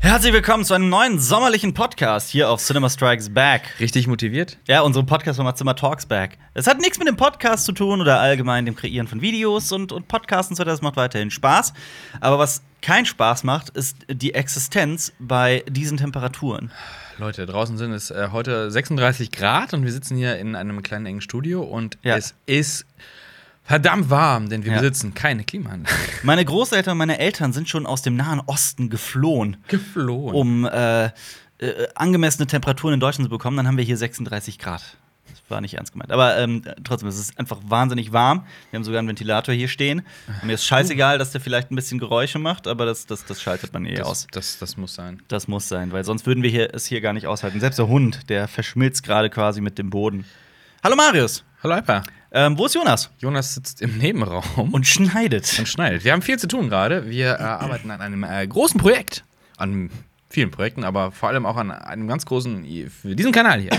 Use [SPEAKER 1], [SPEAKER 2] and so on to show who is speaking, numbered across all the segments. [SPEAKER 1] Herzlich willkommen zu einem neuen sommerlichen Podcast hier auf Cinema Strikes Back.
[SPEAKER 2] Richtig motiviert?
[SPEAKER 1] Ja, unserem Podcast von Mazima Talks Back. Es hat nichts mit dem Podcast zu tun oder allgemein dem Kreieren von Videos und, und Podcasts und so weiter. Das macht weiterhin Spaß. Aber was keinen Spaß macht, ist die Existenz bei diesen Temperaturen.
[SPEAKER 2] Leute, draußen sind es äh, heute 36 Grad und wir sitzen hier in einem kleinen engen Studio und
[SPEAKER 1] Ja.
[SPEAKER 2] es ist verdammt warm, denn wir
[SPEAKER 1] Ja.
[SPEAKER 2] besitzen keine Klimaanlage.
[SPEAKER 1] Meine Großeltern und meine Eltern sind schon aus dem Nahen Osten geflohen,
[SPEAKER 2] Geflohen.
[SPEAKER 1] um äh, äh, angemessene Temperaturen in Deutschland zu bekommen. Dann haben wir hier 36 Grad. Das war nicht ernst gemeint. Aber ähm, trotzdem, es ist einfach wahnsinnig warm. Wir haben sogar einen Ventilator hier stehen. Und mir ist scheißegal, dass der vielleicht ein bisschen Geräusche macht, aber das, das, das schaltet man eh
[SPEAKER 2] Das,
[SPEAKER 1] aus.
[SPEAKER 2] das, das muss sein.
[SPEAKER 1] Das muss sein, weil sonst würden wir hier, es hier gar nicht aushalten. Selbst der Hund, der verschmilzt gerade quasi mit dem Boden. Hallo Marius,
[SPEAKER 2] Hallo Alper.
[SPEAKER 1] ähm, wo ist Jonas?
[SPEAKER 2] Jonas sitzt im Nebenraum
[SPEAKER 1] Und schneidet.
[SPEAKER 2] und schneidet. Wir haben viel zu tun gerade. Wir äh, arbeiten an einem äh, großen Projekt. An vielen Projekten, aber vor allem auch an einem ganz großen, für diesen Kanal hier.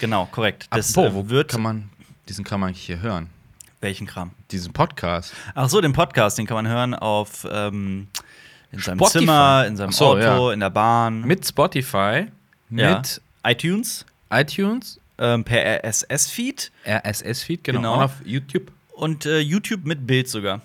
[SPEAKER 1] Genau, korrekt. Das
[SPEAKER 2] Apropos,
[SPEAKER 1] äh, wird
[SPEAKER 2] kann man, diesen kann man hier hören.
[SPEAKER 1] welchen Kram?
[SPEAKER 2] Diesen Podcast.
[SPEAKER 1] Ach so, den Podcast, den kann man hören auf ähm, in seinem
[SPEAKER 2] Spotify.
[SPEAKER 1] Zimmer, in seinem
[SPEAKER 2] Ach so,
[SPEAKER 1] Auto,
[SPEAKER 2] ja.
[SPEAKER 1] in der Bahn,
[SPEAKER 2] Mit Spotify,
[SPEAKER 1] ja.
[SPEAKER 2] mit
[SPEAKER 1] iTunes,
[SPEAKER 2] iTunes,
[SPEAKER 1] ähm, per RSS Feed
[SPEAKER 2] RSS-Feed, genau,
[SPEAKER 1] Genau.
[SPEAKER 2] und auf YouTube.
[SPEAKER 1] und äh, YouTube mit Bild sogar.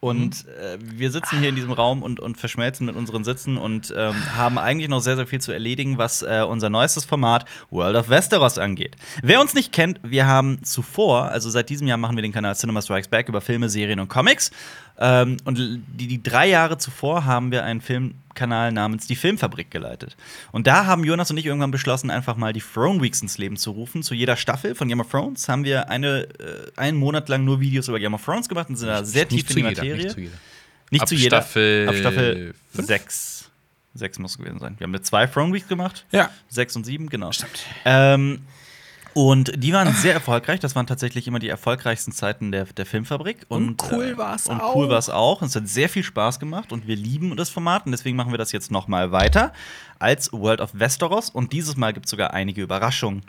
[SPEAKER 1] Und äh, wir sitzen hier in diesem Raum und, und verschmelzen mit unseren Sitzen und ähm, haben eigentlich noch sehr, sehr viel zu erledigen, was äh, unser neuestes Format World of Westeros angeht. Wer uns nicht kennt, wir haben zuvor, also seit diesem Jahr machen wir den Kanal Cinema Strikes Back über Filme, Serien und Comics. Ähm, und l- die, die drei Jahre zuvor haben wir einen Filmkanal namens Die Filmfabrik geleitet. Und da haben Jonas und ich irgendwann beschlossen, einfach mal die Throne Weeks ins Leben zu rufen. Zu jeder Staffel von Game of Thrones haben wir eine, äh, einen Monat lang nur Videos über Game of Thrones gemacht und sind da Äh, sehr tief in die Materie.
[SPEAKER 2] Nicht zu jeder.
[SPEAKER 1] Nicht
[SPEAKER 2] Ab
[SPEAKER 1] zu jeder.
[SPEAKER 2] Staffel
[SPEAKER 1] Ab Staffel
[SPEAKER 2] fünf?
[SPEAKER 1] 6. 6 muss gewesen sein. Wir haben mit zwei Throne Weeks gemacht.
[SPEAKER 2] Ja.
[SPEAKER 1] 6 und 7, genau.
[SPEAKER 2] Stimmt. Ah.
[SPEAKER 1] Ähm, und die waren sehr erfolgreich. Das waren tatsächlich immer die erfolgreichsten Zeiten der, der Filmfabrik. Und,
[SPEAKER 2] cool
[SPEAKER 1] äh,
[SPEAKER 2] war's
[SPEAKER 1] Und
[SPEAKER 2] auch.
[SPEAKER 1] cool war es auch. Und es hat sehr viel Spaß gemacht und wir lieben das Format. Und deswegen machen wir das jetzt nochmal weiter als World of Westeros. Und dieses Mal gibt es sogar einige Überraschungen.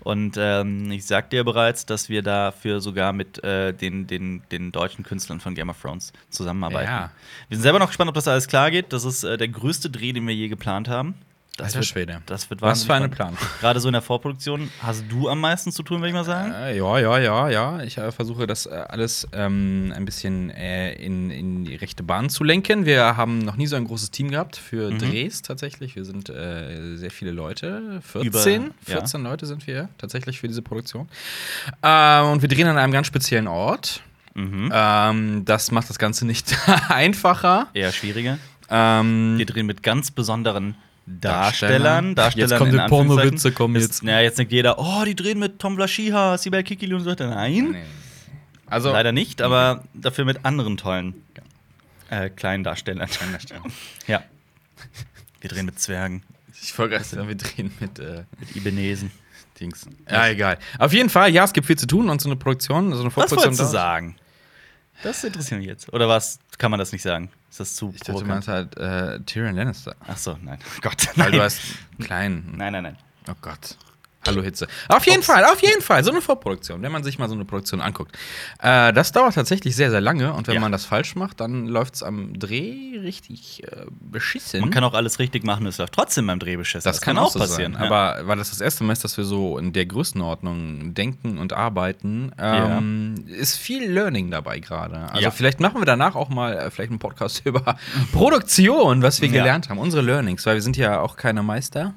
[SPEAKER 1] Und ähm, ich sagte ja bereits, dass wir dafür sogar mit äh, den, den, den deutschen Künstlern von Game of Thrones zusammenarbeiten.
[SPEAKER 2] Ja.
[SPEAKER 1] Wir sind selber noch gespannt, ob das alles klar geht. Das ist äh, der größte Dreh, den wir je geplant haben. Das
[SPEAKER 2] Alter
[SPEAKER 1] wird,
[SPEAKER 2] Schwede.
[SPEAKER 1] Das wird
[SPEAKER 2] Was für eine
[SPEAKER 1] wahnsinnig spannend. Gerade so in der Vorproduktion hast du am meisten zu tun, würde ich mal sagen.
[SPEAKER 2] Äh, ja, ja, ja, ja. Ich äh, versuche das äh, alles ähm, ein bisschen äh, in, in die rechte Bahn zu lenken. Wir haben noch nie so ein großes Team gehabt
[SPEAKER 1] Mhm.
[SPEAKER 2] für Drehs tatsächlich. Wir sind äh, sehr viele Leute. 14?
[SPEAKER 1] Über- ja.
[SPEAKER 2] 14 Leute sind wir tatsächlich für diese Produktion. Ähm, und wir drehen an einem ganz speziellen Ort.
[SPEAKER 1] Mhm.
[SPEAKER 2] Ähm, das macht das Ganze nicht einfacher.
[SPEAKER 1] Eher schwieriger.
[SPEAKER 2] Ähm,
[SPEAKER 1] Wir drehen mit ganz besonderen Darstellern.
[SPEAKER 2] Darstellern.
[SPEAKER 1] Darstellern
[SPEAKER 2] Jetzt kommen
[SPEAKER 1] in
[SPEAKER 2] die
[SPEAKER 1] Anführungszeichen.
[SPEAKER 2] Pornowitze, kommen
[SPEAKER 1] Ist-
[SPEAKER 2] jetzt.
[SPEAKER 1] Ja, jetzt denkt jeder, oh, die drehen mit Tom Vlaschia, Sibel Kikili und so weiter. Nein,
[SPEAKER 2] nee. Also,
[SPEAKER 1] leider nicht, aber dafür mit anderen tollen äh, kleinen Darstellern. Ja. Wir drehen mit Zwergen,
[SPEAKER 2] ich folge erst, wir drehen mit. Äh,
[SPEAKER 1] mit Ibenesen.
[SPEAKER 2] Dings. Ja, egal. Auf jeden Fall, ja, es gibt viel zu tun und so eine Produktion, so eine
[SPEAKER 1] Was
[SPEAKER 2] Vorproduktion.
[SPEAKER 1] wolltest du
[SPEAKER 2] dauert-
[SPEAKER 1] sagen? Das interessiert mich jetzt. Oder was? Kann man das nicht sagen? Ist das zu
[SPEAKER 2] Ich dachte, du meinst halt äh, Tyrion Lannister.
[SPEAKER 1] Ach so, nein. Oh Gott, nein.
[SPEAKER 2] Weil du hast einen kleinen.
[SPEAKER 1] nein, nein, nein.
[SPEAKER 2] Oh Gott. Hallo Hitze. Auf jeden Fall, auf jeden Fall. So eine Vorproduktion, wenn man sich mal so eine Produktion anguckt. Äh, das dauert tatsächlich sehr, sehr lange und wenn
[SPEAKER 1] Ja.
[SPEAKER 2] man das falsch macht, dann läuft es am Dreh richtig äh, beschissen.
[SPEAKER 1] Man kann auch alles richtig machen, es läuft trotzdem beim Drehbeschiss.
[SPEAKER 2] das, kann, auch
[SPEAKER 1] so
[SPEAKER 2] passieren.
[SPEAKER 1] Sein, ja.
[SPEAKER 2] Aber weil das das erste Mal ist, dass wir so in der Größenordnung denken und arbeiten, ähm, ist viel Learning dabei gerade. Also
[SPEAKER 1] Ja.
[SPEAKER 2] vielleicht machen wir danach auch mal äh, vielleicht einen Podcast über Produktion, was wir
[SPEAKER 1] Ja.
[SPEAKER 2] gelernt haben, unsere Learnings, weil wir sind ja auch keine Meister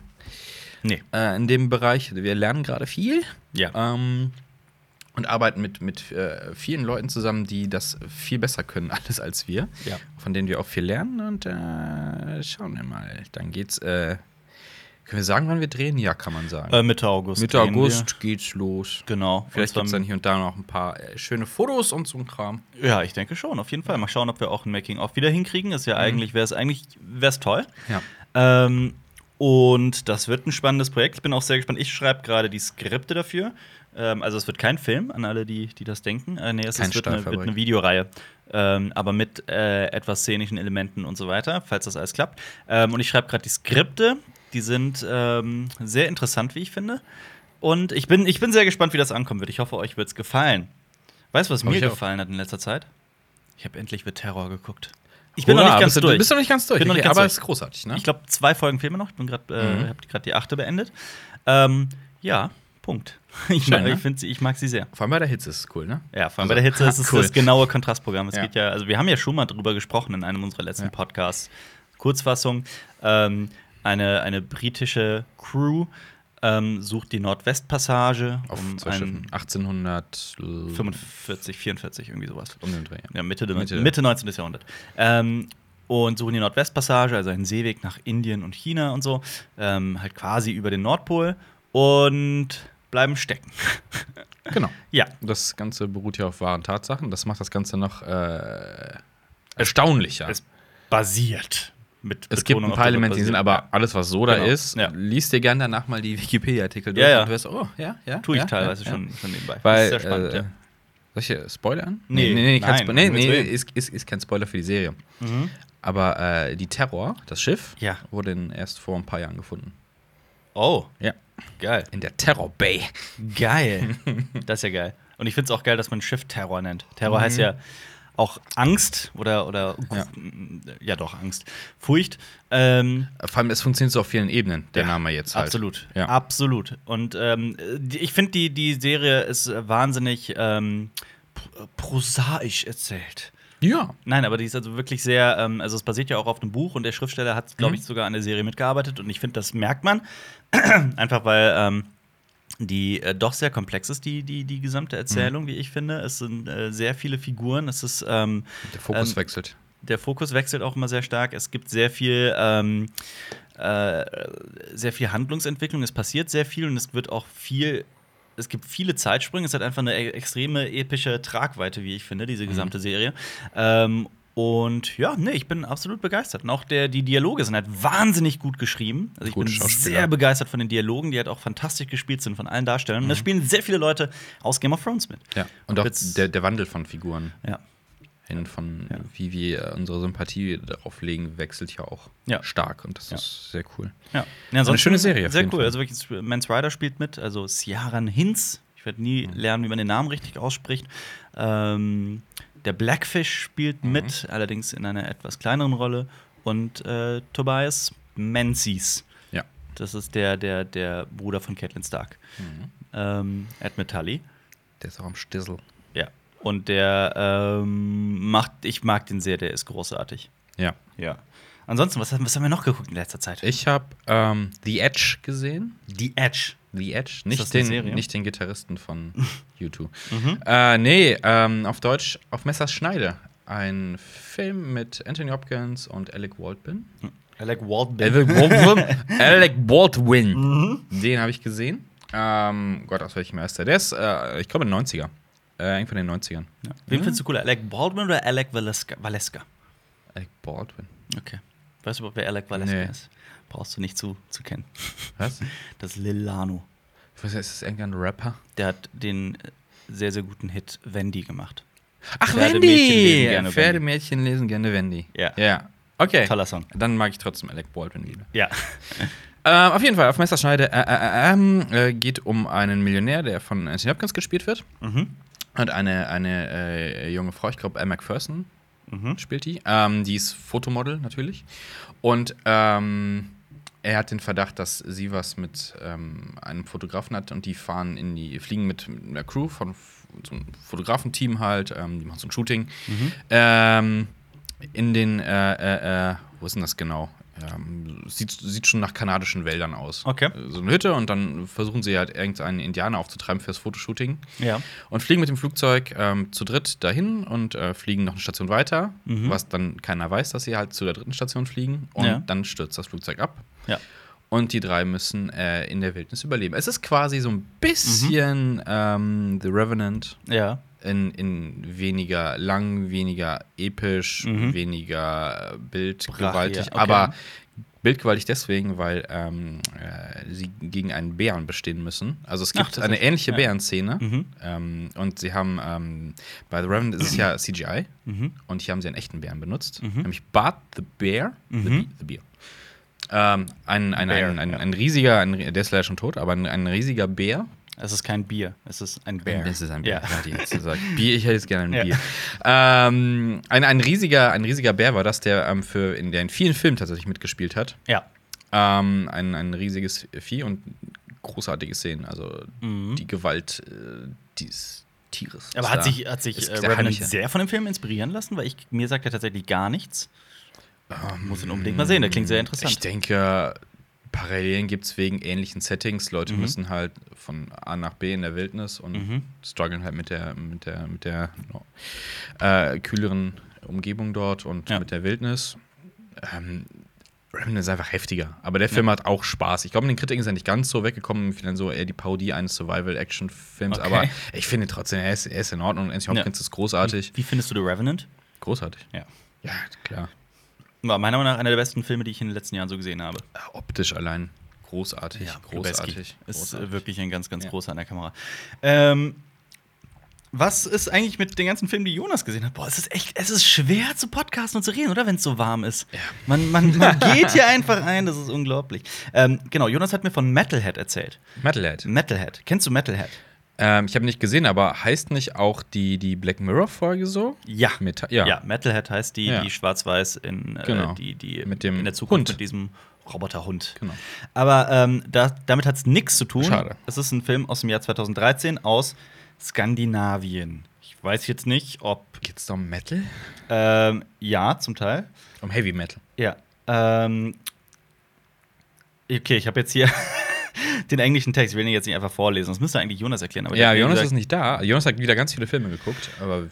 [SPEAKER 1] Nee.
[SPEAKER 2] äh, in dem Bereich. Wir lernen gerade viel
[SPEAKER 1] Ja.
[SPEAKER 2] ähm, und arbeiten mit, mit äh, vielen Leuten zusammen, die das viel besser können, alles als wir.
[SPEAKER 1] Ja.
[SPEAKER 2] Von denen wir auch viel lernen und äh, schauen wir mal. Dann geht's. Äh, können wir sagen, wann wir drehen? Ja, kann man sagen.
[SPEAKER 1] Äh, Mitte August.
[SPEAKER 2] Mitte
[SPEAKER 1] drehen
[SPEAKER 2] August geht's los.
[SPEAKER 1] Wir. Genau.
[SPEAKER 2] Vielleicht
[SPEAKER 1] Und
[SPEAKER 2] gibt es
[SPEAKER 1] zwar-
[SPEAKER 2] dann hier und da noch ein paar äh, schöne Fotos und so ein Kram.
[SPEAKER 1] Ja, ich denke schon, auf jeden Fall. Mal schauen, ob wir auch ein Making-of wieder hinkriegen. Ist
[SPEAKER 2] Mhm.
[SPEAKER 1] ja eigentlich, wäre es eigentlich, wäre es toll.
[SPEAKER 2] Ja.
[SPEAKER 1] Ähm, und das wird ein spannendes Projekt. Ich bin auch sehr gespannt. Ich schreibe gerade die Skripte dafür. Ähm, also es wird kein Film an alle, die, die das denken. Äh, nee, es
[SPEAKER 2] Kein
[SPEAKER 1] ist, wird, eine, wird
[SPEAKER 2] Stahlfabrik.
[SPEAKER 1] eine Videoreihe. Ähm, aber mit äh, etwas szenischen Elementen und so weiter, falls das alles klappt. Ähm, und ich schreibe gerade die Skripte. Die sind ähm, sehr interessant, wie ich finde. Und ich bin, ich bin sehr gespannt, wie das ankommen wird. Ich hoffe, euch wird es gefallen. Weißt du, was
[SPEAKER 2] Hab
[SPEAKER 1] mir
[SPEAKER 2] ich auch.
[SPEAKER 1] gefallen hat in letzter Zeit? Ich habe endlich The Terror geguckt. Ich bin
[SPEAKER 2] Hurra,
[SPEAKER 1] noch nicht ganz
[SPEAKER 2] bist, du-
[SPEAKER 1] durch.
[SPEAKER 2] Bist du noch nicht ganz durch?
[SPEAKER 1] Bin noch nicht
[SPEAKER 2] okay,
[SPEAKER 1] ganz
[SPEAKER 2] aber
[SPEAKER 1] durch.
[SPEAKER 2] ist großartig, ne?
[SPEAKER 1] Ich glaube, zwei Folgen fehlen mir noch. Ich bin gerade, äh,
[SPEAKER 2] Mhm.
[SPEAKER 1] habe gerade die achte beendet. Ähm, ja, Punkt. Ich,
[SPEAKER 2] Schön,
[SPEAKER 1] mag,
[SPEAKER 2] ne?
[SPEAKER 1] ich, find sie, ich mag sie sehr.
[SPEAKER 2] Vor allem bei der Hitze ist es cool, ne?
[SPEAKER 1] Ja, vor allem
[SPEAKER 2] Also,
[SPEAKER 1] bei der Hitze
[SPEAKER 2] ha,
[SPEAKER 1] ist es
[SPEAKER 2] cool.
[SPEAKER 1] das genaue Kontrastprogramm. Es
[SPEAKER 2] Ja.
[SPEAKER 1] geht ja, also wir haben ja schon mal drüber gesprochen in einem unserer letzten
[SPEAKER 2] Ja.
[SPEAKER 1] Podcasts. Kurzfassung: ähm, eine, eine britische Crew ähm, sucht die Nordwestpassage
[SPEAKER 2] Auf
[SPEAKER 1] um
[SPEAKER 2] zwei
[SPEAKER 1] einen
[SPEAKER 2] Schiffen. 1800
[SPEAKER 1] 45, 44, irgendwie sowas.
[SPEAKER 2] um den Dreh. ja.
[SPEAKER 1] Ja, Mitte, der-
[SPEAKER 2] Mitte.
[SPEAKER 1] Mitte 19. Jahrhundert. Ähm, und suchen die Nordwestpassage, also einen Seeweg nach Indien und China und so, ähm, halt quasi über den Nordpol und bleiben stecken.
[SPEAKER 2] Genau.
[SPEAKER 1] Ja,
[SPEAKER 2] Das Ganze beruht ja auf wahren Tatsachen. Das macht das Ganze noch äh, erstaunlicher.
[SPEAKER 1] es basiert. Mit
[SPEAKER 2] Es gibt
[SPEAKER 1] Betonung
[SPEAKER 2] ein
[SPEAKER 1] auf das
[SPEAKER 2] paar
[SPEAKER 1] Wort
[SPEAKER 2] Elemente, die sind
[SPEAKER 1] basiert.
[SPEAKER 2] aber alles, was so da
[SPEAKER 1] Genau,
[SPEAKER 2] ist,
[SPEAKER 1] ja.
[SPEAKER 2] liest dir gerne danach mal die Wikipedia-Artikel durch
[SPEAKER 1] Ja, ja.
[SPEAKER 2] und du wirst, oh, ja, ja.
[SPEAKER 1] Tue ich
[SPEAKER 2] ja,
[SPEAKER 1] teilweise
[SPEAKER 2] ja,
[SPEAKER 1] schon,
[SPEAKER 2] Ja.
[SPEAKER 1] schon nebenbei.
[SPEAKER 2] Weil,
[SPEAKER 1] Das ist sehr spannend,
[SPEAKER 2] äh,
[SPEAKER 1] ja.
[SPEAKER 2] Soll ich äh, spoilern?
[SPEAKER 1] Nee,
[SPEAKER 2] nee, nee, kein
[SPEAKER 1] nein,
[SPEAKER 2] Spo- nee,
[SPEAKER 1] um Himmels
[SPEAKER 2] nee
[SPEAKER 1] Willen.
[SPEAKER 2] ist, ist, ist kein Spoiler für die Serie.
[SPEAKER 1] Mhm.
[SPEAKER 2] Aber äh, die Terror, das Schiff,
[SPEAKER 1] Ja.
[SPEAKER 2] wurde in- erst vor ein paar Jahren gefunden.
[SPEAKER 1] Oh,
[SPEAKER 2] Ja.
[SPEAKER 1] geil.
[SPEAKER 2] In der Terror Bay.
[SPEAKER 1] Geil. das ist ja geil. Und ich finde es auch geil, dass man Schiff Terror nennt. Terror heißt ja auch Angst oder, oder
[SPEAKER 2] Mhm. Ja.
[SPEAKER 1] ja. doch, Angst. Furcht. Ähm,
[SPEAKER 2] Vor allem, es funktioniert so auf vielen Ebenen, der
[SPEAKER 1] Ja,
[SPEAKER 2] Name jetzt halt.
[SPEAKER 1] Absolut,
[SPEAKER 2] Ja.
[SPEAKER 1] absolut. Und ähm, die- ich finde, die, die Serie ist wahnsinnig ähm, pr- prosaisch erzählt.
[SPEAKER 2] Ja.
[SPEAKER 1] Nein, aber die ist also wirklich sehr, ähm, also es basiert ja auch auf einem Buch und der Schriftsteller hat, glaube ich, sogar an der Serie mitgearbeitet und ich finde, das merkt man. Einfach weil ähm, die äh, doch sehr komplex ist, die, die, die gesamte Erzählung, wie ich finde. Es sind äh, sehr viele Figuren. Es ist ähm,
[SPEAKER 2] Der Fokus
[SPEAKER 1] Ähm,
[SPEAKER 2] wechselt.
[SPEAKER 1] der Fokus wechselt auch immer sehr stark. Es gibt sehr viel, ähm, äh, sehr viel Handlungsentwicklung. Es passiert sehr viel und es wird auch viel. Es gibt viele Zeitsprünge. Es hat einfach eine e- extreme epische Tragweite, wie ich finde,
[SPEAKER 2] Mhm.
[SPEAKER 1] diese gesamte Serie. Ähm, und ja, nee, ich bin absolut begeistert. Und auch der, die Dialoge sind halt wahnsinnig gut geschrieben. Also ich
[SPEAKER 2] Gute
[SPEAKER 1] bin
[SPEAKER 2] Schauspieler.
[SPEAKER 1] sehr begeistert von den Dialogen, die halt auch fantastisch gespielt sind von allen Darstellern. Und
[SPEAKER 2] Mhm.
[SPEAKER 1] das spielen sehr viele Leute aus Game of Thrones mit.
[SPEAKER 2] Ja. Und auch
[SPEAKER 1] jetzt-
[SPEAKER 2] der, der Wandel von Figuren
[SPEAKER 1] Ja.
[SPEAKER 2] hin von,
[SPEAKER 1] Ja.
[SPEAKER 2] wie wir äh, unsere Sympathie darauf legen, wechselt ja auch
[SPEAKER 1] Ja.
[SPEAKER 2] stark. Und das
[SPEAKER 1] Ja.
[SPEAKER 2] ist sehr cool.
[SPEAKER 1] Ja. ja ansonsten
[SPEAKER 2] schöne Serie, auf
[SPEAKER 1] Sehr
[SPEAKER 2] jeden
[SPEAKER 1] cool.
[SPEAKER 2] Fall.
[SPEAKER 1] Also wirklich, Mans Rider spielt mit, also Ciaran Hinz. Ich werde nie lernen, wie man den Namen richtig ausspricht. Ähm, der Blackfish spielt mit, allerdings in einer etwas kleineren Rolle. Und äh, Tobias Menzies.
[SPEAKER 2] Ja.
[SPEAKER 1] Das ist der, der, der Bruder von Catelyn Stark. Ähm, Ed Metalli.
[SPEAKER 2] Der ist auch am Stissel.
[SPEAKER 1] Ja. Und der ähm, macht, ich mag den sehr, der ist großartig.
[SPEAKER 2] Ja.
[SPEAKER 1] Ja. Ansonsten, was, haben- was haben wir noch geguckt in letzter Zeit?
[SPEAKER 2] Ich habe ähm, The Edge gesehen.
[SPEAKER 1] The Edge.
[SPEAKER 2] The Edge,
[SPEAKER 1] das
[SPEAKER 2] nicht
[SPEAKER 1] eine
[SPEAKER 2] den,
[SPEAKER 1] Serie? Mhm.
[SPEAKER 2] nicht den Gitarristen von U2. äh, nee, ähm, auf Deutsch auf Messers Schneide. Ein Film mit Anthony Hopkins und Alec Baldwin.
[SPEAKER 1] Alec Waldman.
[SPEAKER 2] Alec Baldwin. Alec Baldwin.
[SPEAKER 1] Mhm.
[SPEAKER 2] Den habe ich gesehen. Ähm, Gott, aus welchem Jahr ist der? Der ist, äh, ich glaube, in den 90er. Äh, irgendwann in den 90ern.
[SPEAKER 1] Wen findest du cooler, Alec Baldwin oder Alec Valeska? Valeska?
[SPEAKER 2] Alec Baldwin.
[SPEAKER 1] Okay. Weißt du überhaupt, wer Alec Valeska
[SPEAKER 2] Nee.
[SPEAKER 1] ist? Brauchst du nicht zu, zu kennen.
[SPEAKER 2] Was?
[SPEAKER 1] Das ist Lilano.
[SPEAKER 2] Ich weiß nicht, ist das irgendein Rapper?
[SPEAKER 1] Der hat den äh, sehr, sehr guten Hit Wendy gemacht.
[SPEAKER 2] Ach,
[SPEAKER 1] Pferdemädchen lesen gerne Wendy.
[SPEAKER 2] Pferdemädchen lesen gerne Wendy.
[SPEAKER 1] Ja.
[SPEAKER 2] Ja. Okay.
[SPEAKER 1] Toller Song.
[SPEAKER 2] Dann mag ich trotzdem Alec Baldwin lieber.
[SPEAKER 1] Ja.
[SPEAKER 2] Ähm, auf jeden Fall, auf Messerschneide äh, äh, äh, ähm, äh, geht um einen Millionär, der von Anthony Hopkins gespielt wird.
[SPEAKER 1] Mhm.
[SPEAKER 2] Und eine, eine äh, junge Frau, ich glaube, Anne McPherson
[SPEAKER 1] Mhm.
[SPEAKER 2] spielt die. Ähm, die ist Fotomodel natürlich. Und ähm, er hat den Verdacht, dass sie was mit ähm, einem Fotografen hat und die fahren in die, fliegen mit einer Crew von F- so einem Fotografenteam halt, ähm, die machen so ein Shooting.
[SPEAKER 1] Mhm.
[SPEAKER 2] Ähm, in den, äh, äh, äh, wo ist denn das genau? Ähm, sieht, sieht schon nach kanadischen Wäldern aus. Äh,
[SPEAKER 1] Okay.
[SPEAKER 2] So eine Hütte und dann versuchen sie halt irgendeinen Indianer aufzutreiben fürs Fotoshooting
[SPEAKER 1] Ja.
[SPEAKER 2] und fliegen mit dem Flugzeug ähm, zu dritt dahin und äh, fliegen noch eine Station weiter, was dann keiner weiß, dass sie halt zu der dritten Station fliegen und
[SPEAKER 1] Mhm. Ja.
[SPEAKER 2] dann stürzt das Flugzeug ab
[SPEAKER 1] Ja.
[SPEAKER 2] und die drei müssen äh, in der Wildnis überleben. Es ist quasi so ein bisschen
[SPEAKER 1] Mhm.
[SPEAKER 2] ähm, The Revenant
[SPEAKER 1] Ja.
[SPEAKER 2] in, in weniger lang, weniger episch,
[SPEAKER 1] Mhm.
[SPEAKER 2] weniger äh, bildgewaltig,
[SPEAKER 1] Brachial, okay.
[SPEAKER 2] aber bildgewaltig deswegen, weil ähm, äh, sie gegen einen Bären bestehen müssen. Also es
[SPEAKER 1] Ach,
[SPEAKER 2] gibt eine
[SPEAKER 1] tatsächlich,
[SPEAKER 2] ähnliche
[SPEAKER 1] ja.
[SPEAKER 2] Bärenszene
[SPEAKER 1] Mhm.
[SPEAKER 2] ähm, und sie haben ähm, bei The Revenant ist es ja CGI
[SPEAKER 1] Mhm.
[SPEAKER 2] und hier haben sie einen echten Bären benutzt,
[SPEAKER 1] Mhm.
[SPEAKER 2] nämlich Bart the Bear, the,
[SPEAKER 1] Mhm.
[SPEAKER 2] Bee- the Bear. Ähm, ein, ein,
[SPEAKER 1] Bär,
[SPEAKER 2] ein, ein,
[SPEAKER 1] ja.
[SPEAKER 2] ein riesiger, ein, der ist leider schon tot, aber ein, ein riesiger Bär,
[SPEAKER 1] Es ist kein Bier, es ist ein Bär.
[SPEAKER 2] Das ist ein Bier,
[SPEAKER 1] Ja.
[SPEAKER 2] ja. die hat's gesagt. Bier, ich hätte jetzt gerne ein
[SPEAKER 1] Ja.
[SPEAKER 2] Bier. Ähm, ein, ein, riesiger, ein riesiger Bär war das, der, ähm, für, in, der in vielen Filmen tatsächlich mitgespielt hat.
[SPEAKER 1] Ja.
[SPEAKER 2] Ähm, ein, ein riesiges Vieh und großartige Szenen. Also die Gewalt äh, dieses Tieres.
[SPEAKER 1] Mhm. Aber
[SPEAKER 2] ist
[SPEAKER 1] hat
[SPEAKER 2] da.
[SPEAKER 1] sich, hat sich
[SPEAKER 2] Ist
[SPEAKER 1] äh,
[SPEAKER 2] der
[SPEAKER 1] Revenant
[SPEAKER 2] Heimliche.
[SPEAKER 1] sehr von dem Film inspirieren lassen? Weil ich, mir sagt er tatsächlich gar nichts. Ah, Muss ihn unbedingt mal sehen, der klingt sehr
[SPEAKER 2] Mm, Ich
[SPEAKER 1] interessant.
[SPEAKER 2] denke, Parallelen gibt es wegen ähnlichen Settings.
[SPEAKER 1] Mhm.
[SPEAKER 2] Leute müssen halt von A nach B in der Wildnis und strugglen halt mit der, mit der, mit der äh, kühleren Umgebung dort und
[SPEAKER 1] Ja.
[SPEAKER 2] mit der Wildnis. Ähm, Remnant ist einfach heftiger. Aber der Film hat auch Spaß. Ich glaube, den Kritiken ist er nicht ganz so weggekommen. Vielleicht so eher die Parodie eines Survival-Action-Films.
[SPEAKER 1] Okay.
[SPEAKER 2] Aber ich finde trotzdem, er ist, er ist in Ordnung. Anthony Hopkins ist großartig.
[SPEAKER 1] Wie findest du The Revenant?
[SPEAKER 2] Großartig.
[SPEAKER 1] Mhm. Ja.
[SPEAKER 2] Ja, klar.
[SPEAKER 1] War meiner Meinung nach einer der besten Filme, die ich in den letzten Jahren so gesehen habe.
[SPEAKER 2] Äh, Optisch allein großartig. großartig.
[SPEAKER 1] Ist
[SPEAKER 2] großartig.
[SPEAKER 1] äh, wirklich ein ganz, ganz
[SPEAKER 2] Ja.
[SPEAKER 1] großer an der Kamera. Ähm, was ist eigentlich mit den ganzen Filmen, die Jonas gesehen hat? Boah, es ist echt, es ist schwer zu podcasten und zu reden, oder? Wenn es so warm ist. Man, man, man geht hier einfach ein, das ist unglaublich. Ähm, genau, Jonas hat mir von Metalhead erzählt.
[SPEAKER 2] Metalhead.
[SPEAKER 1] Metalhead. Kennst du Metalhead?
[SPEAKER 2] Ähm, ich habe nicht gesehen, aber heißt nicht auch die, die Black Mirror-Folge so?
[SPEAKER 1] Ja.
[SPEAKER 2] Meta
[SPEAKER 1] Ja,
[SPEAKER 2] ja.
[SPEAKER 1] Metalhead heißt die,
[SPEAKER 2] Ja.
[SPEAKER 1] die schwarz-weiß in äh,
[SPEAKER 2] Genau.
[SPEAKER 1] die, die
[SPEAKER 2] Mit dem
[SPEAKER 1] in der Zukunft
[SPEAKER 2] Hund.
[SPEAKER 1] mit diesem Roboterhund.
[SPEAKER 2] Genau.
[SPEAKER 1] Aber ähm, da, damit hat es nichts zu tun.
[SPEAKER 2] Schade.
[SPEAKER 1] Es ist ein Film aus dem Jahr 2013 aus Skandinavien. Ich weiß jetzt nicht, ob
[SPEAKER 2] Geht's da um Metal?
[SPEAKER 1] ähm, ja, zum Teil.
[SPEAKER 2] Um Heavy Metal.
[SPEAKER 1] Ja. Ähm, okay, ich habe jetzt hier den englischen Text. Ich will den jetzt nicht einfach vorlesen. Das müsste eigentlich Jonas erklären. Aber der
[SPEAKER 2] Ja,
[SPEAKER 1] hat mir
[SPEAKER 2] Jonas
[SPEAKER 1] gesagt-
[SPEAKER 2] ist nicht da. Jonas hat wieder ganz viele Filme geguckt, aber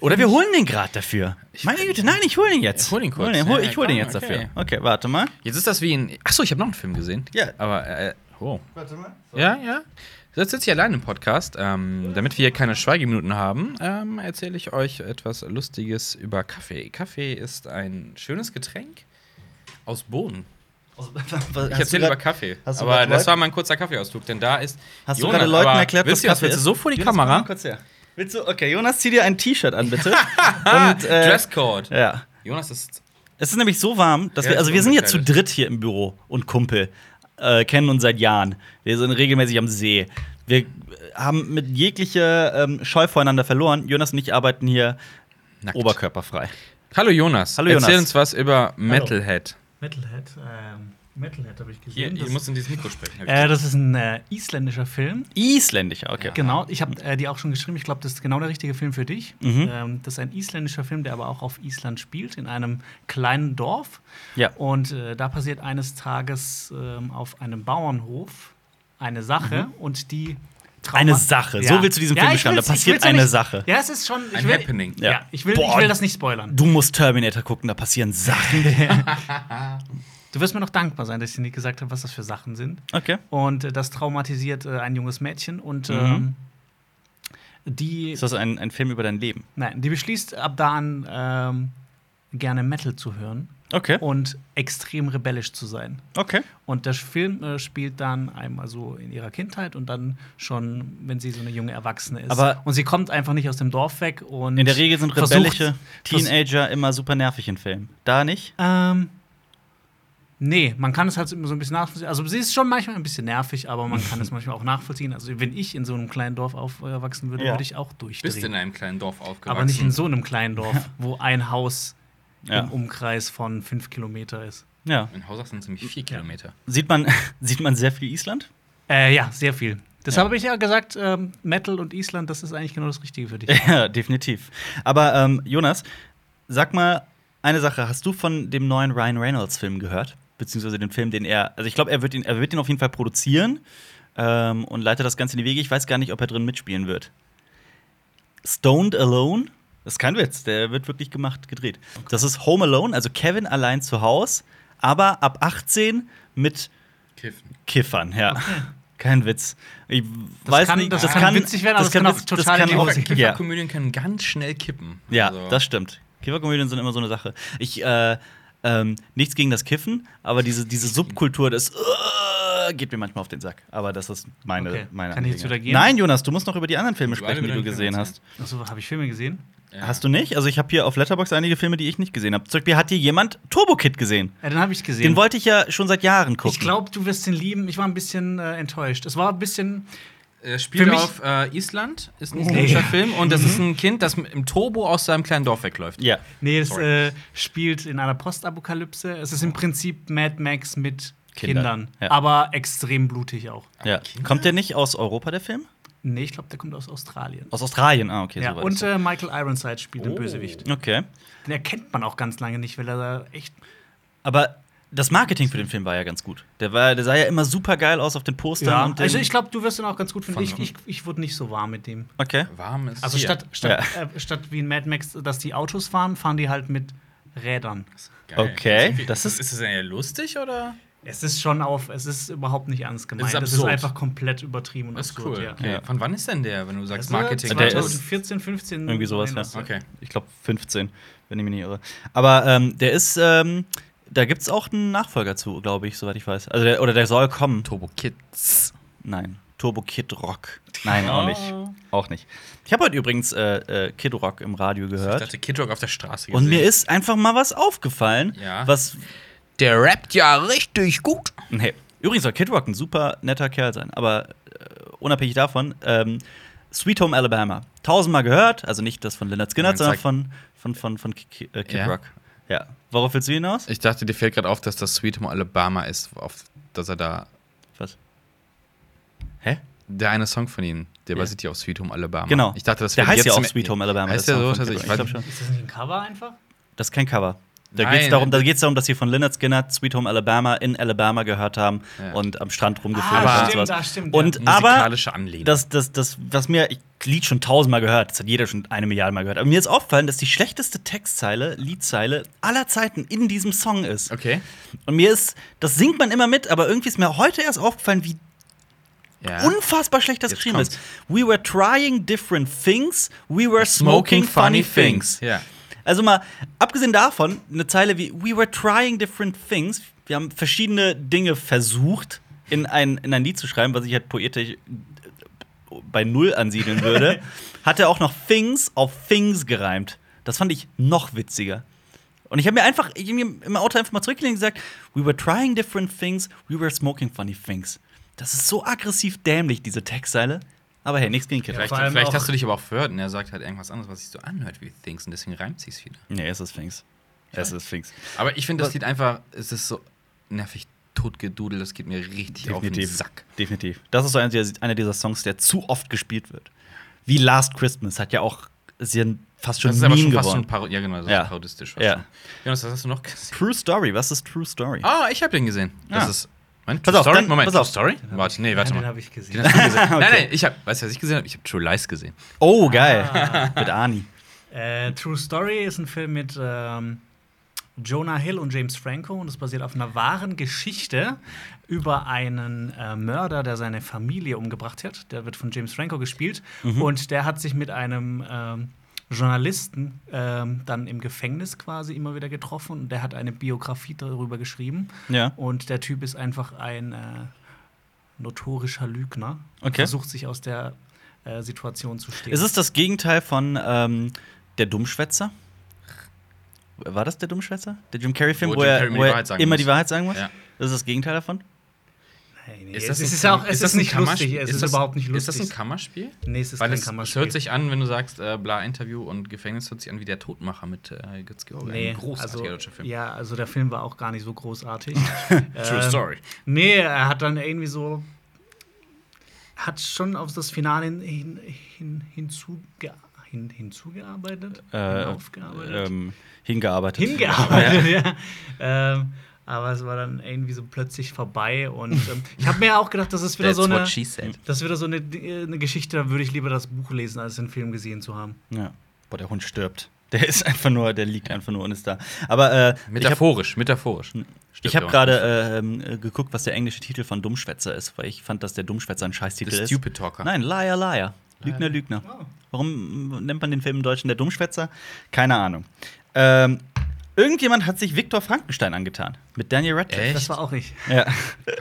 [SPEAKER 1] Oder wir holen den gerade dafür. Meine Güte, nein, ich hole den jetzt.
[SPEAKER 2] Ich hol den kurz.
[SPEAKER 1] Hol hol,
[SPEAKER 2] Ja,
[SPEAKER 1] ich hole den
[SPEAKER 2] komm,
[SPEAKER 1] jetzt
[SPEAKER 2] okay.
[SPEAKER 1] dafür. Okay, warte mal.
[SPEAKER 2] jetzt ist das wie ein. Achso, ich habe noch einen Film gesehen.
[SPEAKER 1] Ja.
[SPEAKER 2] Aber äh, oh.
[SPEAKER 1] Warte mal.
[SPEAKER 2] Ja, ja. Jetzt sitze ich allein im Podcast. Ähm, damit wir hier keine Schweigeminuten haben, ähm, erzähle ich euch etwas Lustiges über Kaffee. Kaffee ist ein schönes Getränk aus Bohnen. Ich erzähle über Kaffee.
[SPEAKER 1] Also, hast du
[SPEAKER 2] aber
[SPEAKER 1] grad
[SPEAKER 2] das
[SPEAKER 1] Leuten-
[SPEAKER 2] war mein kurzer Kaffeeausflug, denn da ist.
[SPEAKER 1] Hast du
[SPEAKER 2] Jonas,
[SPEAKER 1] gerade Leuten
[SPEAKER 2] aber
[SPEAKER 1] erklärt, was
[SPEAKER 2] willst du das
[SPEAKER 1] Kaffee
[SPEAKER 2] jetzt
[SPEAKER 1] ist?
[SPEAKER 2] so vor die
[SPEAKER 1] Jonas, komm mal
[SPEAKER 2] Kamera?
[SPEAKER 1] kurz her. Willst du, okay, Jonas, zieh dir ein T-Shirt an, bitte. Und, äh,
[SPEAKER 2] Dresscode.
[SPEAKER 1] Ja.
[SPEAKER 2] Jonas ist.
[SPEAKER 1] Es ist nämlich so warm, dass
[SPEAKER 2] Ja,
[SPEAKER 1] wir, also
[SPEAKER 2] ist
[SPEAKER 1] wir sind ja zu
[SPEAKER 2] ungekleidet.
[SPEAKER 1] dritt hier im Büro und Kumpel, äh, kennen uns seit Jahren. Wir sind regelmäßig am See. Wir äh, haben mit jeglicher ähm, Scheu voreinander verloren. Jonas und ich arbeiten hier
[SPEAKER 2] Nackt.
[SPEAKER 1] oberkörperfrei.
[SPEAKER 2] Hallo Jonas.
[SPEAKER 1] Hallo Jonas.
[SPEAKER 2] Erzähl uns was über Metalhead.
[SPEAKER 3] Metalhead. Ähm, Metalhead habe ich gesehen. das,
[SPEAKER 2] in dieses Mikro sprechen.
[SPEAKER 3] äh, das ist ein äh, isländischer Film.
[SPEAKER 1] Isländischer, okay.
[SPEAKER 3] Genau, ich habe äh, dir auch schon geschrieben. Ich glaube, das ist genau der richtige Film für dich.
[SPEAKER 1] Mhm.
[SPEAKER 3] Ähm, das ist ein isländischer Film, der aber auch auf Island spielt, in einem kleinen Dorf.
[SPEAKER 1] Ja.
[SPEAKER 3] Und äh, da passiert eines Tages ähm, auf einem Bauernhof eine Sache und die. Trauma
[SPEAKER 1] Mhm. Eine Sache. So willst du diesen Film
[SPEAKER 3] ich
[SPEAKER 1] beschreiben. Da
[SPEAKER 3] will's- ich
[SPEAKER 1] passiert
[SPEAKER 3] will's ja
[SPEAKER 1] eine
[SPEAKER 3] nicht-
[SPEAKER 1] Sache.
[SPEAKER 3] Ja, es ist schon. Ich
[SPEAKER 2] Ein
[SPEAKER 3] will,
[SPEAKER 2] Happening.
[SPEAKER 3] Ja,
[SPEAKER 1] Ja.
[SPEAKER 3] ich, will, ich
[SPEAKER 1] Boah.
[SPEAKER 3] will das nicht spoilern.
[SPEAKER 1] Du musst Terminator gucken, da passieren Sachen.
[SPEAKER 3] Du wirst mir noch dankbar sein, dass ich dir nicht gesagt habe, was das für Sachen sind.
[SPEAKER 1] Okay.
[SPEAKER 3] Und äh, das traumatisiert äh, ein junges Mädchen und
[SPEAKER 1] Mhm.
[SPEAKER 3] ähm, die,
[SPEAKER 1] Ist das ein, ein Film über dein Leben?
[SPEAKER 3] nein, die beschließt ab da an ähm, gerne Metal zu hören
[SPEAKER 1] Okay.
[SPEAKER 3] und extrem rebellisch zu sein.
[SPEAKER 1] Okay.
[SPEAKER 3] Und der Film äh, spielt dann einmal so in ihrer Kindheit und dann schon, wenn sie so eine junge Erwachsene ist.
[SPEAKER 1] Aber-
[SPEAKER 3] und sie kommt einfach nicht aus dem Dorf weg und
[SPEAKER 1] In der Regel sind
[SPEAKER 3] versucht-
[SPEAKER 1] rebellische
[SPEAKER 3] vers-
[SPEAKER 1] Teenager immer super nervig in Filmen. Da nicht?
[SPEAKER 3] Ähm, nee, man kann es halt immer so ein bisschen nachvollziehen. Also sie ist schon manchmal ein bisschen nervig, aber man kann es manchmal auch nachvollziehen. Also wenn ich in so einem kleinen Dorf aufwachsen würde,
[SPEAKER 1] Ja.
[SPEAKER 3] würde ich auch
[SPEAKER 2] Bist in
[SPEAKER 3] durchdrehen.
[SPEAKER 2] einem kleinen Dorf aufgewachsen.
[SPEAKER 3] Aber nicht in so einem kleinen Dorf, wo ein Haus
[SPEAKER 1] Ja.
[SPEAKER 3] im Umkreis von fünf Kilometer ist.
[SPEAKER 1] Ja.
[SPEAKER 2] In Hausach sind es nämlich vier Kilometer.
[SPEAKER 1] Sieht man, sieht man sehr viel Island?
[SPEAKER 3] Äh, ja, sehr viel. Deshalb habe ich ja gesagt, ähm, Metal und Island, das ist eigentlich genau das Richtige für dich.
[SPEAKER 1] Ja, definitiv. Aber ähm, Jonas, sag mal eine Sache. Hast du von dem neuen Ryan Reynolds-Film gehört? Beziehungsweise den Film, den er. Also ich glaube, er wird ihn, er wird ihn auf jeden Fall produzieren ähm, und leitet das Ganze in die Wege. Ich weiß gar nicht, ob er drin mitspielen wird. Stoned Alone? Das ist kein Witz, der wird wirklich gemacht, gedreht. Das ist Home Alone, also Kevin allein zu Haus, aber ab 18 mit
[SPEAKER 2] Kiffen.
[SPEAKER 1] Kiffern, ja. Kein Witz. Ich
[SPEAKER 3] Das
[SPEAKER 1] weiß
[SPEAKER 3] kann-
[SPEAKER 1] nicht,
[SPEAKER 3] das kann witzig werden, aber es kann auch
[SPEAKER 1] witz-
[SPEAKER 3] total in die
[SPEAKER 1] auch-
[SPEAKER 3] Hose
[SPEAKER 1] ja.
[SPEAKER 2] Komödien können ganz schnell kippen.
[SPEAKER 1] Ja,
[SPEAKER 2] Also-
[SPEAKER 1] das stimmt. Kifferkomödien sind immer so eine Sache. Ich, äh, ähm, nichts gegen das Kiffen, aber diese, diese Subkultur des äh, geht mir manchmal auf den Sack. Aber das ist meine,
[SPEAKER 3] Okay.
[SPEAKER 1] meine
[SPEAKER 3] Kann ich
[SPEAKER 1] Angelegenheit.
[SPEAKER 3] jetzt wieder gehen?
[SPEAKER 1] Nein, Jonas, du musst noch über die anderen Filme
[SPEAKER 2] Über
[SPEAKER 1] sprechen,
[SPEAKER 2] alle
[SPEAKER 1] die du
[SPEAKER 2] anderen Filme
[SPEAKER 1] gesehen hast.
[SPEAKER 3] Achso, habe ich Filme gesehen?
[SPEAKER 2] Ja.
[SPEAKER 1] Hast du nicht? Also ich habe hier auf Letterboxd einige Filme, die ich nicht gesehen habe. Zum Beispiel hat hier jemand Turbo Kid gesehen.
[SPEAKER 3] Ja, dann Äh, habe ich gesehen.
[SPEAKER 1] Den wollte ich ja schon seit Jahren gucken.
[SPEAKER 3] Ich glaube, du wirst ihn lieben. Ich war ein bisschen äh, enttäuscht. Es war ein bisschen.
[SPEAKER 2] Er spielt
[SPEAKER 3] Für mich-
[SPEAKER 2] auf äh, Island, ist ein isländischer Film und das ist ein Kind, das im Turbo aus seinem kleinen Dorf wegläuft.
[SPEAKER 1] Mhm. Ja.
[SPEAKER 3] Nee, es
[SPEAKER 2] Sorry.
[SPEAKER 3] äh, spielt in einer Postapokalypse. Es ist im Prinzip Mad Max mit
[SPEAKER 1] Kindern,
[SPEAKER 3] Kindern,
[SPEAKER 1] ja.
[SPEAKER 3] aber extrem blutig auch.
[SPEAKER 1] ja. Kommt der nicht aus Europa, der Film?
[SPEAKER 3] Nee, ich glaube, der kommt aus Australien.
[SPEAKER 1] Aus Australien, ah, okay.
[SPEAKER 3] ja,
[SPEAKER 1] so war
[SPEAKER 3] und
[SPEAKER 1] das.
[SPEAKER 3] äh, Michael Ironside spielt den
[SPEAKER 2] Oh.
[SPEAKER 3] Bösewicht.
[SPEAKER 1] okay.
[SPEAKER 3] Den erkennt man auch ganz lange nicht, weil er da echt.
[SPEAKER 1] Aber das Marketing für den Film war ja ganz gut. Der, war, der sah ja immer super geil aus auf den Postern.
[SPEAKER 3] Ja,
[SPEAKER 1] und den,
[SPEAKER 3] also ich glaube, du wirst ihn auch ganz gut finden.
[SPEAKER 2] Von-
[SPEAKER 3] Ich, ich, ich wurde nicht so warm mit dem.
[SPEAKER 1] okay.
[SPEAKER 2] Warm ist
[SPEAKER 3] Also
[SPEAKER 2] hier.
[SPEAKER 3] statt, statt, äh, statt wie in Mad Max, dass die Autos fahren, fahren die halt mit Rädern.
[SPEAKER 2] Geil.
[SPEAKER 1] Okay,
[SPEAKER 2] Ist
[SPEAKER 1] das
[SPEAKER 2] das
[SPEAKER 1] ist-
[SPEAKER 2] ist, ist das denn ja lustig oder?
[SPEAKER 3] Es ist schon auf, es ist überhaupt nicht ernst gemeint.
[SPEAKER 2] Es ist
[SPEAKER 3] es ist
[SPEAKER 2] absurd.
[SPEAKER 3] einfach komplett übertrieben und
[SPEAKER 2] Das ist
[SPEAKER 3] absurd.
[SPEAKER 2] cool.
[SPEAKER 3] Ja. Also,
[SPEAKER 2] Okay.
[SPEAKER 1] Ja.
[SPEAKER 2] Von wann ist denn der, wenn du
[SPEAKER 3] Das
[SPEAKER 2] sagst
[SPEAKER 3] ist
[SPEAKER 2] Marketing?
[SPEAKER 1] Der ist-
[SPEAKER 3] 2014, 15.
[SPEAKER 1] Irgendwie sowas,
[SPEAKER 3] irgendwas.
[SPEAKER 1] ja.
[SPEAKER 2] Okay.
[SPEAKER 1] Ich glaube 15, wenn ich mich nicht irre. Aber ähm, der ist, ähm, da gibt es auch einen Nachfolger zu, glaube ich, soweit ich weiß. Also der, oder der soll kommen.
[SPEAKER 2] Turbo Kids.
[SPEAKER 1] Nein. Turbo Kid Rock. Nein, auch nicht. Auch nicht. Ich habe heute übrigens äh, äh, Kid Rock im Radio
[SPEAKER 2] Ich
[SPEAKER 1] gehört.
[SPEAKER 2] dachte Kid Rock auf der Straße
[SPEAKER 1] Und mir
[SPEAKER 2] gesehen.
[SPEAKER 1] ist einfach mal was aufgefallen,
[SPEAKER 2] Ja.
[SPEAKER 1] was
[SPEAKER 2] der rappt ja richtig gut.
[SPEAKER 1] Nee. Übrigens soll Kid Rock ein super netter Kerl sein, aber äh, unabhängig davon, ähm, Sweet Home Alabama. Tausendmal gehört, also nicht das von Leonard Skinner,
[SPEAKER 2] Moment,
[SPEAKER 1] sondern
[SPEAKER 2] sag-
[SPEAKER 1] von, von, von, von Ki- äh, Kid
[SPEAKER 2] Ja?
[SPEAKER 1] Rock. Ja. Worauf willst du hinaus?
[SPEAKER 2] Ich dachte, dir fällt gerade auf, dass das Sweet Home Alabama ist, auf, dass er da
[SPEAKER 1] Was? Hä?
[SPEAKER 2] Der eine Song von ihnen, der
[SPEAKER 1] Ja.
[SPEAKER 2] basiert ja auf Sweet Home Alabama.
[SPEAKER 1] Genau.
[SPEAKER 2] Ich dachte, das
[SPEAKER 1] Der
[SPEAKER 2] wäre
[SPEAKER 1] heißt
[SPEAKER 2] jetzt
[SPEAKER 1] ja auch
[SPEAKER 2] zum-
[SPEAKER 1] Sweet Home Alabama.
[SPEAKER 2] Heißt
[SPEAKER 1] der
[SPEAKER 2] der so
[SPEAKER 1] Song von Kid
[SPEAKER 2] tatsächlich?
[SPEAKER 1] Rock.
[SPEAKER 2] Ich
[SPEAKER 1] glaub schon.
[SPEAKER 3] Ist das nicht ein Cover einfach?
[SPEAKER 1] Das ist kein Cover. Da geht es
[SPEAKER 2] Nein.
[SPEAKER 1] darum, da geht's darum, dass sie von Leonard Skinner Sweet Home Alabama in Alabama gehört haben
[SPEAKER 2] Ja.
[SPEAKER 1] und am Strand rumgefilmt
[SPEAKER 2] Aber-
[SPEAKER 1] haben. und
[SPEAKER 3] stimmt,
[SPEAKER 1] sowas.
[SPEAKER 3] ah, stimmt.
[SPEAKER 1] Und
[SPEAKER 3] ja.
[SPEAKER 1] aber
[SPEAKER 2] musikalische Anlehnung.
[SPEAKER 1] das, das, das, was mir, ich Lied schon tausendmal gehört, das hat jeder schon eine Milliarde Mal gehört. Aber mir ist aufgefallen, dass die schlechteste Textzeile, Liedzeile aller Zeiten in diesem Song ist.
[SPEAKER 2] okay.
[SPEAKER 1] Und mir ist, das singt man immer mit, aber irgendwie ist mir heute erst aufgefallen, wie
[SPEAKER 2] Ja.
[SPEAKER 1] unfassbar schlecht das
[SPEAKER 2] Ah. Jetzt
[SPEAKER 1] geschrieben
[SPEAKER 2] kommt's.
[SPEAKER 1] ist. We were trying different things, we were smoking, funny things.
[SPEAKER 2] Ja.
[SPEAKER 1] Also mal, abgesehen davon, eine Zeile wie We were trying different things. Wir haben verschiedene Dinge versucht, in ein, in ein Lied zu schreiben, was ich halt poetisch äh, bei Null ansiedeln würde. hat er auch noch Things auf Things gereimt. Das fand ich noch witziger. Und ich habe mir einfach ich hab mir im Auto einfach mal zurückgelegt und gesagt, we were trying different things, we were smoking funny things. Das ist so aggressiv dämlich, diese Textzeile. Aber hey, nichts gegen Kid Rock.
[SPEAKER 2] Vielleicht,
[SPEAKER 3] vor allem
[SPEAKER 2] vielleicht
[SPEAKER 3] auch-
[SPEAKER 2] hast du dich aber auch verhört und er sagt halt irgendwas anderes, was sich so anhört wie Things und deswegen reimt sich's wieder.
[SPEAKER 1] Nee, es ist Things. Es ist Things.
[SPEAKER 2] Aber ich finde das
[SPEAKER 1] Was-
[SPEAKER 2] Lied einfach, es ist so nervig totgedudelt, das geht mir richtig auf den Sack.
[SPEAKER 1] Definitiv. Das ist so einer dieser, einer dieser Songs, der zu oft gespielt wird. Wie Last Christmas hat ja auch ist ja ein- fast schon
[SPEAKER 2] Das ist
[SPEAKER 1] Meme
[SPEAKER 2] aber schon fast schon
[SPEAKER 1] geworden.
[SPEAKER 2] paro ja, genau, das
[SPEAKER 1] Ja.
[SPEAKER 2] ist parodistisch.
[SPEAKER 1] Ja.
[SPEAKER 2] schon. Jonas, was hast du noch gesehen?
[SPEAKER 1] True Story, was ist True Story?
[SPEAKER 2] Ah, ich habe den gesehen. Das
[SPEAKER 1] Ah.
[SPEAKER 2] ist. Moment,
[SPEAKER 1] Pass
[SPEAKER 2] True
[SPEAKER 1] auf,
[SPEAKER 2] Story?
[SPEAKER 1] dann-
[SPEAKER 2] Moment,
[SPEAKER 1] pass auf.
[SPEAKER 2] True Story? Warte, nee, warte
[SPEAKER 3] Den
[SPEAKER 2] mal. Genau.
[SPEAKER 3] habe ich gesehen.
[SPEAKER 2] Den hast du gesehen. Nein, nein, ich habe, weißt du, was ich gesehen habe? Ich habe True Lies gesehen.
[SPEAKER 1] Oh, geil.
[SPEAKER 2] Ah.
[SPEAKER 1] Mit Ani.
[SPEAKER 3] Äh, True Story ist ein Film mit ähm, Jonah Hill und James Franco und es basiert auf einer wahren Geschichte über einen äh, Mörder, der seine Familie umgebracht hat. Der wird von James Franco gespielt
[SPEAKER 1] Mhm.
[SPEAKER 3] und der hat sich mit einem ähm, Journalisten ähm, dann im Gefängnis quasi immer wieder getroffen und der hat eine Biografie darüber geschrieben.
[SPEAKER 1] Ja.
[SPEAKER 3] Und der Typ ist einfach ein äh, notorischer Lügner.
[SPEAKER 1] Okay.
[SPEAKER 3] Versucht sich aus der äh, Situation zu stehlen.
[SPEAKER 1] Ist es das Gegenteil von ähm, Der Dummschwätzer? War das der Dummschwätzer? Der Jim Carrey-Film,
[SPEAKER 2] Wo
[SPEAKER 1] wo,
[SPEAKER 2] Jim
[SPEAKER 1] er,
[SPEAKER 2] Carrey
[SPEAKER 1] wo
[SPEAKER 2] mir die
[SPEAKER 1] er
[SPEAKER 2] Wahrheit sagen
[SPEAKER 1] immer
[SPEAKER 2] muss.
[SPEAKER 1] die Wahrheit sagen muss?
[SPEAKER 2] Ja.
[SPEAKER 1] Das ist das Gegenteil davon?
[SPEAKER 3] Hey, nee,
[SPEAKER 2] Ist das
[SPEAKER 3] es
[SPEAKER 2] ein
[SPEAKER 3] ist ja auch,
[SPEAKER 2] Kam-
[SPEAKER 3] es ist,
[SPEAKER 2] das ein
[SPEAKER 3] nicht lustig.
[SPEAKER 2] Kammerspiel?
[SPEAKER 3] Es ist,
[SPEAKER 2] das-
[SPEAKER 3] überhaupt nicht lustig.
[SPEAKER 2] Ist das ein Kammerspiel?
[SPEAKER 3] nee, es ist
[SPEAKER 2] Weil
[SPEAKER 3] kein
[SPEAKER 2] es, es
[SPEAKER 3] Kammerspiel.
[SPEAKER 2] hört sich an, wenn du sagst, äh, bla, Interview und Gefängnis, hört sich an wie der Todmacher mit äh, Götz George.
[SPEAKER 3] nee,
[SPEAKER 2] ein großartiger
[SPEAKER 3] also,
[SPEAKER 2] deutscher Film.
[SPEAKER 3] Ja, also der Film war auch gar nicht so großartig. Ähm,
[SPEAKER 2] True Story.
[SPEAKER 3] Nee, er hat dann irgendwie so hat schon auf das Finale hin, hin, hin, hinzuge, hin, hinzugearbeitet,
[SPEAKER 1] Äh,
[SPEAKER 3] hinaufgearbeitet,
[SPEAKER 1] ähm, hingearbeitet.
[SPEAKER 3] hingearbeitet, ja. Ähm, aber es war dann irgendwie so plötzlich vorbei und ähm, ich habe mir auch gedacht, das ist wieder
[SPEAKER 2] That's
[SPEAKER 3] so eine,
[SPEAKER 2] what she said.
[SPEAKER 3] das ist wieder so eine, eine Geschichte, da würde ich lieber das Buch lesen, als den Film gesehen zu haben.
[SPEAKER 1] Ja. Boah, der Hund stirbt. Der ist einfach nur, der liegt einfach nur und ist da. Aber äh, ich hab-
[SPEAKER 2] Metaphorisch, metaphorisch. Stirbt
[SPEAKER 1] Ich
[SPEAKER 2] ja
[SPEAKER 1] habe
[SPEAKER 2] auch
[SPEAKER 1] gerade äh, ähm, äh, geguckt, was der englische Titel von Dummschwätzer ist, weil ich fand, dass der Dummschwätzer ein
[SPEAKER 2] nicht.
[SPEAKER 1] Scheißtitel
[SPEAKER 2] The
[SPEAKER 1] ist.
[SPEAKER 2] Stupid Talker.
[SPEAKER 1] Nein, Liar, Liar. Lügner, Lügner.
[SPEAKER 3] Oh.
[SPEAKER 1] Warum äh, nennt man den Film im Deutschen der Dummschwätzer? Keine Ahnung. Ähm, irgendjemand hat sich Viktor Frankenstein angetan. Mit Daniel Radcliffe.
[SPEAKER 2] Echt?
[SPEAKER 3] Das war auch nicht.
[SPEAKER 1] Ja.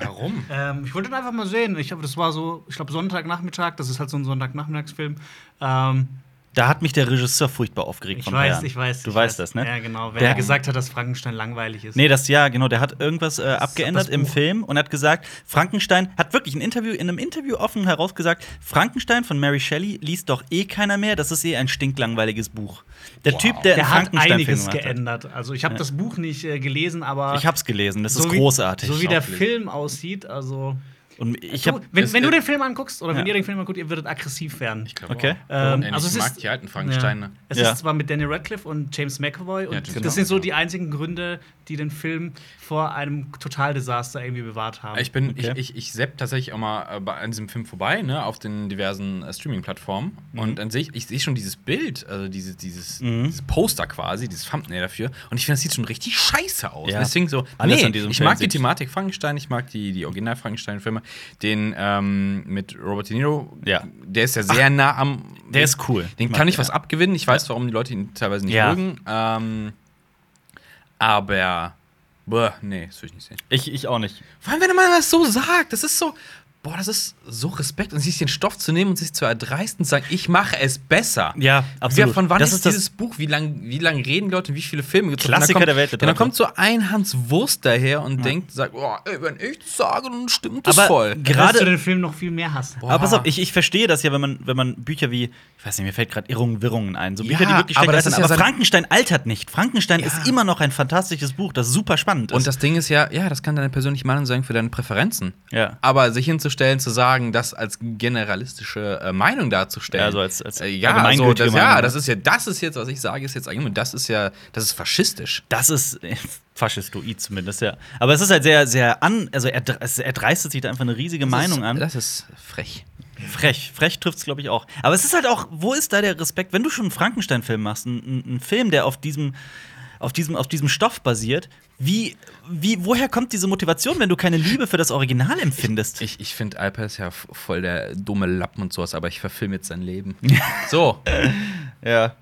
[SPEAKER 2] Warum?
[SPEAKER 3] Ähm, ich wollte ihn einfach mal sehen. Ich glaube, das war so, ich glaube, Sonntagnachmittag, das ist halt so ein Sonntagnachmittagsfilm. Ähm,
[SPEAKER 1] Da hat mich der Regisseur furchtbar aufgeregt.
[SPEAKER 3] Ich
[SPEAKER 1] von
[SPEAKER 3] weiß,
[SPEAKER 1] Bayern.
[SPEAKER 3] ich weiß.
[SPEAKER 1] Du
[SPEAKER 3] ich
[SPEAKER 1] weißt
[SPEAKER 3] weiß.
[SPEAKER 1] das, ne?
[SPEAKER 3] Ja, genau. Wenn
[SPEAKER 1] Der-
[SPEAKER 3] er gesagt hat, dass Frankenstein langweilig ist.
[SPEAKER 1] Nee, das ja, genau. Der hat irgendwas äh, abgeändert
[SPEAKER 3] das
[SPEAKER 1] im
[SPEAKER 3] Buch.
[SPEAKER 1] Film und hat gesagt, Frankenstein hat wirklich ein Interview in einem Interview offen herausgesagt, Frankenstein von Mary Shelley liest doch eh keiner mehr. Das ist eh ein stinklangweiliges Buch. Der
[SPEAKER 2] Wow.
[SPEAKER 1] Typ, der, einen
[SPEAKER 3] der hat
[SPEAKER 1] Frankenstein
[SPEAKER 3] einiges
[SPEAKER 1] gemacht hat.
[SPEAKER 3] geändert. Also ich habe das Buch nicht äh, gelesen, aber
[SPEAKER 1] Ich hab's gelesen. Das ist
[SPEAKER 3] so wie,
[SPEAKER 1] großartig.
[SPEAKER 3] So wie der
[SPEAKER 2] gelesen.
[SPEAKER 3] Film aussieht, also
[SPEAKER 1] und ich
[SPEAKER 3] du,
[SPEAKER 1] hab,
[SPEAKER 3] wenn,
[SPEAKER 2] es-
[SPEAKER 3] wenn du
[SPEAKER 2] äh,
[SPEAKER 3] den Film anguckst oder
[SPEAKER 1] ja.
[SPEAKER 3] wenn ihr den Film anguckt, ihr würdet aggressiv werden.
[SPEAKER 2] Ich glaube
[SPEAKER 1] Okay.
[SPEAKER 2] auch.
[SPEAKER 3] Ähm,
[SPEAKER 2] Ey,
[SPEAKER 3] also
[SPEAKER 2] Äh, ich
[SPEAKER 3] es
[SPEAKER 2] mag
[SPEAKER 3] ist-
[SPEAKER 2] die alten Frankensteine.
[SPEAKER 3] Ja. Es
[SPEAKER 1] Ja.
[SPEAKER 3] ist zwar mit Daniel Radcliffe und James McAvoy und
[SPEAKER 2] James
[SPEAKER 1] McAvoy,
[SPEAKER 3] das sind so
[SPEAKER 2] genau.
[SPEAKER 3] die einzigen Gründe, die den Film vor einem Totaldesaster irgendwie bewahrt haben.
[SPEAKER 2] Ich bin,
[SPEAKER 1] Ah, Okay.
[SPEAKER 2] ich, ich, ich sepp tatsächlich auch mal äh, bei, an diesem Film vorbei, ne, auf den diversen äh, Streaming-Plattformen.
[SPEAKER 1] Mhm.
[SPEAKER 2] Und dann sehe ich, ich sehe schon dieses Bild, also diese, dieses, dieses Poster quasi, dieses Thumbnail dafür. Und ich finde, das sieht schon richtig scheiße aus.
[SPEAKER 1] Ja.
[SPEAKER 2] Deswegen so,
[SPEAKER 1] Alles
[SPEAKER 2] nee,
[SPEAKER 1] an diesem
[SPEAKER 2] ich
[SPEAKER 1] Film
[SPEAKER 2] mag die
[SPEAKER 1] sieht-
[SPEAKER 2] Thematik Frankenstein, ich mag die, die Original-Frankenstein-Filme. Den ähm, mit Robert De Niro,
[SPEAKER 1] Ja.
[SPEAKER 2] der ist ja sehr nah am.
[SPEAKER 1] der ist cool.
[SPEAKER 2] Den
[SPEAKER 1] Mag
[SPEAKER 2] kann
[SPEAKER 1] ich,
[SPEAKER 2] ich was
[SPEAKER 1] ja.
[SPEAKER 2] abgewinnen. Ich weiß, warum die Leute ihn teilweise nicht
[SPEAKER 1] Ja.
[SPEAKER 2] mögen. Ähm, aber, boah, nee, das will ich nicht sehen.
[SPEAKER 1] ich, ich auch nicht.
[SPEAKER 2] Vor allem, wenn man das so sagt, das ist so, boah, das ist so Respekt und sich den Stoff zu nehmen und sich zu erdreisten und zu sagen, ich mache es besser.
[SPEAKER 1] Ja,
[SPEAKER 2] Wer, von wann
[SPEAKER 1] das
[SPEAKER 2] ist,
[SPEAKER 1] ist
[SPEAKER 2] dieses
[SPEAKER 1] das.
[SPEAKER 2] Buch? Wie lange wie lang reden Leute und wie viele Filme gibt's? Und
[SPEAKER 1] Klassiker
[SPEAKER 2] dann kommt,
[SPEAKER 1] der Weltliteratur.
[SPEAKER 2] Und dann kommt so ein Hans Wurst daher und denkt, sagt, oh, ey, wenn ich das sage, dann stimmt das
[SPEAKER 1] Aber ge-
[SPEAKER 2] voll.
[SPEAKER 3] Dann wirst
[SPEAKER 1] gerade-
[SPEAKER 3] du den Film noch viel mehr hassen.
[SPEAKER 2] Boah.
[SPEAKER 1] Aber pass auf, ich, ich verstehe das ja, wenn man, wenn man Bücher wie, ich weiß nicht, mir fällt gerade Irrungen, Wirrungen ein, so
[SPEAKER 2] Ja,
[SPEAKER 1] Bücher, die wirklich schlecht
[SPEAKER 2] aber das
[SPEAKER 1] altern,
[SPEAKER 2] ist ja
[SPEAKER 1] aber
[SPEAKER 2] sein-
[SPEAKER 1] Frankenstein altert nicht. Frankenstein
[SPEAKER 2] Ja.
[SPEAKER 1] ist immer noch ein fantastisches Buch, das super spannend ist.
[SPEAKER 2] Und das Ding ist ja, ja, das kann deine persönliche Meinung sein für deine Präferenzen.
[SPEAKER 1] Ja.
[SPEAKER 2] Aber sich hinzustellen, zu sagen, das als generalistische äh, Meinung darzustellen.
[SPEAKER 1] Ja, also als- als
[SPEAKER 2] äh, ja, also,
[SPEAKER 1] allgemeingültige
[SPEAKER 2] das, ja,
[SPEAKER 1] Meinung.
[SPEAKER 2] das ist ja, das ist jetzt, was ich sage, ist jetzt Argument. Das ist ja, das ist faschistisch.
[SPEAKER 1] Das ist äh, faschistoid zumindest, ja. Aber es ist halt sehr, sehr an, also er, es- er dreistet sich da einfach eine riesige Meinung
[SPEAKER 2] das ist, äh,
[SPEAKER 1] an.
[SPEAKER 2] Das ist frech.
[SPEAKER 1] Frech, frech trifft es, glaube ich, auch. Aber es ist halt auch, wo ist da der Respekt, wenn du schon einen Frankenstein-Film machst, einen- einen, einen Film, der auf diesem, auf diesem, auf diesem Stoff basiert, wie, wie, woher kommt diese Motivation, wenn du keine Liebe für das Original empfindest?
[SPEAKER 2] Ich, ich finde, Alper ist ja f- voll der dumme Lappen und sowas, aber ich verfilme jetzt sein Leben. so.
[SPEAKER 1] ja.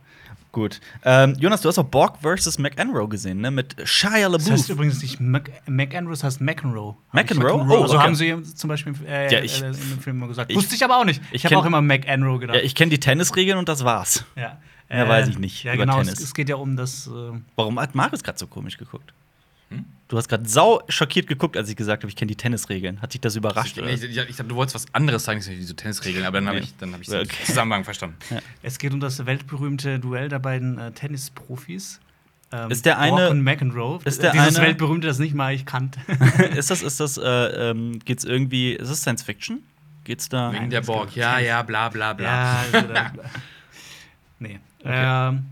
[SPEAKER 1] Gut. Ähm, Jonas, du hast auch Borg vs. McEnroe gesehen, ne? Mit Shia LaBeouf.
[SPEAKER 3] Das heißt übrigens nicht Mac McEnroe, das heißt McEnroe. Hab ich
[SPEAKER 1] McEnroe?
[SPEAKER 3] McEnroe.
[SPEAKER 1] Oh,
[SPEAKER 3] so
[SPEAKER 1] okay.
[SPEAKER 3] haben sie zum Beispiel äh,
[SPEAKER 1] Ja, ich-
[SPEAKER 3] äh, in dem Film mal gesagt.
[SPEAKER 1] ich-
[SPEAKER 3] Wusste ich aber auch nicht.
[SPEAKER 1] ich
[SPEAKER 3] Ich habe
[SPEAKER 1] kenn-
[SPEAKER 3] auch immer McEnroe gedacht.
[SPEAKER 1] ja, ich kenne die Tennisregeln und das war's.
[SPEAKER 3] Ja.
[SPEAKER 1] Mehr weiß ich nicht
[SPEAKER 3] Ja,
[SPEAKER 1] über
[SPEAKER 3] genau.
[SPEAKER 1] Tennis.
[SPEAKER 3] Es, es geht ja um das. Äh,
[SPEAKER 1] Warum hat Marius gerade so komisch geguckt? Du hast gerade sau schockiert geguckt, als ich gesagt habe, ich kenne die Tennisregeln. Hat dich das überrascht?
[SPEAKER 2] ich,
[SPEAKER 1] Oder?
[SPEAKER 2] ich, ich, ich dachte, du wolltest was anderes sagen, nicht so Tennisregeln, aber dann habe
[SPEAKER 1] Nee.
[SPEAKER 2] ich, dann hab ich
[SPEAKER 1] Okay.
[SPEAKER 2] den Zusammenhang verstanden.
[SPEAKER 3] es geht um das weltberühmte Duell der beiden äh, Tennisprofis. Ähm,
[SPEAKER 1] Ist der
[SPEAKER 3] Borg
[SPEAKER 1] eine-
[SPEAKER 3] und McEnroe.
[SPEAKER 1] ist der
[SPEAKER 3] Dieses
[SPEAKER 1] eine-
[SPEAKER 3] weltberühmte, das nicht mal ich kannte.
[SPEAKER 1] ist das, ist das, äh, ähm, geht's irgendwie, ist das Science Fiction? Geht's da?
[SPEAKER 2] Wegen
[SPEAKER 3] Nein,
[SPEAKER 2] der
[SPEAKER 3] das
[SPEAKER 2] Borg.
[SPEAKER 3] kann-
[SPEAKER 2] Ja, ja, bla, bla, bla.
[SPEAKER 3] Ja, also da, nee. Ähm,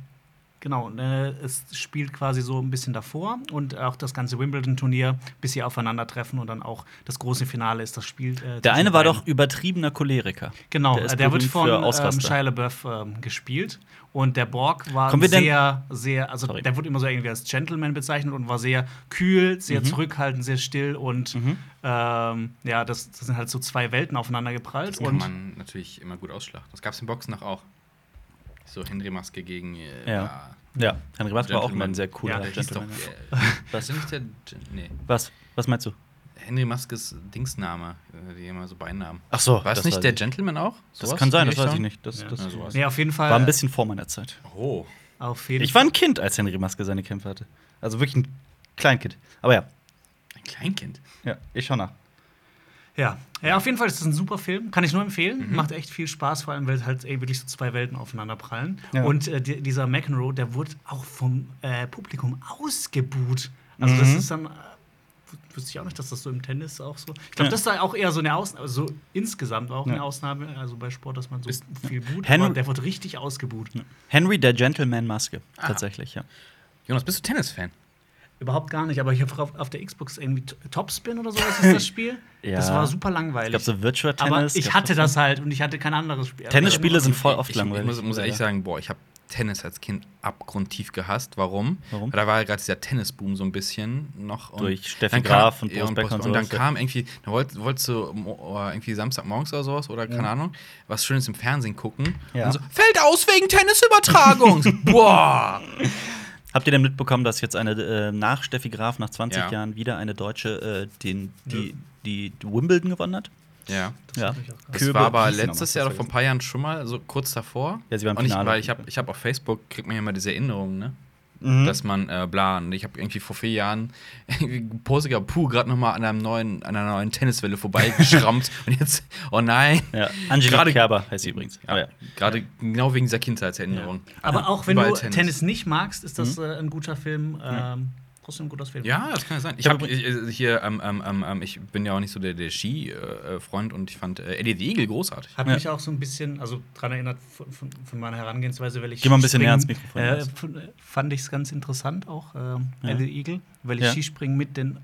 [SPEAKER 3] genau, und, äh, es spielt quasi so ein bisschen davor und auch das ganze Wimbledon-Turnier, bis sie aufeinandertreffen und dann auch das große Finale ist das Spiel. äh,
[SPEAKER 1] Der
[SPEAKER 3] zwischen
[SPEAKER 1] eine war
[SPEAKER 3] beiden.
[SPEAKER 1] doch übertriebener Choleriker.
[SPEAKER 3] Genau,
[SPEAKER 1] der
[SPEAKER 3] der,
[SPEAKER 1] ist
[SPEAKER 3] der wird
[SPEAKER 1] berühmt
[SPEAKER 3] von
[SPEAKER 1] für
[SPEAKER 3] ähm,
[SPEAKER 1] Ausraster.
[SPEAKER 3] Shia LaBeouf ähm, gespielt und der Borg war
[SPEAKER 1] Kommen wir denn-
[SPEAKER 3] sehr, sehr, also
[SPEAKER 1] Sorry.
[SPEAKER 3] der wurde immer so irgendwie als Gentleman bezeichnet und war sehr kühl, sehr
[SPEAKER 1] Mhm.
[SPEAKER 3] zurückhaltend, sehr still und ähm, ja, das, das sind halt so zwei Welten aufeinander geprallt
[SPEAKER 2] Das kann
[SPEAKER 3] und
[SPEAKER 2] man natürlich immer gut ausschlachten. Das gab es im Boxen noch auch. So Henry Maske gegen. Äh,
[SPEAKER 1] Ja. Ja, Henry Watt war auch mal ein sehr cooler
[SPEAKER 3] Ja,
[SPEAKER 2] der hieß doch.
[SPEAKER 1] Gentleman.
[SPEAKER 2] Äh, was ist denn nicht der. Nee.
[SPEAKER 1] Was? Was meinst du?
[SPEAKER 2] Henry Maskes Dingsname, äh, die immer so Beinamen.
[SPEAKER 1] Ach so,
[SPEAKER 2] War es
[SPEAKER 1] das
[SPEAKER 2] nicht
[SPEAKER 1] weiß
[SPEAKER 2] der
[SPEAKER 1] ich.
[SPEAKER 2] Gentleman auch?
[SPEAKER 1] Das
[SPEAKER 2] Sowas
[SPEAKER 1] kann sein,
[SPEAKER 2] in
[SPEAKER 1] das
[SPEAKER 2] die
[SPEAKER 1] weiß ich
[SPEAKER 2] Richtung?
[SPEAKER 1] nicht. Das,
[SPEAKER 3] Ja,
[SPEAKER 1] das
[SPEAKER 2] ja, sowas.
[SPEAKER 3] nee, auf jeden Fall
[SPEAKER 1] war ein bisschen vor meiner Zeit.
[SPEAKER 2] Oh.
[SPEAKER 3] auf jeden
[SPEAKER 1] Ich war ein Kind, als Henry Maske seine Kämpfe hatte. Also wirklich ein Kleinkind. Aber ja,
[SPEAKER 2] Ein Kleinkind.
[SPEAKER 1] ja ich schau nach.
[SPEAKER 3] Ja. ja, auf jeden Fall ist das ein super Film. Kann ich nur empfehlen.
[SPEAKER 1] Mhm.
[SPEAKER 3] Macht echt viel Spaß, vor allem, weil halt ey, wirklich so zwei Welten aufeinander prallen.
[SPEAKER 1] Ja.
[SPEAKER 3] Und äh, di- dieser McEnroe, der wurde auch vom äh, Publikum ausgebuht. Also, das
[SPEAKER 1] Mhm.
[SPEAKER 3] ist dann. Äh, wü- wüsste ich auch nicht, dass das so im Tennis auch so. Ich glaube,
[SPEAKER 1] Ja.
[SPEAKER 3] das ist da auch eher so eine Ausnahme, also insgesamt auch
[SPEAKER 1] Ja.
[SPEAKER 3] eine Ausnahme, also bei Sport, dass man so
[SPEAKER 2] Ist-
[SPEAKER 3] viel boot,
[SPEAKER 1] Henry-
[SPEAKER 3] aber der wird richtig ausgebuht.
[SPEAKER 1] Henry der Gentleman Maske,
[SPEAKER 2] Ah.
[SPEAKER 1] tatsächlich, ja.
[SPEAKER 2] Jonas, bist du Tennisfan?
[SPEAKER 3] Überhaupt gar nicht, aber ich habe auf, auf der Xbox irgendwie T- Topspin oder sowas ist das Spiel.
[SPEAKER 1] Ja.
[SPEAKER 3] Das war super
[SPEAKER 1] Ich
[SPEAKER 3] langweilig.
[SPEAKER 1] glaube, so Virtual
[SPEAKER 3] aber
[SPEAKER 1] Tennis.
[SPEAKER 3] ich hatte das halt und ich hatte kein anderes Spiel.
[SPEAKER 1] Tennisspiele sind voll
[SPEAKER 2] Ich-
[SPEAKER 1] oft
[SPEAKER 2] Ich
[SPEAKER 1] langweilig.
[SPEAKER 2] muss, muss ehrlich sagen, boah, ich habe Tennis als Kind abgrundtief gehasst. Warum?
[SPEAKER 1] Warum?
[SPEAKER 2] Weil Da war ja gerade dieser Tennisboom so ein bisschen noch. und
[SPEAKER 1] Durch Steffi
[SPEAKER 2] dann
[SPEAKER 1] Graf
[SPEAKER 2] kam-
[SPEAKER 1] und
[SPEAKER 2] ja,
[SPEAKER 1] Boris Becker und
[SPEAKER 2] und dann
[SPEAKER 1] sowas, ja.
[SPEAKER 2] kam irgendwie, dann wollt, wolltest du mo- äh, irgendwie Samstagmorgens oder sowas oder keine Ahnung, was Schönes im Fernsehen gucken.
[SPEAKER 1] Ja.
[SPEAKER 2] Und so, fällt aus wegen Tennisübertragung. So, boah.
[SPEAKER 1] Habt ihr denn mitbekommen, dass jetzt eine äh, nach Steffi Graf nach 20
[SPEAKER 2] Ja.
[SPEAKER 1] Jahren wieder eine Deutsche äh, den, die, die Wimbledon gewonnen hat?
[SPEAKER 2] Ja.
[SPEAKER 1] Ja.
[SPEAKER 3] hab ich auch gehört.
[SPEAKER 2] Das war aber
[SPEAKER 1] Köbe-
[SPEAKER 2] letztes Jahr oder vor ein paar Jahren schon mal, so kurz davor.
[SPEAKER 1] Ja, sie waren im
[SPEAKER 2] Und ich,
[SPEAKER 1] Finale.
[SPEAKER 2] weil ich habe ich hab auf Facebook, kriegt man ja immer diese Erinnerungen, ne? Dass man, äh, bla, und ich habe irgendwie vor vier Jahren posiger Puh gerade noch mal an, einem neuen, an einer neuen Tenniswelle vorbeigeschrammt. und jetzt, oh nein.
[SPEAKER 1] Ja. Angela
[SPEAKER 2] Gerade-
[SPEAKER 1] Kerber heißt sie übrigens. Aber ja.
[SPEAKER 2] Gerade genau wegen dieser Kindheitserinnerung.
[SPEAKER 3] Aber
[SPEAKER 2] Ja.
[SPEAKER 3] auch wenn
[SPEAKER 2] Überall
[SPEAKER 3] du Tennis. nicht magst, ist
[SPEAKER 1] Mhm.
[SPEAKER 3] das äh, ein guter Film. Ähm, trotzdem ein guter Film.
[SPEAKER 2] Ja, das kann ja sein. Ich, hab, ich, ich- hier, ähm, ähm, ähm, ähm, ich bin ja auch nicht so der, der Ski-Freund und ich fand äh, Eddie the Eagle großartig.
[SPEAKER 3] Hat
[SPEAKER 1] Ja.
[SPEAKER 3] mich auch so ein bisschen, also daran erinnert von, von, von meiner Herangehensweise, weil ich.
[SPEAKER 1] Geh mal ein bisschen
[SPEAKER 3] Springen-
[SPEAKER 1] näher ans Mikrofon,
[SPEAKER 3] Äh,
[SPEAKER 1] Lars.
[SPEAKER 3] f- fand ich es ganz interessant auch, ähm,
[SPEAKER 1] Ja.
[SPEAKER 3] Ellie Eagle, weil ich
[SPEAKER 1] Ja.
[SPEAKER 3] Skispringen mit den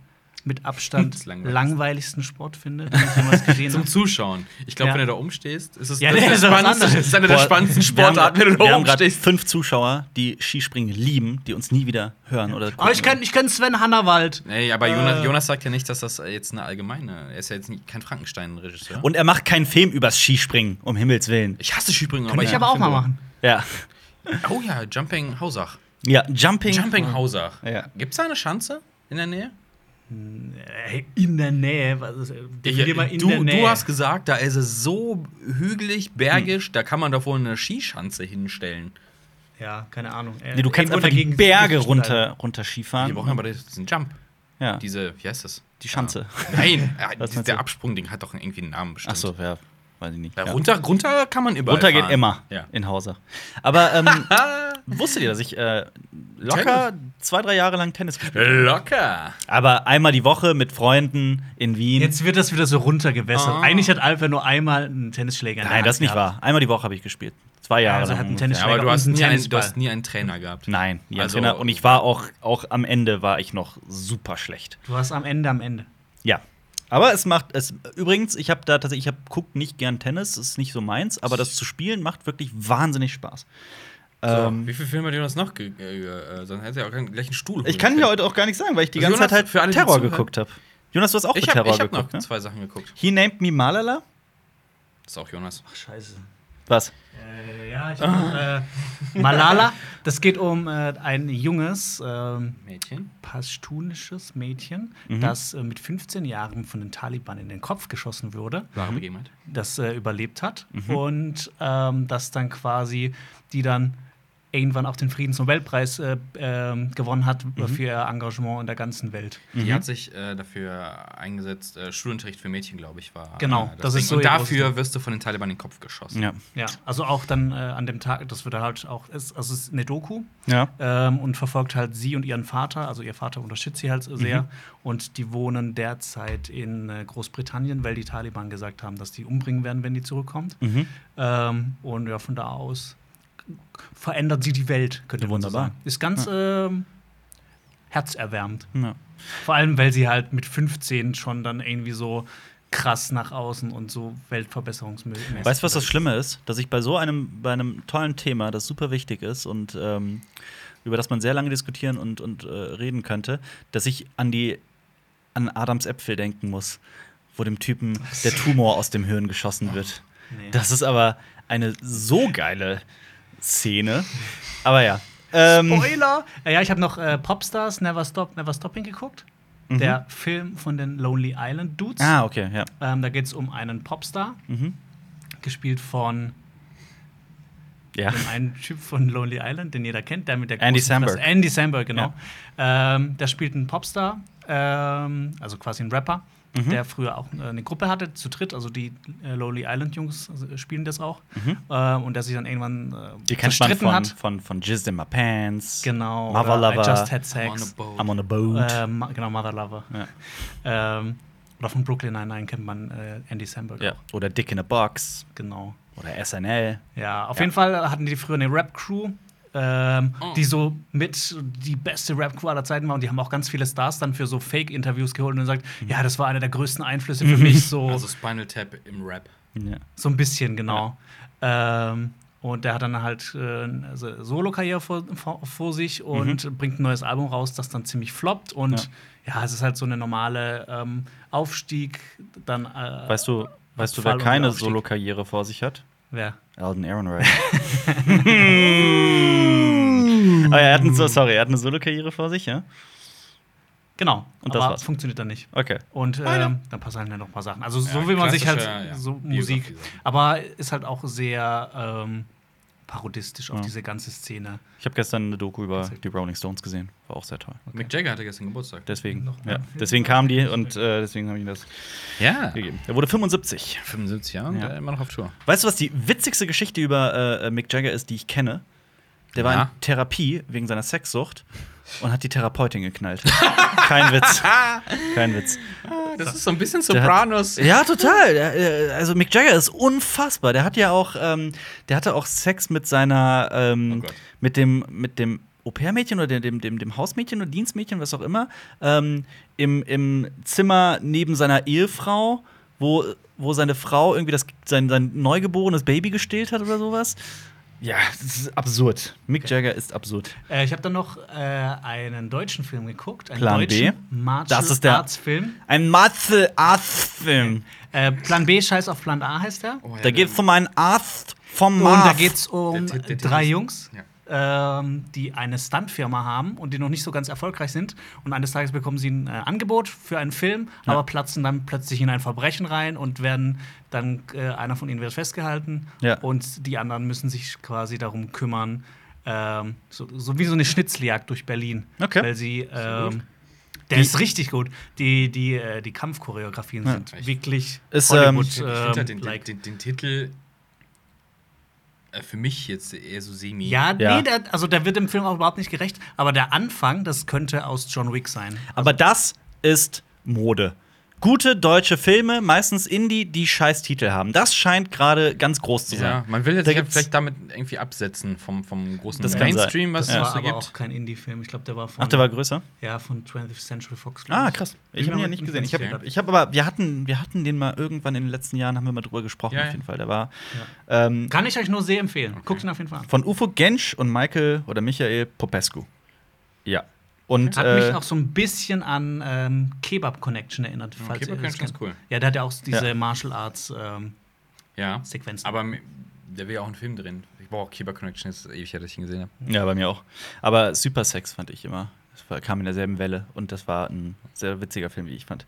[SPEAKER 3] mit Abstand
[SPEAKER 2] Das langweiligste.
[SPEAKER 3] langweiligsten Sport finde, den ich jemals gesehen
[SPEAKER 2] Zum
[SPEAKER 3] habe.
[SPEAKER 2] Zuschauen. Ich glaube,
[SPEAKER 3] Ja.
[SPEAKER 2] wenn du da umstehst, ist es
[SPEAKER 3] Ja,
[SPEAKER 2] das
[SPEAKER 3] nee,
[SPEAKER 2] ist
[SPEAKER 3] ist was
[SPEAKER 2] spannendste-
[SPEAKER 3] anderes.
[SPEAKER 2] ist eine der
[SPEAKER 1] Boah,
[SPEAKER 2] spannendsten
[SPEAKER 1] wir haben
[SPEAKER 2] Sportarten,
[SPEAKER 1] grad-
[SPEAKER 2] wenn du
[SPEAKER 1] Wir
[SPEAKER 2] da
[SPEAKER 1] haben gerade
[SPEAKER 2] umstehst.
[SPEAKER 1] fünf Zuschauer, die Skispringen lieben, die uns nie wieder hören oder
[SPEAKER 3] Aber Ah, ich
[SPEAKER 1] gucken.
[SPEAKER 3] kenne ich kenn Sven Hannawald.
[SPEAKER 2] Nee, aber
[SPEAKER 3] Äh.
[SPEAKER 2] Jonas, Jonas sagt ja nicht, dass das äh, jetzt eine allgemeine. Er ist ja jetzt nicht- kein Frankenstein-Regisseur.
[SPEAKER 1] Und er macht keinen Film übers Skispringen, um Himmels Willen.
[SPEAKER 2] ich hasse Skibringen,
[SPEAKER 3] Kann ich aber auch mal machen.
[SPEAKER 1] Ja.
[SPEAKER 2] Oh ja, Jumping Hausach.
[SPEAKER 1] Ja, Jumping.
[SPEAKER 2] Jumping Hausach.
[SPEAKER 1] Ja.
[SPEAKER 2] Gibt's da eine Schanze in der Nähe?
[SPEAKER 3] Äh, In der Nähe. was ist- äh, definier
[SPEAKER 1] äh,
[SPEAKER 3] mal in
[SPEAKER 2] du,
[SPEAKER 3] der Nähe.
[SPEAKER 2] du hast gesagt, da ist es so hügelig, bergisch, da kann man doch wohl eine Skischanze hinstellen.
[SPEAKER 3] ja, keine Ahnung. Äh,
[SPEAKER 1] Nee, du kannst
[SPEAKER 3] irgendwo
[SPEAKER 1] einfach die
[SPEAKER 3] dagegen-
[SPEAKER 1] Berge runter, runter Skifahren.
[SPEAKER 2] Wir brauchen aber diesen Jump.
[SPEAKER 1] ja, die,
[SPEAKER 2] Diese, wie heißt das?
[SPEAKER 1] Schanze.
[SPEAKER 2] Ja. Nein, äh,
[SPEAKER 1] Was meinst du?
[SPEAKER 2] der Absprungding hat doch irgendwie einen Namen bestimmt.
[SPEAKER 1] Ach so, ja, weiß ich nicht.
[SPEAKER 2] Ja,
[SPEAKER 1] Ja.
[SPEAKER 2] runter, runter kann man überall.
[SPEAKER 1] Runter geht
[SPEAKER 2] fahren.
[SPEAKER 1] immer
[SPEAKER 2] Ja.
[SPEAKER 1] in Hauser. Aber ähm, wusstet ihr, dass ich äh, locker zwei, drei Jahre lang Tennis gespielt habe?
[SPEAKER 2] Locker.
[SPEAKER 1] Aber einmal die Woche mit Freunden in Wien.
[SPEAKER 3] Jetzt wird das wieder so runtergewässert.
[SPEAKER 2] Ah.
[SPEAKER 3] Eigentlich hat Alper nur einmal einen Tennisschläger. in der
[SPEAKER 1] Nein, das ist
[SPEAKER 3] Hand
[SPEAKER 1] nicht
[SPEAKER 3] gehabt.
[SPEAKER 1] wahr. Einmal die Woche habe ich gespielt. Zwei Jahre
[SPEAKER 3] Also
[SPEAKER 1] lang.
[SPEAKER 3] hat ein
[SPEAKER 1] ungefähr.
[SPEAKER 3] Tennis-
[SPEAKER 2] Ja, aber
[SPEAKER 3] Schläger
[SPEAKER 2] du hast,
[SPEAKER 3] und ein
[SPEAKER 2] nie einen, du
[SPEAKER 3] Tennisball.
[SPEAKER 2] hast nie einen Trainer gehabt.
[SPEAKER 1] Nein, ja,
[SPEAKER 2] Also-
[SPEAKER 1] Trainer. Und ich war auch, auch am Ende war ich noch super schlecht.
[SPEAKER 3] Du warst am Ende, am Ende.
[SPEAKER 1] Ja. Aber es macht es übrigens, ich habe da tatsächlich, ich habe guckt nicht gern Tennis, ist nicht so meins, aber das zu spielen macht wirklich wahnsinnig Spaß.
[SPEAKER 2] So,
[SPEAKER 1] Ähm,
[SPEAKER 2] wie viele Filme hat Jonas noch? Ge äh, äh, sonst hätte er auch keinen- gleich einen Stuhl.
[SPEAKER 1] ich kann
[SPEAKER 2] holen
[SPEAKER 1] ja
[SPEAKER 2] können.
[SPEAKER 1] heute auch gar nicht sagen, weil ich die
[SPEAKER 2] Also
[SPEAKER 1] ganze Zeit
[SPEAKER 2] Jonas,
[SPEAKER 1] halt
[SPEAKER 2] für alle, die
[SPEAKER 1] Terror
[SPEAKER 2] zuhören-
[SPEAKER 1] geguckt habe. Jonas, du hast auch
[SPEAKER 2] Ich
[SPEAKER 1] mit
[SPEAKER 2] habe
[SPEAKER 1] Terror
[SPEAKER 2] hab noch
[SPEAKER 1] geguckt, ne?
[SPEAKER 2] zwei Sachen geguckt.
[SPEAKER 1] He named me Malala?
[SPEAKER 2] Das ist auch Jonas.
[SPEAKER 3] Ach, scheiße.
[SPEAKER 1] Was?
[SPEAKER 3] Äh, ja, ich hab, äh, Malala, das geht um äh, ein junges ähm,
[SPEAKER 2] Mädchen.
[SPEAKER 3] pashtunisches Mädchen, das äh, mit 15 Jahren von den Taliban in den Kopf geschossen wurde,
[SPEAKER 2] Wahre Begebenheit.
[SPEAKER 3] das äh, überlebt hat und ähm, das dann quasi, die dann irgendwann auch den Friedensnobelpreis äh, ähm, gewonnen hat für ihr Engagement in der ganzen Welt.
[SPEAKER 2] Die hat sich äh, dafür eingesetzt, äh, Schulunterricht für Mädchen, glaube ich, war.
[SPEAKER 3] Genau,
[SPEAKER 2] äh,
[SPEAKER 3] das ist
[SPEAKER 2] Ding.
[SPEAKER 3] so
[SPEAKER 2] Und
[SPEAKER 3] ihr großes
[SPEAKER 2] dafür wirst du von den Taliban in den Kopf geschossen.
[SPEAKER 1] Ja.
[SPEAKER 3] Ja, also auch dann äh, an dem Tag, das wird dann halt auch, ist, also es ist eine Doku,
[SPEAKER 1] Ja.
[SPEAKER 3] ähm, und verfolgt halt sie und ihren Vater. Also ihr Vater unterstützt sie halt
[SPEAKER 1] Mhm.
[SPEAKER 3] sehr. Und die wohnen derzeit in äh, Großbritannien, weil die Taliban gesagt haben, dass die umbringen werden, wenn die zurückkommt.
[SPEAKER 1] Mhm.
[SPEAKER 3] Ähm, und ja, von da aus verändert sie die Welt, könnte man so
[SPEAKER 1] Wunderbar.
[SPEAKER 3] sagen. Ist ganz ähm, herzerwärmend.
[SPEAKER 1] ja.
[SPEAKER 3] Vor allem, weil sie halt mit 15 schon dann irgendwie so krass nach außen und so weltverbesserungsmäßig.
[SPEAKER 1] Weißt du, was das Schlimme ist? Dass ich bei so einem, bei einem tollen Thema, das super wichtig ist und ähm, über das man sehr lange diskutieren und, und äh, reden könnte, dass ich an die an Adams Äpfel denken muss, wo dem Typen der Tumor aus dem Hirn geschossen wird.
[SPEAKER 3] Nee.
[SPEAKER 1] Das ist aber eine so geile Szene. Aber ja. Ähm,
[SPEAKER 3] Spoiler! Ja, ja ich habe noch äh, Popstars Never Stop, Never Stopping geguckt. Der Film von den Lonely Island Dudes.
[SPEAKER 1] Mhm. ah, okay, ja.
[SPEAKER 3] Ähm, da geht es um einen Popstar,
[SPEAKER 1] Mhm.
[SPEAKER 3] gespielt von
[SPEAKER 1] Ja.
[SPEAKER 3] dem einen Typ von Lonely Island, den jeder kennt, der mit der
[SPEAKER 1] Andy
[SPEAKER 3] großen Fresse-
[SPEAKER 1] Samberg.
[SPEAKER 3] Andy Samberg, genau. Ähm, der spielt einen Popstar, ähm, also quasi einen Rapper,
[SPEAKER 1] Mhm.
[SPEAKER 3] der früher auch äh, eine Gruppe hatte, zu dritt. Also die äh, Lonely Island Jungs äh, spielen das auch. Äh, und der sich dann irgendwann äh,
[SPEAKER 1] Mhm. Die kennt man
[SPEAKER 3] zerstritten
[SPEAKER 1] von,
[SPEAKER 3] hat.
[SPEAKER 1] von, von Jizz in My Pants.
[SPEAKER 3] Genau.
[SPEAKER 1] Mother
[SPEAKER 3] oder I
[SPEAKER 1] Lover.
[SPEAKER 3] Just Had
[SPEAKER 2] I'm on a
[SPEAKER 3] Sex.
[SPEAKER 2] boat.
[SPEAKER 1] I'm on a boat.
[SPEAKER 3] Äh, Ma- genau, Mother Lover. Ähm, oder von Brooklyn Nine-Nine kennt man äh, Andy Samberg
[SPEAKER 1] ja.
[SPEAKER 3] auch.
[SPEAKER 1] Oder Dick in a Box.
[SPEAKER 3] Genau.
[SPEAKER 1] Oder SNL.
[SPEAKER 3] Ja, auf
[SPEAKER 1] Ja.
[SPEAKER 3] jeden Fall hatten die früher eine Rap-Crew, ähm,
[SPEAKER 2] Oh.
[SPEAKER 3] die so mit die beste Rap-Crew aller Zeiten war. Und die haben auch ganz viele Stars dann für so Fake-Interviews geholt und gesagt,
[SPEAKER 1] Mhm.
[SPEAKER 3] ja, das war einer der größten Einflüsse für mich. So,
[SPEAKER 2] Also Spinal Tap im Rap.
[SPEAKER 1] Ja.
[SPEAKER 3] so ein bisschen, genau. Ähm, und der hat dann halt äh, eine so- Solo-Karriere vor, vor, vor sich und
[SPEAKER 1] Mhm.
[SPEAKER 3] bringt ein neues Album raus, das dann ziemlich floppt. Und ja, es ist halt so eine normale ähm, Aufstieg, dann äh,
[SPEAKER 1] Weißt du, weißt du
[SPEAKER 3] Fall
[SPEAKER 1] wer
[SPEAKER 3] und
[SPEAKER 1] keine
[SPEAKER 3] Aufstieg.
[SPEAKER 1] Solo-Karriere vor sich hat?
[SPEAKER 3] wer?
[SPEAKER 1] Alden Ehrenreich. Ah oh, ja, er hat eine, so- sorry, er hat eine Solo-Karriere vor sich, ja?
[SPEAKER 3] Genau.
[SPEAKER 1] Und das
[SPEAKER 3] aber
[SPEAKER 1] war's.
[SPEAKER 3] funktioniert dann nicht.
[SPEAKER 1] Okay.
[SPEAKER 3] Und ähm,
[SPEAKER 2] Leider.
[SPEAKER 3] dann passen halt noch ein paar Sachen. Also so
[SPEAKER 2] Ja,
[SPEAKER 3] will man sich halt
[SPEAKER 2] klassische, ja,
[SPEAKER 3] so
[SPEAKER 2] Biografie
[SPEAKER 3] Musik.
[SPEAKER 2] so.
[SPEAKER 3] Aber ist halt auch sehr ähm, parodistisch auf
[SPEAKER 1] Ja.
[SPEAKER 3] diese ganze Szene.
[SPEAKER 1] Ich habe gestern eine Doku über die Rolling Stones gesehen. War auch sehr toll.
[SPEAKER 2] Mick Jagger hatte gestern Geburtstag.
[SPEAKER 1] Deswegen,
[SPEAKER 3] Noch mal.
[SPEAKER 1] ja. deswegen kam die und äh, deswegen habe ich ihm das
[SPEAKER 2] Ja.
[SPEAKER 1] gegeben. Er wurde 75.
[SPEAKER 2] 75 Jahre und
[SPEAKER 1] Ja.
[SPEAKER 2] äh, immer noch auf Tour.
[SPEAKER 1] Weißt du, was die witzigste Geschichte über äh, Mick Jagger ist, die ich kenne? Der war
[SPEAKER 2] Na?
[SPEAKER 1] in Therapie wegen seiner Sexsucht und hat die Therapeutin geknallt. Kein Witz. Kein Witz.
[SPEAKER 2] Das ist so ein bisschen
[SPEAKER 1] Der hat-
[SPEAKER 2] Sopranos.
[SPEAKER 1] Ja, total. Der, äh, Also Mick Jagger ist unfassbar. Der hat ja auch, ähm, der hatte auch Sex mit seiner, ähm,
[SPEAKER 2] Oh Gott.
[SPEAKER 1] mit dem, mit dem Au-pair-Mädchen oder dem, dem, dem Hausmädchen oder Dienstmädchen, was auch immer, ähm, im, im Zimmer neben seiner Ehefrau, wo, wo seine Frau irgendwie das, sein, sein neugeborenes Baby gestillt hat oder sowas. Ja, das ist absurd. Mick Jagger ist absurd.
[SPEAKER 3] Äh, ich habe dann noch äh, einen deutschen Film geguckt. Einen
[SPEAKER 1] Plan B?
[SPEAKER 3] deutschen Martial
[SPEAKER 1] Das ist der-
[SPEAKER 3] Arts Film.
[SPEAKER 1] Ein Mathe-Arzt-Film.
[SPEAKER 3] Äh, Plan B scheiß auf Plan A heißt der.
[SPEAKER 2] Oh, ja,
[SPEAKER 1] Da geht's um einen Arzt vom
[SPEAKER 3] Und da
[SPEAKER 1] Mars.
[SPEAKER 3] geht's um
[SPEAKER 2] Der Tipp- der Tipp
[SPEAKER 3] drei
[SPEAKER 2] ist-
[SPEAKER 3] Jungs, ähm, die eine Stuntfirma haben und die noch nicht so ganz erfolgreich sind. Und eines Tages bekommen sie ein äh, Angebot für einen Film,
[SPEAKER 1] Ja.
[SPEAKER 3] aber platzen dann plötzlich in ein Verbrechen rein und werden dann äh, einer von ihnen wird festgehalten.
[SPEAKER 1] Ja.
[SPEAKER 3] Und die anderen müssen sich quasi darum kümmern, ähm, so, so wie so eine Schnitzeljagd durch Berlin.
[SPEAKER 1] Okay.
[SPEAKER 3] Weil sie.
[SPEAKER 2] ja gut.
[SPEAKER 3] Ähm, der
[SPEAKER 1] Die-
[SPEAKER 3] ist richtig gut. Die, die, äh, die Kampfchoreografien
[SPEAKER 1] Ja.
[SPEAKER 3] sind
[SPEAKER 2] Echt.
[SPEAKER 3] wirklich
[SPEAKER 1] Ist,
[SPEAKER 3] Hollywood,
[SPEAKER 2] Ich finde halt den,
[SPEAKER 3] ähm, like.
[SPEAKER 2] den, den Titel äh, für mich jetzt eher so semi.
[SPEAKER 3] Ja,
[SPEAKER 1] Ja.
[SPEAKER 3] nee, der, also der wird im Film auch überhaupt nicht gerecht, aber der Anfang, das könnte aus John Wick sein.
[SPEAKER 1] Aber das ist Mode. Gute deutsche Filme, meistens Indie, die scheiß Titel haben. Das scheint gerade ganz groß zu sein.
[SPEAKER 2] Ja, man will jetzt
[SPEAKER 1] Da
[SPEAKER 2] halt
[SPEAKER 1] gibt's-
[SPEAKER 2] vielleicht damit irgendwie absetzen vom, vom großen
[SPEAKER 1] Das kann sein.
[SPEAKER 2] Mainstream, was
[SPEAKER 3] Das
[SPEAKER 2] es
[SPEAKER 3] war
[SPEAKER 2] so
[SPEAKER 3] aber
[SPEAKER 2] gibt.
[SPEAKER 3] auch kein Indie-Film. Ich glaube, der war von
[SPEAKER 1] Ach, der war größer?
[SPEAKER 3] ja von 20th Century Fox. glaub
[SPEAKER 1] Ah,
[SPEAKER 3] ich.
[SPEAKER 1] krass.
[SPEAKER 3] Bin
[SPEAKER 1] Ich
[SPEAKER 3] mir
[SPEAKER 1] habe ihn ja
[SPEAKER 3] aber
[SPEAKER 1] nicht gesehen. Ich
[SPEAKER 3] ganz
[SPEAKER 1] habe
[SPEAKER 3] sicher.
[SPEAKER 1] ich hab aber, wir hatten, wir hatten den mal irgendwann in den letzten Jahren, haben wir mal drüber gesprochen,
[SPEAKER 2] Ja,
[SPEAKER 1] auf
[SPEAKER 2] ja.
[SPEAKER 1] jeden Fall. Der war ähm,
[SPEAKER 3] Kann ich euch nur sehr empfehlen. Guckt ihn auf jeden Fall an.
[SPEAKER 1] von Ufo Gensch und Michael oder Michael Popescu. Ja. Und
[SPEAKER 3] Hat
[SPEAKER 1] äh,
[SPEAKER 3] mich auch so ein bisschen an ähm, Kebab Connection erinnert.
[SPEAKER 2] Kebab
[SPEAKER 3] Falls ihr das
[SPEAKER 2] Connection ist
[SPEAKER 3] kennt.
[SPEAKER 2] cool.
[SPEAKER 3] Ja, der hat ja auch diese
[SPEAKER 1] Ja.
[SPEAKER 3] Martial Arts ähm,
[SPEAKER 2] Ja.
[SPEAKER 3] Sequenzen.
[SPEAKER 2] Aber m- der will ja auch einen Film drehen. Ich brauche auch Keeper Connection, jetzt ewig, her, dass ich ihn gesehen habe.
[SPEAKER 1] ja, bei mir auch. Aber Supersex fand ich immer. Es war- kam in derselben Welle und das war ein sehr witziger Film, wie ich fand.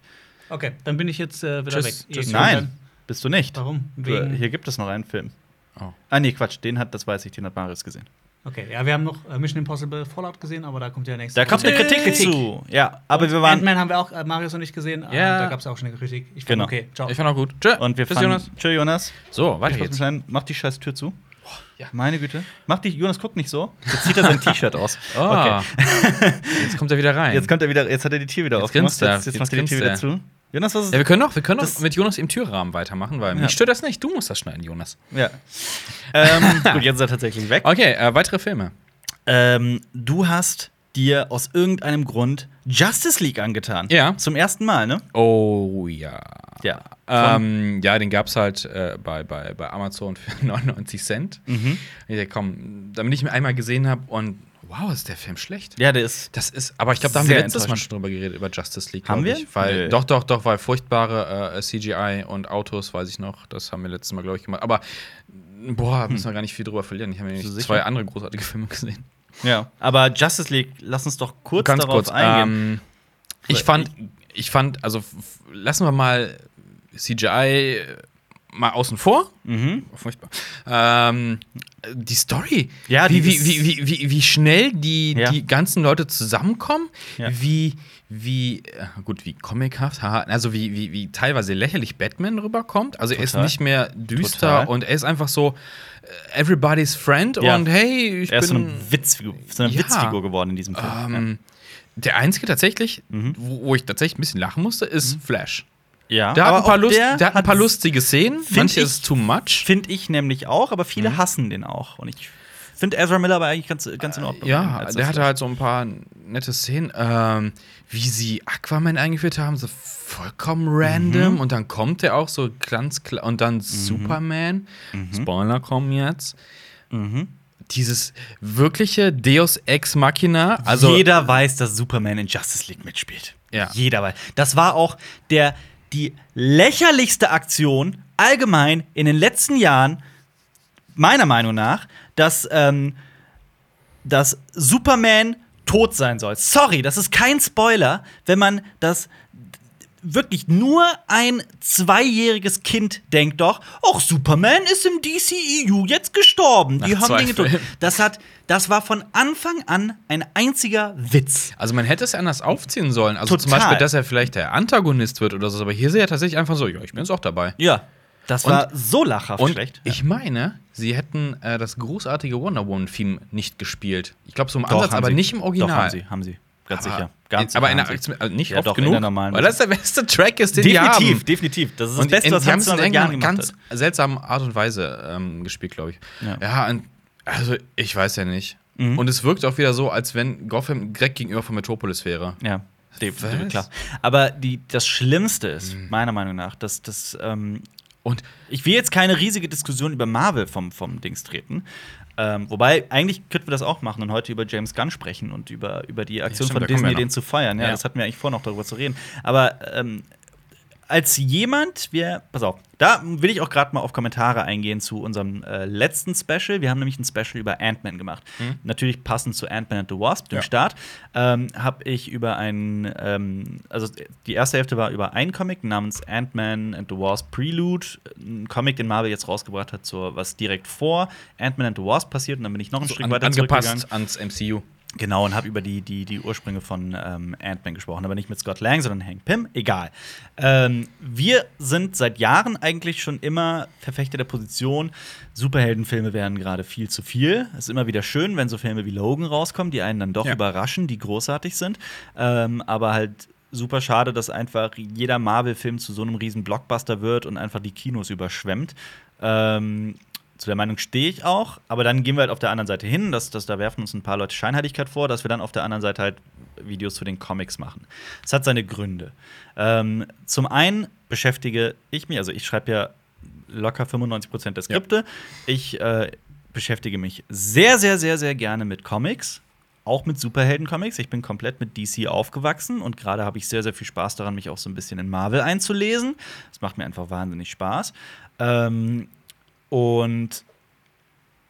[SPEAKER 3] okay, dann bin ich jetzt äh, wieder
[SPEAKER 2] Tschüss,
[SPEAKER 3] weg.
[SPEAKER 2] tschüss.
[SPEAKER 3] Ihr könnt
[SPEAKER 1] Nein,
[SPEAKER 3] dann-
[SPEAKER 1] bist du nicht.
[SPEAKER 3] Warum?
[SPEAKER 1] Du, äh,
[SPEAKER 3] Wegen,
[SPEAKER 1] Hier gibt es noch einen Film.
[SPEAKER 2] Oh.
[SPEAKER 1] Ah, nee, Quatsch, den hat, das weiß ich, den hat Marius gesehen.
[SPEAKER 3] okay, ja, wir haben noch äh, Mission Impossible Fallout gesehen, aber da kommt ja nächste
[SPEAKER 1] Da kommt eine Kritik, zu. Ja, aber wir waren.
[SPEAKER 3] Ant-Man haben wir auch, äh, Marius und ich gesehen. äh,
[SPEAKER 2] Ja.
[SPEAKER 3] Da gab es auch schon eine Kritik. Ich fand,
[SPEAKER 1] Genau.
[SPEAKER 3] okay, ciao.
[SPEAKER 2] Ich fand auch gut. Tschö.
[SPEAKER 1] Und wir
[SPEAKER 2] Tschüss,
[SPEAKER 1] fanden.
[SPEAKER 2] Jonas.
[SPEAKER 1] Tschö, Jonas.
[SPEAKER 2] So, weiter
[SPEAKER 1] Viel Spaß mit
[SPEAKER 2] geht's.
[SPEAKER 1] Kleinen. Mach die scheiß Tür zu.
[SPEAKER 2] ja.
[SPEAKER 1] Meine Güte. Mach die, Jonas guckt nicht so. Jetzt zieht er sein T-Shirt aus.
[SPEAKER 2] Ah. jetzt kommt er wieder rein.
[SPEAKER 1] Jetzt kommt er wieder, jetzt hat er die Tür wieder
[SPEAKER 2] Jetzt
[SPEAKER 1] aufgemacht.
[SPEAKER 2] grinst er.
[SPEAKER 1] Jetzt, jetzt
[SPEAKER 2] Jetzt
[SPEAKER 1] macht er die Tür wieder
[SPEAKER 2] grinst
[SPEAKER 1] zu. Jonas, was ist.
[SPEAKER 2] ja, wir können noch, wir können noch
[SPEAKER 1] Das-
[SPEAKER 2] mit Jonas im Türrahmen weitermachen, weil
[SPEAKER 1] Ja.
[SPEAKER 2] mich stört das nicht. Du musst das schneiden, Jonas.
[SPEAKER 1] Ja. ähm, gut, jetzt ist er tatsächlich weg.
[SPEAKER 2] Okay, äh, weitere Filme.
[SPEAKER 1] Ähm, du hast dir aus irgendeinem Grund Justice League angetan.
[SPEAKER 2] Ja.
[SPEAKER 1] Zum ersten Mal, ne?
[SPEAKER 2] Oh ja.
[SPEAKER 1] Ja.
[SPEAKER 2] Ähm, ja, den gab es halt äh, bei, bei, bei Amazon für 99 Cent.
[SPEAKER 1] Mhm.
[SPEAKER 2] Ich dachte, komm, damit ich ihn einmal gesehen habe und wow, ist der Film schlecht.
[SPEAKER 1] Ja, der ist.
[SPEAKER 2] Das ist, aber ich glaube, da haben
[SPEAKER 1] Sehr
[SPEAKER 2] wir letztes Mal
[SPEAKER 1] enttäuschend.
[SPEAKER 2] schon drüber geredet, über Justice League.
[SPEAKER 1] Haben
[SPEAKER 2] glaub
[SPEAKER 1] wir?
[SPEAKER 2] Ich, weil,
[SPEAKER 1] Nee.
[SPEAKER 2] Doch, doch, doch, weil furchtbare äh, CGI und Autos, weiß ich noch, das haben wir letztes Mal, glaube ich, gemacht. Aber boah, müssen wir gar nicht viel drüber verlieren. Ich habe nämlich
[SPEAKER 1] Bist du sicher?
[SPEAKER 2] zwei andere großartige Filme gesehen.
[SPEAKER 1] Ja. Aber Justice League, lass uns doch kurz
[SPEAKER 2] Ganz
[SPEAKER 1] darauf
[SPEAKER 2] kurz.
[SPEAKER 1] eingehen.
[SPEAKER 2] Ähm, ich fand, ich fand, also f- lassen wir mal CGI mal außen vor. Oh,
[SPEAKER 1] Mhm.
[SPEAKER 2] Furchtbar. Ähm, die Story.
[SPEAKER 1] Ja, die
[SPEAKER 2] wie, wie,
[SPEAKER 1] ist-
[SPEAKER 2] wie, wie, wie, wie schnell die,
[SPEAKER 1] Ja.
[SPEAKER 2] die ganzen Leute zusammenkommen.
[SPEAKER 1] Ja.
[SPEAKER 2] Wie, wie, äh, gut, wie comichaft, haha, also wie, wie, wie teilweise lächerlich Batman rüberkommt. Also er ist
[SPEAKER 1] Total.
[SPEAKER 2] nicht mehr düster
[SPEAKER 1] Total.
[SPEAKER 2] und er ist einfach so äh, everybody's friend
[SPEAKER 1] Ja.
[SPEAKER 2] und hey, ich
[SPEAKER 1] Er ist so
[SPEAKER 2] bin.
[SPEAKER 1] eine, Witzfigur, so eine
[SPEAKER 2] Ja.
[SPEAKER 1] Witzfigur geworden in diesem Film.
[SPEAKER 2] ähm, der einzige tatsächlich, wo, wo ich tatsächlich ein bisschen lachen musste, ist Flash.
[SPEAKER 1] ja.
[SPEAKER 2] Der hat,
[SPEAKER 1] Mhm. aber
[SPEAKER 2] ein paar,
[SPEAKER 1] auch
[SPEAKER 2] Lust,
[SPEAKER 1] der
[SPEAKER 2] der, hat ein paar
[SPEAKER 1] hat-
[SPEAKER 2] lustige Szenen.
[SPEAKER 1] find
[SPEAKER 2] Manche
[SPEAKER 1] ich-
[SPEAKER 2] ist too much.
[SPEAKER 1] Finde ich nämlich auch, aber viele
[SPEAKER 2] Mhm.
[SPEAKER 1] hassen den auch. Und ich finde Ezra Miller aber eigentlich ganz, ganz in Ordnung.
[SPEAKER 2] Ja,
[SPEAKER 1] Als
[SPEAKER 2] der
[SPEAKER 1] das-
[SPEAKER 2] hatte halt so ein paar nette Szenen, ähm, wie sie Aquaman eingeführt haben, so vollkommen
[SPEAKER 1] Mhm.
[SPEAKER 2] random. Und dann kommt er auch so ganz klar. Und dann Superman.
[SPEAKER 1] Mhm.
[SPEAKER 2] Spoiler kommen jetzt. Dieses wirkliche Deus Ex Machina. Also,
[SPEAKER 1] Jeder weiß, dass Superman in Justice League mitspielt.
[SPEAKER 2] Ja.
[SPEAKER 1] Jeder weiß. Das war auch der, die lächerlichste Aktion allgemein in den letzten Jahren, meiner Meinung nach, dass, ähm, dass Superman tot sein soll. Sorry, das ist kein Spoiler, wenn man das wirklich nur ein zweijähriges Kind denkt doch, auch Superman ist im DCEU jetzt gestorben. Die
[SPEAKER 2] Nach
[SPEAKER 1] haben
[SPEAKER 2] zwei
[SPEAKER 1] Dinge getan.
[SPEAKER 2] Filmen.
[SPEAKER 1] Das hat das war von Anfang an ein einziger Witz.
[SPEAKER 2] Also man hätte es anders aufziehen sollen. Also zum
[SPEAKER 1] Total.
[SPEAKER 2] Beispiel, dass er vielleicht der Antagonist wird oder so. Aber hier ist er ja tatsächlich einfach so, ja, ich bin jetzt auch dabei.
[SPEAKER 1] Ja. Das
[SPEAKER 2] Und-
[SPEAKER 1] war so lachhaft
[SPEAKER 2] Und
[SPEAKER 1] schlecht.
[SPEAKER 2] ich meine, sie hätten äh, das großartige Wonder Woman-Theme nicht gespielt. Ich glaube, so im
[SPEAKER 1] Doch,
[SPEAKER 2] Ansatz,
[SPEAKER 1] haben
[SPEAKER 2] aber
[SPEAKER 1] sie.
[SPEAKER 2] nicht im Original.
[SPEAKER 1] Doch, haben sie, haben sie. Ganz
[SPEAKER 2] aber,
[SPEAKER 1] sicher. Ganz
[SPEAKER 2] aber
[SPEAKER 1] sicher
[SPEAKER 2] in
[SPEAKER 1] haben
[SPEAKER 2] der,
[SPEAKER 1] sie.
[SPEAKER 2] also nicht
[SPEAKER 1] Ja,
[SPEAKER 2] oft
[SPEAKER 1] doch, in
[SPEAKER 2] genug,
[SPEAKER 1] der normalen
[SPEAKER 2] weil das der beste Track ist, den die haben.
[SPEAKER 1] Definitiv, definitiv. Das ist das Beste, was
[SPEAKER 2] die haben es
[SPEAKER 1] Hansen
[SPEAKER 2] in
[SPEAKER 1] seit Jahren
[SPEAKER 2] einer
[SPEAKER 1] gemacht
[SPEAKER 2] ganz
[SPEAKER 1] hat.
[SPEAKER 2] seltsamen Art und Weise ähm, gespielt, glaube ich.
[SPEAKER 1] Ja. Mhm.
[SPEAKER 2] Ja, und, also ich weiß ja nicht. Und es wirkt auch wieder so, als wenn Gotham direkt gegenüber von Metropolis wäre.
[SPEAKER 1] Ja, de-
[SPEAKER 2] Was? Hm.
[SPEAKER 1] de- klar. Aber die, das Schlimmste ist, meiner Meinung nach, dass das. Ähm,
[SPEAKER 2] Und
[SPEAKER 1] ich will jetzt keine riesige Diskussion über Marvel vom, vom Dings treten. Ähm, wobei, eigentlich könnten wir das auch machen und heute über James Gunn sprechen und über, über die Aktion
[SPEAKER 2] stimmt,
[SPEAKER 1] von
[SPEAKER 2] da kommen wir
[SPEAKER 1] Disney,
[SPEAKER 2] noch.
[SPEAKER 1] den zu feiern. Ja,
[SPEAKER 2] Ja.
[SPEAKER 1] das hatten wir eigentlich vor, noch darüber zu reden. Aber ähm, als jemand, wir, pass auf, da will ich auch gerade mal auf Kommentare eingehen zu unserem äh, letzten Special. Wir haben nämlich ein Special über Ant-Man gemacht. Natürlich passend zu Ant-Man and the Wasp, dem
[SPEAKER 2] Mhm. Ja.
[SPEAKER 1] Start, ähm, habe ich über einen, ähm, also die erste Hälfte war über einen Comic namens Ant-Man and the Wasp Prelude, ein Comic, den Marvel jetzt rausgebracht hat, zur, was direkt vor Ant-Man and the Wasp passiert. Und dann bin ich noch ein
[SPEAKER 2] so
[SPEAKER 1] Stück
[SPEAKER 2] an,
[SPEAKER 1] weiter zurückgegangen.
[SPEAKER 2] angepasst ans MCU.
[SPEAKER 1] Genau, und habe über die, die, die Ursprünge von ähm, Ant-Man gesprochen, aber nicht mit Scott Lang, sondern Hank Pym, egal. Ähm, wir sind seit Jahren eigentlich schon immer Verfechter der Position, Superheldenfilme werden gerade viel zu viel. Es ist immer wieder schön, wenn so Filme wie Logan rauskommen, die einen dann doch
[SPEAKER 2] Ja.
[SPEAKER 1] überraschen, die großartig sind, ähm, aber halt super schade, dass einfach jeder Marvel-Film zu so einem riesen Blockbuster wird und einfach die Kinos überschwemmt. Ähm, zu der Meinung stehe ich auch, aber dann gehen wir halt auf der anderen Seite hin, dass, dass da werfen uns ein paar Leute Scheinheiligkeit vor, dass wir dann auf der anderen Seite halt Videos zu den Comics machen. Es hat seine Gründe. Ähm, zum einen beschäftige ich mich, also ich schreibe ja locker 95% der Skripte. Ich äh, beschäftige mich sehr, sehr, sehr, sehr gerne mit Comics. Auch mit Superhelden-Comics. Ich bin komplett mit DC aufgewachsen und gerade habe ich sehr, sehr viel Spaß daran, mich auch so ein bisschen in Marvel einzulesen. Das macht mir einfach wahnsinnig Spaß. Ähm, und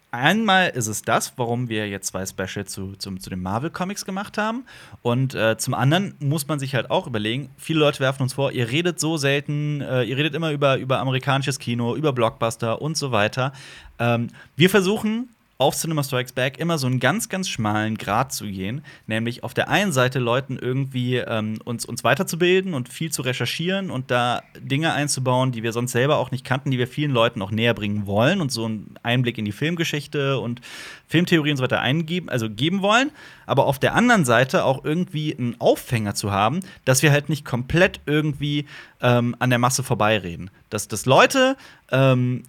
[SPEAKER 1] einmal ist es das, warum wir jetzt zwei Special zu, zum, zu den Marvel-Comics gemacht haben. Und äh, zum anderen muss man sich halt auch überlegen, viele Leute werfen uns vor, ihr redet so selten, äh, ihr redet immer über, über amerikanisches Kino, über Blockbuster und so weiter. Ähm, wir versuchen auf Cinema Strikes Back immer so einen ganz, ganz schmalen Grat zu gehen, nämlich auf der einen Seite Leuten irgendwie ähm, uns, uns weiterzubilden und viel zu recherchieren und da Dinge einzubauen, die wir sonst selber auch nicht kannten, die wir vielen Leuten auch näher bringen wollen und so einen Einblick in die Filmgeschichte und Filmtheorie und so weiter eingeben, also geben wollen, aber auf der anderen Seite auch irgendwie einen Aufhänger zu haben, dass wir halt nicht komplett irgendwie ähm, an der Masse vorbeireden. Dass, dass Leute ähm,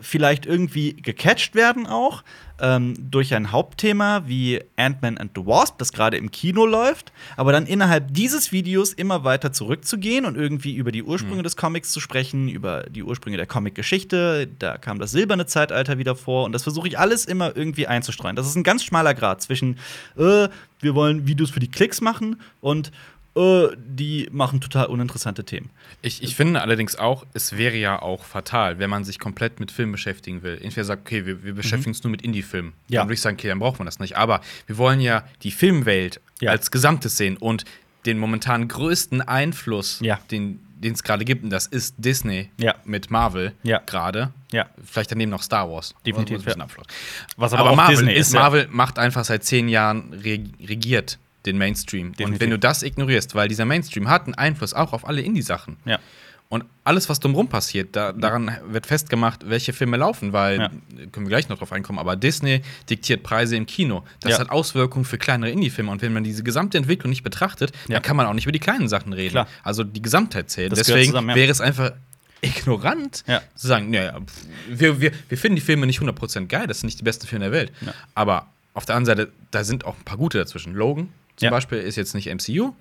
[SPEAKER 1] vielleicht irgendwie gecatcht werden auch ähm, durch ein Hauptthema wie Ant-Man and the Wasp, das gerade im Kino läuft, aber dann innerhalb dieses Videos immer weiter zurückzugehen und irgendwie über die Ursprünge
[SPEAKER 2] Hm.
[SPEAKER 1] des Comics zu sprechen, über die Ursprünge der Comic-Geschichte, da kam das silberne Zeitalter wieder vor und das versuche ich alles immer irgendwie einzustreuen. Das ist ein ganz schmaler Grad zwischen, äh, wir wollen Videos für die Klicks machen und äh, die machen total uninteressante Themen.
[SPEAKER 2] Ich, ich finde allerdings auch, es wäre ja auch fatal, wenn man sich komplett mit Film beschäftigen will. Entweder sagt, okay, wir, wir beschäftigen uns nur mit Indie-Filmen.
[SPEAKER 1] Mhm. Ja.
[SPEAKER 2] Dann würde ich sagen, okay, dann braucht man das nicht. Aber wir wollen ja die Filmwelt
[SPEAKER 1] Ja.
[SPEAKER 2] als Gesamtes sehen und den momentan größten Einfluss,
[SPEAKER 1] Ja.
[SPEAKER 2] den es gerade gibt, und das ist Disney
[SPEAKER 1] Ja.
[SPEAKER 2] mit Marvel
[SPEAKER 1] Ja.
[SPEAKER 2] gerade.
[SPEAKER 1] Ja.
[SPEAKER 2] Vielleicht daneben noch Star Wars.
[SPEAKER 1] Definitiv,
[SPEAKER 2] Das ist ein bisschen
[SPEAKER 1] ja.
[SPEAKER 2] abflott.
[SPEAKER 1] Was
[SPEAKER 2] Aber, Marvel, ist,
[SPEAKER 1] ja-
[SPEAKER 2] Marvel macht einfach seit zehn Jahren reg- regiert den Mainstream.
[SPEAKER 1] Definitiv.
[SPEAKER 2] Und wenn du das ignorierst, weil dieser Mainstream hat einen Einfluss auch auf alle Indie-Sachen.
[SPEAKER 1] Ja.
[SPEAKER 2] Und alles, was drumherum passiert, da, daran wird festgemacht, welche Filme laufen, weil,
[SPEAKER 1] Ja.
[SPEAKER 2] können wir gleich noch drauf einkommen, aber Disney diktiert Preise im Kino. Das
[SPEAKER 1] Ja.
[SPEAKER 2] hat Auswirkungen für kleinere Indie-Filme. Und wenn man diese gesamte Entwicklung nicht betrachtet,
[SPEAKER 1] Ja.
[SPEAKER 2] dann kann man auch nicht über die kleinen Sachen reden.
[SPEAKER 1] Klar.
[SPEAKER 2] Also die Gesamtheit zählt.
[SPEAKER 1] Das gehört
[SPEAKER 2] Deswegen
[SPEAKER 1] zusammen, ja.
[SPEAKER 2] wäre es einfach ignorant
[SPEAKER 1] Ja.
[SPEAKER 2] zu sagen, naja, pff, wir, wir, wir finden die Filme nicht 100% geil, das sind nicht die besten Filme der Welt.
[SPEAKER 1] Ja.
[SPEAKER 2] Aber auf der anderen Seite, da sind auch ein paar gute dazwischen. Logan zum
[SPEAKER 1] Ja.
[SPEAKER 2] Beispiel ist jetzt nicht MCU,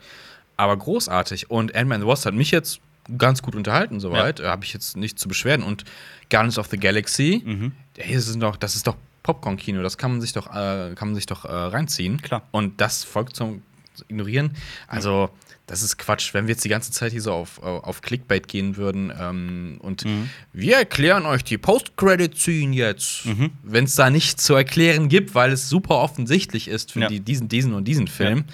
[SPEAKER 2] aber großartig. Und Ant-Man and the Wasp hat mich jetzt ganz gut unterhalten, soweit. Äh, Habe ich jetzt nicht zu beschweren. Und Guardians of the Galaxy,
[SPEAKER 1] Mhm.
[SPEAKER 2] hey, das, ist doch, das ist doch Popcorn-Kino, das kann man sich doch, äh, kann man sich doch äh, reinziehen.
[SPEAKER 1] Klar.
[SPEAKER 2] Und das folgt zum ignorieren. Also, das ist Quatsch. Wenn wir jetzt die ganze Zeit hier so auf, äh, auf Clickbait gehen würden ähm, und
[SPEAKER 1] Mhm.
[SPEAKER 2] wir erklären euch die Post-Credit-Scene jetzt,
[SPEAKER 1] Mhm.
[SPEAKER 2] wenn es da nichts zu erklären gibt, weil es super offensichtlich ist für
[SPEAKER 1] Ja.
[SPEAKER 2] die, diesen, diesen und diesen Film.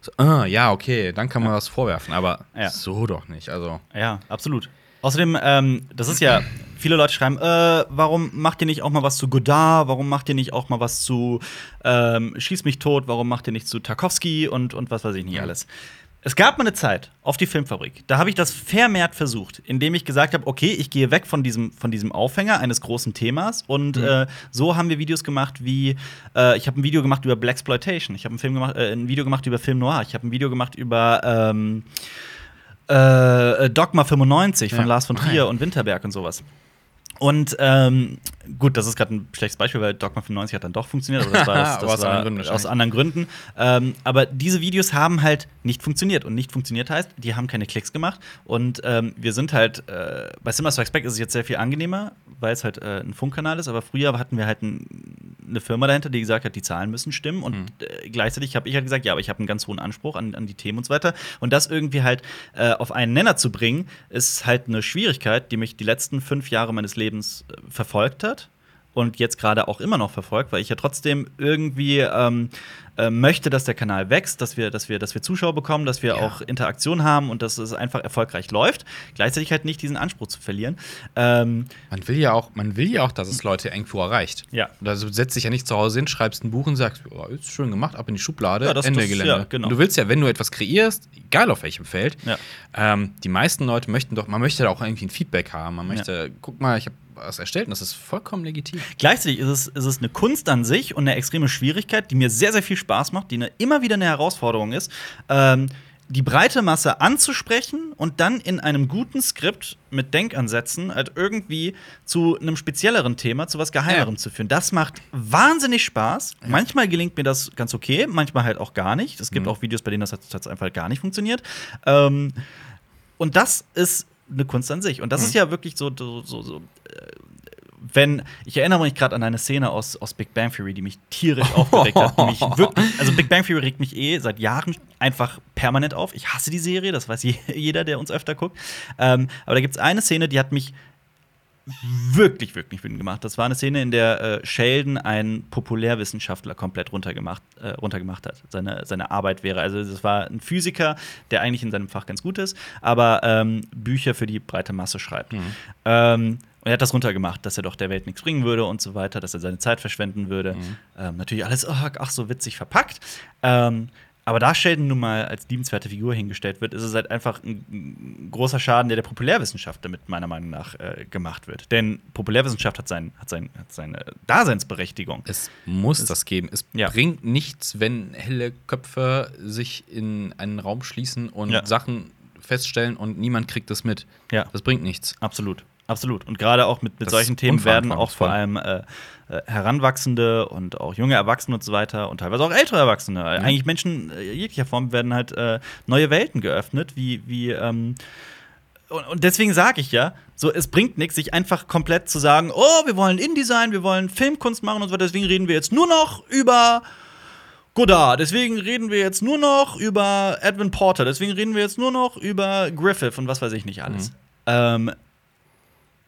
[SPEAKER 2] So, ah, ja, okay, dann kann man was vorwerfen, aber
[SPEAKER 1] Ja.
[SPEAKER 2] so doch nicht. Also,
[SPEAKER 1] Ja, absolut. Außerdem, ähm, das ist ja, viele Leute schreiben, äh, warum macht ihr nicht auch mal was zu Godard? Warum macht ihr nicht auch mal was zu ähm, Schieß mich tot? Warum macht ihr nicht zu Tarkovsky und, und was weiß ich nicht alles? Es gab mal eine Zeit auf die Filmfabrik, da habe ich das vermehrt versucht, indem ich gesagt habe, okay, ich gehe weg von diesem, von diesem Aufhänger eines großen Themas und äh, so haben wir Videos gemacht wie, äh, ich habe ein Video gemacht über Blaxploitation, ich habe ein, Film gemacht- äh, ein Video gemacht über Film Noir, ich habe ein Video gemacht über ähm, äh, Dogma 95 von
[SPEAKER 2] Ja.
[SPEAKER 1] Lars von Trier und Winterberg und sowas. Und ähm, gut, das ist gerade ein schlechtes Beispiel, weil Dogma 95 hat dann doch funktioniert, aber das war, das, das
[SPEAKER 2] Aber aus
[SPEAKER 1] war
[SPEAKER 2] anderen Gründen wahrscheinlich.
[SPEAKER 1] aus anderen Gründen. Ähm, aber diese Videos haben halt nicht funktioniert. Und nicht funktioniert heißt, die haben keine Klicks gemacht. Und ähm, wir sind halt, äh, bei Cinema Strikes Back ist es jetzt sehr viel angenehmer, weil es halt äh, ein Funkkanal ist. Aber früher hatten wir halt ein, eine Firma dahinter, die gesagt hat, die Zahlen müssen stimmen. Und äh, gleichzeitig habe ich halt gesagt, ja, aber ich habe einen ganz hohen Anspruch an, an die Themen und so weiter. Und das irgendwie halt äh, auf einen Nenner zu bringen, ist halt eine Schwierigkeit, die mich die letzten fünf Jahre meines Lebens äh, verfolgt hat und jetzt gerade auch immer noch verfolgt, weil ich ja trotzdem irgendwie ähm, äh, möchte, dass der Kanal wächst, dass wir, dass wir, dass wir Zuschauer bekommen, dass wir auch Interaktion haben und dass es einfach erfolgreich läuft. Gleichzeitig halt nicht diesen Anspruch zu verlieren. Ähm,
[SPEAKER 2] man will ja auch, man will ja auch, dass es Leute irgendwo erreicht.
[SPEAKER 1] Ja.
[SPEAKER 2] Also setzt dich ja nicht zu Hause hin, schreibst ein Buch und sagst, oh, ist schön gemacht, ab in die Schublade,
[SPEAKER 1] Ja, das-
[SPEAKER 2] Ende
[SPEAKER 1] das-
[SPEAKER 2] Gelände.
[SPEAKER 1] ja, genau.
[SPEAKER 2] Und Du willst ja, wenn du etwas kreierst, egal auf welchem Feld,
[SPEAKER 1] Ja.
[SPEAKER 2] ähm, die meisten Leute möchten doch, man möchte da auch irgendwie ein Feedback haben. Man möchte, guck mal, ich habe was erstellt und das ist vollkommen legitim.
[SPEAKER 1] gleichzeitig ist es, ist es eine Kunst an sich und eine extreme Schwierigkeit, die mir sehr, sehr viel Spaß macht, die eine, immer wieder eine Herausforderung ist. Ähm, die breite Masse anzusprechen und dann in einem guten Skript mit Denkansätzen halt irgendwie zu einem spezielleren Thema, zu was Geheimerem
[SPEAKER 2] Ja.
[SPEAKER 1] zu führen. Das macht wahnsinnig Spaß. Manchmal gelingt mir das ganz okay, manchmal halt auch gar nicht. Es gibt auch Videos, bei denen das hat- hat's einfach gar nicht funktioniert. Ähm, und das ist eine Kunst an sich. Und das ist ja wirklich so, so, so, so äh, wenn, ich erinnere mich gerade an eine Szene aus, aus Big Bang Theory, die mich tierisch aufgeregt hat. die Mich wirklich, also Big Bang Theory regt mich eh seit Jahren einfach permanent auf. Ich hasse die Serie, das weiß je- jeder, der uns öfter guckt. Ähm, aber da gibt es eine Szene, die hat mich wirklich, wirklich wütend gemacht. Das war eine Szene, in der äh, Sheldon einen Populärwissenschaftler komplett runtergemacht, äh, runtergemacht hat. Seine, seine Arbeit wäre. Also, das war ein Physiker, der eigentlich in seinem Fach ganz gut ist, aber ähm, Bücher für die breite Masse schreibt. Ähm, und er hat das runtergemacht, dass er doch der Welt nichts bringen würde und so weiter, dass er seine Zeit verschwenden würde. Ähm, natürlich alles, ach, ach, so witzig verpackt. Ähm, aber da Sheldon nun mal als liebenswerte Figur hingestellt wird, ist es halt einfach ein, ein großer Schaden, der der Populärwissenschaft damit meiner Meinung nach äh, gemacht wird. Denn Populärwissenschaft hat, sein, hat, sein, hat seine Daseinsberechtigung.
[SPEAKER 2] Es muss das geben. Es
[SPEAKER 1] Ja.
[SPEAKER 2] bringt nichts, wenn helle Köpfe sich in einen Raum schließen und
[SPEAKER 1] Ja.
[SPEAKER 2] Sachen feststellen und niemand kriegt das mit.
[SPEAKER 1] Ja.
[SPEAKER 2] Das bringt nichts.
[SPEAKER 1] Absolut, absolut. Und gerade auch mit, mit
[SPEAKER 2] Das
[SPEAKER 1] solchen
[SPEAKER 2] ist
[SPEAKER 1] Themen werden auch
[SPEAKER 2] unverantwortungsvoll.
[SPEAKER 1] vor allem äh, äh, Heranwachsende und auch junge Erwachsene und so weiter und teilweise auch ältere Erwachsene. Eigentlich Menschen äh, jeglicher Form werden halt äh, neue Welten geöffnet, wie, wie ähm, und, und deswegen sage ich ja, so es bringt nichts, sich einfach komplett zu sagen, oh, wir wollen Indie sein, wir wollen Filmkunst machen und so weiter, deswegen reden wir jetzt nur noch über Godard, deswegen reden wir jetzt nur noch über Edwin Porter, deswegen reden wir jetzt nur noch über Griffith und was weiß ich nicht alles. Ähm,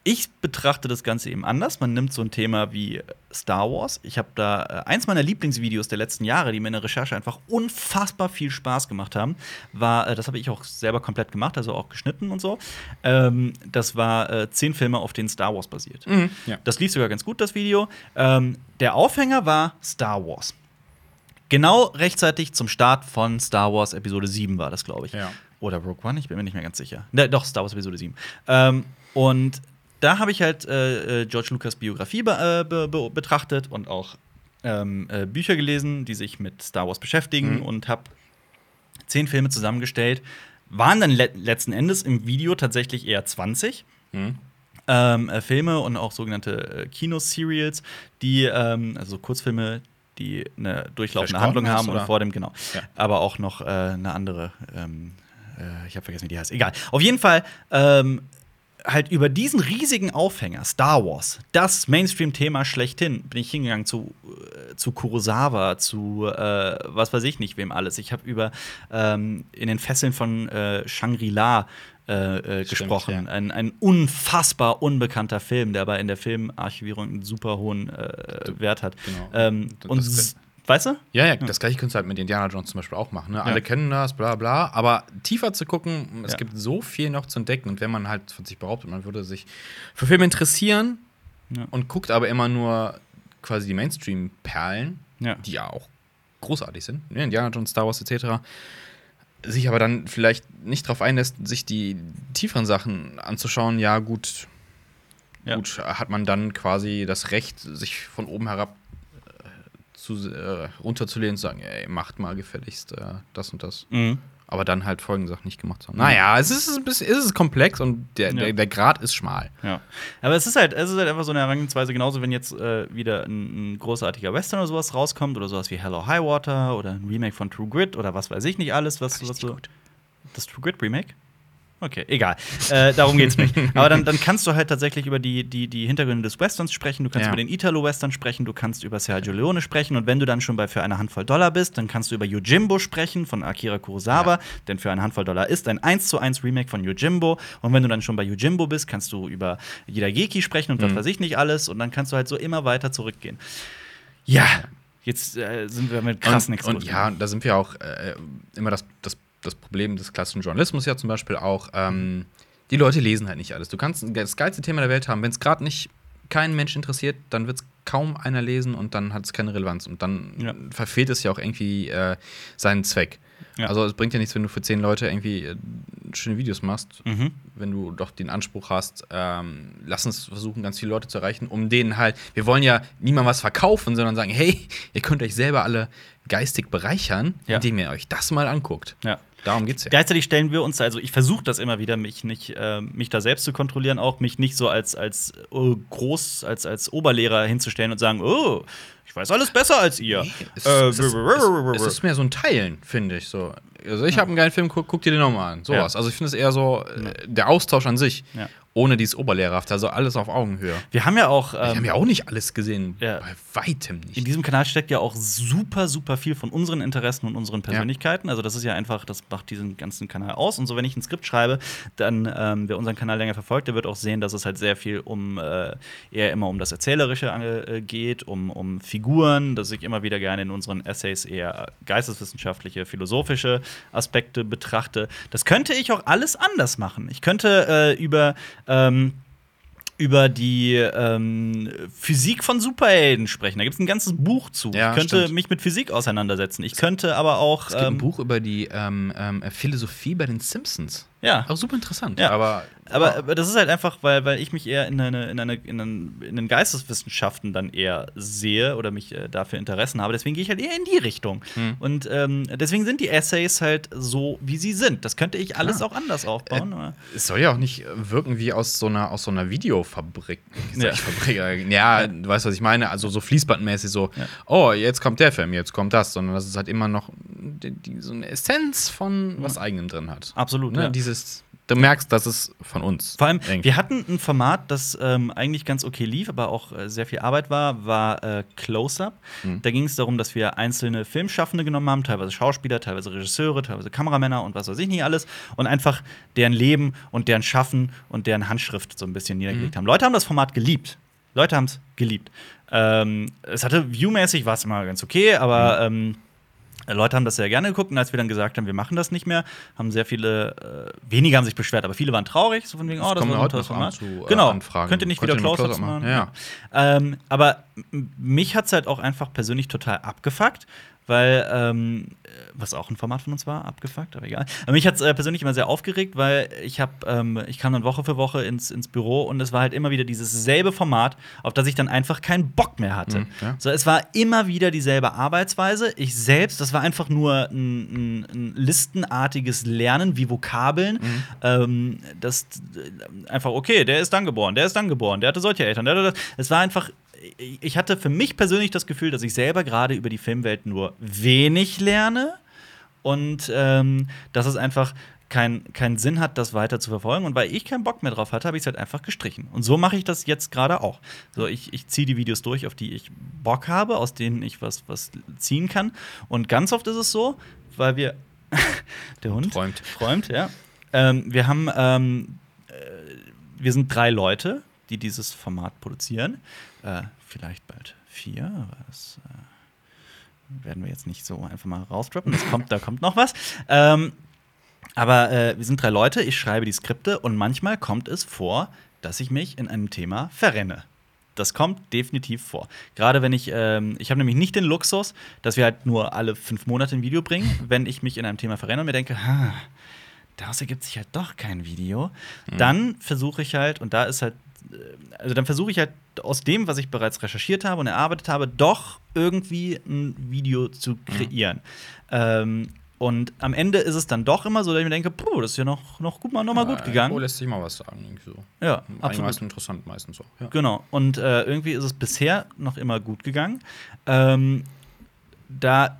[SPEAKER 1] ich betrachte das Ganze eben anders. Man nimmt so ein Thema wie äh, Star Wars. Ich habe da äh, eins meiner Lieblingsvideos der letzten Jahre, die mir in der Recherche einfach unfassbar viel Spaß gemacht haben, war, äh, das habe ich auch selber komplett gemacht, also auch geschnitten und so. Ähm, das war äh, zehn Filme, auf denen Star Wars basiert.
[SPEAKER 2] Ja.
[SPEAKER 1] Das lief sogar ganz gut, das Video. Ähm, der Aufhänger war Star Wars. Genau rechtzeitig zum Start von Star Wars Episode 7 war das, glaube ich.
[SPEAKER 2] Ja.
[SPEAKER 1] Oder Rogue One, ich bin mir nicht mehr ganz sicher. Ne, doch, Star Wars Episode 7. Ähm, und da habe ich halt äh, äh, George Lucas Biografie be äh, be be betrachtet und auch ähm, äh, Bücher gelesen, die sich mit Star Wars beschäftigen und habe zehn Filme zusammengestellt. Waren dann le letzten Endes im Video tatsächlich eher 20
[SPEAKER 2] Mhm,
[SPEAKER 1] ähm, äh, Filme und auch sogenannte äh, Kino-Serials, die, ähm, also Kurzfilme, die eine durchlaufende
[SPEAKER 2] Flash
[SPEAKER 1] Handlung
[SPEAKER 2] Gordon
[SPEAKER 1] haben
[SPEAKER 2] oder?
[SPEAKER 1] und vor dem, genau.
[SPEAKER 2] Ja.
[SPEAKER 1] Aber auch noch äh, eine andere, ähm, äh, ich habe vergessen, wie die heißt. Egal. Auf jeden Fall ähm, halt über diesen riesigen Aufhänger, Star Wars, das Mainstream-Thema schlechthin, bin ich hingegangen zu, äh, zu Kurosawa, zu äh, was weiß ich nicht wem alles. Ich habe über ähm, in den Fesseln von äh, Shangri-La äh, äh,
[SPEAKER 2] Stimmt,
[SPEAKER 1] gesprochen.
[SPEAKER 2] ja.
[SPEAKER 1] Ein, ein unfassbar unbekannter Film, der aber in der Filmarchivierung einen super hohen äh, Wert hat.
[SPEAKER 2] Genau.
[SPEAKER 1] Ähm,
[SPEAKER 2] Das-
[SPEAKER 1] und
[SPEAKER 2] das-
[SPEAKER 1] s- weißt du?
[SPEAKER 2] Ja, ja, das gleiche kannst du halt mit Indiana Jones zum Beispiel auch machen. Ne? Alle kennen das, bla bla. Aber tiefer zu gucken, es
[SPEAKER 1] Ja.
[SPEAKER 2] gibt so viel noch zu entdecken. Und wenn man halt von sich behauptet, man würde sich für Filme interessieren
[SPEAKER 1] Ja.
[SPEAKER 2] und guckt aber immer nur quasi die Mainstream-Perlen,
[SPEAKER 1] Ja.
[SPEAKER 2] die ja auch großartig sind, ne? Indiana Jones, Star Wars etc., sich aber dann vielleicht nicht darauf einlässt, sich die tieferen Sachen anzuschauen, ja gut,
[SPEAKER 1] Ja.
[SPEAKER 2] gut, hat man dann quasi das Recht, sich von oben herab zu, äh, runterzulehnen und zu sagen, ey, macht mal gefälligst äh, das und das.
[SPEAKER 1] Mhm.
[SPEAKER 2] Aber dann halt folgende Sachen nicht gemacht haben. Naja, es ist ein bisschen es ist komplex und der,
[SPEAKER 1] Ja.
[SPEAKER 2] der, der Grad ist schmal.
[SPEAKER 1] Ja. Aber es ist halt, es ist halt einfach so eine Herangehensweise, genauso wenn jetzt äh, wieder ein, ein großartiger Western oder sowas rauskommt oder sowas wie Hello High Water oder ein Remake von True Grit oder was weiß ich nicht alles, was, was so. Das True Grit Remake? Okay, egal. Äh, darum geht's nicht. Aber dann, dann kannst du halt tatsächlich über die, die, die Hintergründe des Westerns sprechen, du kannst
[SPEAKER 2] Ja.
[SPEAKER 1] über den Italo-Western sprechen, du kannst über Sergio Leone sprechen und wenn du dann schon bei für eine Handvoll Dollar bist, dann kannst du über Yojimbo sprechen von Akira Kurosawa, denn für eine Handvoll Dollar ist ein 1 zu 1 Remake von Yojimbo und wenn du dann schon bei Yojimbo bist, kannst du über Jidageki sprechen und was
[SPEAKER 2] Mhm.
[SPEAKER 1] weiß ich nicht alles und dann kannst du halt so immer weiter zurückgehen. Ja, jetzt äh, sind wir mit krassen
[SPEAKER 2] und, und ja, und da sind wir auch äh, immer das, das, das Problem des klassischen Journalismus ja zum Beispiel auch. Ähm, die Leute lesen halt nicht alles. Du kannst das geilste Thema der Welt haben. Wenn es gerade nicht keinen Mensch interessiert, dann wird es kaum einer lesen und dann hat es keine Relevanz. Und dann
[SPEAKER 1] Ja.
[SPEAKER 2] verfehlt es ja auch irgendwie äh, seinen Zweck.
[SPEAKER 1] Ja.
[SPEAKER 2] Also es bringt ja nichts, wenn du für zehn Leute irgendwie äh, schöne Videos machst,
[SPEAKER 1] Mhm.
[SPEAKER 2] wenn du doch den Anspruch hast, ähm, lass uns versuchen, ganz viele Leute zu erreichen, um denen halt, wir wollen ja niemandem was verkaufen, sondern sagen, hey, ihr könnt euch selber alle geistig bereichern,
[SPEAKER 1] Ja.
[SPEAKER 2] indem ihr euch das mal anguckt.
[SPEAKER 1] ja.
[SPEAKER 2] Darum geht's ja.
[SPEAKER 1] Gleichzeitig stellen wir uns, also ich versuche das immer wieder, mich nicht, äh, mich da selbst zu kontrollieren, auch mich nicht so als, als äh, groß, als, als Oberlehrer hinzustellen und sagen, oh, ich weiß alles besser als ihr.
[SPEAKER 2] Nee, Es,
[SPEAKER 1] Äh,
[SPEAKER 2] es, ist- es, es ist mehr so ein Teilen, finde ich. So. Also ich habe einen geilen Film, guck, guck dir den nochmal an. Sowas. Also ich finde es eher so äh, der Austausch an sich,
[SPEAKER 1] Ja.
[SPEAKER 2] ohne dieses Oberlehrerhaft, also alles auf Augenhöhe.
[SPEAKER 1] Wir haben ja auch.
[SPEAKER 2] Wir haben
[SPEAKER 1] Ähm,
[SPEAKER 2] ja auch nicht alles gesehen.
[SPEAKER 1] ja.
[SPEAKER 2] Bei weitem
[SPEAKER 1] in
[SPEAKER 2] nicht.
[SPEAKER 1] diesem Kanal steckt ja auch super, super viel von unseren Interessen und unseren Persönlichkeiten. Also, das ist ja einfach, das macht diesen ganzen Kanal aus. Und so, wenn ich ein Skript schreibe, dann, ähm, wer unseren Kanal länger verfolgt, der wird auch sehen, dass es halt sehr viel um, äh, eher immer um das Erzählerische äh, geht, um, um Figuren, dass ich immer wieder gerne in unseren Essays eher geisteswissenschaftliche, philosophische Aspekte betrachte. Das könnte ich auch alles anders machen. Ich könnte äh, über. Ähm, über die ähm, Physik von Superhelden sprechen. Da gibt es ein ganzes Buch zu.
[SPEAKER 2] Ja,
[SPEAKER 1] ich könnte
[SPEAKER 2] stimmt.
[SPEAKER 1] mich mit Physik auseinandersetzen. Ich könnte aber auch.
[SPEAKER 2] Es gibt ein
[SPEAKER 1] ähm,
[SPEAKER 2] Buch über die ähm, ähm, Philosophie bei den Simpsons.
[SPEAKER 1] Ja.
[SPEAKER 2] Auch super interessant.
[SPEAKER 1] Ja.
[SPEAKER 2] Aber,
[SPEAKER 1] Aber,
[SPEAKER 2] Ah.
[SPEAKER 1] aber das ist halt einfach, weil, weil ich mich eher in, eine, in, eine, in, einen, in den Geisteswissenschaften dann eher sehe oder mich äh, dafür Interessen habe. Deswegen gehe ich halt eher in die Richtung.
[SPEAKER 2] Hm.
[SPEAKER 1] Und ähm, deswegen sind die Essays halt so, wie sie sind. Das könnte ich alles
[SPEAKER 2] Klar.
[SPEAKER 1] auch anders
[SPEAKER 2] Äh,
[SPEAKER 1] aufbauen. aber-
[SPEAKER 2] es soll ja auch nicht wirken wie aus so einer, aus so einer Videofabrik. Sag
[SPEAKER 1] Ja.
[SPEAKER 2] Ich Fabrik. äh, Ja, du weißt, was ich meine. Also so fließbandmäßig so,
[SPEAKER 1] Ja.
[SPEAKER 2] oh, jetzt kommt der Film, jetzt kommt das. Sondern das ist halt immer noch die, die, so eine Essenz von was Eigenem drin hat.
[SPEAKER 1] Absolut,
[SPEAKER 2] Ne?
[SPEAKER 1] ja.
[SPEAKER 2] Dieses, du merkst, das ist von uns.
[SPEAKER 1] Vor allem,
[SPEAKER 2] Irgendwie.
[SPEAKER 1] wir hatten ein Format, das ähm, eigentlich ganz okay lief, aber auch äh, sehr viel Arbeit war, war äh, Close-Up. Da ging es darum, dass wir einzelne Filmschaffende genommen haben, teilweise Schauspieler, teilweise Regisseure, teilweise Kameramänner und was weiß ich nicht alles. Und einfach deren Leben und deren Schaffen und deren Handschrift so ein bisschen niedergelegt haben. Leute haben das Format geliebt. Leute haben es geliebt. Ähm, es hatte viewmäßig war es immer ganz okay, aber ähm, Leute haben das sehr gerne geguckt und als wir dann gesagt haben, wir machen das nicht mehr, haben sehr viele, äh, wenige haben sich beschwert, aber viele waren traurig, so von wegen, oh, das
[SPEAKER 2] kommen
[SPEAKER 1] war
[SPEAKER 2] heute
[SPEAKER 1] heute
[SPEAKER 2] noch ab und
[SPEAKER 1] Format.
[SPEAKER 2] zu, äh,
[SPEAKER 1] genau,
[SPEAKER 2] Anfragen.
[SPEAKER 1] könnt ihr nicht
[SPEAKER 2] Könnt ihr
[SPEAKER 1] wieder
[SPEAKER 2] noch
[SPEAKER 1] Close-Ups
[SPEAKER 2] Close-Up
[SPEAKER 1] machen.
[SPEAKER 2] machen? Ja.
[SPEAKER 1] Ähm, aber m- mich hat es halt auch einfach persönlich total abgefuckt, weil, ähm, äh, was auch ein Format von uns war, abgefuckt, aber egal. Aber mich hat es äh, persönlich immer sehr aufgeregt, weil ich habe, ähm, ich kam dann Woche für Woche ins, ins Büro und es war halt immer wieder dieses selbe Format, auf das ich dann einfach keinen Bock mehr hatte.
[SPEAKER 2] Mhm, ja.
[SPEAKER 1] So, es war immer wieder dieselbe Arbeitsweise. Ich selbst, das war einfach nur ein, ein, ein listenartiges Lernen wie Vokabeln.
[SPEAKER 2] Mhm.
[SPEAKER 1] Ähm, das äh, einfach, okay, der ist dann geboren, der ist dann geboren, der hatte solche Eltern. Der, der, der. Es war einfach, ich ich hatte für mich persönlich das Gefühl, dass ich selber gerade über die Filmwelt nur wenig lerne und ähm, dass es einfach keinen kein Sinn hat, das weiter zu verfolgen. Und weil ich keinen Bock mehr drauf hatte, habe ich es halt einfach gestrichen. Und so mache ich das jetzt gerade auch. So, ich, ich ziehe die Videos durch, auf die ich Bock habe, aus denen ich was, was ziehen kann. Und ganz oft ist es so, weil wir. der Hund
[SPEAKER 2] Träumt.
[SPEAKER 1] träumt, ja. Ähm, wir haben, ähm, äh, wir sind drei Leute, die dieses Format produzieren. Äh, vielleicht bald vier, aber das äh, werden wir jetzt nicht so einfach mal rausdroppen. Das kommt, da kommt noch was. Ähm, aber äh, wir sind drei Leute, ich schreibe die Skripte und manchmal kommt es vor, dass ich mich in einem Thema verrenne. Das kommt definitiv vor. Gerade wenn ich, ähm, ich habe nämlich nicht den Luxus, dass wir halt nur alle fünf Monate ein Video bringen. Wenn ich mich in einem Thema verrenne und mir denke, ha, daraus ergibt sich halt doch kein Video, dann versuche ich halt, und da ist halt, äh, also dann versuche ich halt aus dem, was ich bereits recherchiert habe und erarbeitet habe, doch irgendwie ein Video zu kreieren. Ähm, und am Ende ist es dann doch immer so, dass ich mir denke, puh, das ist ja noch, noch gut mal, noch mal gut gegangen.
[SPEAKER 2] Oh, lässt sich mal was sagen. Irgendwie so.
[SPEAKER 1] Ja, absolut.
[SPEAKER 2] Einigermaßen interessant meistens so. Ja.
[SPEAKER 1] Genau. Und äh, irgendwie ist es bisher noch immer gut gegangen. Ähm, da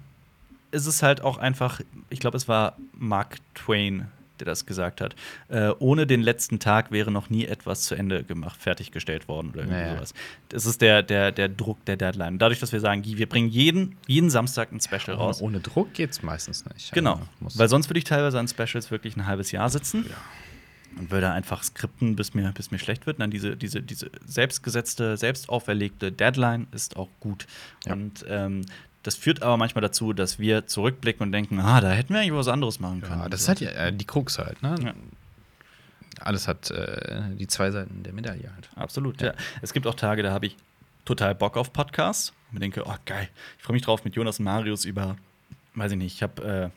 [SPEAKER 1] ist es halt auch einfach, ich glaube, es war Mark Twain, der das gesagt hat. Äh, ohne den letzten Tag wäre noch nie etwas zu Ende gemacht, fertiggestellt worden oder irgendwie
[SPEAKER 2] Naja.
[SPEAKER 1] sowas. Das ist der, der, der Druck der Deadline. Dadurch, dass wir sagen, wir bringen jeden, jeden Samstag ein Special raus.
[SPEAKER 2] Ohne, ohne Druck geht's meistens nicht.
[SPEAKER 1] Genau.
[SPEAKER 2] Also, muss-
[SPEAKER 1] Weil sonst würde ich teilweise an Specials wirklich ein halbes Jahr sitzen und würde einfach skripten, bis mir, bis mir schlecht wird. Und dann diese, diese, diese selbstgesetzte, selbst auferlegte Deadline ist auch gut.
[SPEAKER 2] Ja.
[SPEAKER 1] Und ähm, das führt aber manchmal dazu, dass wir zurückblicken und denken, ah, da hätten wir eigentlich was anderes machen können.
[SPEAKER 2] ja, das ist halt ja, äh, die Krux halt, ne?
[SPEAKER 1] Ja.
[SPEAKER 2] Alles hat äh, die zwei Seiten der Medaille halt.
[SPEAKER 1] Absolut, ja. Es gibt auch Tage, da habe ich total Bock auf Podcasts. Und mir denke, oh geil, ich freue mich drauf mit Jonas und Marius über, weiß ich nicht, ich habe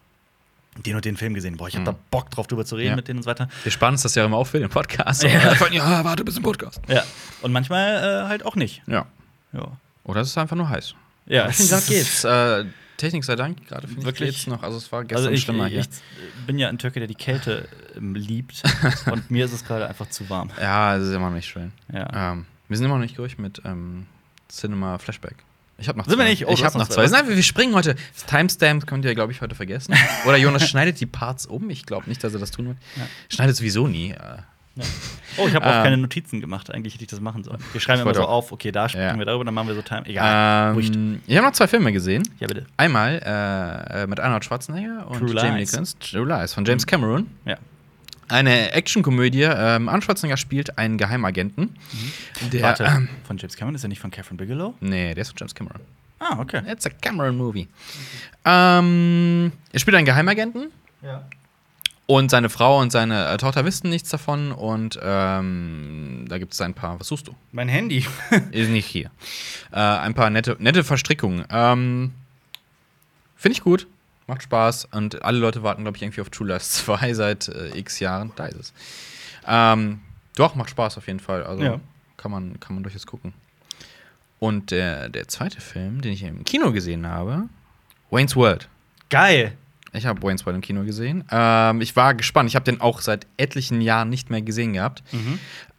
[SPEAKER 1] äh, den und den Film gesehen. Boah, ich habe da
[SPEAKER 2] Mhm.
[SPEAKER 1] Bock drauf, drüber zu reden
[SPEAKER 2] Ja.
[SPEAKER 1] mit denen und so weiter.
[SPEAKER 2] Wir sparen uns das ja immer auf für den Podcast.
[SPEAKER 1] Ja.
[SPEAKER 2] Und, ja warte bis zum Podcast.
[SPEAKER 1] Ja. Und manchmal äh, halt auch nicht.
[SPEAKER 2] Ja.
[SPEAKER 1] Ja.
[SPEAKER 2] Oder es ist einfach nur heiß.
[SPEAKER 1] Ja,
[SPEAKER 2] Vielen Dank geht's. Äh, Technik sei Dank, gerade finde ich
[SPEAKER 1] Wirklich?
[SPEAKER 2] geht's noch. Also es war gestern
[SPEAKER 1] Also ich,
[SPEAKER 2] schlimmer
[SPEAKER 1] ich,
[SPEAKER 2] hier.
[SPEAKER 1] ich bin ja ein Türke, der die Kälte ähm, liebt und mir ist es gerade einfach zu warm.
[SPEAKER 2] ja, es ist immer noch nicht schön.
[SPEAKER 1] Ja.
[SPEAKER 2] Ähm, wir sind immer noch nicht durch mit ähm, Cinema Flashback. Ich habe noch
[SPEAKER 1] Sind wir
[SPEAKER 2] zwei.
[SPEAKER 1] nicht? Oh,
[SPEAKER 2] ich
[SPEAKER 1] du
[SPEAKER 2] habe
[SPEAKER 1] hast
[SPEAKER 2] noch
[SPEAKER 1] noch
[SPEAKER 2] zwei.
[SPEAKER 1] zwei.
[SPEAKER 2] Nein, wir wir springen heute. Das Timestamp könnt ihr, glaube ich, heute vergessen. Oder Jonas schneidet die Parts um. Ich glaube nicht, dass er das tun wird.
[SPEAKER 1] Ja.
[SPEAKER 2] Schneidet sowieso nie. Äh,
[SPEAKER 1] Oh, ich habe auch
[SPEAKER 2] Ähm.
[SPEAKER 1] keine Notizen gemacht. Eigentlich hätte ich das machen sollen. Wir schreiben
[SPEAKER 2] Ich
[SPEAKER 1] immer
[SPEAKER 2] wollte
[SPEAKER 1] so
[SPEAKER 2] auch-
[SPEAKER 1] auf, okay, da sprechen
[SPEAKER 2] Ja.
[SPEAKER 1] wir darüber, dann machen wir so Time. Egal. wurscht.
[SPEAKER 2] Ähm, ich habe noch zwei Filme gesehen.
[SPEAKER 1] Ja, bitte.
[SPEAKER 2] Einmal äh, äh, mit Arnold Schwarzenegger und
[SPEAKER 1] True
[SPEAKER 2] Jamie
[SPEAKER 1] Lies. Mhm.
[SPEAKER 2] Nicholson. True Lies von James Cameron.
[SPEAKER 1] Ja.
[SPEAKER 2] Eine Actionkomödie. Ähm, Arnold Schwarzenegger spielt einen Geheimagenten. Der,
[SPEAKER 1] Mhm. Warte,
[SPEAKER 2] Ähm,
[SPEAKER 1] von James Cameron ist er nicht von Catherine Bigelow?
[SPEAKER 2] nee, der ist von James Cameron.
[SPEAKER 1] Ah, okay.
[SPEAKER 2] It's a Cameron movie. Ähm, er spielt einen Geheimagenten.
[SPEAKER 1] Ja.
[SPEAKER 2] Und seine Frau und seine äh, Tochter wissen nichts davon. Und ähm, da gibt es ein paar. Was suchst du?
[SPEAKER 1] Mein Handy.
[SPEAKER 2] Ist nicht hier. Äh, ein paar nette, nette Verstrickungen. Ähm, Finde ich gut. Macht Spaß. Und alle Leute warten, glaube ich, irgendwie auf True Lies 2 seit äh, x Jahren. Da ist es. Ähm, doch, macht Spaß auf jeden Fall. Also
[SPEAKER 1] Ja.
[SPEAKER 2] kann, man, kann man durchaus gucken. Und der, der zweite Film, den ich im Kino gesehen habe, Wayne's World.
[SPEAKER 1] Geil.
[SPEAKER 2] Ich habe Wayne's World im Kino gesehen. Ähm, ich war gespannt. Ich habe den auch seit etlichen Jahren nicht mehr gesehen gehabt.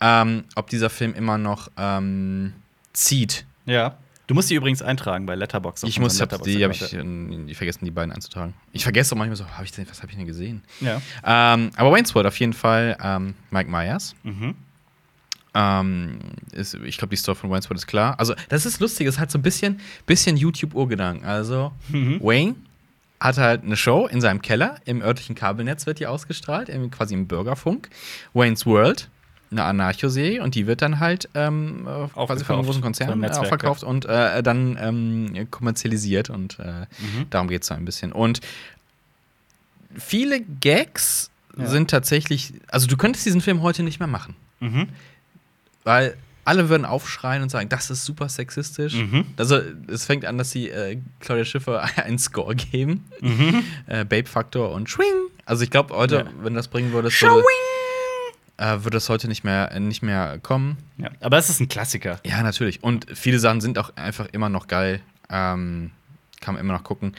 [SPEAKER 2] Ähm, ob dieser Film immer noch ähm, zieht.
[SPEAKER 1] Ja. Du musst die übrigens eintragen bei Letterboxd. auf
[SPEAKER 2] ich muss,
[SPEAKER 1] unserem
[SPEAKER 2] hab, die habe ich
[SPEAKER 1] Letterboxd-Account.
[SPEAKER 2] äh, die vergessen, die beiden einzutragen. Ich vergesse auch manchmal so, hab ich denn, was habe ich denn gesehen?
[SPEAKER 1] Ja.
[SPEAKER 2] Ähm, aber Wayne's World auf jeden Fall. Ähm, Mike Myers.
[SPEAKER 1] Mhm.
[SPEAKER 2] Ähm, ist, ich glaube, die Story von Wayne's World ist klar. Also, das ist lustig. Es hat so ein bisschen, bisschen YouTube-Urgedanken. Also,
[SPEAKER 1] Mhm.
[SPEAKER 2] Wayne hat halt eine Show in seinem Keller. Im örtlichen Kabelnetz wird die ausgestrahlt, im, quasi im Bürgerfunk. Wayne's World, eine Anarchoserie. Und die wird dann halt ähm, äh, quasi von einem
[SPEAKER 1] Aufgekauft.
[SPEAKER 2] großen
[SPEAKER 1] So ein
[SPEAKER 2] Konzern äh,
[SPEAKER 1] Netzwerk,
[SPEAKER 2] aufverkauft und äh, dann ähm, kommerzialisiert. Und äh,
[SPEAKER 1] Mhm.
[SPEAKER 2] darum geht es so ein bisschen. Und viele Gags
[SPEAKER 1] Ja.
[SPEAKER 2] sind tatsächlich. Also, du könntest diesen Film heute nicht mehr machen
[SPEAKER 1] Mhm.
[SPEAKER 2] weil alle würden aufschreien und sagen, das ist super sexistisch.
[SPEAKER 1] Mhm.
[SPEAKER 2] Also es fängt an, dass sie äh, Claudia Schiffer einen Score geben,
[SPEAKER 1] Mhm.
[SPEAKER 2] äh, Babe Factor und Schwing. Also ich glaube heute,
[SPEAKER 1] Ja.
[SPEAKER 2] wenn du das bringen würdest, würde, äh, würde das heute nicht mehr nicht mehr kommen.
[SPEAKER 1] Ja. Aber es ist ein Klassiker.
[SPEAKER 2] Ja, natürlich. Und viele Sachen sind auch einfach immer noch geil. Ähm, kann man immer noch gucken.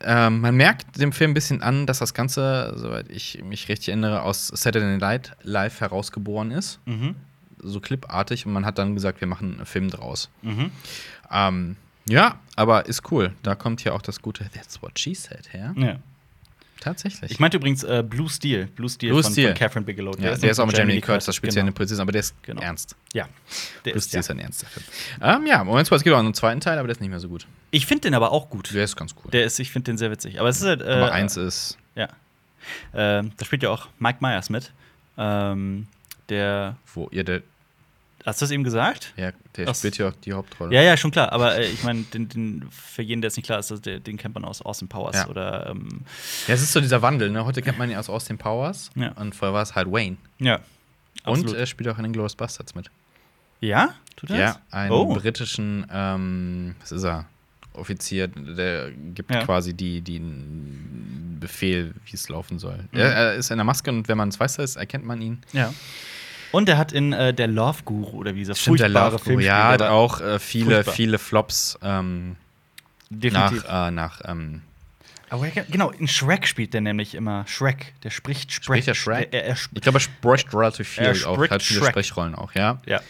[SPEAKER 2] Ähm, man merkt dem Film ein bisschen an, dass das Ganze, soweit ich mich richtig erinnere, aus Saturday Night Live herausgeboren ist.
[SPEAKER 1] Mhm.
[SPEAKER 2] So clipartig. Und man hat dann gesagt, wir machen einen Film draus.
[SPEAKER 1] Mhm.
[SPEAKER 2] Ähm, ja, aber ist cool. Da kommt ja auch das gute That's What She Said her.
[SPEAKER 1] Ja.
[SPEAKER 2] Tatsächlich.
[SPEAKER 1] Mhm. Ich meinte übrigens äh, Blue Steel. Blue Steel,
[SPEAKER 2] Blue
[SPEAKER 1] von,
[SPEAKER 2] Steel.
[SPEAKER 1] von Catherine Bigelow.
[SPEAKER 2] ja, der ist auch mit Jamie Lee Curtis, das spielt ja
[SPEAKER 1] genau.
[SPEAKER 2] eine Polizistin, aber der ist
[SPEAKER 1] Genau.
[SPEAKER 2] ernst.
[SPEAKER 1] Ja. Der
[SPEAKER 2] Plus,
[SPEAKER 1] ist,
[SPEAKER 2] der
[SPEAKER 1] ja.
[SPEAKER 2] ist ein ernster Film. Ähm, ja, Moment, es gibt auch einen zweiten Teil, aber der ist nicht mehr so gut.
[SPEAKER 1] Ich finde den aber auch gut.
[SPEAKER 2] Der ist ganz cool.
[SPEAKER 1] Der ist, ich finde den sehr witzig. Aber es ist halt. Äh,
[SPEAKER 2] aber eins ist.
[SPEAKER 1] Ja. Äh, da spielt ja auch Mike Myers mit. Ähm, der.
[SPEAKER 2] Wo ihr der,
[SPEAKER 1] Hast du das eben gesagt?
[SPEAKER 2] ja, der
[SPEAKER 1] Das-
[SPEAKER 2] spielt ja auch die Hauptrolle.
[SPEAKER 1] Ja, ja, schon klar. Aber äh, ich meine, den, den, für jeden, der es nicht klar ist, den, den kennt man aus Austin Powers
[SPEAKER 2] Ja.
[SPEAKER 1] oder. Ähm,
[SPEAKER 2] Das ist so dieser Wandel, ne? Heute kennt man ihn aus Austin Powers
[SPEAKER 1] Ja.
[SPEAKER 2] und vorher war es halt Wayne.
[SPEAKER 1] ja.
[SPEAKER 2] Und er spielt auch in den Glorious Bastards mit.
[SPEAKER 1] ja? Tut er
[SPEAKER 2] Ja,
[SPEAKER 1] das?
[SPEAKER 2] einen
[SPEAKER 1] oh.
[SPEAKER 2] britischen, ähm, was ist er? Offizier, der gibt
[SPEAKER 1] Ja.
[SPEAKER 2] quasi die, die Befehl, wie es laufen soll.
[SPEAKER 1] Mhm.
[SPEAKER 2] Er, er ist in der Maske und wenn man es weiß, ist, erkennt man ihn.
[SPEAKER 1] Ja. Und er hat in äh, der Love Guru oder wie dieser furchtbare
[SPEAKER 2] Love Guru,
[SPEAKER 1] Film.
[SPEAKER 2] ja, hat auch äh, viele,
[SPEAKER 1] Furchtbar.
[SPEAKER 2] viele Flops ähm, nach,
[SPEAKER 1] Definitiv.
[SPEAKER 2] äh, nach ähm,
[SPEAKER 1] Aber er, genau, in Shrek spielt der nämlich immer Shrek. Der spricht Shrek.
[SPEAKER 2] Spricht der Shrek?
[SPEAKER 1] Der, er, er, sp-
[SPEAKER 2] ich glaube, er spricht relativ viel
[SPEAKER 1] Er
[SPEAKER 2] auch,
[SPEAKER 1] spricht
[SPEAKER 2] hat viele
[SPEAKER 1] Shrek.
[SPEAKER 2] Sprechrollen auch, ja. Mhm.
[SPEAKER 1] ja.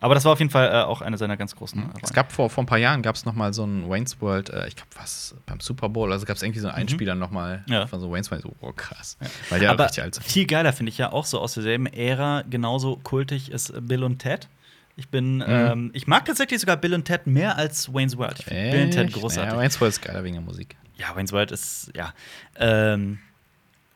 [SPEAKER 1] Aber das war auf jeden Fall äh, auch eine seiner ganz großen. äh,
[SPEAKER 2] Es
[SPEAKER 1] Rollen.
[SPEAKER 2] gab vor, vor ein paar Jahren gab es noch mal so ein Wayne's World, äh, ich glaube was beim Super Bowl, also gab es irgendwie so einen Einspieler noch mal
[SPEAKER 1] Mhm. Ja.
[SPEAKER 2] von so Wayne's World, so oh, krass, weil der
[SPEAKER 1] Aber
[SPEAKER 2] richtig alt ist.
[SPEAKER 1] viel geiler finde ich ja auch so aus derselben Ära, genauso kultig ist Bill und Ted. Ich bin,
[SPEAKER 2] Mhm.
[SPEAKER 1] ähm, ich mag tatsächlich sogar Bill und Ted mehr als Wayne's World. Ich finde Bill und Ted
[SPEAKER 2] Echt?
[SPEAKER 1] großartig.
[SPEAKER 2] Ja, Wayne's World ist geiler wegen der Musik.
[SPEAKER 1] Ja, Wayne's World ist, ja. Ähm,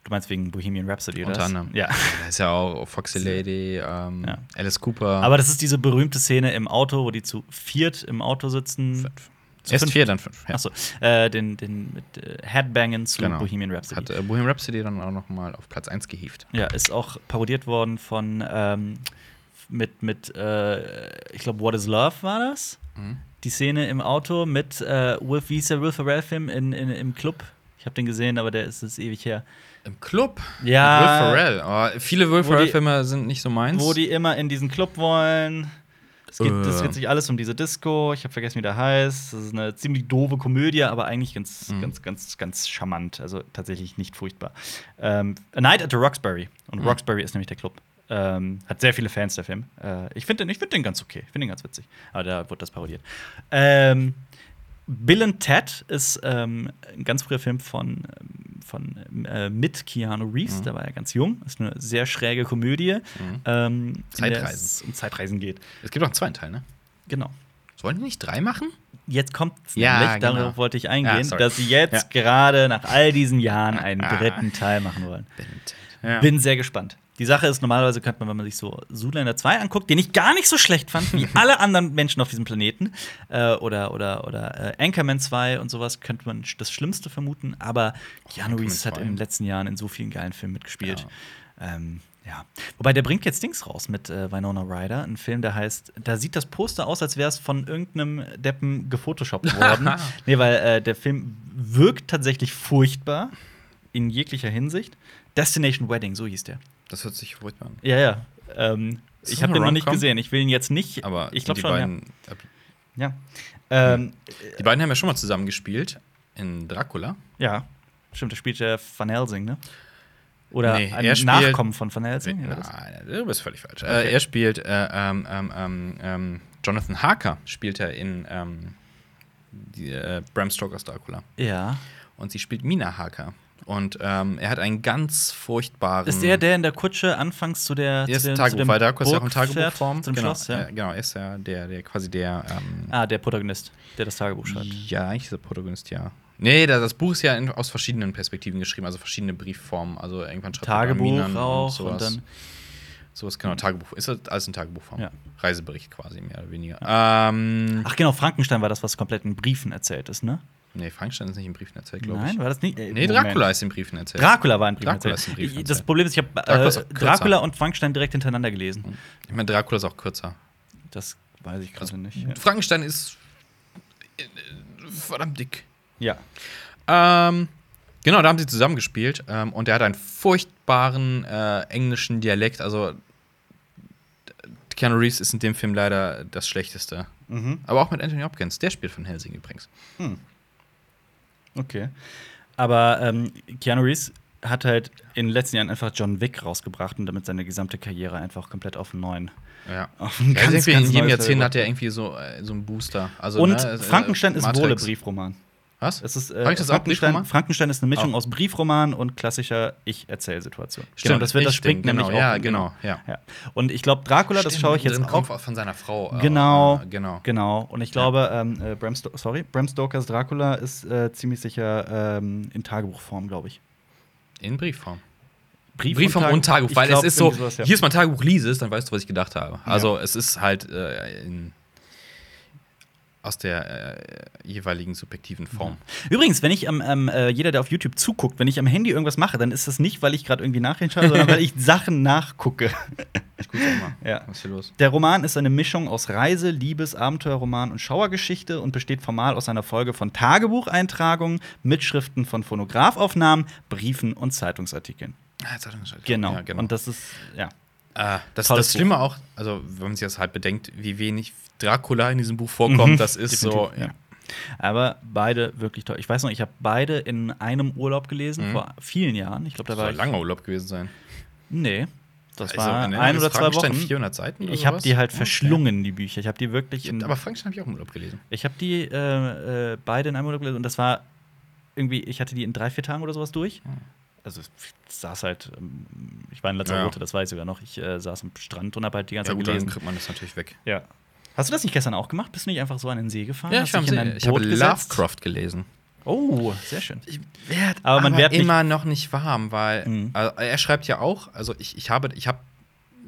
[SPEAKER 1] du meinst wegen Bohemian Rhapsody, oder?
[SPEAKER 2] Unter
[SPEAKER 1] was?
[SPEAKER 2] anderem.
[SPEAKER 1] Ja.
[SPEAKER 2] Da ist ja auch Foxy Lady, ähm,
[SPEAKER 1] Ja.
[SPEAKER 2] Alice Cooper.
[SPEAKER 1] Aber das ist diese berühmte Szene im Auto, wo die zu viert im Auto sitzen.
[SPEAKER 2] fünf.
[SPEAKER 1] zu
[SPEAKER 2] Erst
[SPEAKER 1] fünf.
[SPEAKER 2] vier, dann fünf. Ja.
[SPEAKER 1] Achso, äh, den, den mit äh, Headbangen zu
[SPEAKER 2] Genau.
[SPEAKER 1] Bohemian Rhapsody.
[SPEAKER 2] Hat äh, Bohemian Rhapsody dann auch noch mal auf Platz 1 gehievt.
[SPEAKER 1] Ja, ist auch parodiert worden von ähm, mit, mit äh, ich glaube, What is Love war das? Die Szene im Auto mit äh, Will, wie hieß der Will Ferrell Film in, in, im Club? Ich habe den gesehen, aber der ist, ist ewig her.
[SPEAKER 2] Im Club?
[SPEAKER 1] Ja.
[SPEAKER 2] Will Ferrell. Aber viele Will
[SPEAKER 1] die-
[SPEAKER 2] Ferrell-Filme sind nicht so meins.
[SPEAKER 1] Wo die immer in diesen Club wollen. Es geht, es
[SPEAKER 2] Äh.
[SPEAKER 1] dreht sich alles um diese Disco. Ich habe vergessen, wie der heißt. Das ist eine ziemlich doofe Komödie, aber eigentlich ganz, ganz, ganz, ganz charmant. Also tatsächlich nicht furchtbar. Ähm, A Night at the Roxbury. Und Roxbury ist nämlich der Club. Ähm, hat sehr viele Fans, der Film. Äh, ich finde den, ich find den ganz okay. Ich finde den ganz witzig. Aber da wurde das parodiert. Ähm, Bill and Ted ist ähm, ein ganz früher Film von, ähm, von äh, mit Keanu
[SPEAKER 2] Mhm.
[SPEAKER 1] Reeves, da war er ganz jung. Ist eine sehr schräge Komödie. Ähm, in der
[SPEAKER 2] Zeitreisen.
[SPEAKER 1] es um Zeitreisen geht.
[SPEAKER 2] Es gibt auch einen zweiten Teil, ne?
[SPEAKER 1] Genau.
[SPEAKER 2] Sollen die nicht drei machen?
[SPEAKER 1] Jetzt kommt es
[SPEAKER 2] Ja,
[SPEAKER 1] nämlich,
[SPEAKER 2] genau.
[SPEAKER 1] darauf wollte ich eingehen,
[SPEAKER 2] Ja, sorry.
[SPEAKER 1] dass sie jetzt gerade nach all diesen Jahren einen
[SPEAKER 2] Ah.
[SPEAKER 1] dritten Teil machen wollen.
[SPEAKER 2] Ja.
[SPEAKER 1] Bin sehr gespannt. Die Sache ist, normalerweise könnte man, wenn man sich so Zoolander 2 anguckt, den ich gar nicht so schlecht fand, wie alle anderen Menschen auf diesem Planeten, äh, oder, oder, oder äh, Anchorman 2 und sowas, könnte man sch- das Schlimmste vermuten. Aber Keanu
[SPEAKER 2] Anchorman
[SPEAKER 1] Reeves hat
[SPEAKER 2] 2.
[SPEAKER 1] in den letzten Jahren in so vielen geilen Filmen mitgespielt. Ja. Ähm, ja. Wobei, der bringt jetzt Dings raus mit äh, Winona Ryder, ein Film, der heißt, da sieht das Poster aus, als wäre es von irgendeinem Deppen gefotoshoppt worden. nee, weil äh, der Film wirkt tatsächlich furchtbar in jeglicher Hinsicht. Destination Wedding, so hieß der.
[SPEAKER 2] Das hört sich ruhig an.
[SPEAKER 1] Ja, ja. Ähm,
[SPEAKER 2] Ist das
[SPEAKER 1] ich habe
[SPEAKER 2] eine
[SPEAKER 1] den noch nicht
[SPEAKER 2] Rom-Com?
[SPEAKER 1] gesehen. Ich will ihn jetzt nicht.
[SPEAKER 2] Aber
[SPEAKER 1] ich glaube
[SPEAKER 2] die,
[SPEAKER 1] schon.
[SPEAKER 2] beiden, äh, Hm.
[SPEAKER 1] Ja. Ja. Ähm,
[SPEAKER 2] die beiden haben ja schon mal zusammen gespielt in Dracula.
[SPEAKER 1] ja. Stimmt, da spielt der Van Helsing, ne? Oder
[SPEAKER 2] Nee, er
[SPEAKER 1] ein
[SPEAKER 2] spielt-
[SPEAKER 1] Nachkommen von Van Helsing? oder was?
[SPEAKER 2] Nein, du bist völlig falsch. Äh, er spielt äh, ähm, ähm, ähm, ähm, Jonathan Harker spielt er in ähm, die, äh, Bram Stoker's Dracula.
[SPEAKER 1] ja.
[SPEAKER 2] Und sie spielt Mina Harker. Und ähm, er hat einen ganz furchtbaren.
[SPEAKER 1] Ist er der in der Kutsche anfangs zu der.
[SPEAKER 2] Er
[SPEAKER 1] zu
[SPEAKER 2] Hm. ist ein
[SPEAKER 1] dem- zu
[SPEAKER 2] Tagebuch,
[SPEAKER 1] dem
[SPEAKER 2] weil Dracula ist ja auch in
[SPEAKER 1] Burg fährt,
[SPEAKER 2] Tagebuchform.
[SPEAKER 1] Zum
[SPEAKER 2] genau,
[SPEAKER 1] Schloss, ja.
[SPEAKER 2] äh, genau, er ist ja der, der quasi der. Ähm,
[SPEAKER 1] Ah, der Protagonist, der das Tagebuch schreibt.
[SPEAKER 2] ja, eigentlich ist der Protagonist, ja. Nee, das das Buch ist ja in, aus verschiedenen Perspektiven geschrieben, also verschiedene Briefformen. Also irgendwann schreibt er
[SPEAKER 1] Tagebuch
[SPEAKER 2] Minan
[SPEAKER 1] auch und dann-
[SPEAKER 2] Sowas, genau, Tagebuch. Ist das alles in Tagebuchform?
[SPEAKER 1] Mhm. Ja.
[SPEAKER 2] Reisebericht quasi, mehr oder weniger. Ähm,
[SPEAKER 1] Ach genau, Frankenstein war das, was komplett in Briefen erzählt ist, ne?
[SPEAKER 2] nee, Frankenstein ist nicht in Briefen erzählt, glaube ich.
[SPEAKER 1] Nein, war das nicht? Äh,
[SPEAKER 2] Nee,
[SPEAKER 1] Moment.
[SPEAKER 2] Dracula ist in Briefen erzählt.
[SPEAKER 1] Dracula war in Briefen
[SPEAKER 2] Dracula ist in
[SPEAKER 1] erzählt.
[SPEAKER 2] Briefen
[SPEAKER 1] Das
[SPEAKER 2] erzählt.
[SPEAKER 1] Problem ist, ich habe
[SPEAKER 2] Dracula ist
[SPEAKER 1] äh,
[SPEAKER 2] auch kürzer.
[SPEAKER 1] Dracula und Frankenstein direkt hintereinander gelesen.
[SPEAKER 2] ich meine, Dracula ist auch kürzer.
[SPEAKER 1] Das weiß ich
[SPEAKER 2] Also
[SPEAKER 1] gerade nicht. Ja.
[SPEAKER 2] Frankenstein ist äh, äh, verdammt dick.
[SPEAKER 1] Ja.
[SPEAKER 2] Ähm, genau, da haben sie zusammen gespielt ähm, und er hat einen furchtbaren äh, englischen Dialekt. Also Keanu Reeves ist in dem Film leider das Schlechteste.
[SPEAKER 1] Mhm.
[SPEAKER 2] Aber auch mit Anthony Hopkins, der spielt von Helsing übrigens.
[SPEAKER 1] Okay. Aber ähm, Keanu Reeves hat halt in den letzten Jahren einfach John Wick rausgebracht und damit seine gesamte Karriere einfach komplett auf einen neuen.
[SPEAKER 2] Ja.
[SPEAKER 1] Auf einen
[SPEAKER 2] Ja, irgendwie in jedem
[SPEAKER 1] neues
[SPEAKER 2] Jahrzehnt
[SPEAKER 1] Level
[SPEAKER 2] hat er irgendwie so, äh, so einen Booster. Also,
[SPEAKER 1] Und
[SPEAKER 2] ne, äh,
[SPEAKER 1] Frankenstein ist
[SPEAKER 2] Matrix.
[SPEAKER 1] wohl ein Briefroman.
[SPEAKER 2] Was?
[SPEAKER 1] Es ist,
[SPEAKER 2] Reicht
[SPEAKER 1] äh,
[SPEAKER 2] das
[SPEAKER 1] Frankenstein,
[SPEAKER 2] Abrichtroman?
[SPEAKER 1] Frankenstein ist eine Mischung
[SPEAKER 2] Oh.
[SPEAKER 1] aus Briefroman und klassischer Ich-Erzähl-Situation.
[SPEAKER 2] Genau,
[SPEAKER 1] das, wird, das
[SPEAKER 2] richtig,
[SPEAKER 1] springt
[SPEAKER 2] genau,
[SPEAKER 1] nämlich auch.
[SPEAKER 2] Ja,
[SPEAKER 1] in-
[SPEAKER 2] genau. Ja.
[SPEAKER 1] Ja. Und ich glaube, Dracula, das
[SPEAKER 2] Stimmt,
[SPEAKER 1] schaue ich
[SPEAKER 2] mit
[SPEAKER 1] jetzt
[SPEAKER 2] dem
[SPEAKER 1] auch.
[SPEAKER 2] Kopf von seiner Frau. äh,
[SPEAKER 1] Genau,
[SPEAKER 2] äh, genau.
[SPEAKER 1] genau. Und ich glaube, ähm, äh, Bram, Sto sorry, Bram Stokers Dracula ist äh, ziemlich sicher ähm, in Tagebuchform, glaube ich.
[SPEAKER 2] In Briefform.
[SPEAKER 1] Brief,
[SPEAKER 2] Briefform und, Tagebuch,
[SPEAKER 1] Ich
[SPEAKER 2] weil
[SPEAKER 1] glaub,
[SPEAKER 2] es ist so,
[SPEAKER 1] irgendwie sowas, ja.
[SPEAKER 2] hier ist mein Tagebuch, lies es, dann weißt du, was ich gedacht habe. Also es ist halt äh, in, aus der äh, jeweiligen subjektiven Form.
[SPEAKER 1] Übrigens, wenn ich am, am äh, jeder, der auf YouTube zuguckt, wenn ich am Handy irgendwas mache, dann ist das nicht, weil ich gerade irgendwie Nachrichten schaue, sondern weil ich Sachen nachgucke.
[SPEAKER 2] Ich guck's auch mal.
[SPEAKER 1] Ja.
[SPEAKER 2] Was ist hier los?
[SPEAKER 1] Der Roman ist eine Mischung aus Reise, Liebes, Abenteuerroman und Schauergeschichte und besteht formal aus einer Folge von Tagebucheintragungen, Mitschriften von Phonographaufnahmen, Briefen und Zeitungsartikeln.
[SPEAKER 2] Ah, jetzt hat er geschaltet.
[SPEAKER 1] Genau.
[SPEAKER 2] Ja, genau.
[SPEAKER 1] Und das ist, ja.
[SPEAKER 2] Äh, das,
[SPEAKER 1] Tolles
[SPEAKER 2] das Schlimme auch, also wenn man sich das halt bedenkt, wie wenig Dracula in diesem Buch vorkommt,
[SPEAKER 1] Mhm,
[SPEAKER 2] das ist so.
[SPEAKER 1] definitiv,
[SPEAKER 2] Ja.
[SPEAKER 1] ja. Aber beide wirklich toll. Ich weiß noch, ich habe beide in einem Urlaub gelesen,
[SPEAKER 2] Mhm.
[SPEAKER 1] vor vielen Jahren. Ich glaube, da
[SPEAKER 2] Das soll
[SPEAKER 1] war ich.
[SPEAKER 2] langer Urlaub gewesen sein.
[SPEAKER 1] Nee. Das
[SPEAKER 2] Also,
[SPEAKER 1] war
[SPEAKER 2] ne,
[SPEAKER 1] ein
[SPEAKER 2] ist
[SPEAKER 1] oder zwei
[SPEAKER 2] Frankenstein
[SPEAKER 1] Wochen.
[SPEAKER 2] 400 Seiten oder
[SPEAKER 1] Ich habe
[SPEAKER 2] sowas?
[SPEAKER 1] die halt
[SPEAKER 2] Okay.
[SPEAKER 1] verschlungen, die Bücher. Ich habe die wirklich
[SPEAKER 2] Ich
[SPEAKER 1] in.
[SPEAKER 2] hab, aber Frankenstein habe ich auch im Urlaub gelesen.
[SPEAKER 1] Ich habe die äh, äh, beide in einem Urlaub gelesen und das war irgendwie, ich hatte die in drei, vier Tagen oder sowas durch.
[SPEAKER 2] Hm.
[SPEAKER 1] Also ich saß halt, ähm, ich war in Lanzarote,
[SPEAKER 2] Ja.
[SPEAKER 1] das weiß ich sogar noch. Ich äh, saß am Strand und habe halt die ganze Zeit
[SPEAKER 2] dann
[SPEAKER 1] gelesen.
[SPEAKER 2] kriegt man das natürlich weg.
[SPEAKER 1] Ja. Hast du das nicht gestern auch gemacht? Bist du nicht einfach so an den See gefahren?
[SPEAKER 2] Ja,
[SPEAKER 1] Hast
[SPEAKER 2] ich, hab-
[SPEAKER 1] dich in dein
[SPEAKER 2] ich habe
[SPEAKER 1] Boot gesetzt?
[SPEAKER 2] Lovecraft gelesen.
[SPEAKER 1] Oh, sehr schön.
[SPEAKER 2] Ich werd
[SPEAKER 1] Aber man werd nicht-
[SPEAKER 2] immer noch nicht warm, weil
[SPEAKER 1] Mhm.
[SPEAKER 2] also, er schreibt ja auch, also ich, ich habe, ich habe.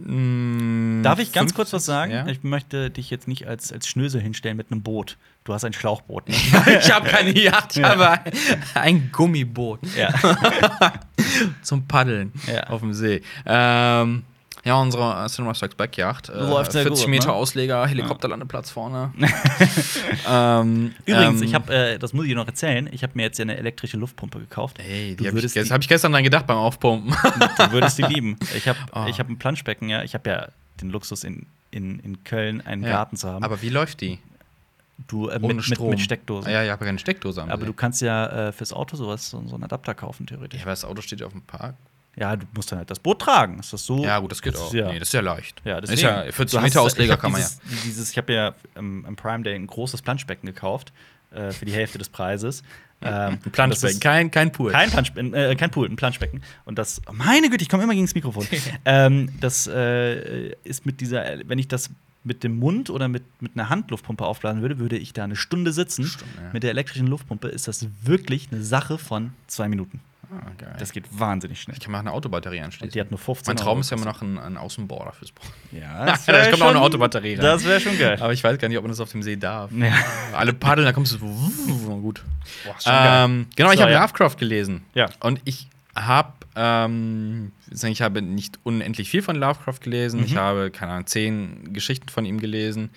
[SPEAKER 2] mm,
[SPEAKER 1] Darf ich ganz
[SPEAKER 2] fünf-
[SPEAKER 1] kurz was sagen?
[SPEAKER 2] Ja?
[SPEAKER 1] Ich möchte dich jetzt nicht als, als Schnösel hinstellen mit einem Boot. Du hast ein Schlauchboot. Ne?
[SPEAKER 2] ich habe keine Yacht, ich habe ein, ein Gummiboot
[SPEAKER 1] ja.
[SPEAKER 2] zum Paddeln
[SPEAKER 1] Ja.
[SPEAKER 2] auf dem See. Ähm, ja, unsere äh, Cinema Strikes Back Yacht. Äh,
[SPEAKER 1] Läuft sehr
[SPEAKER 2] 40
[SPEAKER 1] gut,
[SPEAKER 2] Meter
[SPEAKER 1] ne?
[SPEAKER 2] Ausleger, Helikopterlandeplatz vorne. ähm,
[SPEAKER 1] Übrigens,
[SPEAKER 2] ähm,
[SPEAKER 1] ich habe, äh, das muss ich noch erzählen, ich habe mir jetzt ja eine elektrische Luftpumpe gekauft.
[SPEAKER 2] Ey,
[SPEAKER 1] du
[SPEAKER 2] die hab ich,
[SPEAKER 1] würdest
[SPEAKER 2] das
[SPEAKER 1] die-
[SPEAKER 2] habe ich gestern dran gedacht beim Aufpumpen.
[SPEAKER 1] Du würdest die lieben. Ich habe
[SPEAKER 2] Ah.
[SPEAKER 1] ich hab ein Planschbecken, ja. Ich habe ja den Luxus, in, in, in Köln einen
[SPEAKER 2] Ja.
[SPEAKER 1] Garten zu haben.
[SPEAKER 2] Aber wie läuft die?
[SPEAKER 1] du äh,
[SPEAKER 2] Ohne
[SPEAKER 1] mit, mit,
[SPEAKER 2] Strom.
[SPEAKER 1] mit Steckdosen.
[SPEAKER 2] Ah, ja, ich habe keine Steckdose am
[SPEAKER 1] Aber
[SPEAKER 2] See.
[SPEAKER 1] du kannst ja äh, fürs Auto sowas, so, so einen Adapter kaufen,
[SPEAKER 2] Ja,
[SPEAKER 1] theoretisch.
[SPEAKER 2] aber das Auto steht ja auf dem Park.
[SPEAKER 1] Ja, du musst dann halt das Boot tragen. Ist das so?
[SPEAKER 2] Ja, gut, das geht
[SPEAKER 1] Oh, Das
[SPEAKER 2] auch.
[SPEAKER 1] ist ja-
[SPEAKER 2] Nee, das ist ja leicht.
[SPEAKER 1] Ja,
[SPEAKER 2] das
[SPEAKER 1] deswegen.
[SPEAKER 2] ist ja 40
[SPEAKER 1] Du hast-
[SPEAKER 2] Meter Ausleger
[SPEAKER 1] ich hab
[SPEAKER 2] kann man ja.
[SPEAKER 1] dieses, Dieses, ich habe ja ähm, am Prime Day ein großes Planschbecken gekauft äh, für die Hälfte des Preises. Ähm, das ist-
[SPEAKER 2] kein, kein Pool.
[SPEAKER 1] Kein, Planschbecken, äh, kein Pool, ein Planschbecken. Und das, oh, meine Güte, ich komme immer gegen das Mikrofon. ähm, das äh, ist mit dieser, wenn ich das mit dem Mund oder mit, mit einer Handluftpumpe aufladen würde, würde ich da eine Stunde sitzen.
[SPEAKER 2] Stunde, ja.
[SPEAKER 1] Mit der elektrischen Luftpumpe ist das wirklich eine Sache von zwei Minuten.
[SPEAKER 2] Ah, geil.
[SPEAKER 1] Das geht wahnsinnig schnell.
[SPEAKER 2] ich kann mir auch eine Autobatterie
[SPEAKER 1] Und
[SPEAKER 2] anschließen.
[SPEAKER 1] die hat nur 15
[SPEAKER 2] mein Traum
[SPEAKER 1] Euro
[SPEAKER 2] ist ja immer
[SPEAKER 1] gekostet.
[SPEAKER 2] noch ein, ein Außenborder fürs Boot.
[SPEAKER 1] Ja,
[SPEAKER 2] Da
[SPEAKER 1] wär
[SPEAKER 2] kommt auch eine
[SPEAKER 1] schon-
[SPEAKER 2] Autobatterie rein.
[SPEAKER 1] Das wäre schon geil.
[SPEAKER 2] Aber ich weiß gar nicht, ob man das auf dem See darf.
[SPEAKER 1] Ja.
[SPEAKER 2] Alle paddeln, dann kommst du so. wuh, Gut.
[SPEAKER 1] Boah, ist schon geil.
[SPEAKER 2] Ähm, genau, ich
[SPEAKER 1] So,
[SPEAKER 2] habe
[SPEAKER 1] ja.
[SPEAKER 2] Lovecraft gelesen.
[SPEAKER 1] Ja.
[SPEAKER 2] Und ich habe, ähm, sagen, ich habe nicht unendlich viel von Lovecraft gelesen.
[SPEAKER 1] Mhm.
[SPEAKER 2] Ich habe, keine Ahnung, zehn Geschichten von ihm gelesen.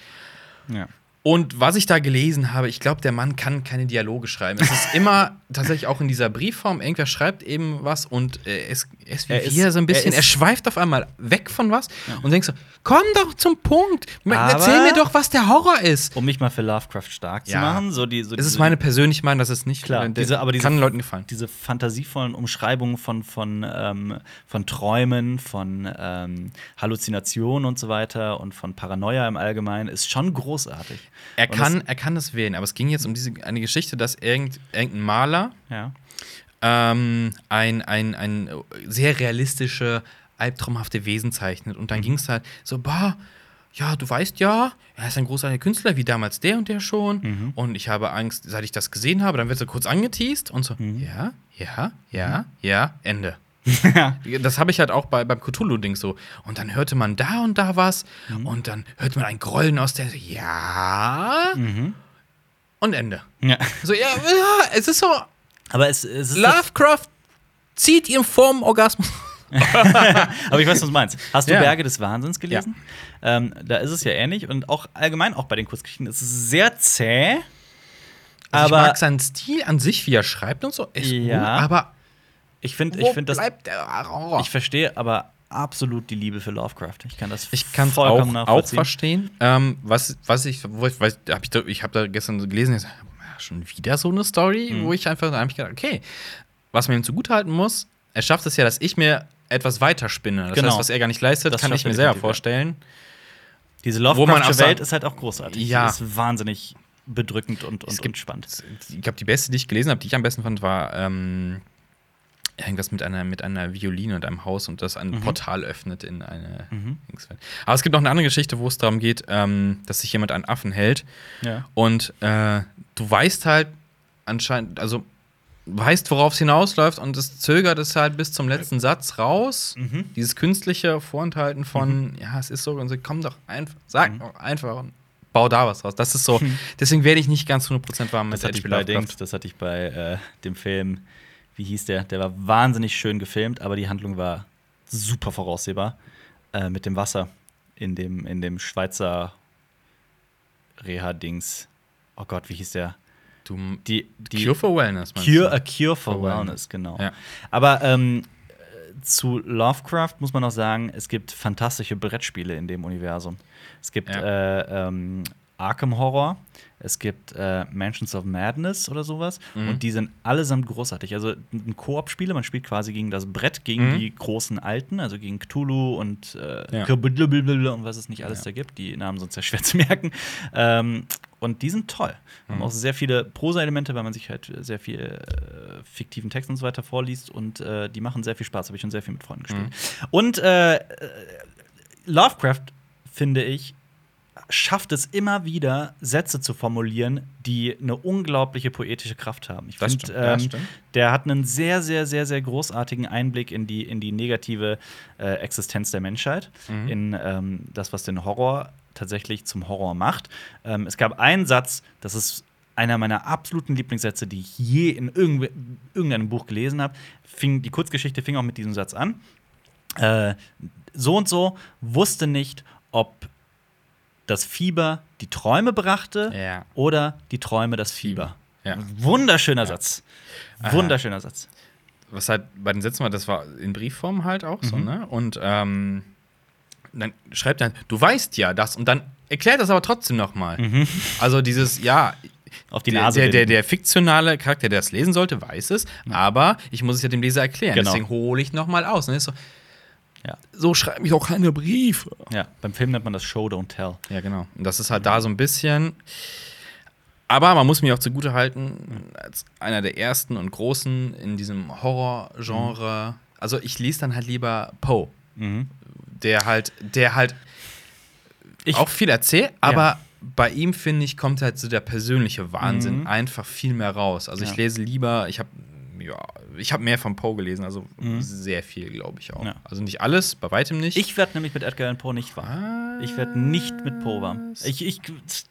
[SPEAKER 1] ja.
[SPEAKER 2] Und was ich da gelesen habe, ich glaube, der Mann kann keine Dialoge schreiben. Es ist immer tatsächlich auch in dieser Briefform, irgendwer schreibt eben was und äh, es, es
[SPEAKER 1] Er
[SPEAKER 2] wird hier
[SPEAKER 1] ist-
[SPEAKER 2] so ein bisschen, er,
[SPEAKER 1] er ist-
[SPEAKER 2] schweift auf einmal weg von was und denkst so, komm doch zum Punkt. Ich mein,
[SPEAKER 1] Aber-
[SPEAKER 2] erzähl mir doch, was der Horror ist.
[SPEAKER 1] Um mich mal für Lovecraft stark zu
[SPEAKER 2] Ja.
[SPEAKER 1] machen, so die, so
[SPEAKER 2] Es ist
[SPEAKER 1] diese-
[SPEAKER 2] meine persönliche Meinung, das ist nicht
[SPEAKER 1] Klar,
[SPEAKER 2] äh, der-
[SPEAKER 1] diese- aber diese-
[SPEAKER 2] kann Leuten gefallen.
[SPEAKER 1] diese fantasievollen Umschreibungen von, von, ähm, von Träumen, von ähm, Halluzinationen und so weiter und von Paranoia im Allgemeinen ist schon großartig.
[SPEAKER 2] Er
[SPEAKER 1] Und
[SPEAKER 2] kann, er kann das wählen, aber es ging jetzt um diese eine Geschichte, dass irgend, irgendein Maler
[SPEAKER 1] Das, ja.
[SPEAKER 2] ähm, ein, ein, ein sehr realistische, albtraumhafte Wesen zeichnet. Und dann ging es halt so, bah, ja, du weißt ja, er ist ein großartiger Künstler, wie damals der und der schon. Und ich habe Angst, seit ich das gesehen habe, dann wird so kurz angeteased und so, ja, ja, ja, ja, Ende. Das habe ich halt auch bei, beim Cthulhu-Ding so. Und dann hörte man da und da was und dann hört man ein Grollen aus der, ja, und Ende.
[SPEAKER 1] Ja.
[SPEAKER 2] So, ja, ja, es ist so,
[SPEAKER 1] Aber es, es ist.
[SPEAKER 2] Lovecraft zieht ihn vorm Orgasmus.
[SPEAKER 1] Aber ich weiß, was du meinst. Hast du
[SPEAKER 2] Ja.
[SPEAKER 1] Berge des Wahnsinns gelesen? Ähm, da ist es ja ähnlich und auch allgemein auch bei den Kurzgeschichten ist es sehr zäh.
[SPEAKER 2] Aber Also ich
[SPEAKER 1] Aber
[SPEAKER 2] mag seinen Stil an sich, wie er schreibt und so, ist
[SPEAKER 1] Ja.
[SPEAKER 2] gut, aber
[SPEAKER 1] ich finde,
[SPEAKER 2] wo
[SPEAKER 1] ich finde das.
[SPEAKER 2] bleibt der Ah, oh. Horror?
[SPEAKER 1] Ich verstehe aber absolut die Liebe für Lovecraft. Ich kann das
[SPEAKER 2] Ich kann es auch,
[SPEAKER 1] vollkommen
[SPEAKER 2] auch
[SPEAKER 1] nachvollziehen.
[SPEAKER 2] verstehen. Ähm, was, was ich, wo ich weiß, hab ich, da- ich habe da gestern so gelesen, ich sag, ja, schon wieder so eine Story,
[SPEAKER 1] Mhm.
[SPEAKER 2] wo ich einfach, da hab ich gedacht, okay, was man ihm zugutehalten muss, er schafft es ja, dass ich mir etwas weiterspinne. Das
[SPEAKER 1] Genau.
[SPEAKER 2] heißt, was er gar nicht leistet,
[SPEAKER 1] Das
[SPEAKER 2] kann ich
[SPEAKER 1] schafft er
[SPEAKER 2] mir selber
[SPEAKER 1] definitiv, ja.
[SPEAKER 2] vorstellen.
[SPEAKER 1] Diese
[SPEAKER 2] Wo man auch
[SPEAKER 1] Lovecraftsche
[SPEAKER 2] sagt-
[SPEAKER 1] Welt ist halt auch großartig.
[SPEAKER 2] Ja.
[SPEAKER 1] Die ist wahnsinnig bedrückend und, und,
[SPEAKER 2] Es gibt-
[SPEAKER 1] und spannend.
[SPEAKER 2] Ich glaube, die beste, die ich gelesen habe, die ich am besten fand, war ähm, irgendwas mit einer, mit einer Violine und einem Haus und das ein
[SPEAKER 1] Mhm.
[SPEAKER 2] Portal öffnet in eine Dingswelt. Aber es gibt noch eine andere Geschichte, wo es darum geht, ähm, dass sich jemand an Affen hält.
[SPEAKER 1] Ja.
[SPEAKER 2] Und äh, du weißt halt anscheinend, also weißt, worauf es hinausläuft und es zögert es halt bis zum letzten Satz raus.
[SPEAKER 1] Mhm.
[SPEAKER 2] Dieses künstliche Vorenthalten von, ja, es ist so, und sie kommen doch einfach,
[SPEAKER 1] Mhm.
[SPEAKER 2] sag doch einfach und bau da was raus. Das ist so, deswegen werde ich nicht ganz 100% warm mit
[SPEAKER 1] Das hatte ich
[SPEAKER 2] H.P.
[SPEAKER 1] bei
[SPEAKER 2] Lovecraft.
[SPEAKER 1] Dings, das hatte ich bei äh, dem Film, wie hieß der? Der war wahnsinnig schön gefilmt, aber die Handlung war super voraussehbar. Äh, mit dem Wasser in dem, in dem Schweizer Reha-Dings. Oh Gott, wie hieß der?
[SPEAKER 2] Du,
[SPEAKER 1] Die, die
[SPEAKER 2] Cure for Wellness, meinst
[SPEAKER 1] Cure,
[SPEAKER 2] du?
[SPEAKER 1] a Cure for,
[SPEAKER 2] For
[SPEAKER 1] Wellness,
[SPEAKER 2] Wellness,
[SPEAKER 1] genau.
[SPEAKER 2] ja.
[SPEAKER 1] Aber ähm, zu Lovecraft muss man noch sagen, es gibt fantastische Brettspiele in dem Universum. Es gibt
[SPEAKER 2] Ja.
[SPEAKER 1] äh, ähm, Arkham Horror, es gibt äh, Mansions of Madness oder sowas.
[SPEAKER 2] Mhm.
[SPEAKER 1] Und die sind allesamt großartig. Also ein Koop-Spiele, man spielt quasi gegen das Brett, gegen
[SPEAKER 2] Mhm.
[SPEAKER 1] die großen Alten, also gegen Cthulhu und äh,
[SPEAKER 2] Ja.
[SPEAKER 1] Kabudlublublublu und was es nicht alles
[SPEAKER 2] Ja.
[SPEAKER 1] da gibt. Die Namen sind sehr schwer zu merken. Ähm, und die sind toll.
[SPEAKER 2] Mhm.
[SPEAKER 1] Haben auch sehr viele Prosa-Elemente, weil man sich halt sehr viel äh, fiktiven Text und so weiter vorliest. Und äh, die machen sehr viel Spaß. Habe ich schon sehr viel mit Freunden gespielt.
[SPEAKER 2] Mhm.
[SPEAKER 1] Und äh, äh, Lovecraft, finde ich, schafft es immer wieder, Sätze zu formulieren, die eine unglaubliche poetische Kraft haben. Ich
[SPEAKER 2] Das
[SPEAKER 1] find,
[SPEAKER 2] stimmt, das
[SPEAKER 1] ähm,
[SPEAKER 2] stimmt.
[SPEAKER 1] der hat einen sehr, sehr, sehr, sehr großartigen Einblick in die, in die negative äh, Existenz der Menschheit, in ähm, das, was den Horror tatsächlich zum Horror macht. Ähm, es gab einen Satz, das ist einer meiner absoluten Lieblingssätze, die ich je in irgendw- irgendeinem Buch gelesen habe. Fing- Die Kurzgeschichte fing auch mit diesem Satz an. Äh, so und so wusste nicht, ob das Fieber die Träume brachte
[SPEAKER 2] Ja.
[SPEAKER 1] oder die Träume das Fieber.
[SPEAKER 2] Ja.
[SPEAKER 1] Wunderschöner Satz. Wunderschöner Satz.
[SPEAKER 2] was halt bei den Sätzen war, das war in Briefform halt auch
[SPEAKER 1] Mhm.
[SPEAKER 2] so, ne? Und ähm, dann schreibt er, halt, du weißt ja das und dann erklärt das aber trotzdem nochmal. Also dieses, ja.
[SPEAKER 1] Auf Mhm. die
[SPEAKER 2] der-
[SPEAKER 1] Nase
[SPEAKER 2] Der, der,
[SPEAKER 1] binden.
[SPEAKER 2] der fiktionale Charakter, der das lesen sollte, weiß es, aber ich muss es ja dem Leser erklären.
[SPEAKER 1] Genau.
[SPEAKER 2] Deswegen hole ich nochmal aus. Und dann ist so,
[SPEAKER 1] Ja.
[SPEAKER 2] so schreibe ich auch keine Briefe.
[SPEAKER 1] Ja, beim Film nennt man das Show, Don't Tell.
[SPEAKER 2] Ja, genau. Und das ist halt da so ein bisschen. Aber man muss mir auch zugute halten, als einer der ersten und großen in diesem Horror-Genre. Also ich lese dann halt lieber Poe,
[SPEAKER 1] Mhm.
[SPEAKER 2] der halt, der halt
[SPEAKER 1] Ich-
[SPEAKER 2] auch viel erzählt, aber bei ihm, finde ich, kommt halt so der persönliche Wahnsinn einfach viel mehr raus. Also
[SPEAKER 1] Mhm. Ja.
[SPEAKER 2] ich lese lieber, ich habe ja, ich habe mehr von Poe gelesen, also sehr viel, glaube ich auch.
[SPEAKER 1] Mhm. Ja.
[SPEAKER 2] Also nicht alles, bei weitem nicht. Ah.
[SPEAKER 1] Ich werde nämlich mit Edgar Allan Poe nicht warm. Ich werde nicht mit Poe warm. Ich, ich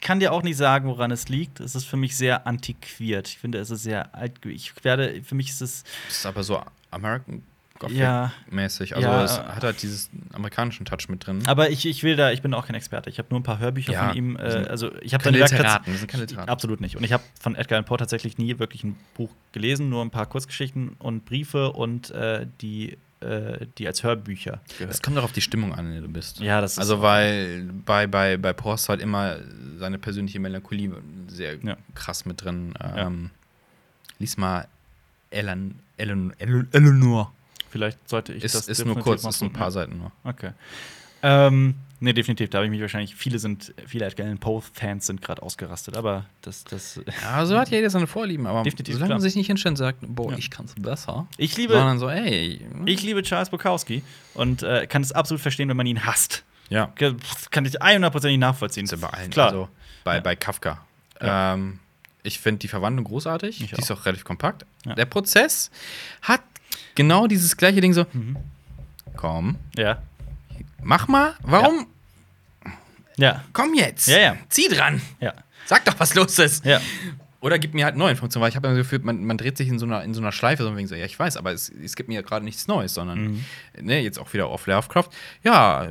[SPEAKER 1] kann dir auch nicht sagen, woran es liegt. Es ist für mich sehr antiquiert. Ich finde, es ist sehr alt. Ich werde, für mich ist es.
[SPEAKER 2] Das ist aber so American
[SPEAKER 1] Ja.
[SPEAKER 2] Gothic-mäßig. Also
[SPEAKER 1] Ja.
[SPEAKER 2] es hat halt dieses amerikanischen Touch mit drin.
[SPEAKER 1] Aber ich, ich will da, ich bin auch kein Experte. Ich habe nur ein paar Hörbücher
[SPEAKER 2] Ja,
[SPEAKER 1] von ihm. Äh,
[SPEAKER 2] wir sind
[SPEAKER 1] also ich habe
[SPEAKER 2] keine
[SPEAKER 1] seine Werke
[SPEAKER 2] Literaten,
[SPEAKER 1] tats-
[SPEAKER 2] wir sind keine Literaten.
[SPEAKER 1] Absolut nicht. Und ich habe von Edgar Allan Poe tatsächlich nie wirklich ein Buch gelesen, nur ein paar Kurzgeschichten und Briefe und äh, die, äh, die als Hörbücher gehört.
[SPEAKER 2] es kommt doch auf die Stimmung an, in der du bist.
[SPEAKER 1] Ja, das ist-
[SPEAKER 2] Also, weil bei, bei, bei Post halt immer seine persönliche Melancholie sehr
[SPEAKER 1] Ja.
[SPEAKER 2] krass mit drin.
[SPEAKER 1] Ja.
[SPEAKER 2] Ähm, Lies mal Ellen, Ellen, Ellen, Eleanor.
[SPEAKER 1] Vielleicht sollte ich das
[SPEAKER 2] Ist, ist nur
[SPEAKER 1] definitiv
[SPEAKER 2] kurz,
[SPEAKER 1] mal
[SPEAKER 2] ist nur ein
[SPEAKER 1] tun,
[SPEAKER 2] paar
[SPEAKER 1] ja.
[SPEAKER 2] Seiten nur.
[SPEAKER 1] Okay. Ähm, nee, definitiv. Da habe ich mich wahrscheinlich. Viele sind, viele Edgar Allan Poe-Fans sind gerade ausgerastet, aber das, das.
[SPEAKER 2] Ja, so hat jeder seine Vorlieben, aber
[SPEAKER 1] Definitiv,
[SPEAKER 2] solange
[SPEAKER 1] klar.
[SPEAKER 2] man sich nicht hinstellt und sagt, boah,
[SPEAKER 1] Ja.
[SPEAKER 2] ich kann's besser.
[SPEAKER 1] Ich liebe,
[SPEAKER 2] Sondern so, ey.
[SPEAKER 1] ich liebe Charles Bukowski und äh, kann es absolut verstehen, wenn man ihn hasst.
[SPEAKER 2] Ja.
[SPEAKER 1] Ge- pff, Kann ich 100%ig nachvollziehen.
[SPEAKER 2] Ist ja bei allen.
[SPEAKER 1] Klar.
[SPEAKER 2] Also bei, bei Kafka. Ähm, ich finde die Verwandlung großartig.
[SPEAKER 1] Ich
[SPEAKER 2] die ist auch relativ kompakt.
[SPEAKER 1] Ja.
[SPEAKER 2] Der Prozess hat genau dieses gleiche Ding so.
[SPEAKER 1] Mhm.
[SPEAKER 2] Komm,
[SPEAKER 1] Ja.
[SPEAKER 2] mach mal. Warum?
[SPEAKER 1] Ja.
[SPEAKER 2] Komm jetzt.
[SPEAKER 1] Ja, ja.
[SPEAKER 2] Zieh dran.
[SPEAKER 1] Ja.
[SPEAKER 2] Sag doch, was los ist.
[SPEAKER 1] Ja.
[SPEAKER 2] Oder gib mir halt neue Informationen, weil ich habe immer gefühlt, man, man dreht sich in so einer, in so einer Schleife, so von wegen so, ja, ich weiß, aber es, es gibt mir gerade nichts Neues,
[SPEAKER 1] Mhm.
[SPEAKER 2] sondern, ne, jetzt auch wieder auf Lovecraft. Ja,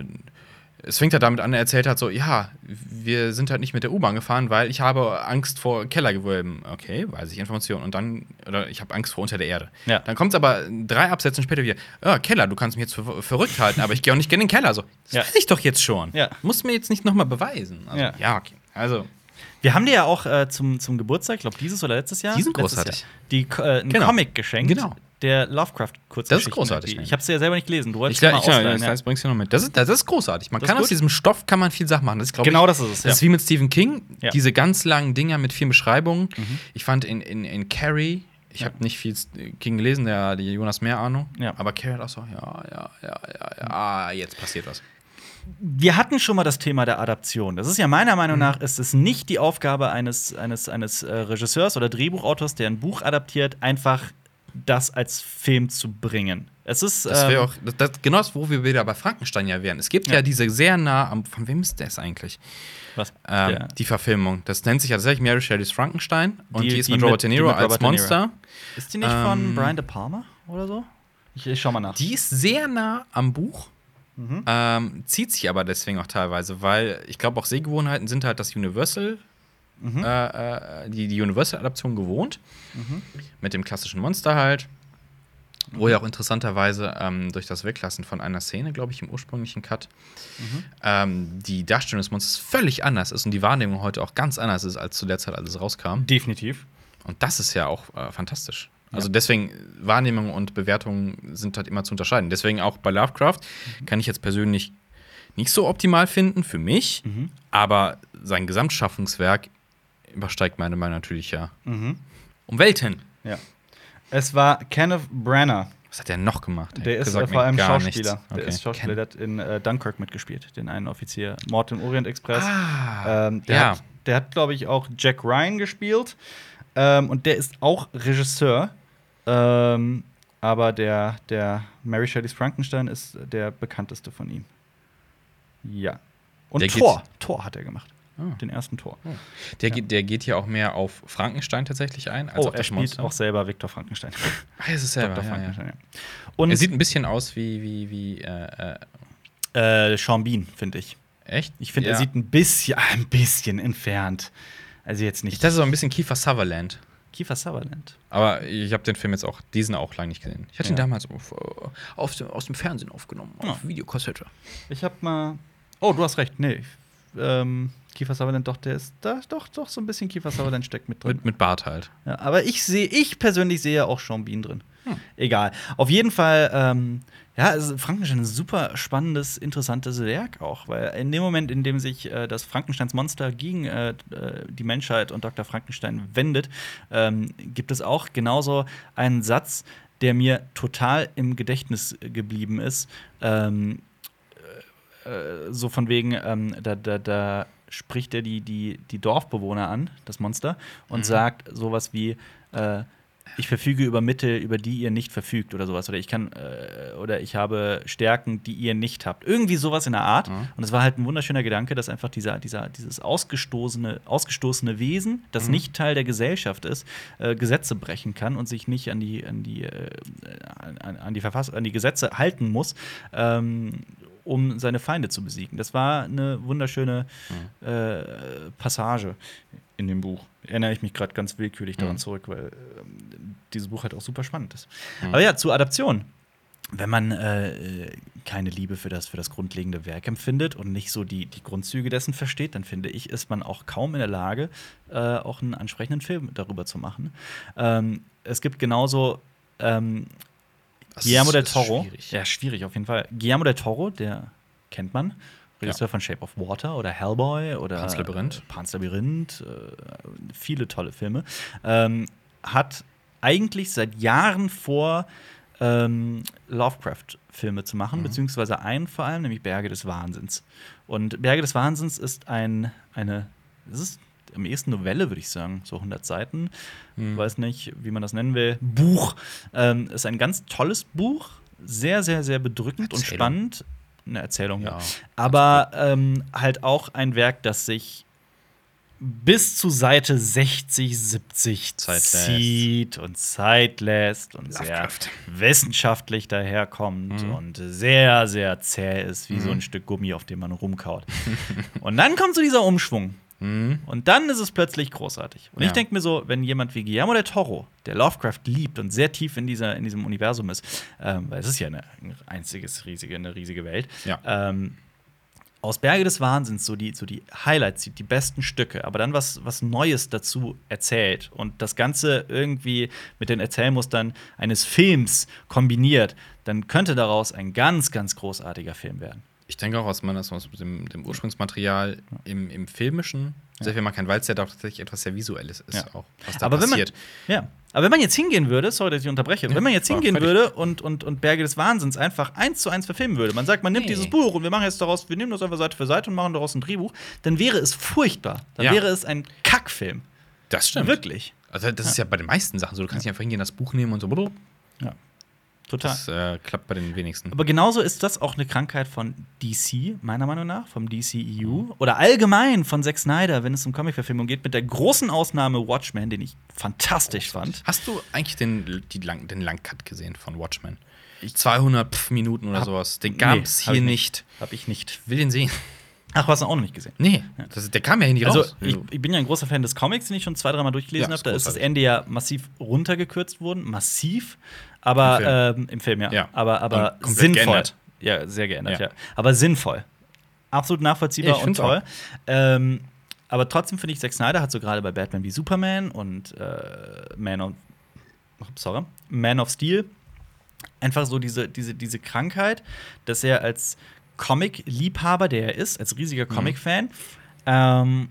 [SPEAKER 2] es fängt halt damit an, er erzählt hat so, ja, wir sind halt nicht mit der U-Bahn gefahren, weil ich habe Angst vor Kellergewölben. Okay, weiß ich Information. Und dann, oder ich habe Angst vor unter der Erde.
[SPEAKER 1] Ja.
[SPEAKER 2] Dann kommt es aber drei Absätze später wieder, ja, Keller, du kannst mich jetzt für verrückt halten, aber ich gehe auch nicht gerne in den Keller. So, das
[SPEAKER 1] Ja.
[SPEAKER 2] weiß ich doch jetzt schon.
[SPEAKER 1] Ja.
[SPEAKER 2] Muss mir jetzt nicht nochmal beweisen. Also,
[SPEAKER 1] Ja.
[SPEAKER 2] ja. okay. Also,
[SPEAKER 1] Wir haben dir ja auch äh, zum, zum Geburtstag, ich glaube, dieses oder letztes Jahr.
[SPEAKER 2] Die sind
[SPEAKER 1] letztes
[SPEAKER 2] großartig.
[SPEAKER 1] Jahr, die, äh, einen
[SPEAKER 2] Genau.
[SPEAKER 1] Comic geschenkt.
[SPEAKER 2] Genau.
[SPEAKER 1] der Lovecraft-Kurzgeschichten.
[SPEAKER 2] Das ist großartig,
[SPEAKER 1] Ich
[SPEAKER 2] ja.
[SPEAKER 1] habe es ja selber nicht gelesen. Du
[SPEAKER 2] Ich,
[SPEAKER 1] wolltest
[SPEAKER 2] glaub,
[SPEAKER 1] mal
[SPEAKER 2] ich, ja,
[SPEAKER 1] ausleihen,
[SPEAKER 2] das heißt, bringst du noch mit. Das ist, das ist großartig. Man
[SPEAKER 1] Das ist
[SPEAKER 2] kann aus
[SPEAKER 1] gut.
[SPEAKER 2] diesem Stoff kann man viel Sachen machen. Das ist, glaub
[SPEAKER 1] Genau
[SPEAKER 2] ich,
[SPEAKER 1] das ist es, ja.
[SPEAKER 2] Das ist wie mit Stephen King.
[SPEAKER 1] Ja. Mhm.
[SPEAKER 2] Diese ganz langen Dinger mit vielen Beschreibungen. Ich fand in, in, in Carrie, ich habe nicht viel King gelesen, der die Jonas mehr Ahnung.
[SPEAKER 1] Ja. Mhm.
[SPEAKER 2] Aber Carrie hat auch so, ja, ja, ja, ja, ja. Ah, jetzt passiert was.
[SPEAKER 1] Wir hatten schon mal das Thema der Adaption. Das ist ja meiner Meinung
[SPEAKER 2] Mhm.
[SPEAKER 1] nach, ist es nicht die Aufgabe eines, eines, eines äh, Regisseurs oder Drehbuchautors, der ein Buch adaptiert, einfach das als Film zu bringen. Es ist.
[SPEAKER 2] Das wäre
[SPEAKER 1] ähm,
[SPEAKER 2] auch, das, das, genau das, wo wir wieder bei Frankenstein ja wären. Es gibt ja,
[SPEAKER 1] Ja.
[SPEAKER 2] diese sehr nah am, von wem ist das eigentlich?
[SPEAKER 1] was,
[SPEAKER 2] Ähm,
[SPEAKER 1] der-
[SPEAKER 2] Die Verfilmung. Das nennt sich ja tatsächlich Mary Shelley's Frankenstein. Und
[SPEAKER 1] Die-
[SPEAKER 2] die, ist
[SPEAKER 1] die
[SPEAKER 2] mit Robert
[SPEAKER 1] mit-
[SPEAKER 2] De Niro
[SPEAKER 1] die mit
[SPEAKER 2] als
[SPEAKER 1] Robert De Niro.
[SPEAKER 2] Monster.
[SPEAKER 1] ist die nicht von
[SPEAKER 2] ähm,
[SPEAKER 1] Brian De Palma oder so? Ich, ich schau mal nach.
[SPEAKER 2] Die ist sehr nah am Buch. Ähm, zieht sich aber deswegen auch teilweise, weil ich glaube, auch Sehgewohnheiten sind halt das Universal, äh, äh, die, die Universal-Adaption gewohnt. Mit dem klassischen Monster halt. Wo ja auch interessanterweise ähm, durch das Weglassen von einer Szene, glaube ich, im ursprünglichen Cut, ähm, die Darstellung des Monsters völlig anders ist und die Wahrnehmung heute auch ganz anders ist, als zu der Zeit, als es rauskam.
[SPEAKER 1] Definitiv.
[SPEAKER 2] Und das ist ja auch äh, fantastisch. Also deswegen, Wahrnehmung und Bewertung sind halt immer zu unterscheiden. Deswegen auch bei Lovecraft
[SPEAKER 1] Mhm.
[SPEAKER 2] kann ich jetzt persönlich nicht so optimal finden für mich,
[SPEAKER 1] Mhm.
[SPEAKER 2] aber sein Gesamtschaffungswerk übersteigt meine Meinung natürlich ja
[SPEAKER 1] Mhm.
[SPEAKER 2] um Welten.
[SPEAKER 1] Ja. Es war Kenneth Branagh.
[SPEAKER 2] Was hat er noch gemacht? ey?
[SPEAKER 1] Der ist
[SPEAKER 2] Gesagt
[SPEAKER 1] äh,
[SPEAKER 2] mir
[SPEAKER 1] vor allem
[SPEAKER 2] gar
[SPEAKER 1] Schauspieler.
[SPEAKER 2] nichts.
[SPEAKER 1] Der
[SPEAKER 2] Okay.
[SPEAKER 1] ist Schauspieler, der hat in äh, Dunkirk mitgespielt, den einen Offizier. Mord im Orient Express.
[SPEAKER 2] Ah,
[SPEAKER 1] Ähm, der
[SPEAKER 2] ja.
[SPEAKER 1] hat, der hat glaube ich, auch Jack Ryan gespielt. Ähm, und der ist auch Regisseur. Ähm, aber der, der Mary Shelley's Frankenstein ist der bekannteste von ihm. Ja. Und
[SPEAKER 2] Der geht-
[SPEAKER 1] Tor. Tor hat er gemacht.
[SPEAKER 2] Ah.
[SPEAKER 1] Den ersten Tor.
[SPEAKER 2] der, geht, der geht hier auch mehr auf Frankenstein tatsächlich ein, als
[SPEAKER 1] oh,
[SPEAKER 2] auf
[SPEAKER 1] er
[SPEAKER 2] das
[SPEAKER 1] spielt
[SPEAKER 2] Monster.
[SPEAKER 1] auch selber Viktor Frankenstein.
[SPEAKER 2] Ah, es ist selber,
[SPEAKER 1] Dr.
[SPEAKER 2] ja, ja.
[SPEAKER 1] Frankenstein, ja. Und
[SPEAKER 2] Er sieht ein bisschen aus wie, wie, wie äh, äh,
[SPEAKER 1] äh, Sean Bean, finde ich.
[SPEAKER 2] echt?
[SPEAKER 1] Ich finde,
[SPEAKER 2] Ja.
[SPEAKER 1] er sieht ein bisschen, ah, ein bisschen entfernt. Also jetzt
[SPEAKER 2] Ich
[SPEAKER 1] nicht.
[SPEAKER 2] dachte so ein bisschen Kiefer Sutherland.
[SPEAKER 1] Kiefer Sutherland.
[SPEAKER 2] Aber ich habe den Film jetzt auch, diesen auch lange nicht gesehen. Ich hatte ihn
[SPEAKER 1] Ja.
[SPEAKER 2] damals auf, äh, auf, dem- aus dem Fernsehen aufgenommen, auf
[SPEAKER 1] Ja.
[SPEAKER 2] Videokassette.
[SPEAKER 1] Ich hab mal. Oh, du hast recht. Nee. ich- Ähm, Kiefer Sutherland, doch, der ist da, doch, doch, so ein bisschen Kiefer Sutherland steckt mit drin.
[SPEAKER 2] Mit, mit Bart halt.
[SPEAKER 1] Ja, aber ich sehe, ich persönlich sehe ja auch Sean Bean drin. Egal. Auf jeden Fall, ähm, ja, also Frankenstein ist ein super spannendes, interessantes Werk auch, weil in dem Moment, in dem sich äh, das Frankensteins Monster gegen äh, äh, die Menschheit und Dr. Frankenstein wendet, ähm, gibt es auch genauso einen Satz, der mir total im Gedächtnis geblieben ist. Ähm, so von wegen, ähm, da, da, da spricht er die, die, die Dorfbewohner an, das Monster, und sagt sowas wie, äh, ich verfüge über Mittel, über die ihr nicht verfügt oder sowas. Oder ich kann, äh, oder ich habe Stärken, die ihr nicht habt. Irgendwie sowas in der Art. Und es war halt ein wunderschöner Gedanke, dass einfach dieser, dieser, dieses ausgestoßene, ausgestoßene Wesen, das nicht Teil der Gesellschaft ist, äh, Gesetze brechen kann und sich nicht an die, an die, äh, an, an- an die Verfassung, an die Gesetze halten muss. Ähm, um seine Feinde zu besiegen. Das war eine wunderschöne äh, Passage in dem Buch. Erinnere ich mich gerade ganz willkürlich daran zurück, weil ähm, dieses Buch halt auch super spannend ist. Aber ja, zur Adaption. Wenn man äh, äh, keine Liebe für das, für das grundlegende Werk empfindet und nicht so die, die Grundzüge dessen versteht, dann finde ich, ist man auch kaum in der Lage, äh, auch einen ansprechenden Film darüber zu machen. Ähm, es gibt genauso ähm,
[SPEAKER 2] Das
[SPEAKER 1] Guillermo
[SPEAKER 2] ist-
[SPEAKER 1] del
[SPEAKER 2] ist
[SPEAKER 1] Toro.
[SPEAKER 2] schwierig.
[SPEAKER 1] Ja, schwierig auf jeden Fall. Guillermo del Toro, der kennt man. Regisseur von Shape of Water oder Hellboy oder
[SPEAKER 2] Pans Labyrinth.
[SPEAKER 1] äh, Pans Labyrinth. Äh, viele tolle Filme. Ähm, hat eigentlich seit Jahren vor, ähm, Lovecraft-Filme zu
[SPEAKER 2] Mhm.
[SPEAKER 1] machen, beziehungsweise einen vor allem, nämlich Berge des Wahnsinns. Und Berge des Wahnsinns ist ein, eine, es ist am ehesten Novelle, würde ich sagen, so 100 Seiten.
[SPEAKER 2] Mhm.
[SPEAKER 1] Weiß nicht, wie man das nennen will. Buch. Ähm, ist ein ganz tolles Buch, sehr, sehr, sehr bedrückend und
[SPEAKER 2] Erzählung.
[SPEAKER 1] spannend. Eine Erzählung,
[SPEAKER 2] Ja,
[SPEAKER 1] ja.
[SPEAKER 2] ganz
[SPEAKER 1] Aber ähm, halt auch ein Werk, das sich bis zu Seite 60, 70
[SPEAKER 2] Zeit lässt.
[SPEAKER 1] zieht und Zeit lässt und sehr
[SPEAKER 2] Lovecraft.
[SPEAKER 1] wissenschaftlich daherkommt und sehr, sehr zäh ist, wie so ein Stück Gummi, auf dem man rumkaut. und dann kommt so dieser Umschwung.
[SPEAKER 2] Mhm.
[SPEAKER 1] Und dann ist es plötzlich großartig. Und ich
[SPEAKER 2] Ja.
[SPEAKER 1] denke mir so, wenn jemand wie Guillermo del Toro, der Lovecraft liebt und sehr tief in, dieser, in diesem Universum ist, ähm, weil es ist ja eine, ein einziges riesige, eine riesige Welt,
[SPEAKER 2] Ja.
[SPEAKER 1] ähm, aus Berge des Wahnsinns so die, so die Highlights zieht, die besten Stücke, aber dann was, was Neues dazu erzählt und das Ganze irgendwie mit den Erzählmustern eines Films kombiniert, dann könnte daraus ein ganz, ganz großartiger Film werden.
[SPEAKER 2] Ich denke auch, aus meiner aus dem, dem Ursprungsmaterial im, im Filmischen, sehr viel man kein, weil es ja doch tatsächlich etwas sehr Visuelles ist,
[SPEAKER 1] Ja.
[SPEAKER 2] auch was da
[SPEAKER 1] Aber wenn, man,
[SPEAKER 2] passiert.
[SPEAKER 1] ja. aber wenn man jetzt hingehen würde, sorry, dass ich unterbreche, wenn man jetzt
[SPEAKER 2] war
[SPEAKER 1] hingehen
[SPEAKER 2] völlig-
[SPEAKER 1] würde und, und, und Berge des Wahnsinns einfach eins zu eins verfilmen würde, man sagt, man nimmt
[SPEAKER 2] Nee.
[SPEAKER 1] dieses Buch und wir machen jetzt daraus, wir nehmen das einfach Seite für Seite und machen daraus ein Drehbuch, dann wäre es furchtbar. Dann
[SPEAKER 2] Ja.
[SPEAKER 1] wäre es ein Kackfilm.
[SPEAKER 2] das stimmt.
[SPEAKER 1] Wirklich.
[SPEAKER 2] Also, das ist ja bei den meisten Sachen so. Du kannst nicht einfach hingehen, das Buch nehmen und so. blub.
[SPEAKER 1] Total.
[SPEAKER 2] Das äh, klappt bei den wenigsten.
[SPEAKER 1] Aber genauso ist das auch eine Krankheit von DC, meiner Meinung nach, vom DCEU oder allgemein von Zack Snyder, wenn es um Comicverfilmung geht, mit der großen Ausnahme Watchmen, den ich fantastisch fand.
[SPEAKER 2] Hast du eigentlich den, die lang, den Langcut gesehen von Watchmen? 200 pf, Minuten oder
[SPEAKER 1] Hab-
[SPEAKER 2] sowas. Den gab's
[SPEAKER 1] Nee, hab
[SPEAKER 2] hier
[SPEAKER 1] ich
[SPEAKER 2] nicht.
[SPEAKER 1] Hab ich nicht.
[SPEAKER 2] Will den sehen.
[SPEAKER 1] Ach, was auch noch nicht gesehen.
[SPEAKER 2] Nee, das, der kam ja hier nicht
[SPEAKER 1] Also,
[SPEAKER 2] raus.
[SPEAKER 1] ich, ich bin ja ein großer Fan des Comics, den ich schon zwei, dreimal durchgelesen habe.
[SPEAKER 2] Ja, ist
[SPEAKER 1] Da ist das
[SPEAKER 2] großartig.
[SPEAKER 1] Ende ja massiv runtergekürzt worden. Massiv. Aber im Film, ähm,
[SPEAKER 2] Im Film.
[SPEAKER 1] im Film ja.
[SPEAKER 2] Ja.
[SPEAKER 1] Aber, aber
[SPEAKER 2] Und komplett
[SPEAKER 1] sinnvoll.
[SPEAKER 2] geändert.
[SPEAKER 1] Ja, sehr geändert,
[SPEAKER 2] Ja.
[SPEAKER 1] ja. Aber sinnvoll. Absolut nachvollziehbar
[SPEAKER 2] Ich
[SPEAKER 1] und
[SPEAKER 2] find's
[SPEAKER 1] toll. Ähm, aber trotzdem finde ich, Zack Snyder hat so gerade bei Batman wie Superman und äh, Man, of, sorry, Man of Steel einfach so diese, diese, diese Krankheit, dass er als Comic-Liebhaber, der er ist, als riesiger
[SPEAKER 2] Mhm.
[SPEAKER 1] Comic-Fan, ähm,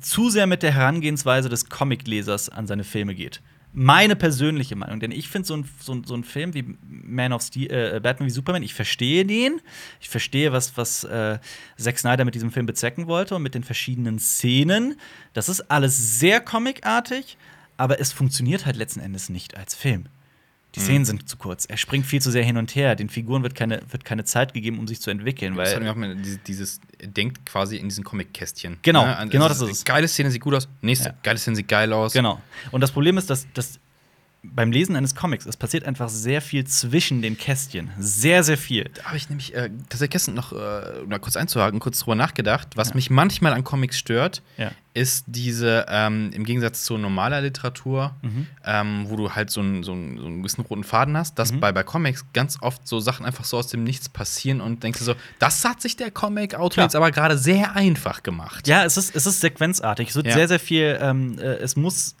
[SPEAKER 1] zu sehr mit der Herangehensweise des Comiclesers an seine Filme geht. Meine persönliche Meinung, denn ich finde so ein, so, ein, so ein Film wie Man of Steel, äh, Batman wie Superman, ich verstehe den, ich verstehe, was, was äh, Zack Snyder mit diesem Film bezwecken wollte und mit den verschiedenen Szenen. Das ist alles sehr comicartig, aber es funktioniert halt letzten Endes nicht als Film. Die Szenen sind zu kurz. Er springt viel zu sehr hin und her. Den Figuren wird keine, wird keine Zeit gegeben, um sich zu entwickeln.
[SPEAKER 2] das hat mir
[SPEAKER 1] Weil
[SPEAKER 2] auch mal dieses, dieses er denkt quasi in diesen Comic-Kästchen.
[SPEAKER 1] Genau,
[SPEAKER 2] ne? Also,
[SPEAKER 1] genau das ist es.
[SPEAKER 2] Geile Szene sieht gut aus. Nächste,
[SPEAKER 1] Ja.
[SPEAKER 2] geile Szene sieht geil aus.
[SPEAKER 1] genau. Und das Problem ist, dass, dass beim Lesen eines Comics, es passiert einfach sehr viel zwischen den Kästchen. Sehr, sehr viel.
[SPEAKER 2] Da habe ich nämlich äh, tatsächlich gestern noch, äh, um da kurz einzuhaken, kurz drüber nachgedacht. Was mich manchmal an Comics stört,
[SPEAKER 1] Ja.
[SPEAKER 2] ist diese, ähm, im Gegensatz zu normaler Literatur,
[SPEAKER 1] Mhm.
[SPEAKER 2] ähm, wo du halt so einen so einen- so einen gewissen roten Faden hast,
[SPEAKER 1] Mhm.
[SPEAKER 2] dass bei, bei Comics ganz oft so Sachen einfach so aus dem Nichts passieren und denkst du so, das hat sich der Comic-Autor
[SPEAKER 1] Klar.
[SPEAKER 2] jetzt aber gerade sehr einfach gemacht.
[SPEAKER 1] Ja, es ist, es ist sequenzartig. Es wird
[SPEAKER 2] Ja.
[SPEAKER 1] sehr, sehr viel, ähm, äh, es muss.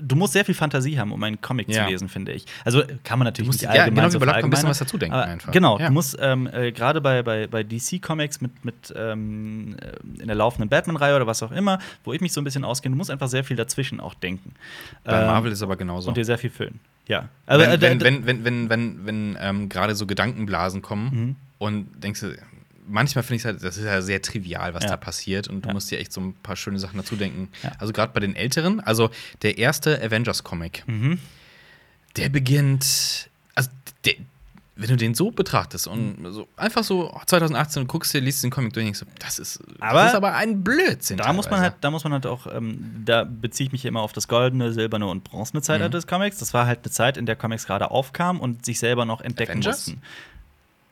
[SPEAKER 1] Du musst sehr viel Fantasie haben, um einen Comic
[SPEAKER 2] Ja.
[SPEAKER 1] zu lesen, finde ich. Also kann man natürlich
[SPEAKER 2] Du musst-
[SPEAKER 1] nicht
[SPEAKER 2] ja, genau,
[SPEAKER 1] allgemein
[SPEAKER 2] wie
[SPEAKER 1] so
[SPEAKER 2] bei Lovecraft ein bisschen
[SPEAKER 1] verallgemeinern,
[SPEAKER 2] was dazudenken
[SPEAKER 1] aber
[SPEAKER 2] einfach.
[SPEAKER 1] Genau,
[SPEAKER 2] Ja.
[SPEAKER 1] du musst ähm, äh, gerade bei, bei, bei DC Comics mit, mit ähm, äh, in der laufenden Batman-Reihe oder was auch immer, wo ich mich so ein bisschen auskenne, du musst einfach sehr viel dazwischen auch denken.
[SPEAKER 2] Bei
[SPEAKER 1] Ähm,
[SPEAKER 2] Marvel ist aber genauso.
[SPEAKER 1] Und dir sehr viel füllen. Ja. Aber, äh,
[SPEAKER 2] wenn,
[SPEAKER 1] d-
[SPEAKER 2] wenn, wenn, wenn, wenn, wenn ähm, gerade so Gedankenblasen kommen
[SPEAKER 1] Mhm.
[SPEAKER 2] und denkst du, manchmal finde ich es halt, das ist ja sehr trivial, was
[SPEAKER 1] Ja.
[SPEAKER 2] da passiert und du
[SPEAKER 1] Ja.
[SPEAKER 2] musst dir echt so ein paar schöne Sachen dazu denken.
[SPEAKER 1] Ja.
[SPEAKER 2] Also gerade bei den Älteren, also der erste Avengers-Comic,
[SPEAKER 1] Mhm.
[SPEAKER 2] der beginnt, also der, wenn du den so betrachtest und
[SPEAKER 1] Mhm.
[SPEAKER 2] so einfach so 2018 und guckst dir, liest den Comic durch, denkst du, das ist
[SPEAKER 1] Aber-
[SPEAKER 2] das ist aber ein Blödsinn.
[SPEAKER 1] Da muss man
[SPEAKER 2] teilweise.
[SPEAKER 1] halt, da muss man halt auch, ähm, da beziehe ich mich immer auf das goldene, silberne und bronzene
[SPEAKER 2] Mhm.
[SPEAKER 1] Zeitalter des Comics. Das war halt eine Zeit, in der Comics gerade aufkamen und sich selber noch entdecken
[SPEAKER 2] Avengers?
[SPEAKER 1] mussten.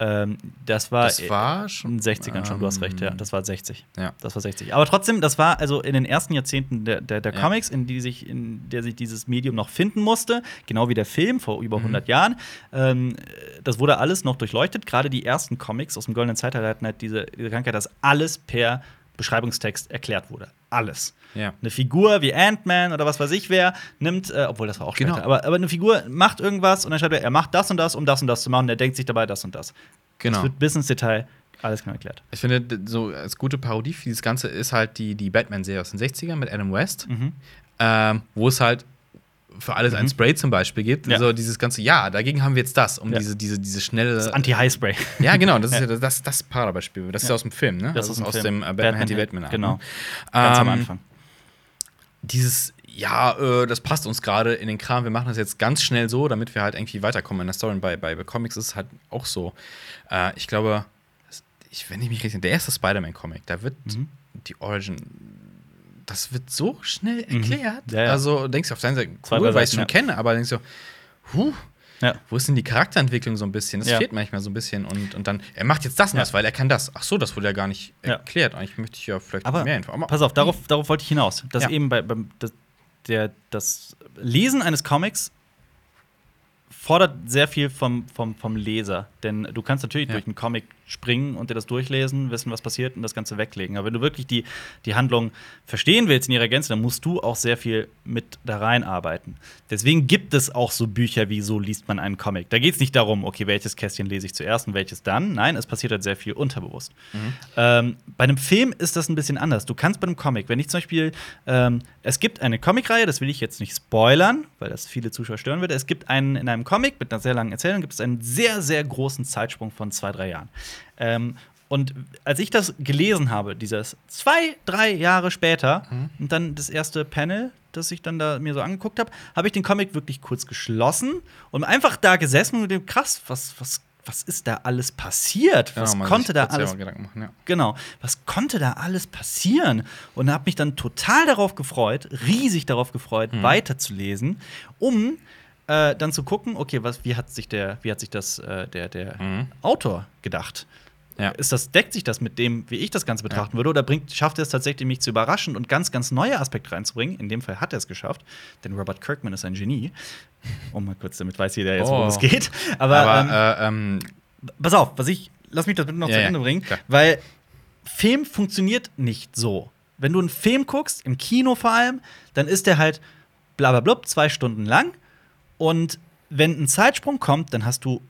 [SPEAKER 1] Ähm, das war,
[SPEAKER 2] das war
[SPEAKER 1] in
[SPEAKER 2] schon
[SPEAKER 1] den 60ern schon, du hast recht, ja.
[SPEAKER 2] ähm,
[SPEAKER 1] Das war 60.
[SPEAKER 2] ja.
[SPEAKER 1] Das war 60. Aber trotzdem, das war also in den ersten Jahrzehnten der, der, der
[SPEAKER 2] Ja.
[SPEAKER 1] Comics, in, die sich, in der sich dieses Medium noch finden musste, genau wie der Film vor
[SPEAKER 2] Mhm.
[SPEAKER 1] über 100 Jahren. Ähm, das wurde alles noch durchleuchtet. Gerade die ersten Comics aus dem Goldenen Zeitalter hatten halt diese, diese Krankheit, dass alles per Beschreibungstext erklärt wurde. Alles.
[SPEAKER 2] ja.
[SPEAKER 1] Eine Figur wie Ant-Man oder was weiß ich wer nimmt, äh, obwohl das war auch später,
[SPEAKER 2] Genau.
[SPEAKER 1] aber, aber eine Figur macht irgendwas und dann schreibt er, er macht das und das, um das und das zu machen, und er denkt sich dabei das und das.
[SPEAKER 2] Genau.
[SPEAKER 1] Das wird bis ins Detail alles genau erklärt.
[SPEAKER 2] Ich finde, d- so als gute Parodie für dieses Ganze ist halt die, die Batman-Serie aus den 60ern mit Adam West,
[SPEAKER 1] Mhm.
[SPEAKER 2] ähm, wo es halt für alles ein Spray zum Beispiel gibt.
[SPEAKER 1] Ja.
[SPEAKER 2] So dieses ganze, ja, dagegen haben wir jetzt das, um
[SPEAKER 1] Ja.
[SPEAKER 2] diese, diese, diese schnelle.
[SPEAKER 1] Das Anti-High-Spray.
[SPEAKER 2] ja, genau, das ist ja das, das Paradebeispiel. Das ist ja aus dem Film, ne?
[SPEAKER 1] Das ist
[SPEAKER 2] aus
[SPEAKER 1] ein Film.
[SPEAKER 2] dem äh, Batman die Batman.
[SPEAKER 1] Genau.
[SPEAKER 2] Ganz
[SPEAKER 1] Ganz
[SPEAKER 2] ähm,
[SPEAKER 1] am Anfang.
[SPEAKER 2] Dieses, ja, äh, das passt uns gerade in den Kram, wir machen das jetzt ganz schnell so, damit wir halt irgendwie weiterkommen in der Story. Und bei, bei, bei Comics ist es halt auch so. Äh, ich glaube, das- ich, wenn ich mich richtig der erste Spider-Man-Comic, da wird
[SPEAKER 1] Mhm.
[SPEAKER 2] die Origin. Das wird so schnell erklärt.
[SPEAKER 1] Mhm. Ja, ja.
[SPEAKER 2] Also denkst du auf deiner Seite,
[SPEAKER 1] Zwei,
[SPEAKER 2] cool,
[SPEAKER 1] drei
[SPEAKER 2] weil ich es
[SPEAKER 1] Seiten,
[SPEAKER 2] schon
[SPEAKER 1] ja.
[SPEAKER 2] kenne, aber denkst du, huh,
[SPEAKER 1] Ja.
[SPEAKER 2] wo ist denn die Charakterentwicklung so ein bisschen? Das
[SPEAKER 1] Ja.
[SPEAKER 2] fehlt manchmal so ein bisschen. Und, und dann, er macht jetzt das und
[SPEAKER 1] Ja.
[SPEAKER 2] das, weil er kann das. Ach so, das wurde ja gar nicht
[SPEAKER 1] Ja.
[SPEAKER 2] erklärt. Eigentlich möchte ich ja vielleicht
[SPEAKER 1] Aber
[SPEAKER 2] mehr Info. Aber hm.
[SPEAKER 1] pass auf, darauf, darauf wollte ich hinaus. Dass
[SPEAKER 2] Ja.
[SPEAKER 1] eben bei, beim das, der, das Lesen eines Comics fordert sehr viel vom, vom, vom Leser. Denn du kannst natürlich
[SPEAKER 2] Ja.
[SPEAKER 1] durch einen Comic springen und dir das durchlesen, wissen, was passiert und das Ganze weglegen. Aber wenn du wirklich die, die Handlung verstehen willst in ihrer Gänze, dann musst du auch sehr viel mit da reinarbeiten. Deswegen gibt es auch so Bücher wie So liest man einen Comic. Da geht es nicht darum, okay, welches Kästchen lese ich zuerst und welches dann. Nein, es passiert halt sehr viel unterbewusst. Ähm, bei einem Film ist das ein bisschen anders. Du kannst bei einem Comic, wenn ich zum Beispiel, ähm, es gibt eine Comicreihe, das will ich jetzt nicht spoilern, weil das viele Zuschauer stören würde. Es gibt einen in einem Comic mit einer sehr langen Erzählung, gibt es einen sehr, sehr großen Zeitsprung von zwei, drei Jahren. Ähm, und als ich das gelesen habe, dieses zwei, drei Jahre später
[SPEAKER 2] Mhm.
[SPEAKER 1] und dann das erste Panel, das ich dann da mir so angeguckt habe, habe ich den Comic wirklich kurz geschlossen und einfach da gesessen und mit dem krass, was, was, was ist da alles passiert? Was
[SPEAKER 2] man
[SPEAKER 1] konnte
[SPEAKER 2] sich
[SPEAKER 1] da
[SPEAKER 2] kurz selber
[SPEAKER 1] alles
[SPEAKER 2] Gedanken machen, ja.
[SPEAKER 1] Genau. Was konnte da alles passieren? Und habe mich dann total darauf gefreut, riesig darauf gefreut,
[SPEAKER 2] Mhm.
[SPEAKER 1] weiterzulesen, um äh, dann zu gucken, okay, was, wie hat sich der, wie hat sich das äh, der, der
[SPEAKER 2] Mhm.
[SPEAKER 1] Autor gedacht?
[SPEAKER 2] Ja.
[SPEAKER 1] Ist das, deckt sich das mit dem, wie ich das Ganze betrachten würde? Oder bringt, schafft er es tatsächlich, mich zu überraschen und ganz, ganz neue Aspekte reinzubringen? In dem Fall hat er es geschafft, denn Robert Kirkman ist ein Genie. Oh, mal kurz, damit weiß jeder jetzt, worum
[SPEAKER 2] Oh.
[SPEAKER 1] es geht. Aber, ähm,
[SPEAKER 2] Aber ähm,
[SPEAKER 1] pass auf, was ich, lass mich das bitte noch
[SPEAKER 2] Ja,
[SPEAKER 1] zu
[SPEAKER 2] ja,
[SPEAKER 1] Ende bringen,
[SPEAKER 2] klar.
[SPEAKER 1] weil Film funktioniert nicht so. Wenn du einen Film guckst, im Kino vor allem, dann ist der halt blablablub, zwei Stunden lang. Und wenn ein Zeitsprung kommt, dann hast du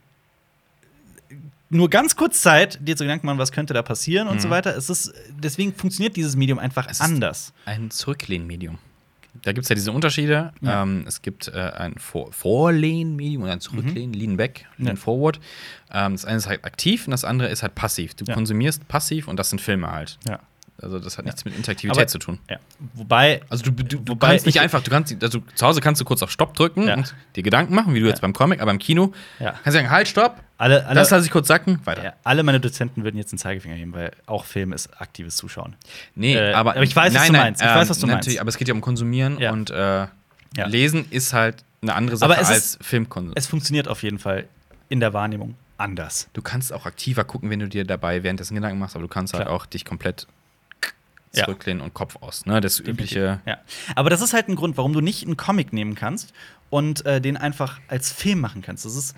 [SPEAKER 1] nur ganz kurz Zeit, dir zu Gedanken machen, was könnte da passieren und so weiter. Es ist, deswegen funktioniert dieses Medium einfach
[SPEAKER 2] Mhm. Es ist-
[SPEAKER 1] anders.
[SPEAKER 2] ein Zurücklehnmedium. Da gibt es ja diese Unterschiede.
[SPEAKER 1] Ja.
[SPEAKER 2] Ähm, es gibt äh, ein Vor Vorlehnmedium und ein Zurücklehnen, Lean Back, Lean
[SPEAKER 1] Mhm. Ja.
[SPEAKER 2] Forward. Ähm, das eine ist halt aktiv und das andere ist halt passiv. Du
[SPEAKER 1] Ja.
[SPEAKER 2] konsumierst passiv und das sind Filme halt.
[SPEAKER 1] Ja.
[SPEAKER 2] Also das hat nichts mit Interaktivität
[SPEAKER 1] Aber-
[SPEAKER 2] zu tun.
[SPEAKER 1] ja. Wobei,
[SPEAKER 2] Also du, du, du
[SPEAKER 1] Wobei
[SPEAKER 2] kannst nicht
[SPEAKER 1] ich-
[SPEAKER 2] einfach, du kannst, also zu Hause kannst du kurz auf Stopp drücken
[SPEAKER 1] Ja.
[SPEAKER 2] und dir Gedanken machen, wie du jetzt beim Comic, aber im Kino
[SPEAKER 1] Ja.
[SPEAKER 2] kannst du sagen, halt, stopp,
[SPEAKER 1] alle, alle,
[SPEAKER 2] das lasse ich kurz sacken, weiter.
[SPEAKER 1] ja, alle meine Dozenten würden jetzt einen Zeigefinger heben, weil auch Film ist aktives Zuschauen.
[SPEAKER 2] Nee,
[SPEAKER 1] Äh,
[SPEAKER 2] aber,
[SPEAKER 1] aber ich weiß, was
[SPEAKER 2] nein,
[SPEAKER 1] du
[SPEAKER 2] nein,
[SPEAKER 1] meinst. Ich weiß, was du
[SPEAKER 2] natürlich,
[SPEAKER 1] meinst.
[SPEAKER 2] Aber es geht ja um Konsumieren
[SPEAKER 1] Ja.
[SPEAKER 2] und äh, Lesen ist halt eine andere Sache
[SPEAKER 1] Aber es
[SPEAKER 2] als Filmkonsum.
[SPEAKER 1] Es funktioniert auf jeden Fall in der Wahrnehmung anders.
[SPEAKER 2] Du kannst auch aktiver gucken, wenn du dir dabei währenddessen Gedanken machst, aber du kannst halt
[SPEAKER 1] Klar.
[SPEAKER 2] auch dich komplett
[SPEAKER 1] Ja.
[SPEAKER 2] zurücklehnen und Kopf aus. Ne? Das übliche.
[SPEAKER 1] Ja. Aber das ist halt ein Grund, warum du nicht einen Comic nehmen kannst und äh, den einfach als Film machen kannst. Das ist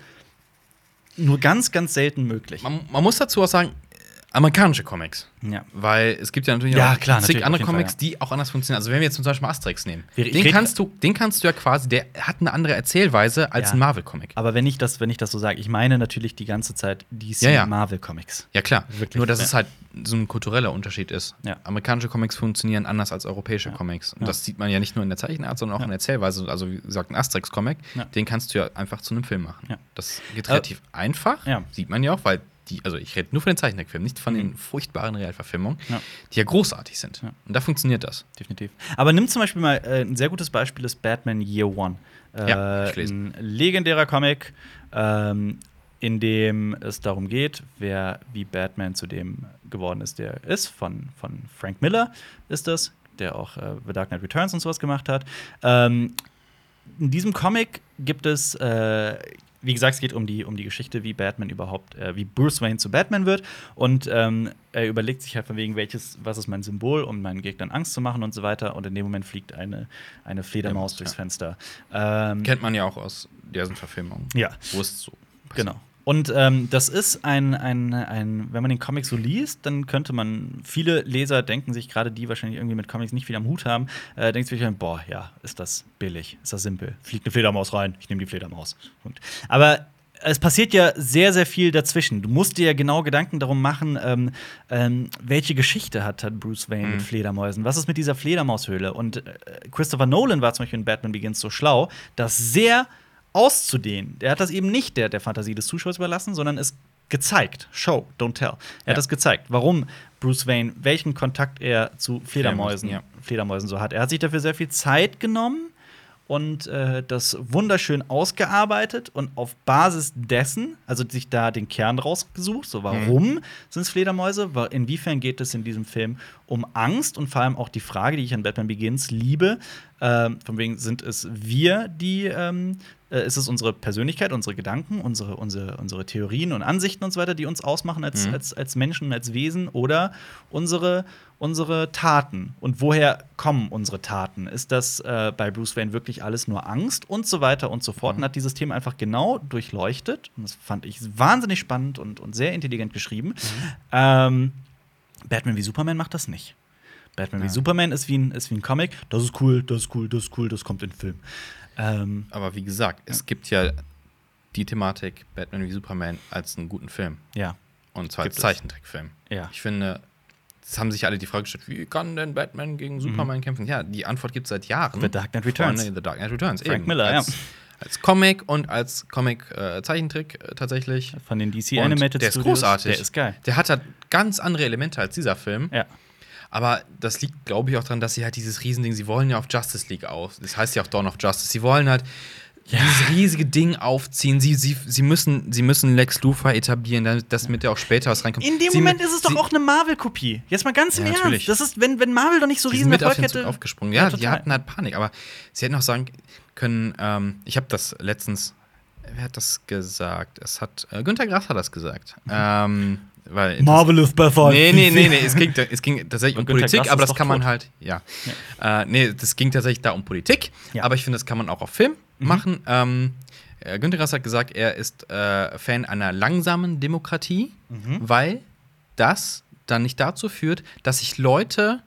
[SPEAKER 1] nur ganz, ganz selten möglich.
[SPEAKER 2] Man, man muss dazu auch sagen, äh, amerikanische Comics.
[SPEAKER 1] Ja.
[SPEAKER 2] Weil es gibt ja natürlich
[SPEAKER 1] Ja,
[SPEAKER 2] auch
[SPEAKER 1] klar,
[SPEAKER 2] zig
[SPEAKER 1] natürlich, auf
[SPEAKER 2] andere
[SPEAKER 1] jeden Fall,
[SPEAKER 2] Comics, die auch anders funktionieren. Also wenn wir jetzt zum Beispiel Asterix nehmen,
[SPEAKER 1] Wir- ich
[SPEAKER 2] den
[SPEAKER 1] red-
[SPEAKER 2] kannst, du, den kannst du ja quasi, der hat eine andere Erzählweise als
[SPEAKER 1] Ja.
[SPEAKER 2] ein Marvel-Comic.
[SPEAKER 1] Aber wenn ich das, wenn ich das so sage, ich meine natürlich die ganze Zeit DC
[SPEAKER 2] Ja, ja.
[SPEAKER 1] Marvel Comics.
[SPEAKER 2] Ja, klar.
[SPEAKER 1] Wirklich,
[SPEAKER 2] Nur, dass
[SPEAKER 1] ja.
[SPEAKER 2] es halt so ein kultureller Unterschied ist.
[SPEAKER 1] Ja.
[SPEAKER 2] Amerikanische Comics funktionieren anders als europäische Comics. Und
[SPEAKER 1] Ja.
[SPEAKER 2] das sieht man ja nicht nur in der Zeichenart, sondern auch in der Erzählweise. Also, wie gesagt, ein Asterix-Comic,
[SPEAKER 1] Ja.
[SPEAKER 2] den kannst du ja einfach zu einem Film machen.
[SPEAKER 1] Ja. Äh,
[SPEAKER 2] Das geht relativ einfach,
[SPEAKER 1] ja. Mhm.
[SPEAKER 2] sieht man ja auch, weil die, also ich rede nur von den Zeichentrickfilmen, nicht von den furchtbaren Realverfilmungen,
[SPEAKER 1] Ja.
[SPEAKER 2] die ja großartig sind.
[SPEAKER 1] Ja.
[SPEAKER 2] Und da funktioniert das.
[SPEAKER 1] Definitiv. Aber nimm zum Beispiel mal äh, ein sehr gutes Beispiel ist Batman Year One. Äh,
[SPEAKER 2] Ja, hab ich gelesen.
[SPEAKER 1] Ein legendärer Comic, ähm, in dem es darum geht, wer wie Batman zu dem geworden ist, der er ist. Von, von Frank Miller ist das, der auch äh, The Dark Knight Returns und sowas gemacht hat. Ähm, in diesem Comic gibt es, äh, wie gesagt, es geht um die, um die Geschichte, wie Batman überhaupt, äh, wie Bruce Wayne zu Batman wird. Und ähm, er überlegt sich halt von wegen, welches, was ist mein Symbol, um meinen Gegnern Angst zu machen und so weiter. Und in dem Moment fliegt eine, eine Fledermaus
[SPEAKER 2] Ja,
[SPEAKER 1] durchs
[SPEAKER 2] ja.
[SPEAKER 1] Fenster. Ähm,
[SPEAKER 2] Kennt man ja auch aus diversen Verfilmungen.
[SPEAKER 1] Ja.
[SPEAKER 2] Wo es so.
[SPEAKER 1] Genau. Und ähm, das ist ein, ein, ein, wenn man den Comic so liest, dann könnte man, viele Leser denken sich, gerade die wahrscheinlich irgendwie mit Comics nicht viel am Hut haben, äh, denken sich, boah, ja, ist das billig, ist das simpel. Fliegt eine Fledermaus rein, ich nehme die Fledermaus. Punkt. Aber es passiert ja sehr, sehr viel dazwischen. Du musst dir ja genau Gedanken darum machen, ähm, ähm, welche Geschichte hat, hat Bruce Wayne
[SPEAKER 2] Mhm.
[SPEAKER 1] mit Fledermäusen? Was ist mit dieser Fledermaushöhle? Und äh, Christopher Nolan war zum Beispiel in Batman Begins so schlau, dass sehr auszudehnen. Er hat das eben nicht der, der Fantasie des Zuschauers überlassen, sondern es gezeigt. Show, don't tell. Er
[SPEAKER 2] Ja.
[SPEAKER 1] hat das gezeigt, warum Bruce Wayne, welchen Kontakt er zu Fledermäusen,
[SPEAKER 2] Fledermäusen, ja.
[SPEAKER 1] Fledermäusen so hat. Er hat sich dafür sehr viel Zeit genommen und äh, das wunderschön ausgearbeitet und auf Basis dessen, also sich da den Kern rausgesucht, so warum sind es Fledermäuse, Wa- inwiefern geht es in diesem Film um Angst und vor allem auch die Frage, die ich an Batman Begins liebe, ähm, von wegen sind es wir, die ähm, äh, ist es unsere Persönlichkeit, unsere Gedanken, unsere, unsere, unsere Theorien und Ansichten und so weiter, die uns ausmachen als,
[SPEAKER 2] Mhm.
[SPEAKER 1] als, als Menschen, als Wesen oder unsere, unsere Taten. Und woher kommen unsere Taten? Ist das äh, bei Bruce Wayne wirklich alles nur Angst und so weiter und so fort? Und hat dieses Thema einfach genau durchleuchtet. Und das fand ich wahnsinnig spannend und, und sehr intelligent geschrieben. Ähm, Batman wie Superman macht das nicht. Batman wie
[SPEAKER 2] Ja.
[SPEAKER 1] Superman ist wie, ein, ist wie ein Comic. Das ist cool, das ist cool, das ist cool, das kommt in den Film. Ähm,
[SPEAKER 2] Aber wie gesagt, es gibt ja die Thematik Batman wie Superman als einen guten Film.
[SPEAKER 1] ja,
[SPEAKER 2] Und zwar
[SPEAKER 1] Gibt
[SPEAKER 2] als
[SPEAKER 1] es.
[SPEAKER 2] Zeichentrickfilm.
[SPEAKER 1] ja.
[SPEAKER 2] Ich finde, es haben sich alle die Frage gestellt, wie kann denn Batman gegen Superman kämpfen? Ja, die Antwort gibt es seit Jahren.
[SPEAKER 1] Mhm. The Dark Knight Returns.
[SPEAKER 2] Freunde, The Dark Knight Returns.
[SPEAKER 1] Frank Miller,
[SPEAKER 2] als,
[SPEAKER 1] ja.
[SPEAKER 2] Als Comic und als Comic-Zeichentrick äh, tatsächlich.
[SPEAKER 1] Von den DC
[SPEAKER 2] Und
[SPEAKER 1] Animated
[SPEAKER 2] der ist
[SPEAKER 1] Studios.
[SPEAKER 2] großartig.
[SPEAKER 1] Der ist geil.
[SPEAKER 2] Der hat halt ganz andere Elemente als dieser Film.
[SPEAKER 1] Ja.
[SPEAKER 2] Aber das liegt, glaube ich, auch daran, dass sie halt dieses Riesending, sie wollen ja auf Justice League auf. Das heißt ja auch Dawn of Justice. Sie wollen halt dieses riesige Ding aufziehen. Sie, sie, sie, müssen, sie müssen Lex Luthor etablieren, damit- dass mit der auch später was reinkommt.
[SPEAKER 1] In dem
[SPEAKER 2] sie,
[SPEAKER 1] Moment ist es doch
[SPEAKER 2] sie-
[SPEAKER 1] auch eine Marvel-Kopie. Jetzt mal ganz im
[SPEAKER 2] Ja,
[SPEAKER 1] Ernst.
[SPEAKER 2] natürlich.
[SPEAKER 1] Das ist, wenn, wenn Marvel doch nicht so
[SPEAKER 2] die sind
[SPEAKER 1] riesen
[SPEAKER 2] mit auf
[SPEAKER 1] Erfolg
[SPEAKER 2] den Zug
[SPEAKER 1] hätte.
[SPEAKER 2] aufgesprungen. Ja, die
[SPEAKER 1] total.
[SPEAKER 2] hatten halt Panik, aber sie hätten auch sagen können, ähm, ich habe das letztens, wer hat das gesagt? Es hat, äh, Günther Grass hat das gesagt.
[SPEAKER 1] Mhm.
[SPEAKER 2] Ähm, weil
[SPEAKER 1] Marvelous by far.
[SPEAKER 2] Nee, nee, nee, nee, es ging, es ging tatsächlich um
[SPEAKER 1] Und Günter Grass
[SPEAKER 2] Politik,
[SPEAKER 1] ist
[SPEAKER 2] aber das
[SPEAKER 1] doch
[SPEAKER 2] kann man
[SPEAKER 1] tot.
[SPEAKER 2] halt, ja. Äh, nee, das ging tatsächlich da um Politik,
[SPEAKER 1] Ja.
[SPEAKER 2] aber ich finde, das kann man auch auf Film machen. Ähm, äh, Günter Grass hat gesagt, er ist äh, Fan einer langsamen Demokratie, weil das dann nicht dazu führt, dass sich Leute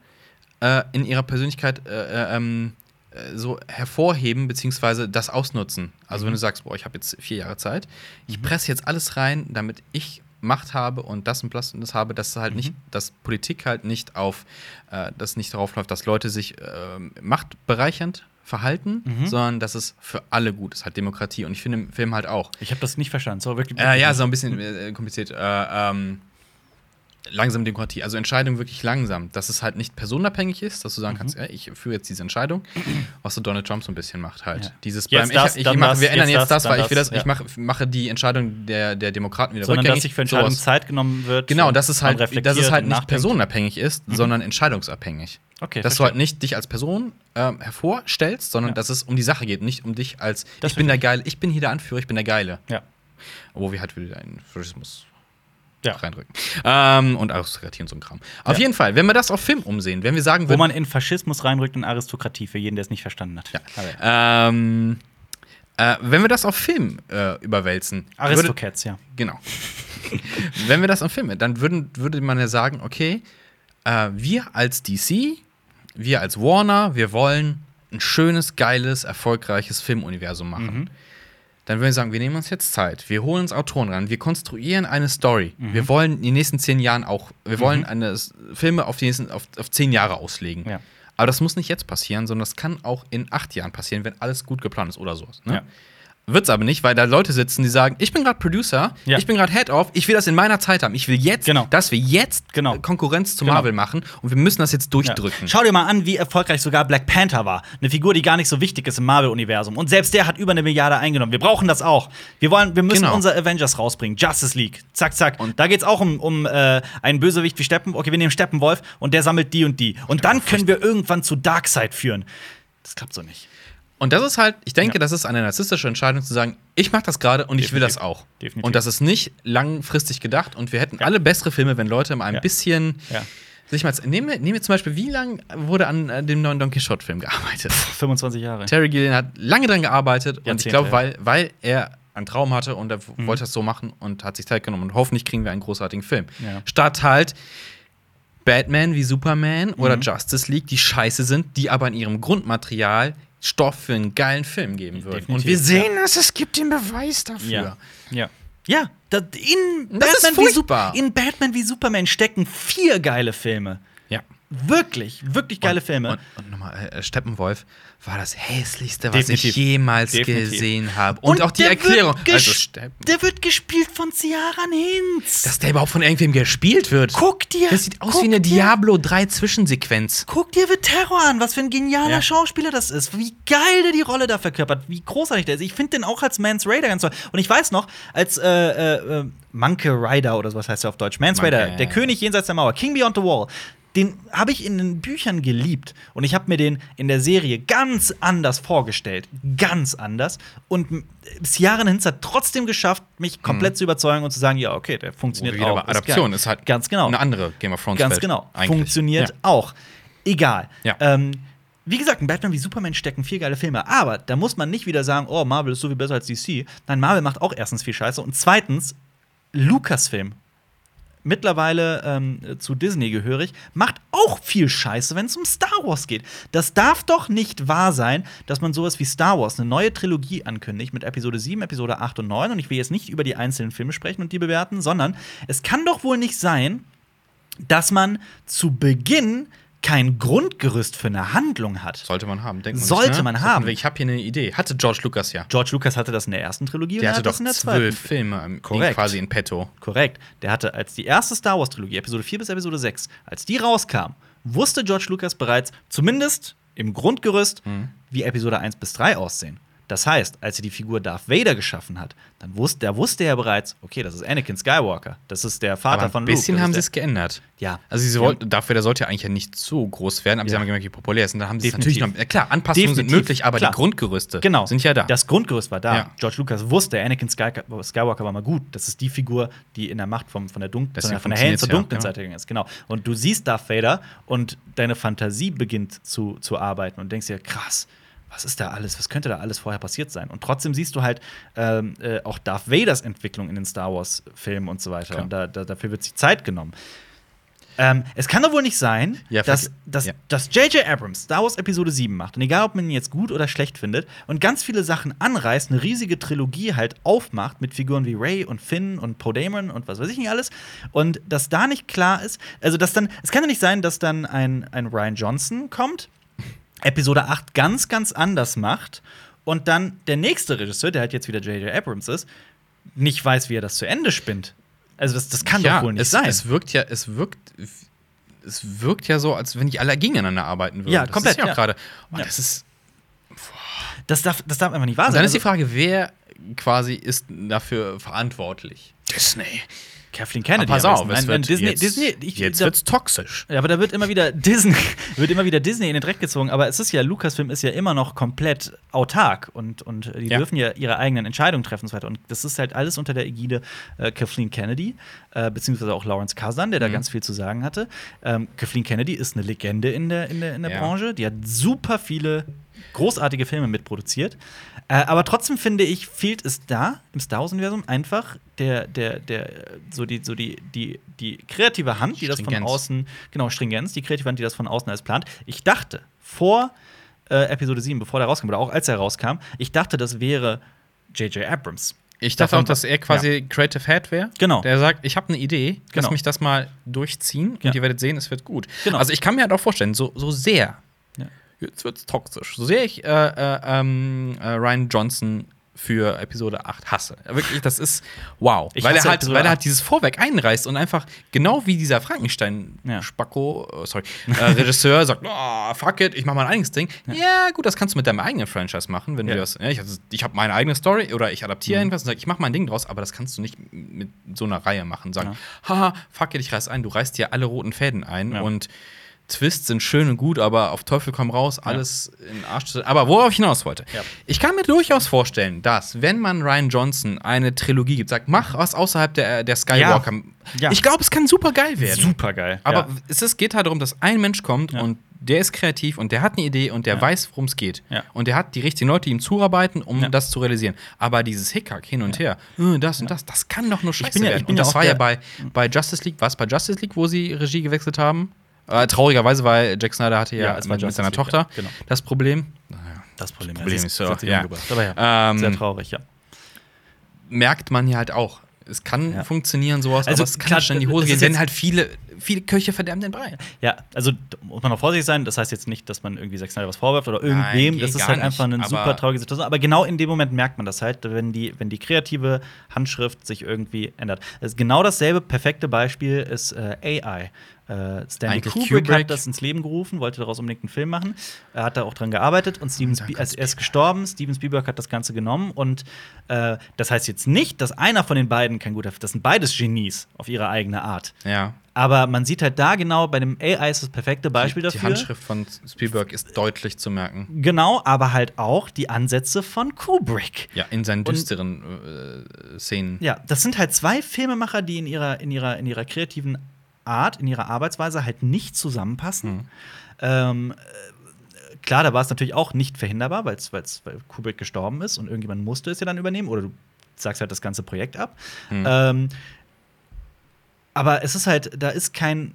[SPEAKER 2] äh, in ihrer Persönlichkeit äh, äh, ähm, äh, so hervorheben beziehungsweise das ausnutzen. Also wenn du sagst, boah, ich habe jetzt vier Jahre Zeit, ich presse jetzt alles rein, damit ich Macht habe und das und das und das habe, dass halt nicht, dass Politik halt nicht auf, äh, dass nicht darauf läuft, dass Leute sich ähm, machtbereichernd verhalten, sondern dass es für alle gut ist, halt Demokratie. Und ich finde im Film halt auch.
[SPEAKER 1] Ich habe das nicht verstanden. So, wirklich,
[SPEAKER 2] Äh, ja,
[SPEAKER 1] wirklich
[SPEAKER 2] so ein bisschen äh, kompliziert. Äh, ähm, langsam Demokratie, also Entscheidung wirklich langsam, dass es halt nicht personenabhängig ist, dass du
[SPEAKER 1] Mhm.
[SPEAKER 2] sagen kannst, äh, ich führe jetzt diese Entscheidung, was so Donald Trump so ein bisschen macht halt.
[SPEAKER 1] Ja.
[SPEAKER 2] Dieses
[SPEAKER 1] Jetzt
[SPEAKER 2] beim-
[SPEAKER 1] das,
[SPEAKER 2] ich, ich,
[SPEAKER 1] dann
[SPEAKER 2] ich mache,
[SPEAKER 1] das,
[SPEAKER 2] wir ändern
[SPEAKER 1] jetzt
[SPEAKER 2] jetzt
[SPEAKER 1] das,
[SPEAKER 2] das,
[SPEAKER 1] dann
[SPEAKER 2] weil ich will
[SPEAKER 1] das,
[SPEAKER 2] das, ich mache, mache die Entscheidung der, der Demokraten wieder
[SPEAKER 1] sondern dass
[SPEAKER 2] rückgängig.
[SPEAKER 1] sich für
[SPEAKER 2] sowas.
[SPEAKER 1] Entscheidungen Zeit genommen wird.
[SPEAKER 2] Genau,
[SPEAKER 1] und
[SPEAKER 2] dass es
[SPEAKER 1] man
[SPEAKER 2] halt, dass es
[SPEAKER 1] reflektiert
[SPEAKER 2] halt
[SPEAKER 1] und
[SPEAKER 2] nicht
[SPEAKER 1] nachdenkt. Mhm.
[SPEAKER 2] personenabhängig ist, sondern entscheidungsabhängig.
[SPEAKER 1] Okay,
[SPEAKER 2] dass du halt nicht dich als Person ähm, hervorstellst, sondern
[SPEAKER 1] Ja.
[SPEAKER 2] dass es um die Sache geht, nicht um dich als
[SPEAKER 1] Das
[SPEAKER 2] ich
[SPEAKER 1] verstehe
[SPEAKER 2] bin der Geile, ich bin hier der Anführer, ich bin der Geile.
[SPEAKER 1] Ja.
[SPEAKER 2] Obwohl wir halt wieder einen Faschismus
[SPEAKER 1] Ja.
[SPEAKER 2] reindrücken. Ähm, und Aristokratie und so ein Kram. Auf
[SPEAKER 1] Ja.
[SPEAKER 2] jeden Fall, wenn wir das auf Film umsehen, wenn wir sagen
[SPEAKER 1] Wo
[SPEAKER 2] würden,
[SPEAKER 1] man in Faschismus reinrückt und Aristokratie, für jeden, der es nicht verstanden hat. Aber Ah, ja.
[SPEAKER 2] ähm, äh, wenn wir das auf Film äh, überwälzen, würde-
[SPEAKER 1] Aristocats, ja.
[SPEAKER 2] Genau. Wenn wir das am Film, dann würden, würde man ja sagen, okay, äh, wir als DC, wir als Warner, wir wollen ein schönes, geiles, erfolgreiches Filmuniversum machen.
[SPEAKER 1] Mhm.
[SPEAKER 2] Dann würden wir sagen, wir nehmen uns jetzt Zeit, wir holen uns Autoren ran, wir konstruieren eine Story.
[SPEAKER 1] Mhm.
[SPEAKER 2] Wir wollen in den nächsten zehn Jahren auch, wir wollen eine, S- Filme auf, die nächsten, auf, auf zehn Jahre auslegen.
[SPEAKER 1] Ja.
[SPEAKER 2] Aber das muss nicht jetzt passieren, sondern das kann auch in acht Jahren passieren, wenn alles gut geplant ist oder sowas. Ne?
[SPEAKER 1] Ja.
[SPEAKER 2] Wird's aber nicht, weil da Leute sitzen, die sagen, ich bin gerade Producer,
[SPEAKER 1] Ja.
[SPEAKER 2] ich bin gerade Head of, ich will das in meiner Zeit haben. Ich will jetzt,
[SPEAKER 1] Genau.
[SPEAKER 2] dass wir jetzt
[SPEAKER 1] Genau.
[SPEAKER 2] äh, Konkurrenz zu
[SPEAKER 1] Genau.
[SPEAKER 2] Marvel machen und wir müssen das jetzt
[SPEAKER 1] Ja.
[SPEAKER 2] durchdrücken.
[SPEAKER 1] Schau dir mal an, wie erfolgreich sogar Black Panther war. Eine Figur, die gar nicht so wichtig ist im Marvel-Universum. Und selbst der hat über eine Milliarde eingenommen. Wir brauchen das auch. Wir, wollen, wir müssen
[SPEAKER 2] Genau.
[SPEAKER 1] unser Avengers rausbringen. Justice League. Zack, zack. da geht's auch um, um äh, einen Bösewicht wie Steppen. Okay, wir nehmen Steppenwolf und der sammelt die und die. Und dann können wir irgendwann zu Darkseid führen. Das klappt so nicht.
[SPEAKER 2] Und das ist halt, ich denke,
[SPEAKER 1] Ja.
[SPEAKER 2] das ist eine narzisstische Entscheidung zu sagen, ich mache das gerade und ich will das
[SPEAKER 1] Definitiv.
[SPEAKER 2] auch.
[SPEAKER 1] Definitiv.
[SPEAKER 2] Und das ist nicht langfristig gedacht und wir hätten alle bessere Filme, wenn Leute mal ein
[SPEAKER 1] Ja.
[SPEAKER 2] bisschen.
[SPEAKER 1] Ja.
[SPEAKER 2] Sich mal, nehmen wir, nehmen wir zum Beispiel, wie lange wurde an äh, dem neuen Don Quixote-Film gearbeitet?
[SPEAKER 1] 25 Jahre.
[SPEAKER 2] Terry Gillian hat lange dran gearbeitet und ich
[SPEAKER 1] Jahrzehnte, Mhm.
[SPEAKER 2] glaube,
[SPEAKER 1] ja.
[SPEAKER 2] weil, weil er einen Traum hatte und er w- wollte das so machen und hat sich Zeit genommen und hoffentlich kriegen wir einen großartigen Film.
[SPEAKER 1] Ja.
[SPEAKER 2] Statt halt Batman wie Superman
[SPEAKER 1] Mhm.
[SPEAKER 2] oder Justice League, die scheiße sind, die aber in ihrem Grundmaterial Stoff für einen geilen Film geben würden.
[SPEAKER 1] Definitiv,
[SPEAKER 2] und wir
[SPEAKER 1] ja.
[SPEAKER 2] sehen das, es gibt den Beweis dafür.
[SPEAKER 1] Ja. Ja. Ja, da, in,
[SPEAKER 2] Das ist
[SPEAKER 1] Batman wie Sup-
[SPEAKER 2] furchtbar.
[SPEAKER 1] in Batman wie Superman stecken vier geile Filme.
[SPEAKER 2] Ja.
[SPEAKER 1] Wirklich, wirklich geile Filme.
[SPEAKER 2] Und, und nochmal, äh, Steppenwolf war das hässlichste, was
[SPEAKER 1] Definitiv.
[SPEAKER 2] ich jemals
[SPEAKER 1] Definitiv.
[SPEAKER 2] gesehen habe. Und, auch die Erklärung.
[SPEAKER 1] Wird
[SPEAKER 2] Also,
[SPEAKER 1] ges-
[SPEAKER 2] Steppen-
[SPEAKER 1] der wird gespielt von Ciaran Hinz.
[SPEAKER 2] dass der überhaupt von irgendwem gespielt wird.
[SPEAKER 1] guck dir.
[SPEAKER 2] Das sieht aus
[SPEAKER 1] guck
[SPEAKER 2] wie eine
[SPEAKER 1] dir-
[SPEAKER 2] Diablo 3 Zwischensequenz.
[SPEAKER 1] Guck dir The Terror an, was für ein genialer
[SPEAKER 2] Ja.
[SPEAKER 1] Schauspieler das ist. Wie geil der die Rolle da verkörpert, wie großartig der ist. Ich finde den auch als Mans Raider ganz toll. Und ich weiß noch, als äh, äh, äh, Monkey Rider oder so, was heißt der auf Deutsch? Mans
[SPEAKER 2] Monkey,
[SPEAKER 1] Rider,
[SPEAKER 2] ja,
[SPEAKER 1] der
[SPEAKER 2] ja.
[SPEAKER 1] König jenseits der Mauer, King Beyond the Wall. den habe ich in den Büchern geliebt und ich habe mir den in der Serie ganz anders vorgestellt, ganz anders und m- bis Jahren hin es hat trotzdem geschafft, mich komplett zu überzeugen und zu sagen, ja, okay, der
[SPEAKER 2] Mhm. Wo wir
[SPEAKER 1] funktioniert
[SPEAKER 2] wieder
[SPEAKER 1] auch.
[SPEAKER 2] bei Adaption
[SPEAKER 1] geil.
[SPEAKER 2] ist halt
[SPEAKER 1] ganz genau.
[SPEAKER 2] eine andere Game of Thrones.
[SPEAKER 1] Ganz
[SPEAKER 2] Welt
[SPEAKER 1] genau.
[SPEAKER 2] eigentlich.
[SPEAKER 1] Funktioniert
[SPEAKER 2] Ja.
[SPEAKER 1] auch. Egal.
[SPEAKER 2] Ja.
[SPEAKER 1] Ähm, wie gesagt, in Batman wie Superman stecken vier geile Filme. Aber da muss man nicht wieder sagen, oh, Marvel ist so viel besser als DC. Nein, Marvel macht auch erstens viel Scheiße und zweitens, Lucasfilm, mittlerweile ähm, zu Disney gehörig, macht auch viel Scheiße, wenn es um Star Wars geht. Das darf doch nicht wahr sein, dass man sowas wie Star Wars, eine neue Trilogie ankündigt mit Episode 7, Episode 8 und 9. Und ich will jetzt nicht über die einzelnen Filme sprechen und die bewerten, sondern es kann doch wohl nicht sein, dass man zu Beginn kein Grundgerüst für eine Handlung hat.
[SPEAKER 2] Sollte man haben, denkt man
[SPEAKER 1] Sollte
[SPEAKER 2] nicht, ne?
[SPEAKER 1] man
[SPEAKER 2] So
[SPEAKER 1] haben.
[SPEAKER 2] von wegen, Ich habe hier eine Idee. Hatte George Lucas ja.
[SPEAKER 1] George Lucas hatte das in der ersten Trilogie
[SPEAKER 2] Der
[SPEAKER 1] er
[SPEAKER 2] hatte
[SPEAKER 1] hat das
[SPEAKER 2] doch
[SPEAKER 1] in der
[SPEAKER 2] zwölf Filme im-
[SPEAKER 1] Korrekt.
[SPEAKER 2] quasi in petto.
[SPEAKER 1] Korrekt. Der hatte als die erste Star Wars Trilogie, Episode 4 bis Episode 6, als die rauskam, wusste George Lucas bereits, zumindest im Grundgerüst,
[SPEAKER 2] Mhm.
[SPEAKER 1] wie Episode 1 bis 3 aussehen. Das heißt, als er die Figur Darth Vader geschaffen hat, dann wusste, da wusste er bereits, okay, das ist Anakin Skywalker, das ist der Vater
[SPEAKER 2] Aber ein
[SPEAKER 1] von Luke.
[SPEAKER 2] bisschen
[SPEAKER 1] das
[SPEAKER 2] haben
[SPEAKER 1] ist
[SPEAKER 2] sie es geändert.
[SPEAKER 1] der- ja.
[SPEAKER 2] Also sie wollten, dafür, der sollte ja eigentlich ja nicht so groß werden, aber sie
[SPEAKER 1] Ja.
[SPEAKER 2] haben gemerkt, wie populär es ist. Und da haben sie es
[SPEAKER 1] Definitiv.
[SPEAKER 2] natürlich noch. äh, Klar, Anpassungen sind
[SPEAKER 1] Definitiv,
[SPEAKER 2] möglich, aber
[SPEAKER 1] klar.
[SPEAKER 2] die Grundgerüste
[SPEAKER 1] Genau.
[SPEAKER 2] sind ja da.
[SPEAKER 1] Das Grundgerüst war da.
[SPEAKER 2] Ja.
[SPEAKER 1] George Lucas wusste, Anakin Sky- Skywalker war mal gut. Das ist die Figur, die in der Macht vom, von, der Dun von,
[SPEAKER 2] Deswegen
[SPEAKER 1] der, von der hellen
[SPEAKER 2] funktioniert's
[SPEAKER 1] zur
[SPEAKER 2] ja,
[SPEAKER 1] dunklen
[SPEAKER 2] ja.
[SPEAKER 1] Seite gegangen ist. Genau. Und du siehst Darth Vader und deine Fantasie beginnt zu, zu arbeiten und denkst dir, krass. Was ist da alles? Was könnte da alles vorher passiert sein? Und trotzdem siehst du halt ähm, äh, auch Darth Vaders Entwicklung in den Star Wars-Filmen und so weiter.
[SPEAKER 2] Klar.
[SPEAKER 1] Und da, da, dafür wird sich Zeit genommen. Ähm, es kann doch wohl nicht sein,
[SPEAKER 2] Ja,
[SPEAKER 1] dass,
[SPEAKER 2] verge-
[SPEAKER 1] dass,
[SPEAKER 2] ja.
[SPEAKER 1] dass J.J. Abrams Star Wars Episode 7 macht, und egal ob man ihn jetzt gut oder schlecht findet, und ganz viele Sachen anreißt, eine riesige Trilogie halt aufmacht mit Figuren wie Ray und Finn und Poe Dameron und was weiß ich nicht alles, und dass da nicht klar ist, also dass dann, es kann ja nicht sein, dass dann ein, ein Ryan Johnson kommt, Episode 8 ganz, ganz anders macht und dann der nächste Regisseur, der halt jetzt wieder J.J. Abrams ist, nicht weiß, wie er das zu Ende spinnt. Also, das, das kann
[SPEAKER 2] ja,
[SPEAKER 1] doch wohl nicht
[SPEAKER 2] es,
[SPEAKER 1] sein.
[SPEAKER 2] Es wirkt ja, es wirkt. Es wirkt ja so, als wenn die alle gegeneinander arbeiten würden.
[SPEAKER 1] Ja,
[SPEAKER 2] das
[SPEAKER 1] komplett,
[SPEAKER 2] Ist ja auch
[SPEAKER 1] ja.
[SPEAKER 2] gerade. Oh,
[SPEAKER 1] Ja.
[SPEAKER 2] Das ist.
[SPEAKER 1] Das darf, das darf einfach nicht wahr
[SPEAKER 2] Und
[SPEAKER 1] sein.
[SPEAKER 2] dann ist die
[SPEAKER 1] Also,
[SPEAKER 2] Frage, wer quasi ist dafür verantwortlich? Disney.
[SPEAKER 1] Kathleen Kennedy.
[SPEAKER 2] pass
[SPEAKER 1] am
[SPEAKER 2] auf,
[SPEAKER 1] besten.
[SPEAKER 2] es
[SPEAKER 1] Nein, nein,
[SPEAKER 2] wird
[SPEAKER 1] Disney,
[SPEAKER 2] jetzt,
[SPEAKER 1] Disney, ich,
[SPEAKER 2] jetzt
[SPEAKER 1] da,
[SPEAKER 2] wird's toxisch.
[SPEAKER 1] ja, aber da wird immer wieder Disney, wird immer wieder Disney in den Dreck gezogen. Aber es ist ja, Lucasfilm ist ja immer noch komplett autark und, und die
[SPEAKER 2] Ja.
[SPEAKER 1] dürfen ja ihre eigenen Entscheidungen treffen und so weiter. Und das ist halt alles unter der Ägide äh, Kathleen Kennedy, äh, beziehungsweise auch Lawrence Kazan,
[SPEAKER 2] Mhm.
[SPEAKER 1] der da ganz viel zu sagen hatte. Ähm, Kathleen Kennedy ist eine Legende in der, in der, in der
[SPEAKER 2] Ja.
[SPEAKER 1] Branche. Die hat super viele großartige Filme mitproduziert. Äh, aber trotzdem finde ich, fehlt es da im Star Wars-Universum einfach der, der, der, so die, so die, die, die kreative Hand, die das von
[SPEAKER 2] Stringenz.
[SPEAKER 1] außen, genau, Stringenz, die kreative Hand, die das von außen alles plant. Ich dachte, vor äh, Episode 7, bevor der rauskam, oder auch als er rauskam, ich dachte, das wäre J.J. Abrams.
[SPEAKER 2] Ich dachte
[SPEAKER 1] Davon-
[SPEAKER 2] auch, dass er quasi Creative Head wäre.
[SPEAKER 1] Genau.
[SPEAKER 2] Der sagt, ich habe eine Idee,
[SPEAKER 1] Genau.
[SPEAKER 2] lass mich das mal durchziehen und
[SPEAKER 1] Ja.
[SPEAKER 2] ihr werdet sehen, es wird gut.
[SPEAKER 1] Genau.
[SPEAKER 2] Also ich kann mir halt auch vorstellen, so, so sehr,
[SPEAKER 1] Ja.
[SPEAKER 2] jetzt wird's toxisch, so sehr ich äh, äh, ähm, äh, Ryan Johnson für Episode 8 hasse. Wirklich, das ist wow.
[SPEAKER 1] Ich
[SPEAKER 2] weil, er
[SPEAKER 1] hasse
[SPEAKER 2] halt,
[SPEAKER 1] Episode
[SPEAKER 2] weil
[SPEAKER 1] 8.
[SPEAKER 2] er halt dieses Vorwerk einreißt und einfach genau wie dieser
[SPEAKER 1] Ja.
[SPEAKER 2] Frankenstein-Spacko, äh, sorry, äh, Regisseur sagt, oh, fuck it, ich mache mein eigenes Ding. Ja. gut, das kannst du mit deinem eigenen Franchise machen, wenn
[SPEAKER 1] Ja.
[SPEAKER 2] du das, ja, ich, also, ich habe meine eigene Story oder ich adaptiere
[SPEAKER 1] Mhm.
[SPEAKER 2] irgendwas und sage, ich mache mein Ding draus, aber das kannst du nicht mit so einer Reihe machen. Sagen, haha, fuck it, ich reiß ein, du reißt dir alle roten Fäden ein
[SPEAKER 1] Ja.
[SPEAKER 2] und Twists sind schön und gut, aber auf Teufel komm raus, alles in den Arsch. zu- Aber worauf ich hinaus wollte.
[SPEAKER 1] Ja.
[SPEAKER 2] Ich kann mir durchaus vorstellen, dass, wenn man Ryan Johnson eine Trilogie gibt, sagt, mach was außerhalb der, der Skywalker.
[SPEAKER 1] Ja.
[SPEAKER 2] Ich glaube, es kann super geil werden.
[SPEAKER 1] Super geil.
[SPEAKER 2] Aber
[SPEAKER 1] ja.
[SPEAKER 2] es ist, geht halt darum, dass ein Mensch kommt
[SPEAKER 1] Ja.
[SPEAKER 2] und der ist kreativ und der hat eine Idee und der weiß, worum es geht.
[SPEAKER 1] Ja.
[SPEAKER 2] Und der hat die richtigen Leute, die ihm zuarbeiten, um
[SPEAKER 1] Ja.
[SPEAKER 2] das zu realisieren. Aber dieses Hickhack hin und her, äh, das und das, das kann doch nur scheiße
[SPEAKER 1] bin ja- ich
[SPEAKER 2] werden.
[SPEAKER 1] bin
[SPEAKER 2] und
[SPEAKER 1] ja
[SPEAKER 2] das
[SPEAKER 1] auch
[SPEAKER 2] war ja
[SPEAKER 1] der- Hm.
[SPEAKER 2] bei, bei Justice League, was bei Justice League, wo sie Regie gewechselt haben? Äh, traurigerweise, weil Jack Snyder hatte
[SPEAKER 1] Ja,
[SPEAKER 2] ja,
[SPEAKER 1] es war
[SPEAKER 2] mit, mit
[SPEAKER 1] Justice
[SPEAKER 2] seiner
[SPEAKER 1] League,
[SPEAKER 2] Tochter
[SPEAKER 1] ja, genau.
[SPEAKER 2] das Problem.
[SPEAKER 1] das Problem,
[SPEAKER 2] Problem
[SPEAKER 1] sie-
[SPEAKER 2] ist
[SPEAKER 1] sie
[SPEAKER 2] so,
[SPEAKER 1] hat sich
[SPEAKER 2] ja.
[SPEAKER 1] umgebracht. Aber ja.
[SPEAKER 2] Ähm,
[SPEAKER 1] Sehr traurig, ja.
[SPEAKER 2] merkt man ja halt auch. Es kann
[SPEAKER 1] Ja.
[SPEAKER 2] funktionieren, sowas,
[SPEAKER 1] Also,
[SPEAKER 2] aber es kann
[SPEAKER 1] klar,
[SPEAKER 2] schnell in die Hose
[SPEAKER 1] das
[SPEAKER 2] gehen,
[SPEAKER 1] ist
[SPEAKER 2] wenn
[SPEAKER 1] jetzt-
[SPEAKER 2] halt viele, viele Köche verderben den Brei.
[SPEAKER 1] Ja, also da muss man auch vorsichtig sein. Das heißt jetzt nicht, dass man irgendwie Zack Snyder was vorwirft oder irgendwem.
[SPEAKER 2] Nein,
[SPEAKER 1] das
[SPEAKER 2] geht
[SPEAKER 1] ist
[SPEAKER 2] gar
[SPEAKER 1] halt
[SPEAKER 2] nicht.
[SPEAKER 1] einfach eine
[SPEAKER 2] Aber-
[SPEAKER 1] super traurige Situation. Aber genau in dem Moment merkt man das halt, wenn die, wenn die kreative Handschrift sich irgendwie ändert. Das ist genau dasselbe perfekte Beispiel ist äh, AI. Äh, Stanley
[SPEAKER 2] Eigentlich
[SPEAKER 1] Kubrick,
[SPEAKER 2] Kubrick.
[SPEAKER 1] hat das ins Leben gerufen, wollte daraus unbedingt einen Film machen. Er hat da auch dran gearbeitet und Steven Spie- als er ist gestorben. Steven Spielberg hat das Ganze genommen und äh, das heißt jetzt nicht, dass einer von den beiden kein guter, das sind beides Genies auf ihre eigene Art.
[SPEAKER 2] Ja.
[SPEAKER 1] Aber man sieht halt da genau, bei dem AI ist das perfekte Beispiel
[SPEAKER 2] die,
[SPEAKER 1] dafür.
[SPEAKER 2] Die Handschrift von Spielberg ist deutlich zu merken.
[SPEAKER 1] Genau, aber halt auch die Ansätze von Kubrick.
[SPEAKER 2] Ja, in seinen düsteren äh, Szenen.
[SPEAKER 1] Ja, das sind halt zwei Filmemacher, die in ihrer, in ihrer, in ihrer kreativen Art, in ihrer Arbeitsweise halt nicht zusammenpassen. Ähm, äh, klar, da war es natürlich auch nicht verhinderbar, weil's, weil's, weil Kubrick gestorben ist und irgendjemand musste es ja dann übernehmen oder du sagst halt das ganze Projekt ab. Ähm, aber es ist halt, da ist kein.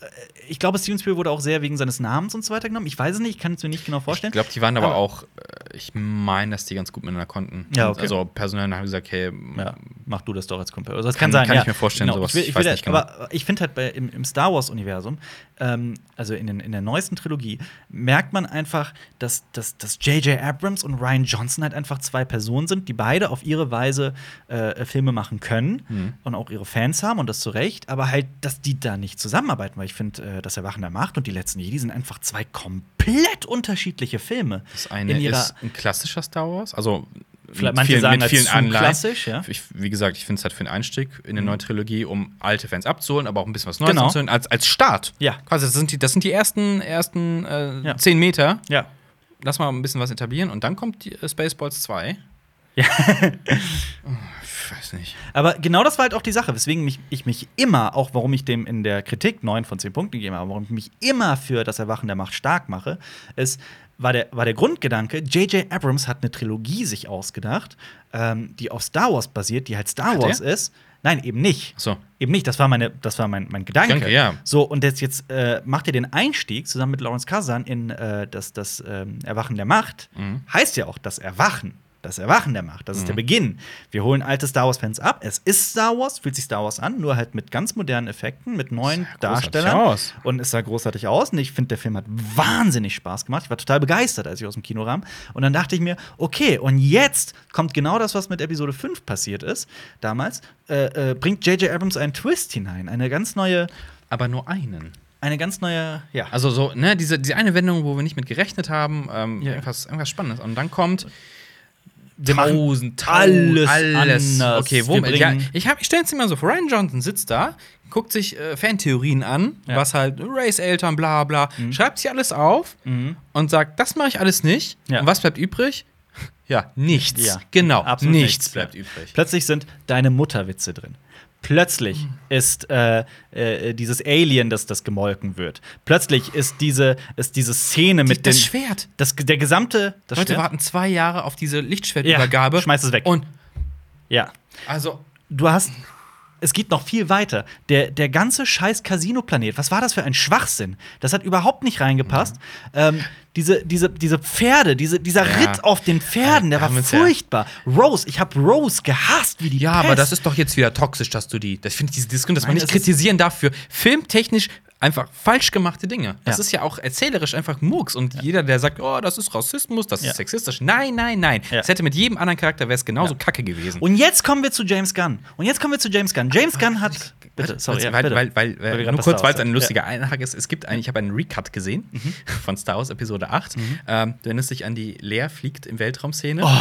[SPEAKER 1] äh, Ich glaube, Steven Spielberg wurde auch sehr wegen seines Namens und so weiter genommen. Ich weiß es nicht, ich kann es mir nicht genau
[SPEAKER 2] Ich
[SPEAKER 1] vorstellen.
[SPEAKER 2] glaube, die waren aber,
[SPEAKER 1] Aber-
[SPEAKER 2] auch, äh, ich meine, dass die ganz gut miteinander konnten.
[SPEAKER 1] Ja, okay.
[SPEAKER 2] Also personell haben gesagt, hey,
[SPEAKER 1] Ja, mach du das doch als Kumpel. Also das
[SPEAKER 2] Kann-
[SPEAKER 1] kann, sein.
[SPEAKER 2] kann ich
[SPEAKER 1] ja.
[SPEAKER 2] mir vorstellen, sowas.
[SPEAKER 1] Ich, will, ich,
[SPEAKER 2] Ich
[SPEAKER 1] will
[SPEAKER 2] weiß nicht genau.
[SPEAKER 1] halt- Aber ich finde halt bei, im, im Star Wars-Universum, ähm, also in, den, in der neuesten Trilogie, merkt man einfach, dass dass- dass J.J. Abrams und Ryan Johnson halt einfach zwei Personen sind, die beide auf ihre Weise äh, Filme machen können
[SPEAKER 2] Mhm.
[SPEAKER 1] und auch ihre Fans haben und das zu Recht, aber halt, dass die da nicht zusammenarbeiten, weil ich finde, äh, das Erwachen der Macht und die letzten Jedi sind einfach zwei komplett unterschiedliche Filme.
[SPEAKER 2] das eine
[SPEAKER 1] in ihrer-
[SPEAKER 2] ist ein klassischer Star Wars. Also
[SPEAKER 1] Vielleicht- manche sagen halt zu klassisch, ja. Mhm.
[SPEAKER 2] Ich, wie gesagt, ich finde es halt für den Einstieg in eine neue Trilogie, um alte Fans abzuholen, aber auch ein bisschen was Neues
[SPEAKER 1] Genau.
[SPEAKER 2] abzuholen, als, als Start.
[SPEAKER 1] Ja.
[SPEAKER 2] Quasi, das sind die, das sind die ersten, ersten äh,
[SPEAKER 1] Ja.
[SPEAKER 2] zehn Meter.
[SPEAKER 1] Ja.
[SPEAKER 2] Lass mal ein bisschen was etablieren und dann kommt die, äh, Spaceballs 2.
[SPEAKER 1] Ja.
[SPEAKER 2] Oh, ich weiß nicht.
[SPEAKER 1] Aber genau das war halt auch die Sache, weswegen mich, ich mich immer, auch warum ich dem in der Kritik 9 von 10 Punkten gegeben habe, warum ich mich immer für das Erwachen der Macht stark mache, ist, war der, war der Grundgedanke, J.J. Abrams hat eine Trilogie sich ausgedacht, ähm, die auf Star Wars basiert, die halt Star
[SPEAKER 2] Hat er?
[SPEAKER 1] Wars ist. Nein, eben nicht.
[SPEAKER 2] Ach so.
[SPEAKER 1] Eben nicht, das war, meine, das war mein, mein Gedanke.
[SPEAKER 2] Danke, ja.
[SPEAKER 1] So, und jetzt, jetzt äh, macht ihr den Einstieg zusammen mit Lawrence Kasdan in äh, das, das ähm, Erwachen der Macht. Heißt ja auch das Erwachen. Das Erwachen der Macht. Das ist der Beginn. Wir holen alte Star Wars-Fans ab. Es ist Star Wars, fühlt sich Star Wars an, nur halt mit ganz modernen Effekten, mit neuen
[SPEAKER 2] großartig
[SPEAKER 1] Darstellern.
[SPEAKER 2] aus.
[SPEAKER 1] Und es sah großartig aus. Und ich finde, der Film hat wahnsinnig Spaß gemacht. Ich war total begeistert, als ich aus dem Kino kam. Und dann dachte ich mir, okay, und jetzt kommt genau das, was mit Episode 5 passiert ist damals. Äh, äh, bringt J.J. Abrams einen Twist hinein. Eine ganz neue,
[SPEAKER 2] Aber nur einen.
[SPEAKER 1] eine ganz neue, ja.
[SPEAKER 2] Also so, ne, diese, diese eine Wendung, wo wir nicht mit gerechnet haben, ähm,
[SPEAKER 1] Ja.
[SPEAKER 2] irgendwas, irgendwas Spannendes. Und dann kommt
[SPEAKER 1] Wir machen
[SPEAKER 2] tausend,
[SPEAKER 1] alles anders.
[SPEAKER 2] Okay, wo
[SPEAKER 1] Wir
[SPEAKER 2] ja,
[SPEAKER 1] bringen-
[SPEAKER 2] ich, hab- ich stelle es immer so vor, Ryan Johnson sitzt da, guckt sich äh, Fantheorien an,
[SPEAKER 1] Ja. Mhm.
[SPEAKER 2] was halt Race-Eltern, bla bla, schreibt sich alles auf und sagt, das mache ich alles nicht.
[SPEAKER 1] Ja.
[SPEAKER 2] Und was bleibt übrig? Ja, nichts.
[SPEAKER 1] Ja.
[SPEAKER 2] Genau,
[SPEAKER 1] Absolut
[SPEAKER 2] nichts
[SPEAKER 1] nichts.
[SPEAKER 2] bleibt übrig.
[SPEAKER 1] Plötzlich sind deine Mutterwitze drin. Plötzlich
[SPEAKER 2] Mhm.
[SPEAKER 1] ist äh, äh, dieses Alien, das das gemolken wird. Plötzlich ist diese, ist diese Szene mit
[SPEAKER 2] das
[SPEAKER 1] den-
[SPEAKER 2] Schwert.
[SPEAKER 1] Das, der gesamte. Das
[SPEAKER 2] Leute
[SPEAKER 1] Schwert?
[SPEAKER 2] warten zwei Jahre auf diese Lichtschwertübergabe.
[SPEAKER 1] Ja, schmeiß es weg.
[SPEAKER 2] Und
[SPEAKER 1] Ja.
[SPEAKER 2] also
[SPEAKER 1] Du hast. Es geht noch viel weiter. Der, der ganze scheiß Casino-Planet, was war das für ein Schwachsinn? Das hat überhaupt nicht reingepasst. Ähm, diese, diese, diese Pferde, diese, dieser
[SPEAKER 2] Ja.
[SPEAKER 1] Ritt auf den Pferden, der
[SPEAKER 2] Wir
[SPEAKER 1] war
[SPEAKER 2] haben uns ja-
[SPEAKER 1] furchtbar. Rose, ich habe Rose gehasst wie die
[SPEAKER 2] Ja,
[SPEAKER 1] Pest.
[SPEAKER 2] aber das ist doch jetzt wieder toxisch, dass du die. Das finde ich diese Diskussion, dass man
[SPEAKER 1] Nein,
[SPEAKER 2] nicht
[SPEAKER 1] das ist-
[SPEAKER 2] kritisieren darf für filmtechnisch einfach falsch gemachte Dinge. Das
[SPEAKER 1] Ja.
[SPEAKER 2] ist ja auch erzählerisch einfach Murks und jeder, der sagt, oh, das ist Rassismus, das
[SPEAKER 1] Ja.
[SPEAKER 2] ist sexistisch. Nein, nein, nein.
[SPEAKER 1] Ja.
[SPEAKER 2] Das hätte mit jedem anderen Charakter wäre es genauso kacke gewesen.
[SPEAKER 1] Und jetzt kommen wir zu James Gunn. Und jetzt kommen wir zu James
[SPEAKER 2] Äh,
[SPEAKER 1] Gunn. James Gunn hat. Bitte,
[SPEAKER 2] Warte,
[SPEAKER 1] sorry, ja,
[SPEAKER 2] also, weil,
[SPEAKER 1] bitte.
[SPEAKER 2] weil, weil,
[SPEAKER 1] wir
[SPEAKER 2] weil,
[SPEAKER 1] grad
[SPEAKER 2] nur
[SPEAKER 1] bei
[SPEAKER 2] kurz,
[SPEAKER 1] Star
[SPEAKER 2] weil
[SPEAKER 1] Wars
[SPEAKER 2] es ein
[SPEAKER 1] sind.
[SPEAKER 2] lustiger Einhack ist. Es gibt einen, ich habe einen Recut gesehen
[SPEAKER 1] Mhm.
[SPEAKER 2] von Star Wars Episode 8. Ähm, du erinnerst dich an die Lea fliegt im Weltraum-Szene. und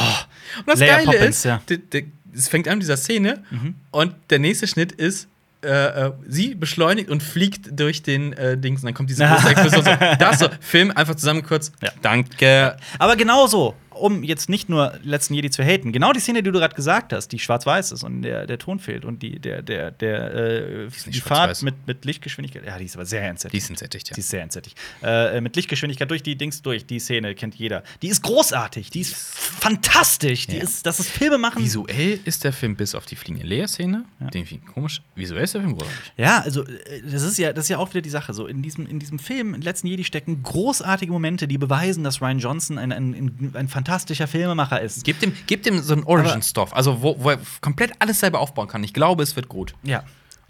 [SPEAKER 2] das
[SPEAKER 1] Oh, Leia
[SPEAKER 2] Geile
[SPEAKER 1] Poppins,
[SPEAKER 2] ist,
[SPEAKER 1] ja. Mhm.
[SPEAKER 2] d- d- es fängt an mit dieser Szene und der nächste Schnitt ist, äh, äh, sie beschleunigt und fliegt durch den äh, Dings und dann kommt diese große Explosion. So, das so, Film einfach zusammen kurz.
[SPEAKER 1] Ja.
[SPEAKER 2] Danke.
[SPEAKER 1] Aber genauso, um jetzt nicht nur letzten Jedi zu haten, genau die Szene, die du gerade gesagt hast, die schwarz-weiß ist und der, der Ton fehlt und die, der, der, der, äh, die,
[SPEAKER 2] nicht schwarz-weiß.
[SPEAKER 1] Fahrt mit, mit Lichtgeschwindigkeit, ja, die ist aber sehr
[SPEAKER 2] Die
[SPEAKER 1] entsetzlich.
[SPEAKER 2] sind sättigt, ja.
[SPEAKER 1] Die ist sehr entsetzlich. Äh, mit Lichtgeschwindigkeit durch die Dings durch, die Szene kennt jeder. Die ist großartig, die ist fantastisch, die
[SPEAKER 2] Ja.
[SPEAKER 1] ist, das ist Filme machen.
[SPEAKER 2] Visuell ist der Film bis auf die fliegende Lea-Szene, den finde ich komisch. Visuell ist der Film großartig.
[SPEAKER 1] Ja, also äh, das ist ja, das ist ja auch wieder die Sache. So in diesem, in diesem Film, in letzten Jedi stecken großartige Momente, die beweisen, dass Ryan Johnson ein, ein, ein, ein fantastischer Filmemacher ist.
[SPEAKER 2] Gib dem, gib dem so einen
[SPEAKER 1] Aber-
[SPEAKER 2] Origin-Stuff, also wo, wo er komplett alles selber aufbauen kann. Ich glaube, es wird gut.
[SPEAKER 1] Ja.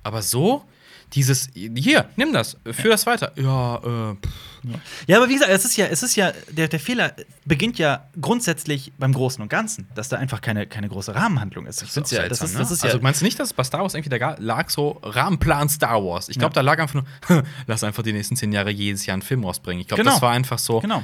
[SPEAKER 2] Aber so, dieses, hier, nimm das, führ das weiter. Ja, äh, pff,
[SPEAKER 1] Ja, aber wie gesagt, es ist ja, es ist ja, der, der Fehler beginnt ja grundsätzlich beim Großen und Ganzen, dass da einfach keine, keine große Rahmenhandlung ist. Ich find's ja, das ist, das ist ja,
[SPEAKER 2] Also meinst du nicht, dass bei Star Wars irgendwie da ga- lag so Rahmenplan Star Wars? Ich glaube, da lag einfach nur, lass einfach die nächsten zehn Jahre jedes Jahr einen Film rausbringen. Ich glaube,
[SPEAKER 1] Genau.
[SPEAKER 2] das war einfach so.
[SPEAKER 1] genau.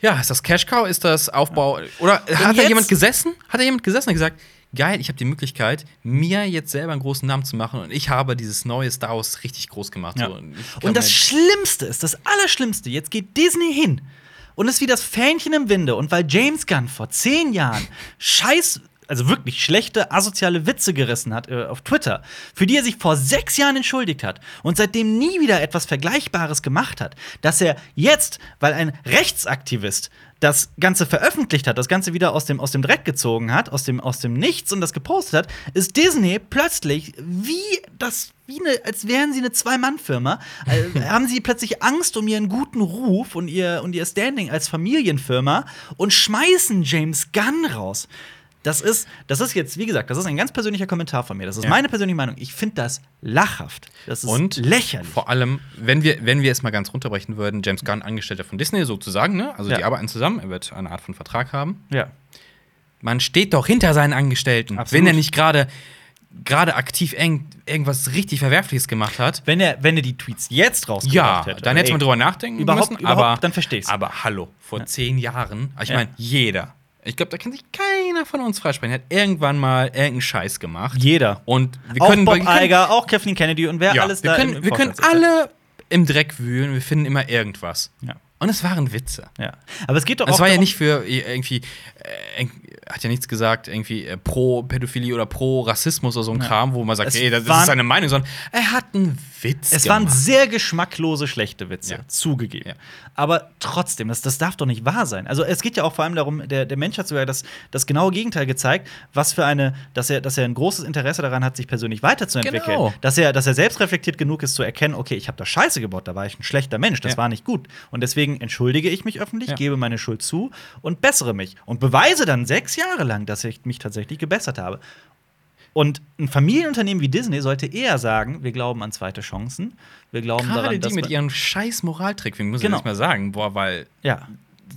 [SPEAKER 2] Ja, ist das Cash Cow, ist das Aufbau oder hat da
[SPEAKER 1] jetzt-
[SPEAKER 2] jemand gesessen? Hat da jemand gesessen und gesagt, geil, ich habe die Möglichkeit, mir jetzt selber einen großen Namen zu machen und ich habe dieses neue Star Wars richtig groß gemacht.
[SPEAKER 1] Ja.
[SPEAKER 2] So, und ich kann
[SPEAKER 1] Und das
[SPEAKER 2] mir-
[SPEAKER 1] Schlimmste ist, das Allerschlimmste, jetzt geht Disney hin und ist wie das Fähnchen im Winde. Und weil James Gunn vor zehn Jahren scheiß, also wirklich schlechte, asoziale Witze gerissen hat äh, auf Twitter, für die er sich vor sechs Jahren entschuldigt hat und seitdem nie wieder etwas Vergleichbares gemacht hat, dass er jetzt, weil ein Rechtsaktivist das Ganze veröffentlicht hat, das Ganze wieder aus dem, aus dem Dreck gezogen hat, aus dem, aus dem Nichts und das gepostet hat, ist Disney plötzlich wie das, wie eine, als wären sie eine Zwei-Mann-Firma, äh, haben sie plötzlich Angst um ihren guten Ruf und ihr, und ihr Standing als Familienfirma und schmeißen James Gunn raus. Das ist, das ist jetzt, wie gesagt, das ist ein ganz persönlicher Kommentar von mir. Das ist meine persönliche Meinung. Ich finde das lachhaft. Das ist
[SPEAKER 2] und
[SPEAKER 1] lächerlich.
[SPEAKER 2] Vor allem, wenn wir, wenn wir es mal ganz runterbrechen würden, James Gunn, Angestellter von Disney sozusagen, ne? also die
[SPEAKER 1] Ja.
[SPEAKER 2] arbeiten zusammen, er wird eine Art von Vertrag haben.
[SPEAKER 1] Ja.
[SPEAKER 2] Man steht doch hinter seinen Angestellten,
[SPEAKER 1] Absolut.
[SPEAKER 2] wenn er nicht gerade gerade aktiv eng, irgendwas richtig Verwerfliches gemacht hat.
[SPEAKER 1] Wenn er, wenn er die Tweets jetzt
[SPEAKER 2] Ja,
[SPEAKER 1] rausgebracht hätte.
[SPEAKER 2] dann hätte man
[SPEAKER 1] ey,
[SPEAKER 2] drüber nachdenken
[SPEAKER 1] überhaupt-
[SPEAKER 2] müssen.
[SPEAKER 1] überhaupt,
[SPEAKER 2] aber,
[SPEAKER 1] dann versteh ich's.
[SPEAKER 2] Aber hallo, vor zehn Jahren, ich
[SPEAKER 1] Ja.
[SPEAKER 2] meine, jeder, ich glaube, da kann sich keiner von uns freisprechen, hat irgendwann mal irgendeinen Scheiß gemacht.
[SPEAKER 1] Jeder.
[SPEAKER 2] Und wir
[SPEAKER 1] auch
[SPEAKER 2] können
[SPEAKER 1] Bob
[SPEAKER 2] wir können-
[SPEAKER 1] Eiger, auch Kathleen Kennedy und wer
[SPEAKER 2] ja,
[SPEAKER 1] alles
[SPEAKER 2] wir
[SPEAKER 1] da
[SPEAKER 2] können,
[SPEAKER 1] im- im
[SPEAKER 2] wir können
[SPEAKER 1] Vorstand sitzt.
[SPEAKER 2] alle im Dreck wühlen, wir finden immer irgendwas.
[SPEAKER 1] Ja.
[SPEAKER 2] Und es waren Witze.
[SPEAKER 1] Ja. Aber es geht doch
[SPEAKER 2] Das
[SPEAKER 1] auch
[SPEAKER 2] war ja
[SPEAKER 1] darum-
[SPEAKER 2] nicht für irgendwie, äh, irg- hat ja nichts gesagt, irgendwie äh, pro Pädophilie oder pro Rassismus oder so ein Kram, wo man sagt,
[SPEAKER 1] Es
[SPEAKER 2] ey, das
[SPEAKER 1] waren-
[SPEAKER 2] ist seine Meinung, sondern er hat einen Witz.
[SPEAKER 1] Es waren
[SPEAKER 2] gemacht.
[SPEAKER 1] sehr geschmacklose, schlechte Witze,
[SPEAKER 2] Ja.
[SPEAKER 1] zugegeben.
[SPEAKER 2] Ja.
[SPEAKER 1] Aber trotzdem, das, das darf doch nicht wahr sein. Also es geht ja auch vor allem darum, der, der Mensch hat sogar das, das genaue Gegenteil gezeigt, was für eine, dass er, dass er ein großes Interesse daran hat, sich persönlich weiterzuentwickeln.
[SPEAKER 2] Genau.
[SPEAKER 1] Dass, er, dass er selbst reflektiert genug ist zu erkennen, okay, ich habe da Scheiße gebaut, da war ich ein schlechter Mensch, das
[SPEAKER 2] Ja.
[SPEAKER 1] war nicht gut. Und deswegen entschuldige ich mich öffentlich,
[SPEAKER 2] Ja.
[SPEAKER 1] gebe meine Schuld zu und bessere mich. Und beweise dann sechs Jahre lang, dass ich mich tatsächlich gebessert habe. Und ein Familienunternehmen wie Disney sollte eher sagen, wir glauben an zweite Chancen. Wir glauben
[SPEAKER 2] Gerade
[SPEAKER 1] daran,
[SPEAKER 2] die
[SPEAKER 1] dass
[SPEAKER 2] mit
[SPEAKER 1] man-
[SPEAKER 2] ihrem scheiß Moraltrick, wir müssen
[SPEAKER 1] Genau.
[SPEAKER 2] genau. das mal sagen, boah, weil
[SPEAKER 1] ja.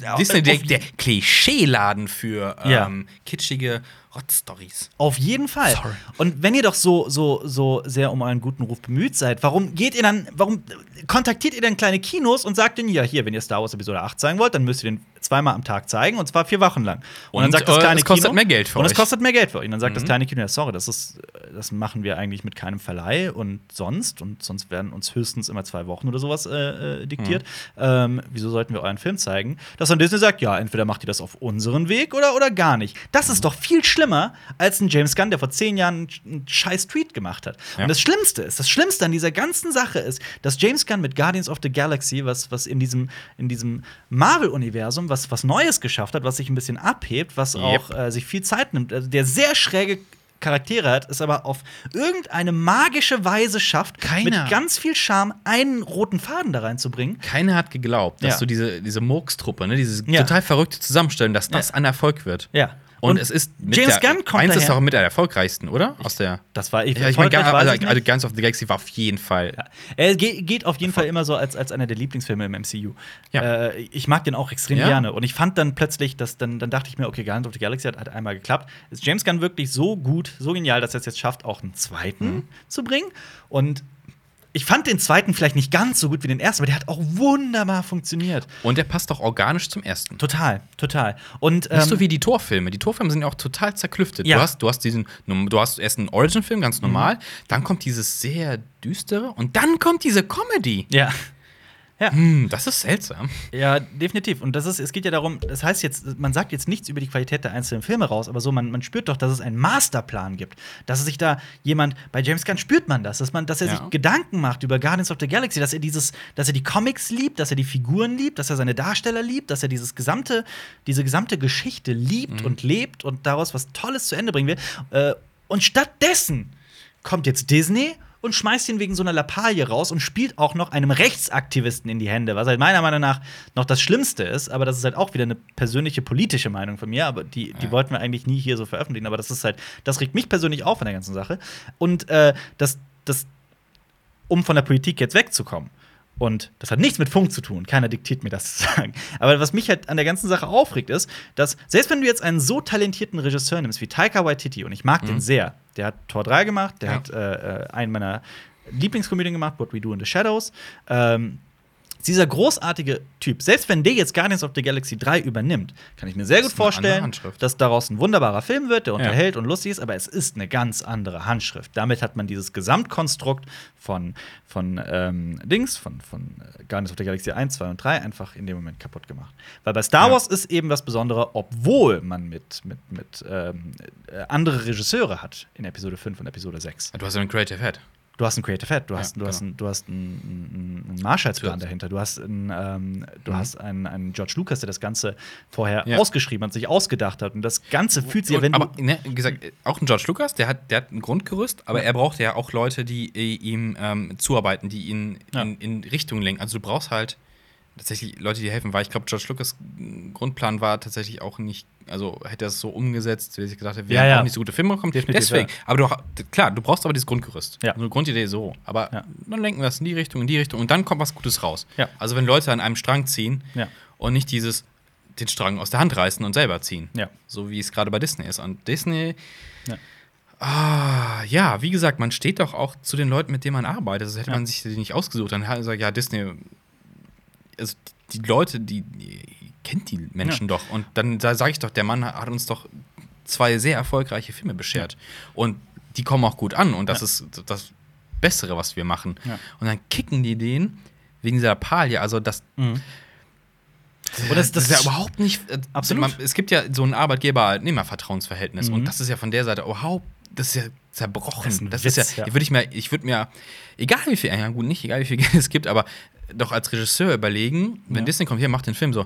[SPEAKER 1] Ja,
[SPEAKER 2] Disney der,
[SPEAKER 1] auf,
[SPEAKER 2] der Klischeeladen für
[SPEAKER 1] Ja.
[SPEAKER 2] ähm, kitschige Rotstories.
[SPEAKER 1] auf jeden Fall.
[SPEAKER 2] Sorry.
[SPEAKER 1] Und wenn ihr doch so, so, so sehr um euren guten Ruf bemüht seid, warum geht ihr dann, warum kontaktiert ihr dann kleine Kinos und sagt denen, ja, hier, wenn ihr Star Wars Episode 8 zeigen wollt, dann müsst ihr den zweimal am Tag zeigen und zwar vier Wochen lang.
[SPEAKER 2] Und, äh, es kostet mehr Geld für
[SPEAKER 1] Und es
[SPEAKER 2] euch.
[SPEAKER 1] kostet mehr Geld für euch. Und dann
[SPEAKER 2] Mhm.
[SPEAKER 1] sagt das kleine Kino, ja, sorry, das ist, äh, das machen wir eigentlich mit keinem Verleih und sonst. Und sonst werden uns höchstens immer zwei Wochen oder sowas äh, äh, diktiert.
[SPEAKER 2] Mhm.
[SPEAKER 1] Ähm, wieso sollten wir euren Film zeigen? Dass dann Disney sagt, ja, entweder macht ihr das auf unseren Weg oder, oder gar nicht. Das
[SPEAKER 2] Mhm.
[SPEAKER 1] ist doch viel schlimmer als ein James Gunn, der vor zehn Jahren einen- einen scheiß Tweet gemacht hat.
[SPEAKER 2] Ja.
[SPEAKER 1] Und das Schlimmste ist, das Schlimmste an dieser ganzen Sache ist, dass James Gunn mit Guardians of the Galaxy, was, was in diesem, in diesem Marvel-Universum was, was Neues geschafft hat, was sich ein bisschen abhebt, was
[SPEAKER 2] Yep.
[SPEAKER 1] auch äh, sich viel Zeit nimmt, also der sehr schräge Charaktere hat, es aber auf irgendeine magische Weise schafft,
[SPEAKER 2] Keiner.
[SPEAKER 1] mit ganz viel Charme einen roten Faden da reinzubringen.
[SPEAKER 2] Keiner hat geglaubt, dass
[SPEAKER 1] Ja.
[SPEAKER 2] du diese, diese Murks-Truppe, ne, dieses
[SPEAKER 1] Ja.
[SPEAKER 2] total verrückte Zusammenstellen, dass das ein Erfolg wird.
[SPEAKER 1] Ja.
[SPEAKER 2] Und, es ist mit
[SPEAKER 1] James
[SPEAKER 2] der,
[SPEAKER 1] Gunn kommt
[SPEAKER 2] Eins ist
[SPEAKER 1] daher.
[SPEAKER 2] doch mit der erfolgreichsten, oder? Aus der.
[SPEAKER 1] das war
[SPEAKER 2] Ja, ich meine,
[SPEAKER 1] erfolgreich weiß
[SPEAKER 2] also,
[SPEAKER 1] ich nicht.
[SPEAKER 2] also Guns of the Galaxy war auf jeden Fall.
[SPEAKER 1] Ja. Er geht, geht auf jeden Fall immer so als, als einer der Lieblingsfilme im MCU.
[SPEAKER 2] Ja.
[SPEAKER 1] Äh, ich mag den auch extrem
[SPEAKER 2] Ja.
[SPEAKER 1] gerne. Und ich fand dann plötzlich, dass dann, dann dachte ich mir, okay, Guardians of the Galaxy hat, hat einmal geklappt. Ist James Gunn wirklich so gut, so genial, dass er es jetzt schafft, auch einen zweiten
[SPEAKER 2] Hm?
[SPEAKER 1] zu bringen? Und ich fand den zweiten vielleicht nicht ganz so gut wie den ersten, aber der hat auch wunderbar funktioniert.
[SPEAKER 2] Und der passt doch organisch zum ersten.
[SPEAKER 1] Total, total. Und ähm,
[SPEAKER 2] Nicht so wie die Torfilme. Die Torfilme sind ja auch total zerklüftet.
[SPEAKER 1] Ja. Mhm.
[SPEAKER 2] Du, hast, du hast diesen, du hast erst einen Origin-Film, ganz normal, dann kommt dieses sehr düstere und dann kommt diese Comedy.
[SPEAKER 1] ja. Mhm.
[SPEAKER 2] Hm, das ist seltsam.
[SPEAKER 1] Ja, definitiv. Und das ist, es geht ja darum, das heißt jetzt, man sagt jetzt nichts über die Qualität der einzelnen Filme raus, aber so, man, man spürt doch, dass es einen Masterplan gibt. Dass es sich da jemand, bei James Gunn spürt man das, dass man, dass er
[SPEAKER 2] Ja.
[SPEAKER 1] sich Gedanken macht über Guardians of the Galaxy, dass er dieses, dass er die Comics liebt, dass er die Figuren liebt, dass er seine Darsteller liebt, dass er dieses gesamte, diese gesamte Geschichte liebt und lebt und daraus was Tolles zu Ende bringen will. Äh, und stattdessen kommt jetzt Disney und schmeißt ihn wegen so einer Lappalie raus und spielt auch noch einem Rechtsaktivisten in die Hände, was halt meiner Meinung nach noch das Schlimmste ist, aber das ist halt auch wieder eine persönliche politische Meinung von mir, aber die, die wollten wir eigentlich nie hier so veröffentlichen, aber das ist halt, das regt mich persönlich auf an der ganzen Sache. Und äh, das, das, um von der Politik jetzt wegzukommen. Und das hat nichts mit Funk zu tun. Keiner diktiert mir das zu sagen. Aber was mich halt an der ganzen Sache aufregt, ist, dass selbst wenn du jetzt einen so talentierten Regisseur nimmst wie Taika Waititi, und ich mag den sehr, der hat Tor 3 gemacht, der
[SPEAKER 2] Mhm. Ja.
[SPEAKER 1] hat äh, äh, einen meiner Lieblingskomödien gemacht, What We Do in the Shadows, ähm, dieser großartige Typ, selbst wenn der jetzt Guardians of the Galaxy 3 übernimmt, kann ich mir sehr gut
[SPEAKER 2] ist eine andere
[SPEAKER 1] vorstellen,
[SPEAKER 2] Handschrift.
[SPEAKER 1] dass daraus ein wunderbarer Film wird, der unterhält und lustig ist, aber es ist eine ganz andere Handschrift. Damit hat man dieses Gesamtkonstrukt von, von ähm, Dings, von, von äh, Guardians of the Galaxy 1, 2 und 3 einfach in dem Moment kaputt gemacht. Weil bei Star
[SPEAKER 2] Ja.
[SPEAKER 1] Wars ist eben das Besondere, obwohl man mit, mit, mit ähm, äh, andere Regisseure hat in Episode 5 und Episode 6.
[SPEAKER 2] Du hast ja einen Creative Head.
[SPEAKER 1] Du hast einen Creative Head, du hast, du
[SPEAKER 2] genau.
[SPEAKER 1] hast, einen, du hast einen, einen- einen Marschallsplan
[SPEAKER 2] Zuerst.
[SPEAKER 1] dahinter, du hast einen, ähm, du
[SPEAKER 2] Mhm.
[SPEAKER 1] hast einen, einen George Lucas, der das Ganze vorher
[SPEAKER 2] Ja.
[SPEAKER 1] ausgeschrieben hat, sich ausgedacht hat und das Ganze fühlt sich, wenn du,
[SPEAKER 2] aber ne, wie gesagt, äh, auch ein George Lucas, der hat, der hat ein Grundgerüst, aber er braucht ja auch Leute, die äh, ihm ähm, zuarbeiten, die ihn
[SPEAKER 1] Ja.
[SPEAKER 2] in, in Richtung lenken. Also du brauchst halt tatsächlich Leute, die helfen, weil ich glaube, George Lucas mh, Grundplan war tatsächlich auch nicht, also hätte er es so umgesetzt, wie er sich gedacht hat, wir
[SPEAKER 1] Ja,
[SPEAKER 2] haben
[SPEAKER 1] ja.
[SPEAKER 2] auch nicht so gute Filme bekommen.
[SPEAKER 1] Definitiv,
[SPEAKER 2] Deswegen.
[SPEAKER 1] ja.
[SPEAKER 2] Aber du, ha- klar, du brauchst aber dieses Grundgerüst.
[SPEAKER 1] Ja.
[SPEAKER 2] So eine Grundidee so. Aber
[SPEAKER 1] Ja.
[SPEAKER 2] dann lenken wir das in die Richtung, in die Richtung und dann kommt was Gutes raus.
[SPEAKER 1] Ja.
[SPEAKER 2] Also wenn Leute an einem Strang ziehen
[SPEAKER 1] Ja.
[SPEAKER 2] und nicht dieses den Strang aus der Hand reißen und selber ziehen.
[SPEAKER 1] Ja.
[SPEAKER 2] So wie es gerade bei Disney ist. Und Disney.
[SPEAKER 1] Ja.
[SPEAKER 2] Ah, ja, wie gesagt, man steht doch auch zu den Leuten, mit denen man arbeitet. Das hätte
[SPEAKER 1] Ja.
[SPEAKER 2] man sich die nicht ausgesucht. Dann hat man gesagt, ja, Disney. Also die Leute, die, die kennt die Menschen doch. Und dann sage ich doch, der Mann hat uns doch zwei sehr erfolgreiche Filme beschert. Und die kommen auch gut an. Und das
[SPEAKER 1] Ja.
[SPEAKER 2] ist das Bessere, was wir machen.
[SPEAKER 1] Ja.
[SPEAKER 2] Und dann kicken die den wegen dieser Palie. Also das,
[SPEAKER 1] Mhm. Und das- das
[SPEAKER 2] ist ja
[SPEAKER 1] ist-
[SPEAKER 2] überhaupt nicht. äh,
[SPEAKER 1] Absolut.
[SPEAKER 2] Man, es gibt ja so ein Arbeitgeber-Arbeitnehmer-Vertrauensverhältnis.
[SPEAKER 1] Mhm.
[SPEAKER 2] Und das ist ja von der Seite überhaupt. Das ist ja zerbrochen.
[SPEAKER 1] Das ist ein Witz,
[SPEAKER 2] ja.
[SPEAKER 1] ja.
[SPEAKER 2] Würde ich mir, ich würde mir, egal wie viel, ja gut, nicht egal wie viel Geld es gibt, aber doch als Regisseur überlegen, wenn
[SPEAKER 1] Ja.
[SPEAKER 2] Disney kommt, hier macht den Film so.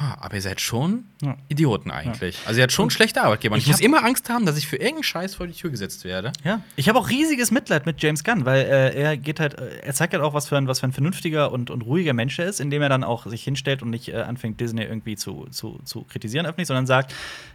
[SPEAKER 2] "Ah, Aber ihr seid schon
[SPEAKER 1] Ja.
[SPEAKER 2] Idioten eigentlich. Also ihr habt schon schlechte Arbeitgeber. Und ich
[SPEAKER 1] ich
[SPEAKER 2] muss
[SPEAKER 1] hab-
[SPEAKER 2] immer Angst haben, dass ich für irgendeinen Scheiß vor die Tür gesetzt werde.
[SPEAKER 1] Ja, ich habe auch riesiges Mitleid mit James Gunn, weil äh, er geht halt, äh, er zeigt halt auch, was für ein, was für ein vernünftiger und, und ruhiger Mensch er ist, indem er dann auch sich hinstellt und nicht äh, anfängt, Disney irgendwie zu, zu, zu kritisieren öffentlich, sondern sagt,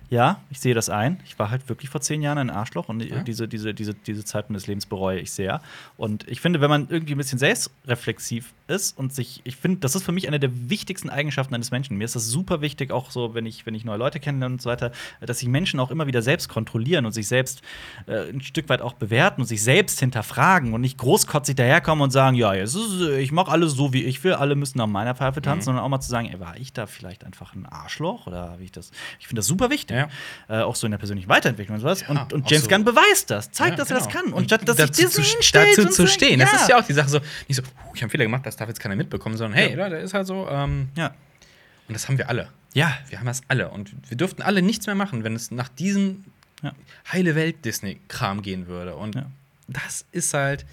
[SPEAKER 1] ja, ich sehe das ein. Ich war halt wirklich vor zehn Jahren ein Arschloch und
[SPEAKER 2] Ja.
[SPEAKER 1] äh, diese, diese, diese, diese Zeit meines Lebens bereue ich sehr. Und ich finde, wenn man irgendwie ein bisschen selbstreflexiv ist und sich, ich finde, das ist für mich eine der wichtigsten Eigenschaften eines Menschen. Mir ist das super wichtig, auch so, wenn ich, wenn ich neue Leute kennenlerne und so weiter, dass sich Menschen auch immer wieder selbst kontrollieren und sich selbst äh, ein Stück weit auch bewerten und sich selbst hinterfragen und nicht großkotzig daherkommen und sagen, ja, jetzt ist, es- ich mache alles so, wie ich will, alle müssen nach meiner Pfeife
[SPEAKER 2] Mhm.
[SPEAKER 1] tanzen, sondern auch mal zu sagen, ey, war ich da vielleicht einfach ein Arschloch oder habe ich das? Ich finde das super wichtig,
[SPEAKER 2] Ja.
[SPEAKER 1] äh, auch so in der persönlichen Weiterentwicklung und sowas.
[SPEAKER 2] Ja,
[SPEAKER 1] und,
[SPEAKER 2] auch
[SPEAKER 1] und James
[SPEAKER 2] so.
[SPEAKER 1] Gunn beweist das, zeigt,
[SPEAKER 2] Ja,
[SPEAKER 1] dass er das
[SPEAKER 2] genau.
[SPEAKER 1] kann und statt dass sich
[SPEAKER 2] dazu
[SPEAKER 1] Disney
[SPEAKER 2] zu,
[SPEAKER 1] hinstellt
[SPEAKER 2] dazu
[SPEAKER 1] und
[SPEAKER 2] zu
[SPEAKER 1] sagt,
[SPEAKER 2] stehen. Das ist ja
[SPEAKER 1] ja
[SPEAKER 2] auch die Sache so, nicht so, "Puh, ich habe einen Fehler gemacht, das darf jetzt keiner mitbekommen, sondern hey, Leute, ist halt so. Ähm,
[SPEAKER 1] ja.
[SPEAKER 2] und das haben wir alle.
[SPEAKER 1] Ja,
[SPEAKER 2] Wir haben das alle. Und wir dürften alle nichts mehr machen, wenn es nach diesem
[SPEAKER 1] Ja.
[SPEAKER 2] heile Welt Disney-Kram gehen würde. Und
[SPEAKER 1] Ja.
[SPEAKER 2] das ist halt.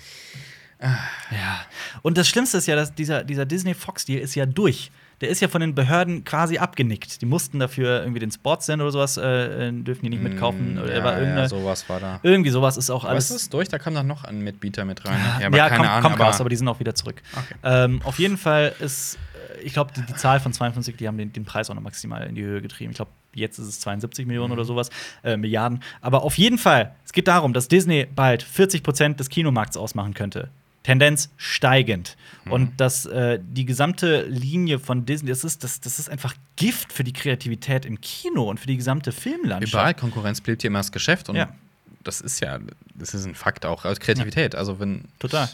[SPEAKER 1] Ja. Und das Schlimmste ist ja, dass dieser, dieser Disney-Fox-Deal ist ja durch. Der ist ja von den Behörden quasi abgenickt. Die mussten dafür irgendwie den Sportsender oder sowas, äh, äh, dürfen die nicht mitkaufen.
[SPEAKER 2] Mm,
[SPEAKER 1] Oder
[SPEAKER 2] ja,
[SPEAKER 1] war irgendeine,
[SPEAKER 2] ja, sowas war da.
[SPEAKER 1] Irgendwie sowas ist auch
[SPEAKER 2] Alles
[SPEAKER 1] alles.
[SPEAKER 2] ist durch, da kam dann noch ein Mitbieter mit rein.
[SPEAKER 1] ja, kommt, kommt raus, aber die sind auch wieder zurück.
[SPEAKER 2] Okay.
[SPEAKER 1] Ähm, auf jeden Fall ist, äh, ich glaube, die, die Zahl von 52, die haben den, den Preis auch noch maximal in die Höhe getrieben. Ich glaube, jetzt ist es 72 Millionen oder sowas, äh, Milliarden. Aber auf jeden Fall, es geht darum, dass Disney bald 40 Prozent des Kinomarkts ausmachen könnte. Tendenz steigend. Und dass äh, die gesamte Linie von Disney, das ist, das, das ist einfach Gift für die Kreativität im Kino und für die gesamte Filmlandschaft.
[SPEAKER 2] Überall Konkurrenz bleibt hier immer das Geschäft und
[SPEAKER 1] Ja.
[SPEAKER 2] das ist ja, das ist ein Fakt auch. Also Kreativität, also wenn.
[SPEAKER 1] Total.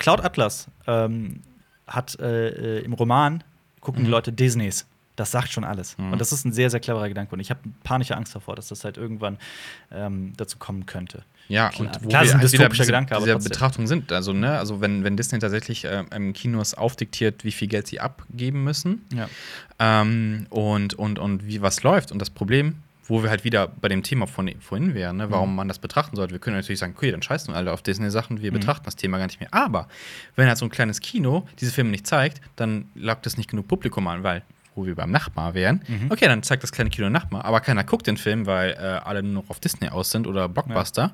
[SPEAKER 1] Cloud Atlas ähm, hat äh, äh, im Roman gucken die Leute Disneys. Das sagt schon alles. Und das ist ein sehr, sehr cleverer Gedanke. Und ich habe panische Angst davor, dass das halt irgendwann ähm, dazu kommen könnte.
[SPEAKER 2] Ja,
[SPEAKER 1] Klar,
[SPEAKER 2] und wo
[SPEAKER 1] klar,
[SPEAKER 2] wir
[SPEAKER 1] es ist ein
[SPEAKER 2] halt wieder
[SPEAKER 1] dystopischer
[SPEAKER 2] diese-
[SPEAKER 1] Gedanke, aber
[SPEAKER 2] dieser
[SPEAKER 1] trotzdem.
[SPEAKER 2] Betrachtung sind. Also, ne, also wenn, wenn Disney tatsächlich äh, im Kinos aufdiktiert, wie viel Geld sie abgeben müssen
[SPEAKER 1] Ja.
[SPEAKER 2] ähm, und, und, und wie was läuft. Und das Problem, wo wir halt wieder bei dem Thema von vorhin wären, ne, warum man das betrachten sollte. Wir können natürlich sagen, okay, dann scheißen wir alle auf Disney-Sachen, wir betrachten das Thema gar nicht mehr. Aber wenn halt so ein kleines Kino diese Filme nicht zeigt, dann lockt es nicht genug Publikum an, weil wo wir beim Nachbar wären. Okay, dann zeigt das kleine Kino Nachbar, aber keiner guckt den Film, weil äh, alle nur noch auf Disney aus sind oder Blockbuster.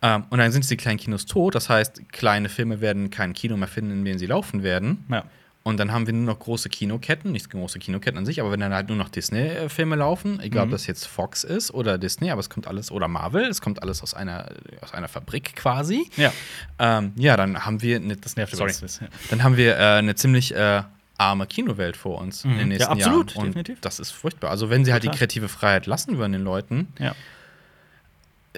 [SPEAKER 2] Ähm, und dann sind diese kleinen Kinos tot. Das heißt, kleine Filme werden kein Kino mehr finden, in dem sie laufen werden.
[SPEAKER 1] Ja.
[SPEAKER 2] Und dann haben wir nur noch große Kinoketten, nicht große Kinoketten an sich, aber wenn dann halt nur noch Disney-Filme laufen,
[SPEAKER 1] Mhm.
[SPEAKER 2] egal ob das jetzt Fox ist oder Disney, aber es kommt alles, oder Marvel, es kommt alles aus einer, aus einer Fabrik quasi.
[SPEAKER 1] Ja.
[SPEAKER 2] Ähm, ja, dann haben wir eine, das nervt
[SPEAKER 1] Sorry.
[SPEAKER 2] sorry, dann haben wir äh, eine ziemlich äh, arme Kinowelt vor uns in den
[SPEAKER 1] Mhm. Ja,
[SPEAKER 2] nächsten
[SPEAKER 1] absolut,
[SPEAKER 2] Jahren. Und
[SPEAKER 1] definitiv.
[SPEAKER 2] das ist furchtbar. Also wenn sie halt die
[SPEAKER 1] Total.
[SPEAKER 2] kreative Freiheit lassen würden den Leuten,
[SPEAKER 1] Ja.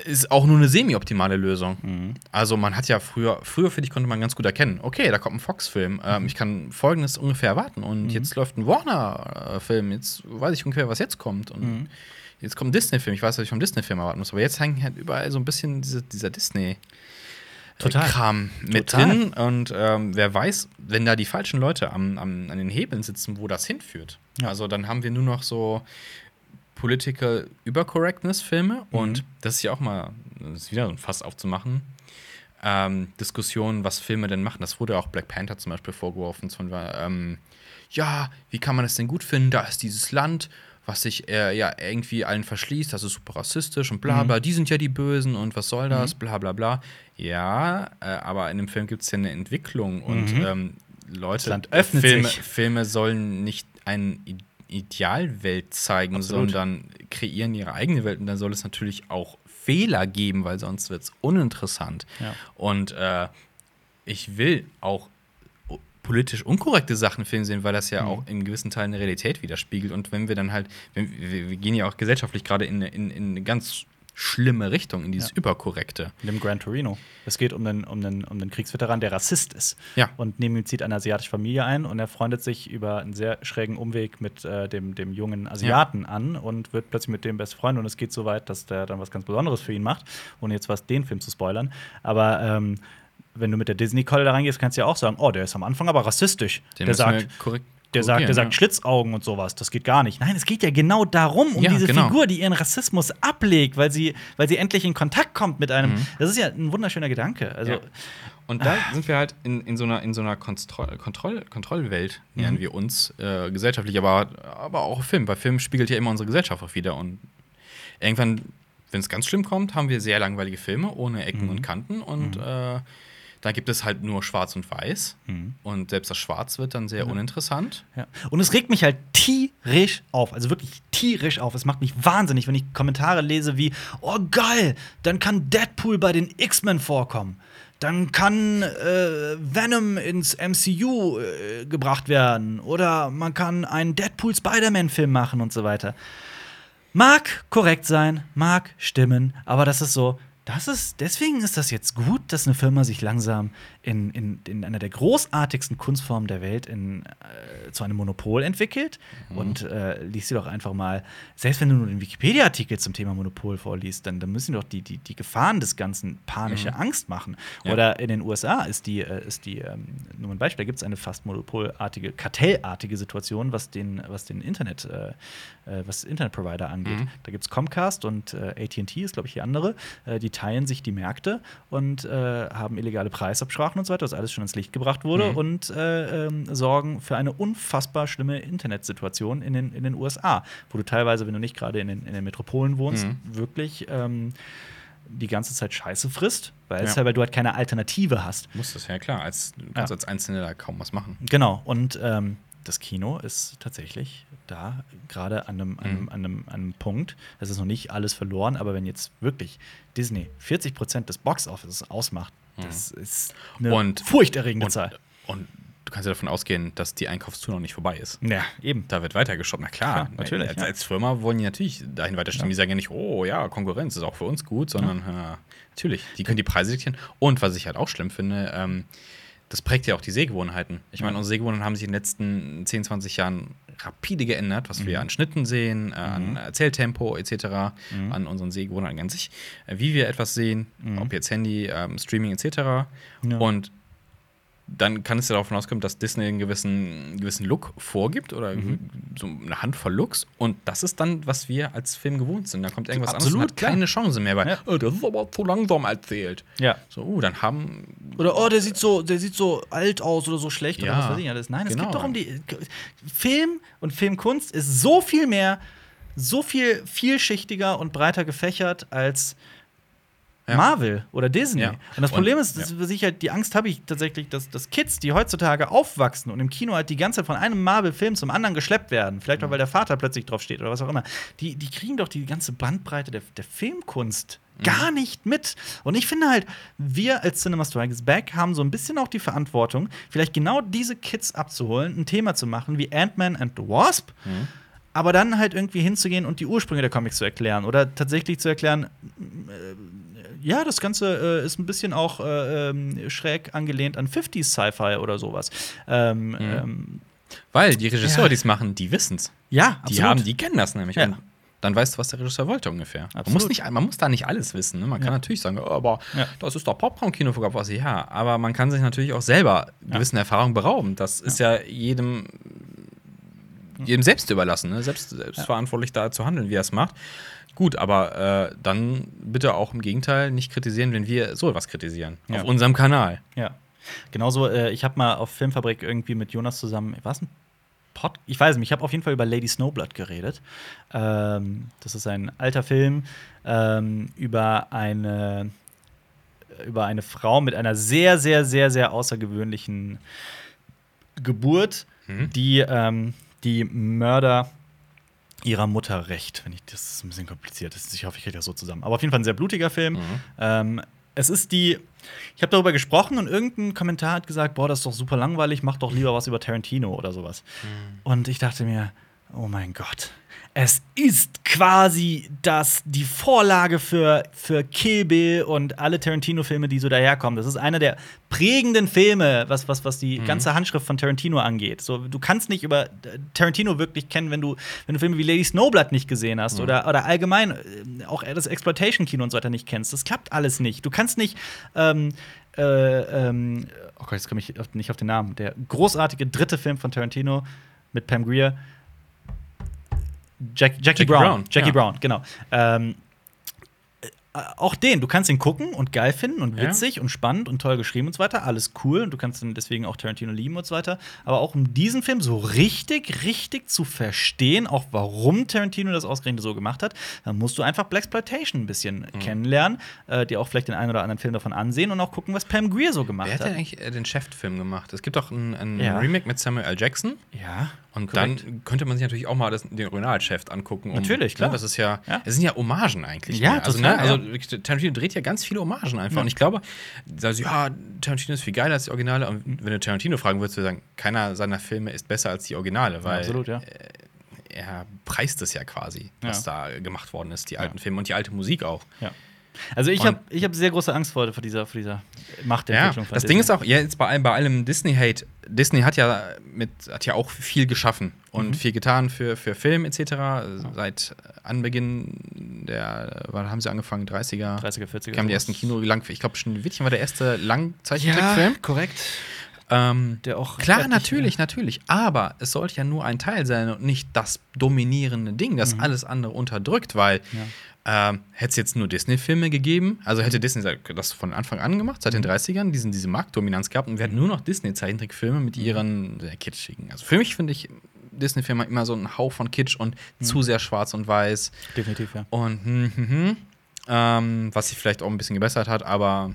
[SPEAKER 2] ist auch nur eine semi-optimale Lösung.
[SPEAKER 1] Mhm.
[SPEAKER 2] Also man hat ja früher, früher finde ich, konnte man ganz gut erkennen, okay, da kommt ein Fox-Film,
[SPEAKER 1] Mhm.
[SPEAKER 2] ähm, ich kann folgendes ungefähr erwarten und jetzt läuft ein Warner-Film, jetzt weiß ich ungefähr, was jetzt kommt und
[SPEAKER 1] Mhm.
[SPEAKER 2] jetzt kommt ein Disney-Film, ich weiß, was ich vom Disney-Film erwarten muss, aber jetzt hängen halt überall so ein bisschen diese, dieser Disney- äh,
[SPEAKER 1] Total.
[SPEAKER 2] Kram mit
[SPEAKER 1] Total.
[SPEAKER 2] drin und ähm, wer weiß, wenn da die falschen Leute am, am, an den Hebeln sitzen, wo das hinführt.
[SPEAKER 1] Ja.
[SPEAKER 2] Also dann haben wir nur noch so Political Übercorrectness Filme und
[SPEAKER 1] Mhm.
[SPEAKER 2] das ist ja auch mal, das ist wieder so ein Fass aufzumachen. Ähm, Diskussionen, was Filme denn machen. Das wurde auch Black Panther zum Beispiel vorgeworfen. Von, ähm, ja, wie kann man das denn gut finden? Da ist dieses Land, was sich äh, ja irgendwie allen verschließt. Das ist super rassistisch und
[SPEAKER 1] Mhm.
[SPEAKER 2] bla bla. Die sind ja die Bösen und was soll das? Bla bla bla. Ja, äh, aber in dem Film gibt es ja eine Entwicklung und ähm, Leute,
[SPEAKER 1] Mhm. Das Land öffnet
[SPEAKER 2] Filme,
[SPEAKER 1] sich.
[SPEAKER 2] Filme sollen nicht eine I- Idealwelt zeigen,
[SPEAKER 1] Absolut.
[SPEAKER 2] sondern kreieren ihre eigene Welt. Und dann soll es natürlich auch Fehler geben, weil sonst wird es uninteressant.
[SPEAKER 1] Ja.
[SPEAKER 2] Und äh, ich will auch o- politisch unkorrekte Sachen im Film sehen, weil das ja
[SPEAKER 1] Mhm.
[SPEAKER 2] auch in gewissen Teilen eine Realität widerspiegelt. Und wenn wir dann halt, wenn, wir, wir gehen ja auch gesellschaftlich gerade in, eine- in, in eine ganz schlimme Richtung, in dieses
[SPEAKER 1] Ja.
[SPEAKER 2] Überkorrekte.
[SPEAKER 1] In dem Gran Torino. Es geht um den, um den, um den Kriegsveteran, der Rassist ist.
[SPEAKER 2] Ja.
[SPEAKER 1] Und neben ihm zieht eine asiatische Familie ein und er freundet sich über einen sehr schrägen Umweg mit äh, dem, dem jungen Asiaten an und wird plötzlich mit dem best Freund. Und es geht so weit, dass der dann was ganz Besonderes für ihn macht, ohne jetzt was den Film zu spoilern. Aber ähm, wenn du mit der Disney-Keule da reingehst, kannst du ja auch sagen, oh, der ist am Anfang aber rassistisch. der
[SPEAKER 2] Den müssen wir
[SPEAKER 1] sagt,
[SPEAKER 2] korrekt
[SPEAKER 1] der sagt, der
[SPEAKER 2] korrigieren,
[SPEAKER 1] sagt
[SPEAKER 2] ja.
[SPEAKER 1] Schlitzaugen und sowas, das geht gar nicht. Nein, es geht ja genau darum, um
[SPEAKER 2] Ja,
[SPEAKER 1] diese
[SPEAKER 2] genau.
[SPEAKER 1] Figur, die ihren Rassismus ablegt, weil sie, weil sie endlich in Kontakt kommt mit einem. Das ist ja ein wunderschöner Gedanke. Also,
[SPEAKER 2] Mhm. Ja. Und da sind wir halt in, in so einer, in so einer Kontroll, Kontroll, Kontrollwelt, nähern wir uns, äh, gesellschaftlich, aber, aber auch Film, weil Film spiegelt ja immer unsere Gesellschaft auch wieder. Und irgendwann, wenn es ganz schlimm kommt, haben wir sehr langweilige Filme ohne Ecken und Kanten und äh, da gibt es halt nur Schwarz und Weiß. Und selbst das Schwarz wird dann sehr uninteressant.
[SPEAKER 1] ja. Und es regt mich halt tierisch auf, also wirklich tierisch auf. Es macht mich wahnsinnig, wenn ich Kommentare lese wie, oh geil, dann kann Deadpool bei den X-Men vorkommen. Dann kann äh, Venom ins MCU äh, gebracht werden. Oder man kann einen Deadpool-Spider-Man-Film machen und so weiter. Mag korrekt sein, mag stimmen, aber das ist so, das ist, deswegen ist das jetzt gut, dass eine Firma sich langsam in, in, in einer der großartigsten Kunstformen der Welt in, äh, zu einem Monopol entwickelt. Und äh, liest sie doch einfach mal, selbst wenn du nur den Wikipedia-Artikel zum Thema Monopol vorliest, dann, dann müssen doch die, die, die Gefahren des Ganzen panische Angst machen.
[SPEAKER 2] Mhm. Ja.
[SPEAKER 1] Oder in den USA ist die, äh, ist die ähm, nur ein Beispiel, da gibt es eine fast monopolartige, kartellartige Situation, was den, was den Internet, äh, äh, was Internetprovider angeht.
[SPEAKER 2] Mhm.
[SPEAKER 1] Da gibt es Comcast und äh, AT&T ist, glaube ich, die andere. Äh, die teilen sich die Märkte und äh, haben illegale Preisabsprachen und so weiter, was alles schon ins Licht gebracht wurde
[SPEAKER 2] Mhm.
[SPEAKER 1] und äh, ähm, sorgen für eine unfassbar schlimme Internetsituation in den, in den USA, wo du teilweise, wenn du nicht gerade in den, in den Metropolen wohnst,
[SPEAKER 2] Mhm.
[SPEAKER 1] wirklich ähm, die ganze Zeit Scheiße frisst, weil, es
[SPEAKER 2] Ja.
[SPEAKER 1] ja. weil du halt keine Alternative hast.
[SPEAKER 2] Muss das ja klar, als, du kannst
[SPEAKER 1] Ja.
[SPEAKER 2] als Einzelner da kaum was machen.
[SPEAKER 1] Genau, und ähm, das Kino ist tatsächlich da gerade an einem, an, einem,
[SPEAKER 2] Mhm.
[SPEAKER 1] an, einem, an einem Punkt. Es ist noch nicht alles verloren, aber wenn jetzt wirklich Disney 40 Prozent des Box-Offices ausmacht, das ist eine
[SPEAKER 2] Mhm. Und-
[SPEAKER 1] furchterregende
[SPEAKER 2] Und,
[SPEAKER 1] Zahl.
[SPEAKER 2] und du kannst ja davon ausgehen, dass die Einkaufstour noch nicht vorbei ist.
[SPEAKER 1] Ja, eben.
[SPEAKER 2] Da wird weitergeschoben. Na klar,
[SPEAKER 1] Klar, natürlich,
[SPEAKER 2] Als,
[SPEAKER 1] ja.
[SPEAKER 2] als Firma wollen die natürlich dahin weiterstellen. Die sagen ja nicht, oh ja, Konkurrenz ist auch für uns gut, sondern ja, natürlich, die können die Preise diktieren. Und was ich halt auch schlimm finde, ähm, das prägt ja auch die Sehgewohnheiten. Ich meine, unsere Sehgewohnheiten haben sich in den letzten 10, 20 Jahren rapide geändert, was wir an Schnitten sehen, äh, an Erzähltempo etc., an unseren Sehgewohnheiten an sich, äh, wie wir etwas sehen, ob jetzt Handy, ähm, Streaming etc. Und dann kann es ja davon auskommen, dass Disney einen gewissen, gewissen Look vorgibt oder
[SPEAKER 1] Mhm.
[SPEAKER 2] so eine Handvoll Looks. Und das ist dann, was wir als Film gewohnt sind. Da kommt irgendwas
[SPEAKER 1] Absolut,
[SPEAKER 2] anderes und hat
[SPEAKER 1] klar.
[SPEAKER 2] keine Chance mehr, weil
[SPEAKER 1] Ja.
[SPEAKER 2] "Oh, das ist aber zu langsam erzählt.
[SPEAKER 1] Ja.
[SPEAKER 2] So, uh, dann haben
[SPEAKER 1] Oder oh, der sieht so, der sieht so alt aus oder so schlecht
[SPEAKER 2] Ja,
[SPEAKER 1] oder was weiß ich alles. Nein, es
[SPEAKER 2] genau.
[SPEAKER 1] geht doch um die Film und Filmkunst ist so viel mehr, so viel vielschichtiger und breiter gefächert als
[SPEAKER 2] Ja.
[SPEAKER 1] Marvel oder Disney.
[SPEAKER 2] Ja.
[SPEAKER 1] Und das
[SPEAKER 2] Und-
[SPEAKER 1] Problem ist, dass ich halt die Angst habe ich tatsächlich, dass, dass Kids, die heutzutage aufwachsen und im Kino halt die ganze Zeit von einem Marvel-Film zum anderen geschleppt werden, vielleicht
[SPEAKER 2] Mhm.
[SPEAKER 1] auch weil der Vater plötzlich draufsteht oder was auch immer, die, die kriegen doch die ganze Bandbreite der, der Filmkunst
[SPEAKER 2] Mhm.
[SPEAKER 1] gar nicht mit. Und ich finde halt, wir als Cinema Strikes Back haben so ein bisschen auch die
[SPEAKER 2] Mhm.
[SPEAKER 1] Verantwortung, vielleicht genau diese Kids abzuholen, ein Thema zu machen wie Ant-Man and the Wasp aber dann halt irgendwie hinzugehen und die Ursprünge der Comics zu erklären oder tatsächlich zu erklären, ja, das Ganze äh, ist ein bisschen auch äh, ähm, schräg angelehnt an 50s Sci-Fi oder sowas. Ähm,
[SPEAKER 2] Mhm.
[SPEAKER 1] ähm,
[SPEAKER 2] Weil die Regisseure,
[SPEAKER 1] Ja.
[SPEAKER 2] die es machen, die wissen es.
[SPEAKER 1] ja,
[SPEAKER 2] Die haben, die kennen das nämlich.
[SPEAKER 1] Ja.
[SPEAKER 2] Und Dann weißt du, was der Regisseur wollte ungefähr. Man
[SPEAKER 1] Absolut.
[SPEAKER 2] muss, nicht, man muss da nicht alles wissen. Ne? Man kann
[SPEAKER 1] Ja.
[SPEAKER 2] natürlich sagen, oh, aber
[SPEAKER 1] Ja.
[SPEAKER 2] das ist doch Popcorn-Kino, was ja. Aber man kann sich natürlich auch selber gewissen Erfahrungen berauben. Das ist ja jedem, jedem selbst überlassen, ne? selbst, selbstverantwortlich da zu handeln, wie er es macht. Gut, aber äh, dann bitte auch im Gegenteil nicht kritisieren, wenn wir so etwas kritisieren.
[SPEAKER 1] Ja.
[SPEAKER 2] Auf unserem Kanal.
[SPEAKER 1] Ja. Genauso, äh, ich habe mal auf Filmfabrik irgendwie mit Jonas zusammen, was ein Pod? Ich weiß nicht, ich habe auf jeden Fall über Lady Snowblood geredet. Ähm, das ist ein alter Film ähm, über eine über eine Frau mit einer sehr, sehr, sehr, sehr außergewöhnlichen Geburt,
[SPEAKER 2] Mhm.
[SPEAKER 1] die ähm, die Mörder ihrer Mutter rächt. Wenn ich, das ist ein bisschen kompliziert. Das ist- Ich hoffe, ich kriege das so zusammen. Aber auf jeden Fall ein sehr blutiger Film. Ähm, es ist die, ich habe darüber gesprochen und irgendein Kommentar hat gesagt, boah, das ist doch super langweilig, mach doch lieber was über Tarantino oder sowas. Und ich dachte mir, oh mein Gott, es ist quasi das, die Vorlage für, für Kill Bill und alle Tarantino-Filme, die so daherkommen. Das ist einer der prägenden Filme, was, was, was die ganze Handschrift von Tarantino angeht. So, du kannst nicht über äh, Tarantino wirklich kennen, wenn du, wenn du Filme wie Lady Snowblood nicht gesehen hast oder, oder allgemein äh, auch das Exploitation-Kino und so weiter nicht kennst. Das klappt alles nicht. Du kannst nicht ähm, äh, ähm, oh Gott, jetzt komme ich auf, nicht auf den Namen. Der großartige dritte Film von Tarantino mit Pam Grier. Jack, Jackie,
[SPEAKER 2] Jackie
[SPEAKER 1] Brown.
[SPEAKER 2] Brown,
[SPEAKER 1] Jackie
[SPEAKER 2] ja.
[SPEAKER 1] Brown, genau. Ähm, äh, auch den, du kannst ihn gucken und geil finden und
[SPEAKER 2] Ja.
[SPEAKER 1] witzig und spannend und toll geschrieben und so weiter, alles cool und du kannst ihn deswegen auch Tarantino lieben und so weiter, aber auch um diesen Film so richtig, richtig zu verstehen, auch warum Tarantino das ausgerechnet so gemacht hat, dann musst du einfach Blaxploitation ein bisschen
[SPEAKER 2] Mhm.
[SPEAKER 1] kennenlernen, äh, dir auch vielleicht den einen oder anderen Film davon ansehen und auch gucken, was Pam Grier so gemacht
[SPEAKER 2] Wer hat
[SPEAKER 1] hat.
[SPEAKER 2] denn eigentlich äh, den Chef-Film gemacht? Es gibt doch einen, einen
[SPEAKER 1] Ja.
[SPEAKER 2] Remake mit Samuel L. Jackson.
[SPEAKER 1] Ja,
[SPEAKER 2] Und
[SPEAKER 1] korrekt.
[SPEAKER 2] dann könnte man sich natürlich auch mal das, den Originalchef angucken. um-
[SPEAKER 1] Natürlich, klar.
[SPEAKER 2] Ne, das ist ja,
[SPEAKER 1] Ja.
[SPEAKER 2] es sind ja Hommagen eigentlich.
[SPEAKER 1] Ja,
[SPEAKER 2] mehr. also,
[SPEAKER 1] total,
[SPEAKER 2] ne, also wirklich, Tarantino dreht ja ganz viele Hommagen einfach. Und ich glaube, also, ja, Tarantino ist viel geiler als die Originale. Und wenn du Tarantino fragen würdest, würde er sagen, keiner seiner Filme ist besser als die Originale, weil äh,
[SPEAKER 1] absolut, ja.
[SPEAKER 2] er preist es ja quasi, was da gemacht worden ist, die alten Filme und die alte Musik auch.
[SPEAKER 1] Ja. Also ich
[SPEAKER 2] Und-
[SPEAKER 1] habe ich hab sehr große Angst vor, vor dieser, vor dieser
[SPEAKER 2] Ja,
[SPEAKER 1] Machtentwicklung. von
[SPEAKER 2] das
[SPEAKER 1] Disney.
[SPEAKER 2] Ding ist auch ja, jetzt bei allem, bei allem Disney-Hate. Disney hat ja mit hat ja auch viel geschaffen
[SPEAKER 1] Mhm.
[SPEAKER 2] und viel getan für, für Film etc. Seit Anbeginn der, wann haben sie angefangen? 30er.
[SPEAKER 1] 30er, 40er.
[SPEAKER 2] kamen
[SPEAKER 1] sowas.
[SPEAKER 2] die ersten Kino lang. Ich glaube, Schneewittchen war der erste Langzeichentrickfilm.
[SPEAKER 1] korrekt.
[SPEAKER 2] Ähm,
[SPEAKER 1] Der auch
[SPEAKER 2] Klar,
[SPEAKER 1] etliche-
[SPEAKER 2] natürlich, natürlich. Aber es sollte ja nur ein Teil sein und nicht das dominierende Ding, das alles andere unterdrückt, weil ähm, hätte es jetzt nur Disney-Filme gegeben, also hätte Disney das von Anfang an gemacht, seit den 30ern, diesen, diese Marktdominanz gehabt und wir hätten nur noch Disney-Zeichentrickfilme mit ihren sehr kitschigen. Also für mich finde ich Disney-Filme immer so einen Hauch von Kitsch und zu sehr schwarz und weiß
[SPEAKER 1] Definitiv, ja.
[SPEAKER 2] und hm, hm, hm. Ähm, was sich vielleicht auch ein bisschen gebessert hat, aber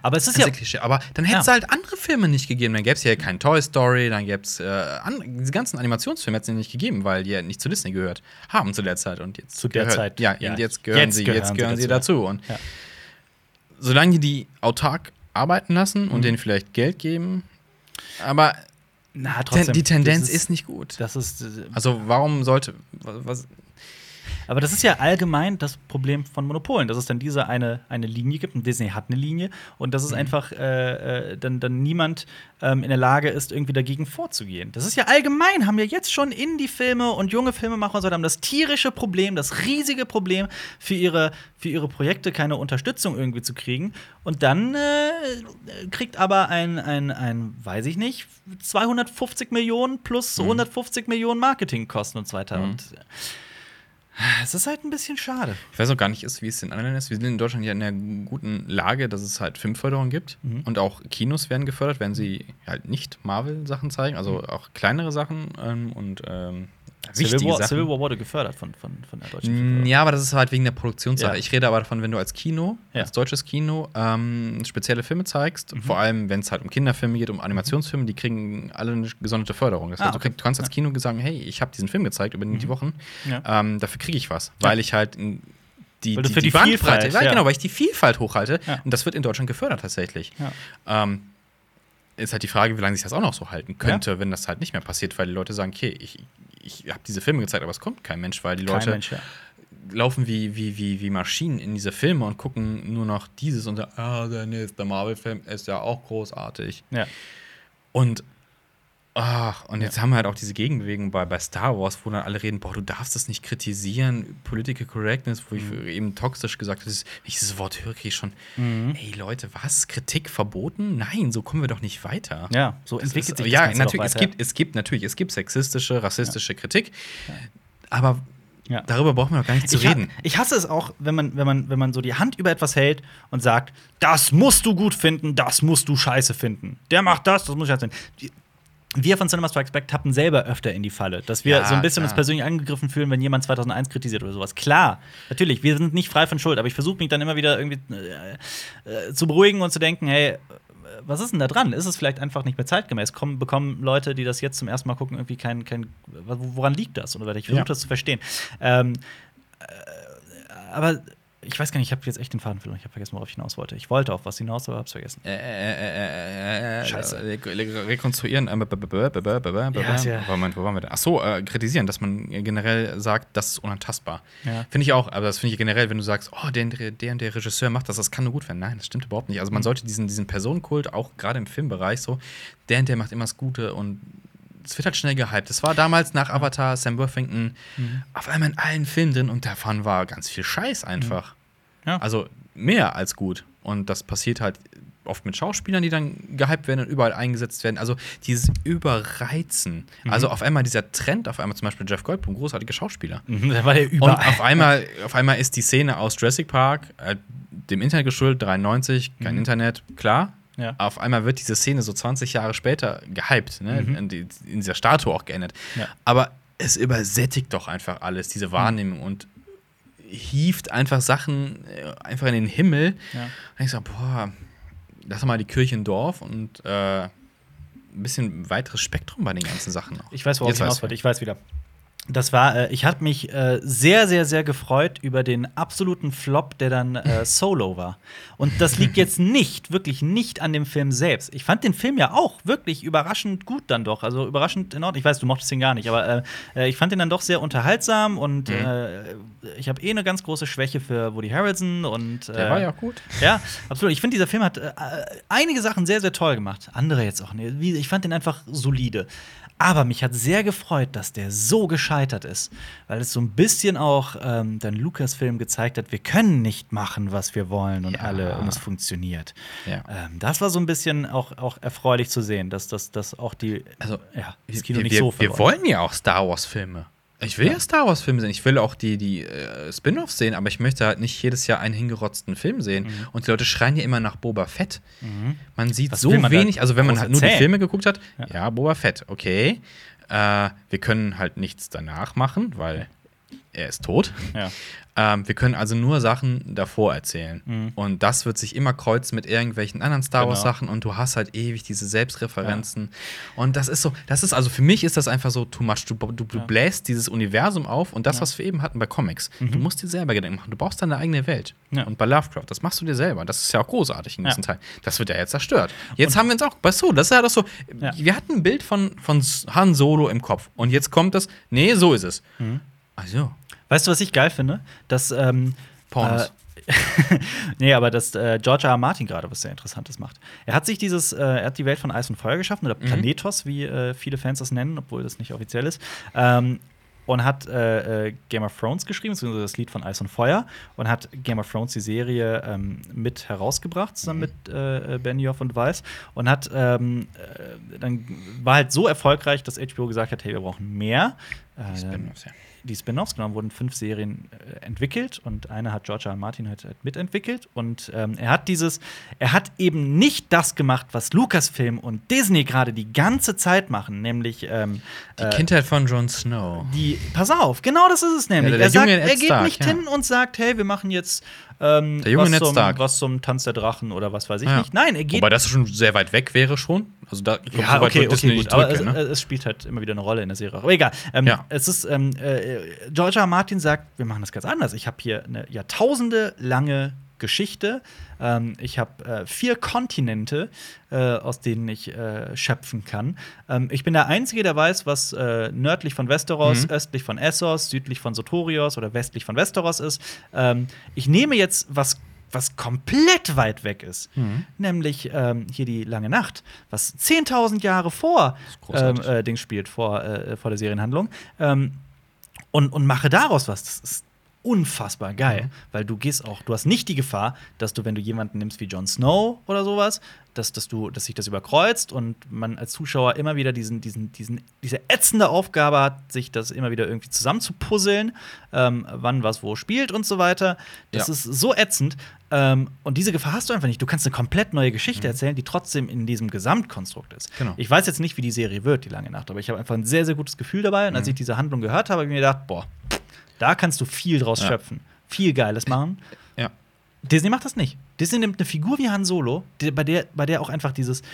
[SPEAKER 1] Aber es ist
[SPEAKER 2] das
[SPEAKER 1] ja.
[SPEAKER 2] ist ja Klischee. Aber dann hätte es
[SPEAKER 1] Ja.
[SPEAKER 2] halt andere Filme nicht gegeben. Dann gäbe es ja kein Toy Story, dann gäbe es äh, an, diese ganzen Animationsfilme hätte es nicht gegeben, weil die ja nicht zu Disney gehört haben zu der Zeit. Und jetzt
[SPEAKER 1] Zu der
[SPEAKER 2] gehört,
[SPEAKER 1] Zeit,
[SPEAKER 2] Ja,
[SPEAKER 1] ja.
[SPEAKER 2] Und jetzt gehören
[SPEAKER 1] Jetzt
[SPEAKER 2] sie,
[SPEAKER 1] gehören
[SPEAKER 2] jetzt
[SPEAKER 1] sie
[SPEAKER 2] gehören sie
[SPEAKER 1] dazu.
[SPEAKER 2] dazu. Und
[SPEAKER 1] Ja.
[SPEAKER 2] solange die die autark arbeiten lassen
[SPEAKER 1] Mhm.
[SPEAKER 2] und denen vielleicht Geld geben, aber
[SPEAKER 1] Na,
[SPEAKER 2] ten, die Tendenz
[SPEAKER 1] das
[SPEAKER 2] ist, nicht gut.
[SPEAKER 1] Das ist. äh,
[SPEAKER 2] Also warum sollte was, was,
[SPEAKER 1] Aber das ist ja allgemein das Problem von Monopolen, dass es dann diese eine, eine Linie gibt. Und Disney hat eine Linie. Und dass es einfach äh, äh, dann, dann niemand ähm, in der Lage ist, irgendwie dagegen vorzugehen. Das ist ja allgemein, haben wir jetzt schon Indie-Filme und junge Filmemacher und so weiter, haben das tierische Problem, das riesige Problem, für ihre, für ihre Projekte keine Unterstützung irgendwie zu kriegen. Und dann äh, kriegt aber ein, ein, ein, weiß ich nicht, 250 Millionen plus 150 Millionen Marketingkosten und so weiter. Und äh, es ist halt ein bisschen schade.
[SPEAKER 2] Ich weiß auch gar nicht, ist, wie es in anderen ist. Wir sind in Deutschland ja in der guten Lage, dass es halt Filmförderung gibt.
[SPEAKER 1] Mhm.
[SPEAKER 2] Und auch Kinos werden gefördert, wenn sie halt nicht Marvel-Sachen zeigen, also auch kleinere Sachen ähm, und ähm, wichtige
[SPEAKER 1] Mhm. Civil War,
[SPEAKER 2] Sachen.
[SPEAKER 1] Civil War wurde gefördert von, von, von der deutschen
[SPEAKER 2] Mm,
[SPEAKER 1] Filmförderung.
[SPEAKER 2] Ja, aber das ist halt wegen der Produktionssache.
[SPEAKER 1] Ja.
[SPEAKER 2] Ich rede aber davon, wenn du als Kino,
[SPEAKER 1] Ja. Mhm.
[SPEAKER 2] als deutsches Kino, ähm, spezielle Filme zeigst, vor allem wenn es halt um Kinderfilme geht, um Animationsfilme, die kriegen alle eine gesonderte Förderung. Das
[SPEAKER 1] Ah,
[SPEAKER 2] heißt, du,
[SPEAKER 1] okay. Mhm.
[SPEAKER 2] kriegst, du kannst als Kino sagen, hey, ich habe diesen Film gezeigt über die Wochen,
[SPEAKER 1] Ja.
[SPEAKER 2] ähm, dafür kriege ich was, weil ich halt n- die,
[SPEAKER 1] Weil du für die Vielfalt,
[SPEAKER 2] ja,
[SPEAKER 1] ja.
[SPEAKER 2] genau, weil ich die Vielfalt hochhalte
[SPEAKER 1] Ja.
[SPEAKER 2] und das wird in Deutschland gefördert tatsächlich.
[SPEAKER 1] Ja.
[SPEAKER 2] Ähm, ist halt die Frage, wie lange sich das auch noch so halten könnte, wenn das halt nicht mehr passiert, weil die Leute sagen, okay, ich, ich habe diese Filme gezeigt, aber es kommt kein Mensch, weil die
[SPEAKER 1] Kein
[SPEAKER 2] Leute
[SPEAKER 1] Mensch, ja.
[SPEAKER 2] laufen wie, wie, wie, wie Maschinen in diese Filme und gucken nur noch dieses und sagen, ah, der nächste Marvel-Film ist ja auch großartig.
[SPEAKER 1] ja.
[SPEAKER 2] Und ach, und jetzt haben wir halt auch diese Gegenbewegung bei, bei Star Wars, wo dann alle reden, boah, du darfst das nicht kritisieren, Political Correctness,
[SPEAKER 1] Mhm.
[SPEAKER 2] wo ich eben toxisch gesagt habe, dieses- wenn ich dieses Wort höre, kriege ich schon,
[SPEAKER 1] Mhm.
[SPEAKER 2] ey Leute, was? Kritik verboten? Nein, so kommen wir doch nicht weiter.
[SPEAKER 1] Ja, so
[SPEAKER 2] Das
[SPEAKER 1] entwickelt
[SPEAKER 2] ist,
[SPEAKER 1] sich das
[SPEAKER 2] Ja,
[SPEAKER 1] Ganze doch
[SPEAKER 2] natürlich, es
[SPEAKER 1] weiter.
[SPEAKER 2] gibt, es gibt natürlich, es gibt sexistische, rassistische Kritik, aber
[SPEAKER 1] Ja.
[SPEAKER 2] darüber brauchen wir doch gar nicht zu
[SPEAKER 1] ich, ha-
[SPEAKER 2] reden.
[SPEAKER 1] ich hasse es auch, wenn man, wenn, man, wenn man so die Hand über etwas hält und sagt, das musst du gut finden, das musst du scheiße finden. Der macht das, das muss ich scheiße finden. Die- Wir von Cinema Strikes Back tappen selber öfter in die Falle, dass wir
[SPEAKER 2] Ja,
[SPEAKER 1] so ein bisschen
[SPEAKER 2] klar.
[SPEAKER 1] uns persönlich angegriffen fühlen, wenn jemand 2001 kritisiert oder sowas. Klar, natürlich, wir sind nicht frei von Schuld, aber ich versuche mich dann immer wieder irgendwie äh, äh, zu beruhigen und zu denken, hey, was ist denn da dran? Ist es vielleicht einfach nicht mehr zeitgemäß? Kommen, bekommen Leute, die das jetzt zum ersten Mal gucken, irgendwie kein, kein woran liegt das? Oder ich versuche
[SPEAKER 2] Ja.
[SPEAKER 1] das zu verstehen. Ähm, äh, aber ich weiß gar nicht, ich habe jetzt echt den Faden verloren. Ich habe vergessen, worauf ich hinaus wollte. Ich wollte auf was hinaus, aber hab's vergessen.
[SPEAKER 2] Äh, äh, äh, äh, äh,
[SPEAKER 1] Scheiße.
[SPEAKER 2] re- re- Rekonstruieren. äh, b- b- b- b- b- b- b- b-
[SPEAKER 1] Ja, ist ja-
[SPEAKER 2] Moment, wo waren wir denn? Achso, äh, kritisieren, dass man generell sagt, das ist unantastbar.
[SPEAKER 1] Ja.
[SPEAKER 2] Finde ich auch, aber das finde ich generell, wenn du sagst, oh, der, der und der Regisseur macht das, das kann nur gut werden. Nein, das stimmt überhaupt nicht. Also
[SPEAKER 1] Mhm.
[SPEAKER 2] man sollte diesen, diesen Personenkult, auch gerade im Filmbereich, so, der und der macht immer das Gute und es wird halt schnell gehypt. Das war damals nach Avatar, Sam Worthington,
[SPEAKER 1] Mhm.
[SPEAKER 2] auf einmal in allen Filmen drin und davon war ganz viel Scheiß einfach.
[SPEAKER 1] Ja.
[SPEAKER 2] Also mehr als gut. Und das passiert halt oft mit Schauspielern, die dann gehypt werden und überall eingesetzt werden. Also dieses Überreizen. Also auf einmal dieser Trend, auf einmal zum Beispiel Jeff Goldblum, großartiger Schauspieler.
[SPEAKER 1] Da war Mhm, der
[SPEAKER 2] Und auf einmal, auf einmal ist die Szene aus Jurassic Park äh, dem Internet geschuldet, 93, kein Internet, klar.
[SPEAKER 1] Mhm. Ja.
[SPEAKER 2] Auf einmal wird diese Szene so 20 Jahre später gehypt, ne? in, die, in dieser Statue auch geändert.
[SPEAKER 1] Mhm. Ja.
[SPEAKER 2] Aber es übersättigt doch einfach alles, diese Wahrnehmung und hieft einfach Sachen äh, einfach in den Himmel.
[SPEAKER 1] Ja.
[SPEAKER 2] Und ich sage, boah, lass doch mal die Kirche im Dorf und äh, ein bisschen weiteres Spektrum bei den ganzen Sachen auch.
[SPEAKER 1] Ich weiß, worauf
[SPEAKER 2] Jetzt
[SPEAKER 1] ich hinaus
[SPEAKER 2] weißt du.
[SPEAKER 1] wollte. Ich weiß wieder. Das war, äh, ich hatte mich äh, sehr, sehr, sehr gefreut über den absoluten Flop, der dann äh, Solo war. Und das liegt jetzt nicht, wirklich nicht an dem Film selbst. Ich fand den Film ja auch wirklich überraschend gut dann doch. Also überraschend in Ordnung. Ich weiß, du mochtest ihn gar nicht, aber äh, äh, ich fand ihn dann doch sehr unterhaltsam und
[SPEAKER 2] Mhm.
[SPEAKER 1] äh, ich habe eh eine ganz große Schwäche für Woody Harrelson und. Äh,
[SPEAKER 2] Der war ja auch gut.
[SPEAKER 1] ja, absolut. Ich finde, dieser Film hat äh, einige Sachen sehr, sehr toll gemacht. Andere jetzt auch nicht. Wie- Ich fand den einfach solide. Aber mich hat sehr gefreut, dass der so gescheitert ist, weil es so ein bisschen auch ähm, dann Lukas-Film gezeigt hat, wir können nicht machen, was wir wollen und
[SPEAKER 2] Ja.
[SPEAKER 1] alle und es funktioniert.
[SPEAKER 2] Ja.
[SPEAKER 1] Ähm, das war so ein bisschen auch, auch erfreulich zu sehen, dass, dass, dass auch die
[SPEAKER 2] Also,
[SPEAKER 1] ja,
[SPEAKER 2] wir,
[SPEAKER 1] das Kino
[SPEAKER 2] wir,
[SPEAKER 1] nicht so
[SPEAKER 2] wir
[SPEAKER 1] verloren
[SPEAKER 2] wollen ja auch Star Wars-Filme. Ich will ja, Star Wars-Filme sehen. Ich will auch die, die äh, Spin-offs sehen, aber ich möchte halt nicht jedes Jahr einen hingerotzten Film sehen. Und die Leute schreien ja immer nach Boba Fett. Man
[SPEAKER 1] Mhm.
[SPEAKER 2] sieht
[SPEAKER 1] Was
[SPEAKER 2] so
[SPEAKER 1] will man da
[SPEAKER 2] wenig, also wenn man
[SPEAKER 1] groß
[SPEAKER 2] halt nur die
[SPEAKER 1] erzählen?
[SPEAKER 2] Filme geguckt hat, ja, Boba Fett, okay. Äh, wir können halt nichts danach machen, weil er ist tot.
[SPEAKER 1] Ja.
[SPEAKER 2] Ähm, wir können also nur Sachen davor erzählen. Und das wird sich immer kreuzen mit irgendwelchen anderen Star
[SPEAKER 1] Mhm. Genau.
[SPEAKER 2] Wars-Sachen und du hast halt ewig diese Selbstreferenzen. Und das ist so, das ist also für mich ist das einfach so too much. Du, du, du bläst dieses Universum auf und das, was wir eben hatten bei Comics, du musst dir selber Gedanken machen. Du brauchst deine eigene Welt.
[SPEAKER 1] Mhm. Ja.
[SPEAKER 2] Und bei Lovecraft, das machst du dir selber. Das ist ja auch großartig in
[SPEAKER 1] Ja.
[SPEAKER 2] diesem Teil. Das wird ja jetzt zerstört. Jetzt haben wir uns auch bei Solo, das ist ja doch so.
[SPEAKER 1] Ja.
[SPEAKER 2] Wir hatten ein Bild von, von Han Solo im Kopf und jetzt kommt das, nee, so ist es.
[SPEAKER 1] Mhm.
[SPEAKER 2] Also,
[SPEAKER 1] Weißt du, was ich geil finde? Dass ähm,
[SPEAKER 2] Pornos.
[SPEAKER 1] Äh, nee, aber dass äh, George R. R. Martin gerade was sehr Interessantes macht. Er hat sich dieses, äh, er hat die Welt von Eis und Feuer geschaffen, oder Planetos, wie äh, viele Fans das nennen, obwohl das nicht offiziell ist. Ähm, und hat äh, äh, Game of Thrones geschrieben, beziehungsweise das Lied von Eis und Feuer, und hat Game of Thrones die Serie ähm, mit herausgebracht, zusammen mit äh, äh, Benioff und Weiss. Und hat ähm, äh, dann war halt so erfolgreich, dass HBO gesagt hat: hey, wir brauchen mehr. Äh,
[SPEAKER 2] Spin-offs, ja.
[SPEAKER 1] die Spin-offs, genau, wurden fünf Serien äh, entwickelt und eine hat George R. R. Martin halt, halt mitentwickelt und ähm, er hat dieses, er hat eben nicht das gemacht, was Lucasfilm und Disney gerade die ganze Zeit machen, nämlich ähm,
[SPEAKER 2] Die
[SPEAKER 1] äh,
[SPEAKER 2] Kindheit von Jon Snow.
[SPEAKER 1] die, pass auf, genau das ist es nämlich.
[SPEAKER 2] Ja, der
[SPEAKER 1] er, sagt,
[SPEAKER 2] junge Ned
[SPEAKER 1] er geht
[SPEAKER 2] Stark,
[SPEAKER 1] nicht
[SPEAKER 2] ja.
[SPEAKER 1] hin und sagt, hey, wir machen jetzt ähm,
[SPEAKER 2] Der junge
[SPEAKER 1] was,
[SPEAKER 2] Ned
[SPEAKER 1] zum,
[SPEAKER 2] Stark.
[SPEAKER 1] was zum Tanz der Drachen oder was weiß ich
[SPEAKER 2] Ja.
[SPEAKER 1] nicht. Nein, er geht
[SPEAKER 2] Wobei das schon sehr weit weg wäre schon. Also da ich glaub,
[SPEAKER 1] ja,
[SPEAKER 2] so weit
[SPEAKER 1] okay,
[SPEAKER 2] wird Disney
[SPEAKER 1] okay, gut.
[SPEAKER 2] nicht
[SPEAKER 1] Aber es,
[SPEAKER 2] drücken, ne?
[SPEAKER 1] es spielt halt immer wieder eine Rolle in der Serie. auch. Aber egal. Ähm,
[SPEAKER 2] Ja.
[SPEAKER 1] Es ist, ähm, äh, George R. R. Martin sagt, wir machen das ganz anders. Ich habe hier eine jahrtausende lange Geschichte. Ähm, ich habe äh, vier Kontinente, äh, aus denen ich äh, schöpfen kann. Ähm, ich bin der Einzige, der weiß, was äh, nördlich von Westeros,
[SPEAKER 2] Mhm.
[SPEAKER 1] östlich von Essos, südlich von Sotorios oder westlich von Westeros ist. Ähm, ich nehme jetzt was was komplett weit weg ist,
[SPEAKER 2] Mhm.
[SPEAKER 1] nämlich ähm, hier die lange Nacht, was 10.000 Jahre vor
[SPEAKER 2] ist
[SPEAKER 1] ähm,
[SPEAKER 2] großartig.
[SPEAKER 1] äh, Dings spielt, vor, äh, vor der Serienhandlung. Ähm, und, und mache daraus was. Das ist unfassbar
[SPEAKER 2] Mhm.
[SPEAKER 1] geil, weil du gehst auch, du hast nicht die Gefahr, dass du, wenn du jemanden nimmst wie Jon Snow oder sowas, dass, dass du, dass sich das überkreuzt und man als Zuschauer immer wieder diesen, diesen, diesen, diese ätzende Aufgabe hat, sich das immer wieder irgendwie zusammenzupuzzeln, ähm, wann was wo spielt und so weiter. Das
[SPEAKER 2] Ja.
[SPEAKER 1] ist so ätzend. Ähm, und diese Gefahr hast du einfach nicht. Du kannst eine komplett neue Geschichte erzählen, die trotzdem in diesem Gesamtkonstrukt ist.
[SPEAKER 2] Mhm. Genau.
[SPEAKER 1] Ich weiß jetzt nicht, wie die Serie wird, die lange Nacht, aber ich habe einfach ein sehr, sehr gutes Gefühl dabei.
[SPEAKER 2] Mhm.
[SPEAKER 1] Und als ich diese Handlung gehört habe, habe ich mir gedacht, boah, da kannst du viel draus
[SPEAKER 2] Ja.
[SPEAKER 1] schöpfen. Viel Geiles machen.
[SPEAKER 2] Ja.
[SPEAKER 1] Disney macht das nicht. Disney nimmt eine Figur wie Han Solo, die, bei, der, bei der auch einfach dieses, äh,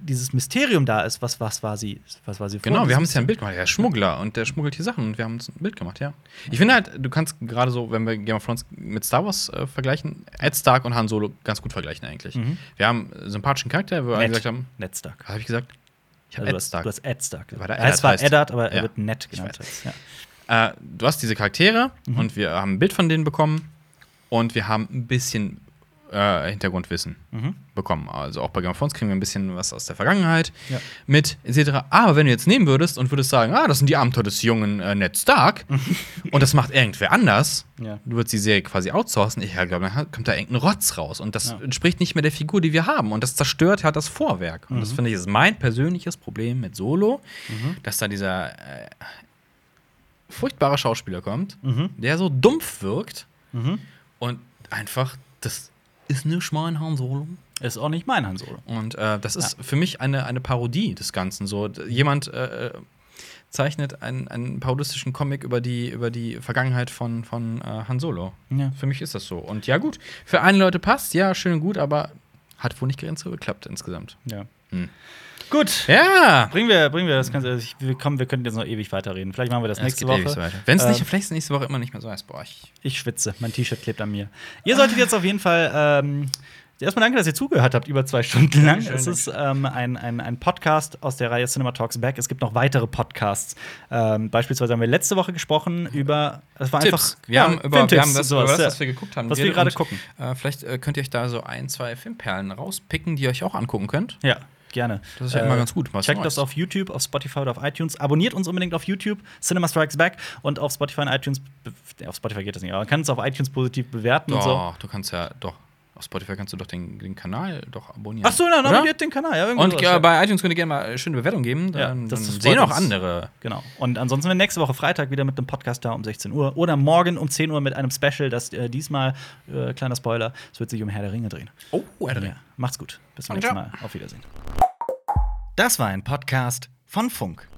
[SPEAKER 1] dieses Mysterium da ist, was, was war sie, was war sie vor
[SPEAKER 2] Genau, wir
[SPEAKER 1] diesem-
[SPEAKER 2] haben uns ja ein Bild gemacht. Der ist Schmuggler und der schmuggelt hier Sachen und wir haben uns ein Bild gemacht, ja. Ich finde halt, du kannst gerade so, wenn wir Game of Thrones mit Star Wars äh, vergleichen, Ed Stark und Han Solo ganz gut vergleichen eigentlich.
[SPEAKER 1] Mhm.
[SPEAKER 2] Wir haben einen sympathischen Charakter, wo wir alle
[SPEAKER 1] Nett.
[SPEAKER 2] gesagt haben,
[SPEAKER 1] Ned Stark.
[SPEAKER 2] was habe ich gesagt? Ich
[SPEAKER 1] Also,
[SPEAKER 2] habe
[SPEAKER 1] du,
[SPEAKER 2] Ed
[SPEAKER 1] hast,
[SPEAKER 2] Stark.
[SPEAKER 1] du hast Ed Stark.
[SPEAKER 2] Weil der
[SPEAKER 1] Ja, es
[SPEAKER 2] Eddard
[SPEAKER 1] war
[SPEAKER 2] heißt.
[SPEAKER 1] Eddard, aber er
[SPEAKER 2] Ja.
[SPEAKER 1] wird Ned genannt. Ja.
[SPEAKER 2] äh, du hast diese Charaktere
[SPEAKER 1] Mhm.
[SPEAKER 2] und wir haben ein Bild von denen bekommen und wir haben ein bisschen äh, Hintergrundwissen
[SPEAKER 1] Mhm.
[SPEAKER 2] bekommen. Also auch bei Game of Thrones kriegen wir ein bisschen was aus der Vergangenheit
[SPEAKER 1] Ja.
[SPEAKER 2] mit etc. Aber wenn du jetzt nehmen würdest und würdest sagen, ah, das sind die Abenteuer des jungen äh, Ned Stark und das macht irgendwer anders,
[SPEAKER 1] Ja.
[SPEAKER 2] du würdest die Serie quasi outsourcen, ich glaube, dann kommt da irgendein Rotz raus und das
[SPEAKER 1] Ja.
[SPEAKER 2] entspricht nicht mehr der Figur, die wir haben und das zerstört halt das Vorwerk.
[SPEAKER 1] Mhm.
[SPEAKER 2] Und das finde ich ist mein persönliches Problem mit Solo, dass da dieser äh, furchtbare Schauspieler kommt,
[SPEAKER 1] Mhm.
[SPEAKER 2] der so dumpf wirkt und einfach, das ist nicht mein Han Solo.
[SPEAKER 1] Ist auch nicht mein Han Solo.
[SPEAKER 2] Und äh, das ist für mich eine, eine Parodie des Ganzen. So, d- jemand äh, äh, zeichnet einen, einen parodistischen Comic über die, über die Vergangenheit von, von äh, Han Solo.
[SPEAKER 1] Ja.
[SPEAKER 2] Für mich ist das so. Und ja, gut, für einige Leute passt, ja, schön und gut, aber hat wohl nicht ganz so geklappt insgesamt.
[SPEAKER 1] Ja.
[SPEAKER 2] Hm.
[SPEAKER 1] Gut.
[SPEAKER 2] Ja!
[SPEAKER 1] Bringen wir, bringen wir das Ganze. also Ich, wir, kommen, wir können jetzt noch ewig weiterreden. Vielleicht machen wir das nächste Woche.
[SPEAKER 2] Wenn es
[SPEAKER 1] Ähm,
[SPEAKER 2] nicht, vielleicht ist nächste Woche immer nicht mehr so heiß. Boah, ich.
[SPEAKER 1] Ich schwitze, mein T-Shirt klebt an mir. Ihr solltet jetzt auf jeden Fall. Ähm, Erstmal danke, dass ihr zugehört habt, über zwei Stunden lang.
[SPEAKER 2] Dankeschön,
[SPEAKER 1] es ist ähm, ein, ein, ein Podcast aus der Reihe Cinema Talks Back. Es gibt noch weitere Podcasts. Ähm, beispielsweise haben wir letzte Woche gesprochen über. Das war
[SPEAKER 2] Tipps.
[SPEAKER 1] einfach.
[SPEAKER 2] Wir haben über, wir
[SPEAKER 1] Ähm, Filmtipps,
[SPEAKER 2] haben das,
[SPEAKER 1] sowas,
[SPEAKER 2] über das,
[SPEAKER 1] ja.
[SPEAKER 2] was wir geguckt haben.
[SPEAKER 1] Was wir
[SPEAKER 2] geredet
[SPEAKER 1] gerade
[SPEAKER 2] und,
[SPEAKER 1] gucken.
[SPEAKER 2] Äh, vielleicht äh, könnt ihr euch da so ein, zwei Filmperlen rauspicken, die ihr euch auch angucken könnt.
[SPEAKER 1] Ja, gerne. Äh,
[SPEAKER 2] Das ist ja immer ganz gut, was
[SPEAKER 1] Checkt
[SPEAKER 2] Neues.
[SPEAKER 1] das auf YouTube, auf Spotify oder auf iTunes. Abonniert uns unbedingt auf YouTube, Cinema Strikes Back. Und auf Spotify und iTunes. be- nee, Auf Spotify geht das nicht, aber man kann es auf iTunes positiv bewerten und so.
[SPEAKER 2] Doch, du kannst ja doch. Auf Spotify kannst du doch den, den Kanal doch abonnieren.
[SPEAKER 1] Ach so, dann
[SPEAKER 2] Oder?
[SPEAKER 1] abonniert den Kanal. Ja, irgendwie
[SPEAKER 2] Und
[SPEAKER 1] sowas,
[SPEAKER 2] äh,
[SPEAKER 1] ja.
[SPEAKER 2] bei iTunes könnt ihr gerne mal äh, schöne Bewertung geben.
[SPEAKER 1] Ja,
[SPEAKER 2] Dann,
[SPEAKER 1] das- das
[SPEAKER 2] dann
[SPEAKER 1] freut
[SPEAKER 2] sehen auch
[SPEAKER 1] uns.
[SPEAKER 2] andere.
[SPEAKER 1] Genau. Und ansonsten sind wir nächste Woche Freitag wieder mit einem Podcast da um 16 Uhr oder morgen um 10 Uhr mit einem Special, das äh, diesmal, äh, kleiner Spoiler, es wird sich um Herr der Ringe drehen.
[SPEAKER 2] Oh, Herr
[SPEAKER 1] Ja. Macht's gut. Bis zum
[SPEAKER 2] Und
[SPEAKER 1] nächsten
[SPEAKER 2] ciao.
[SPEAKER 1] Mal. Auf Wiedersehen. Das war ein Podcast von Funk.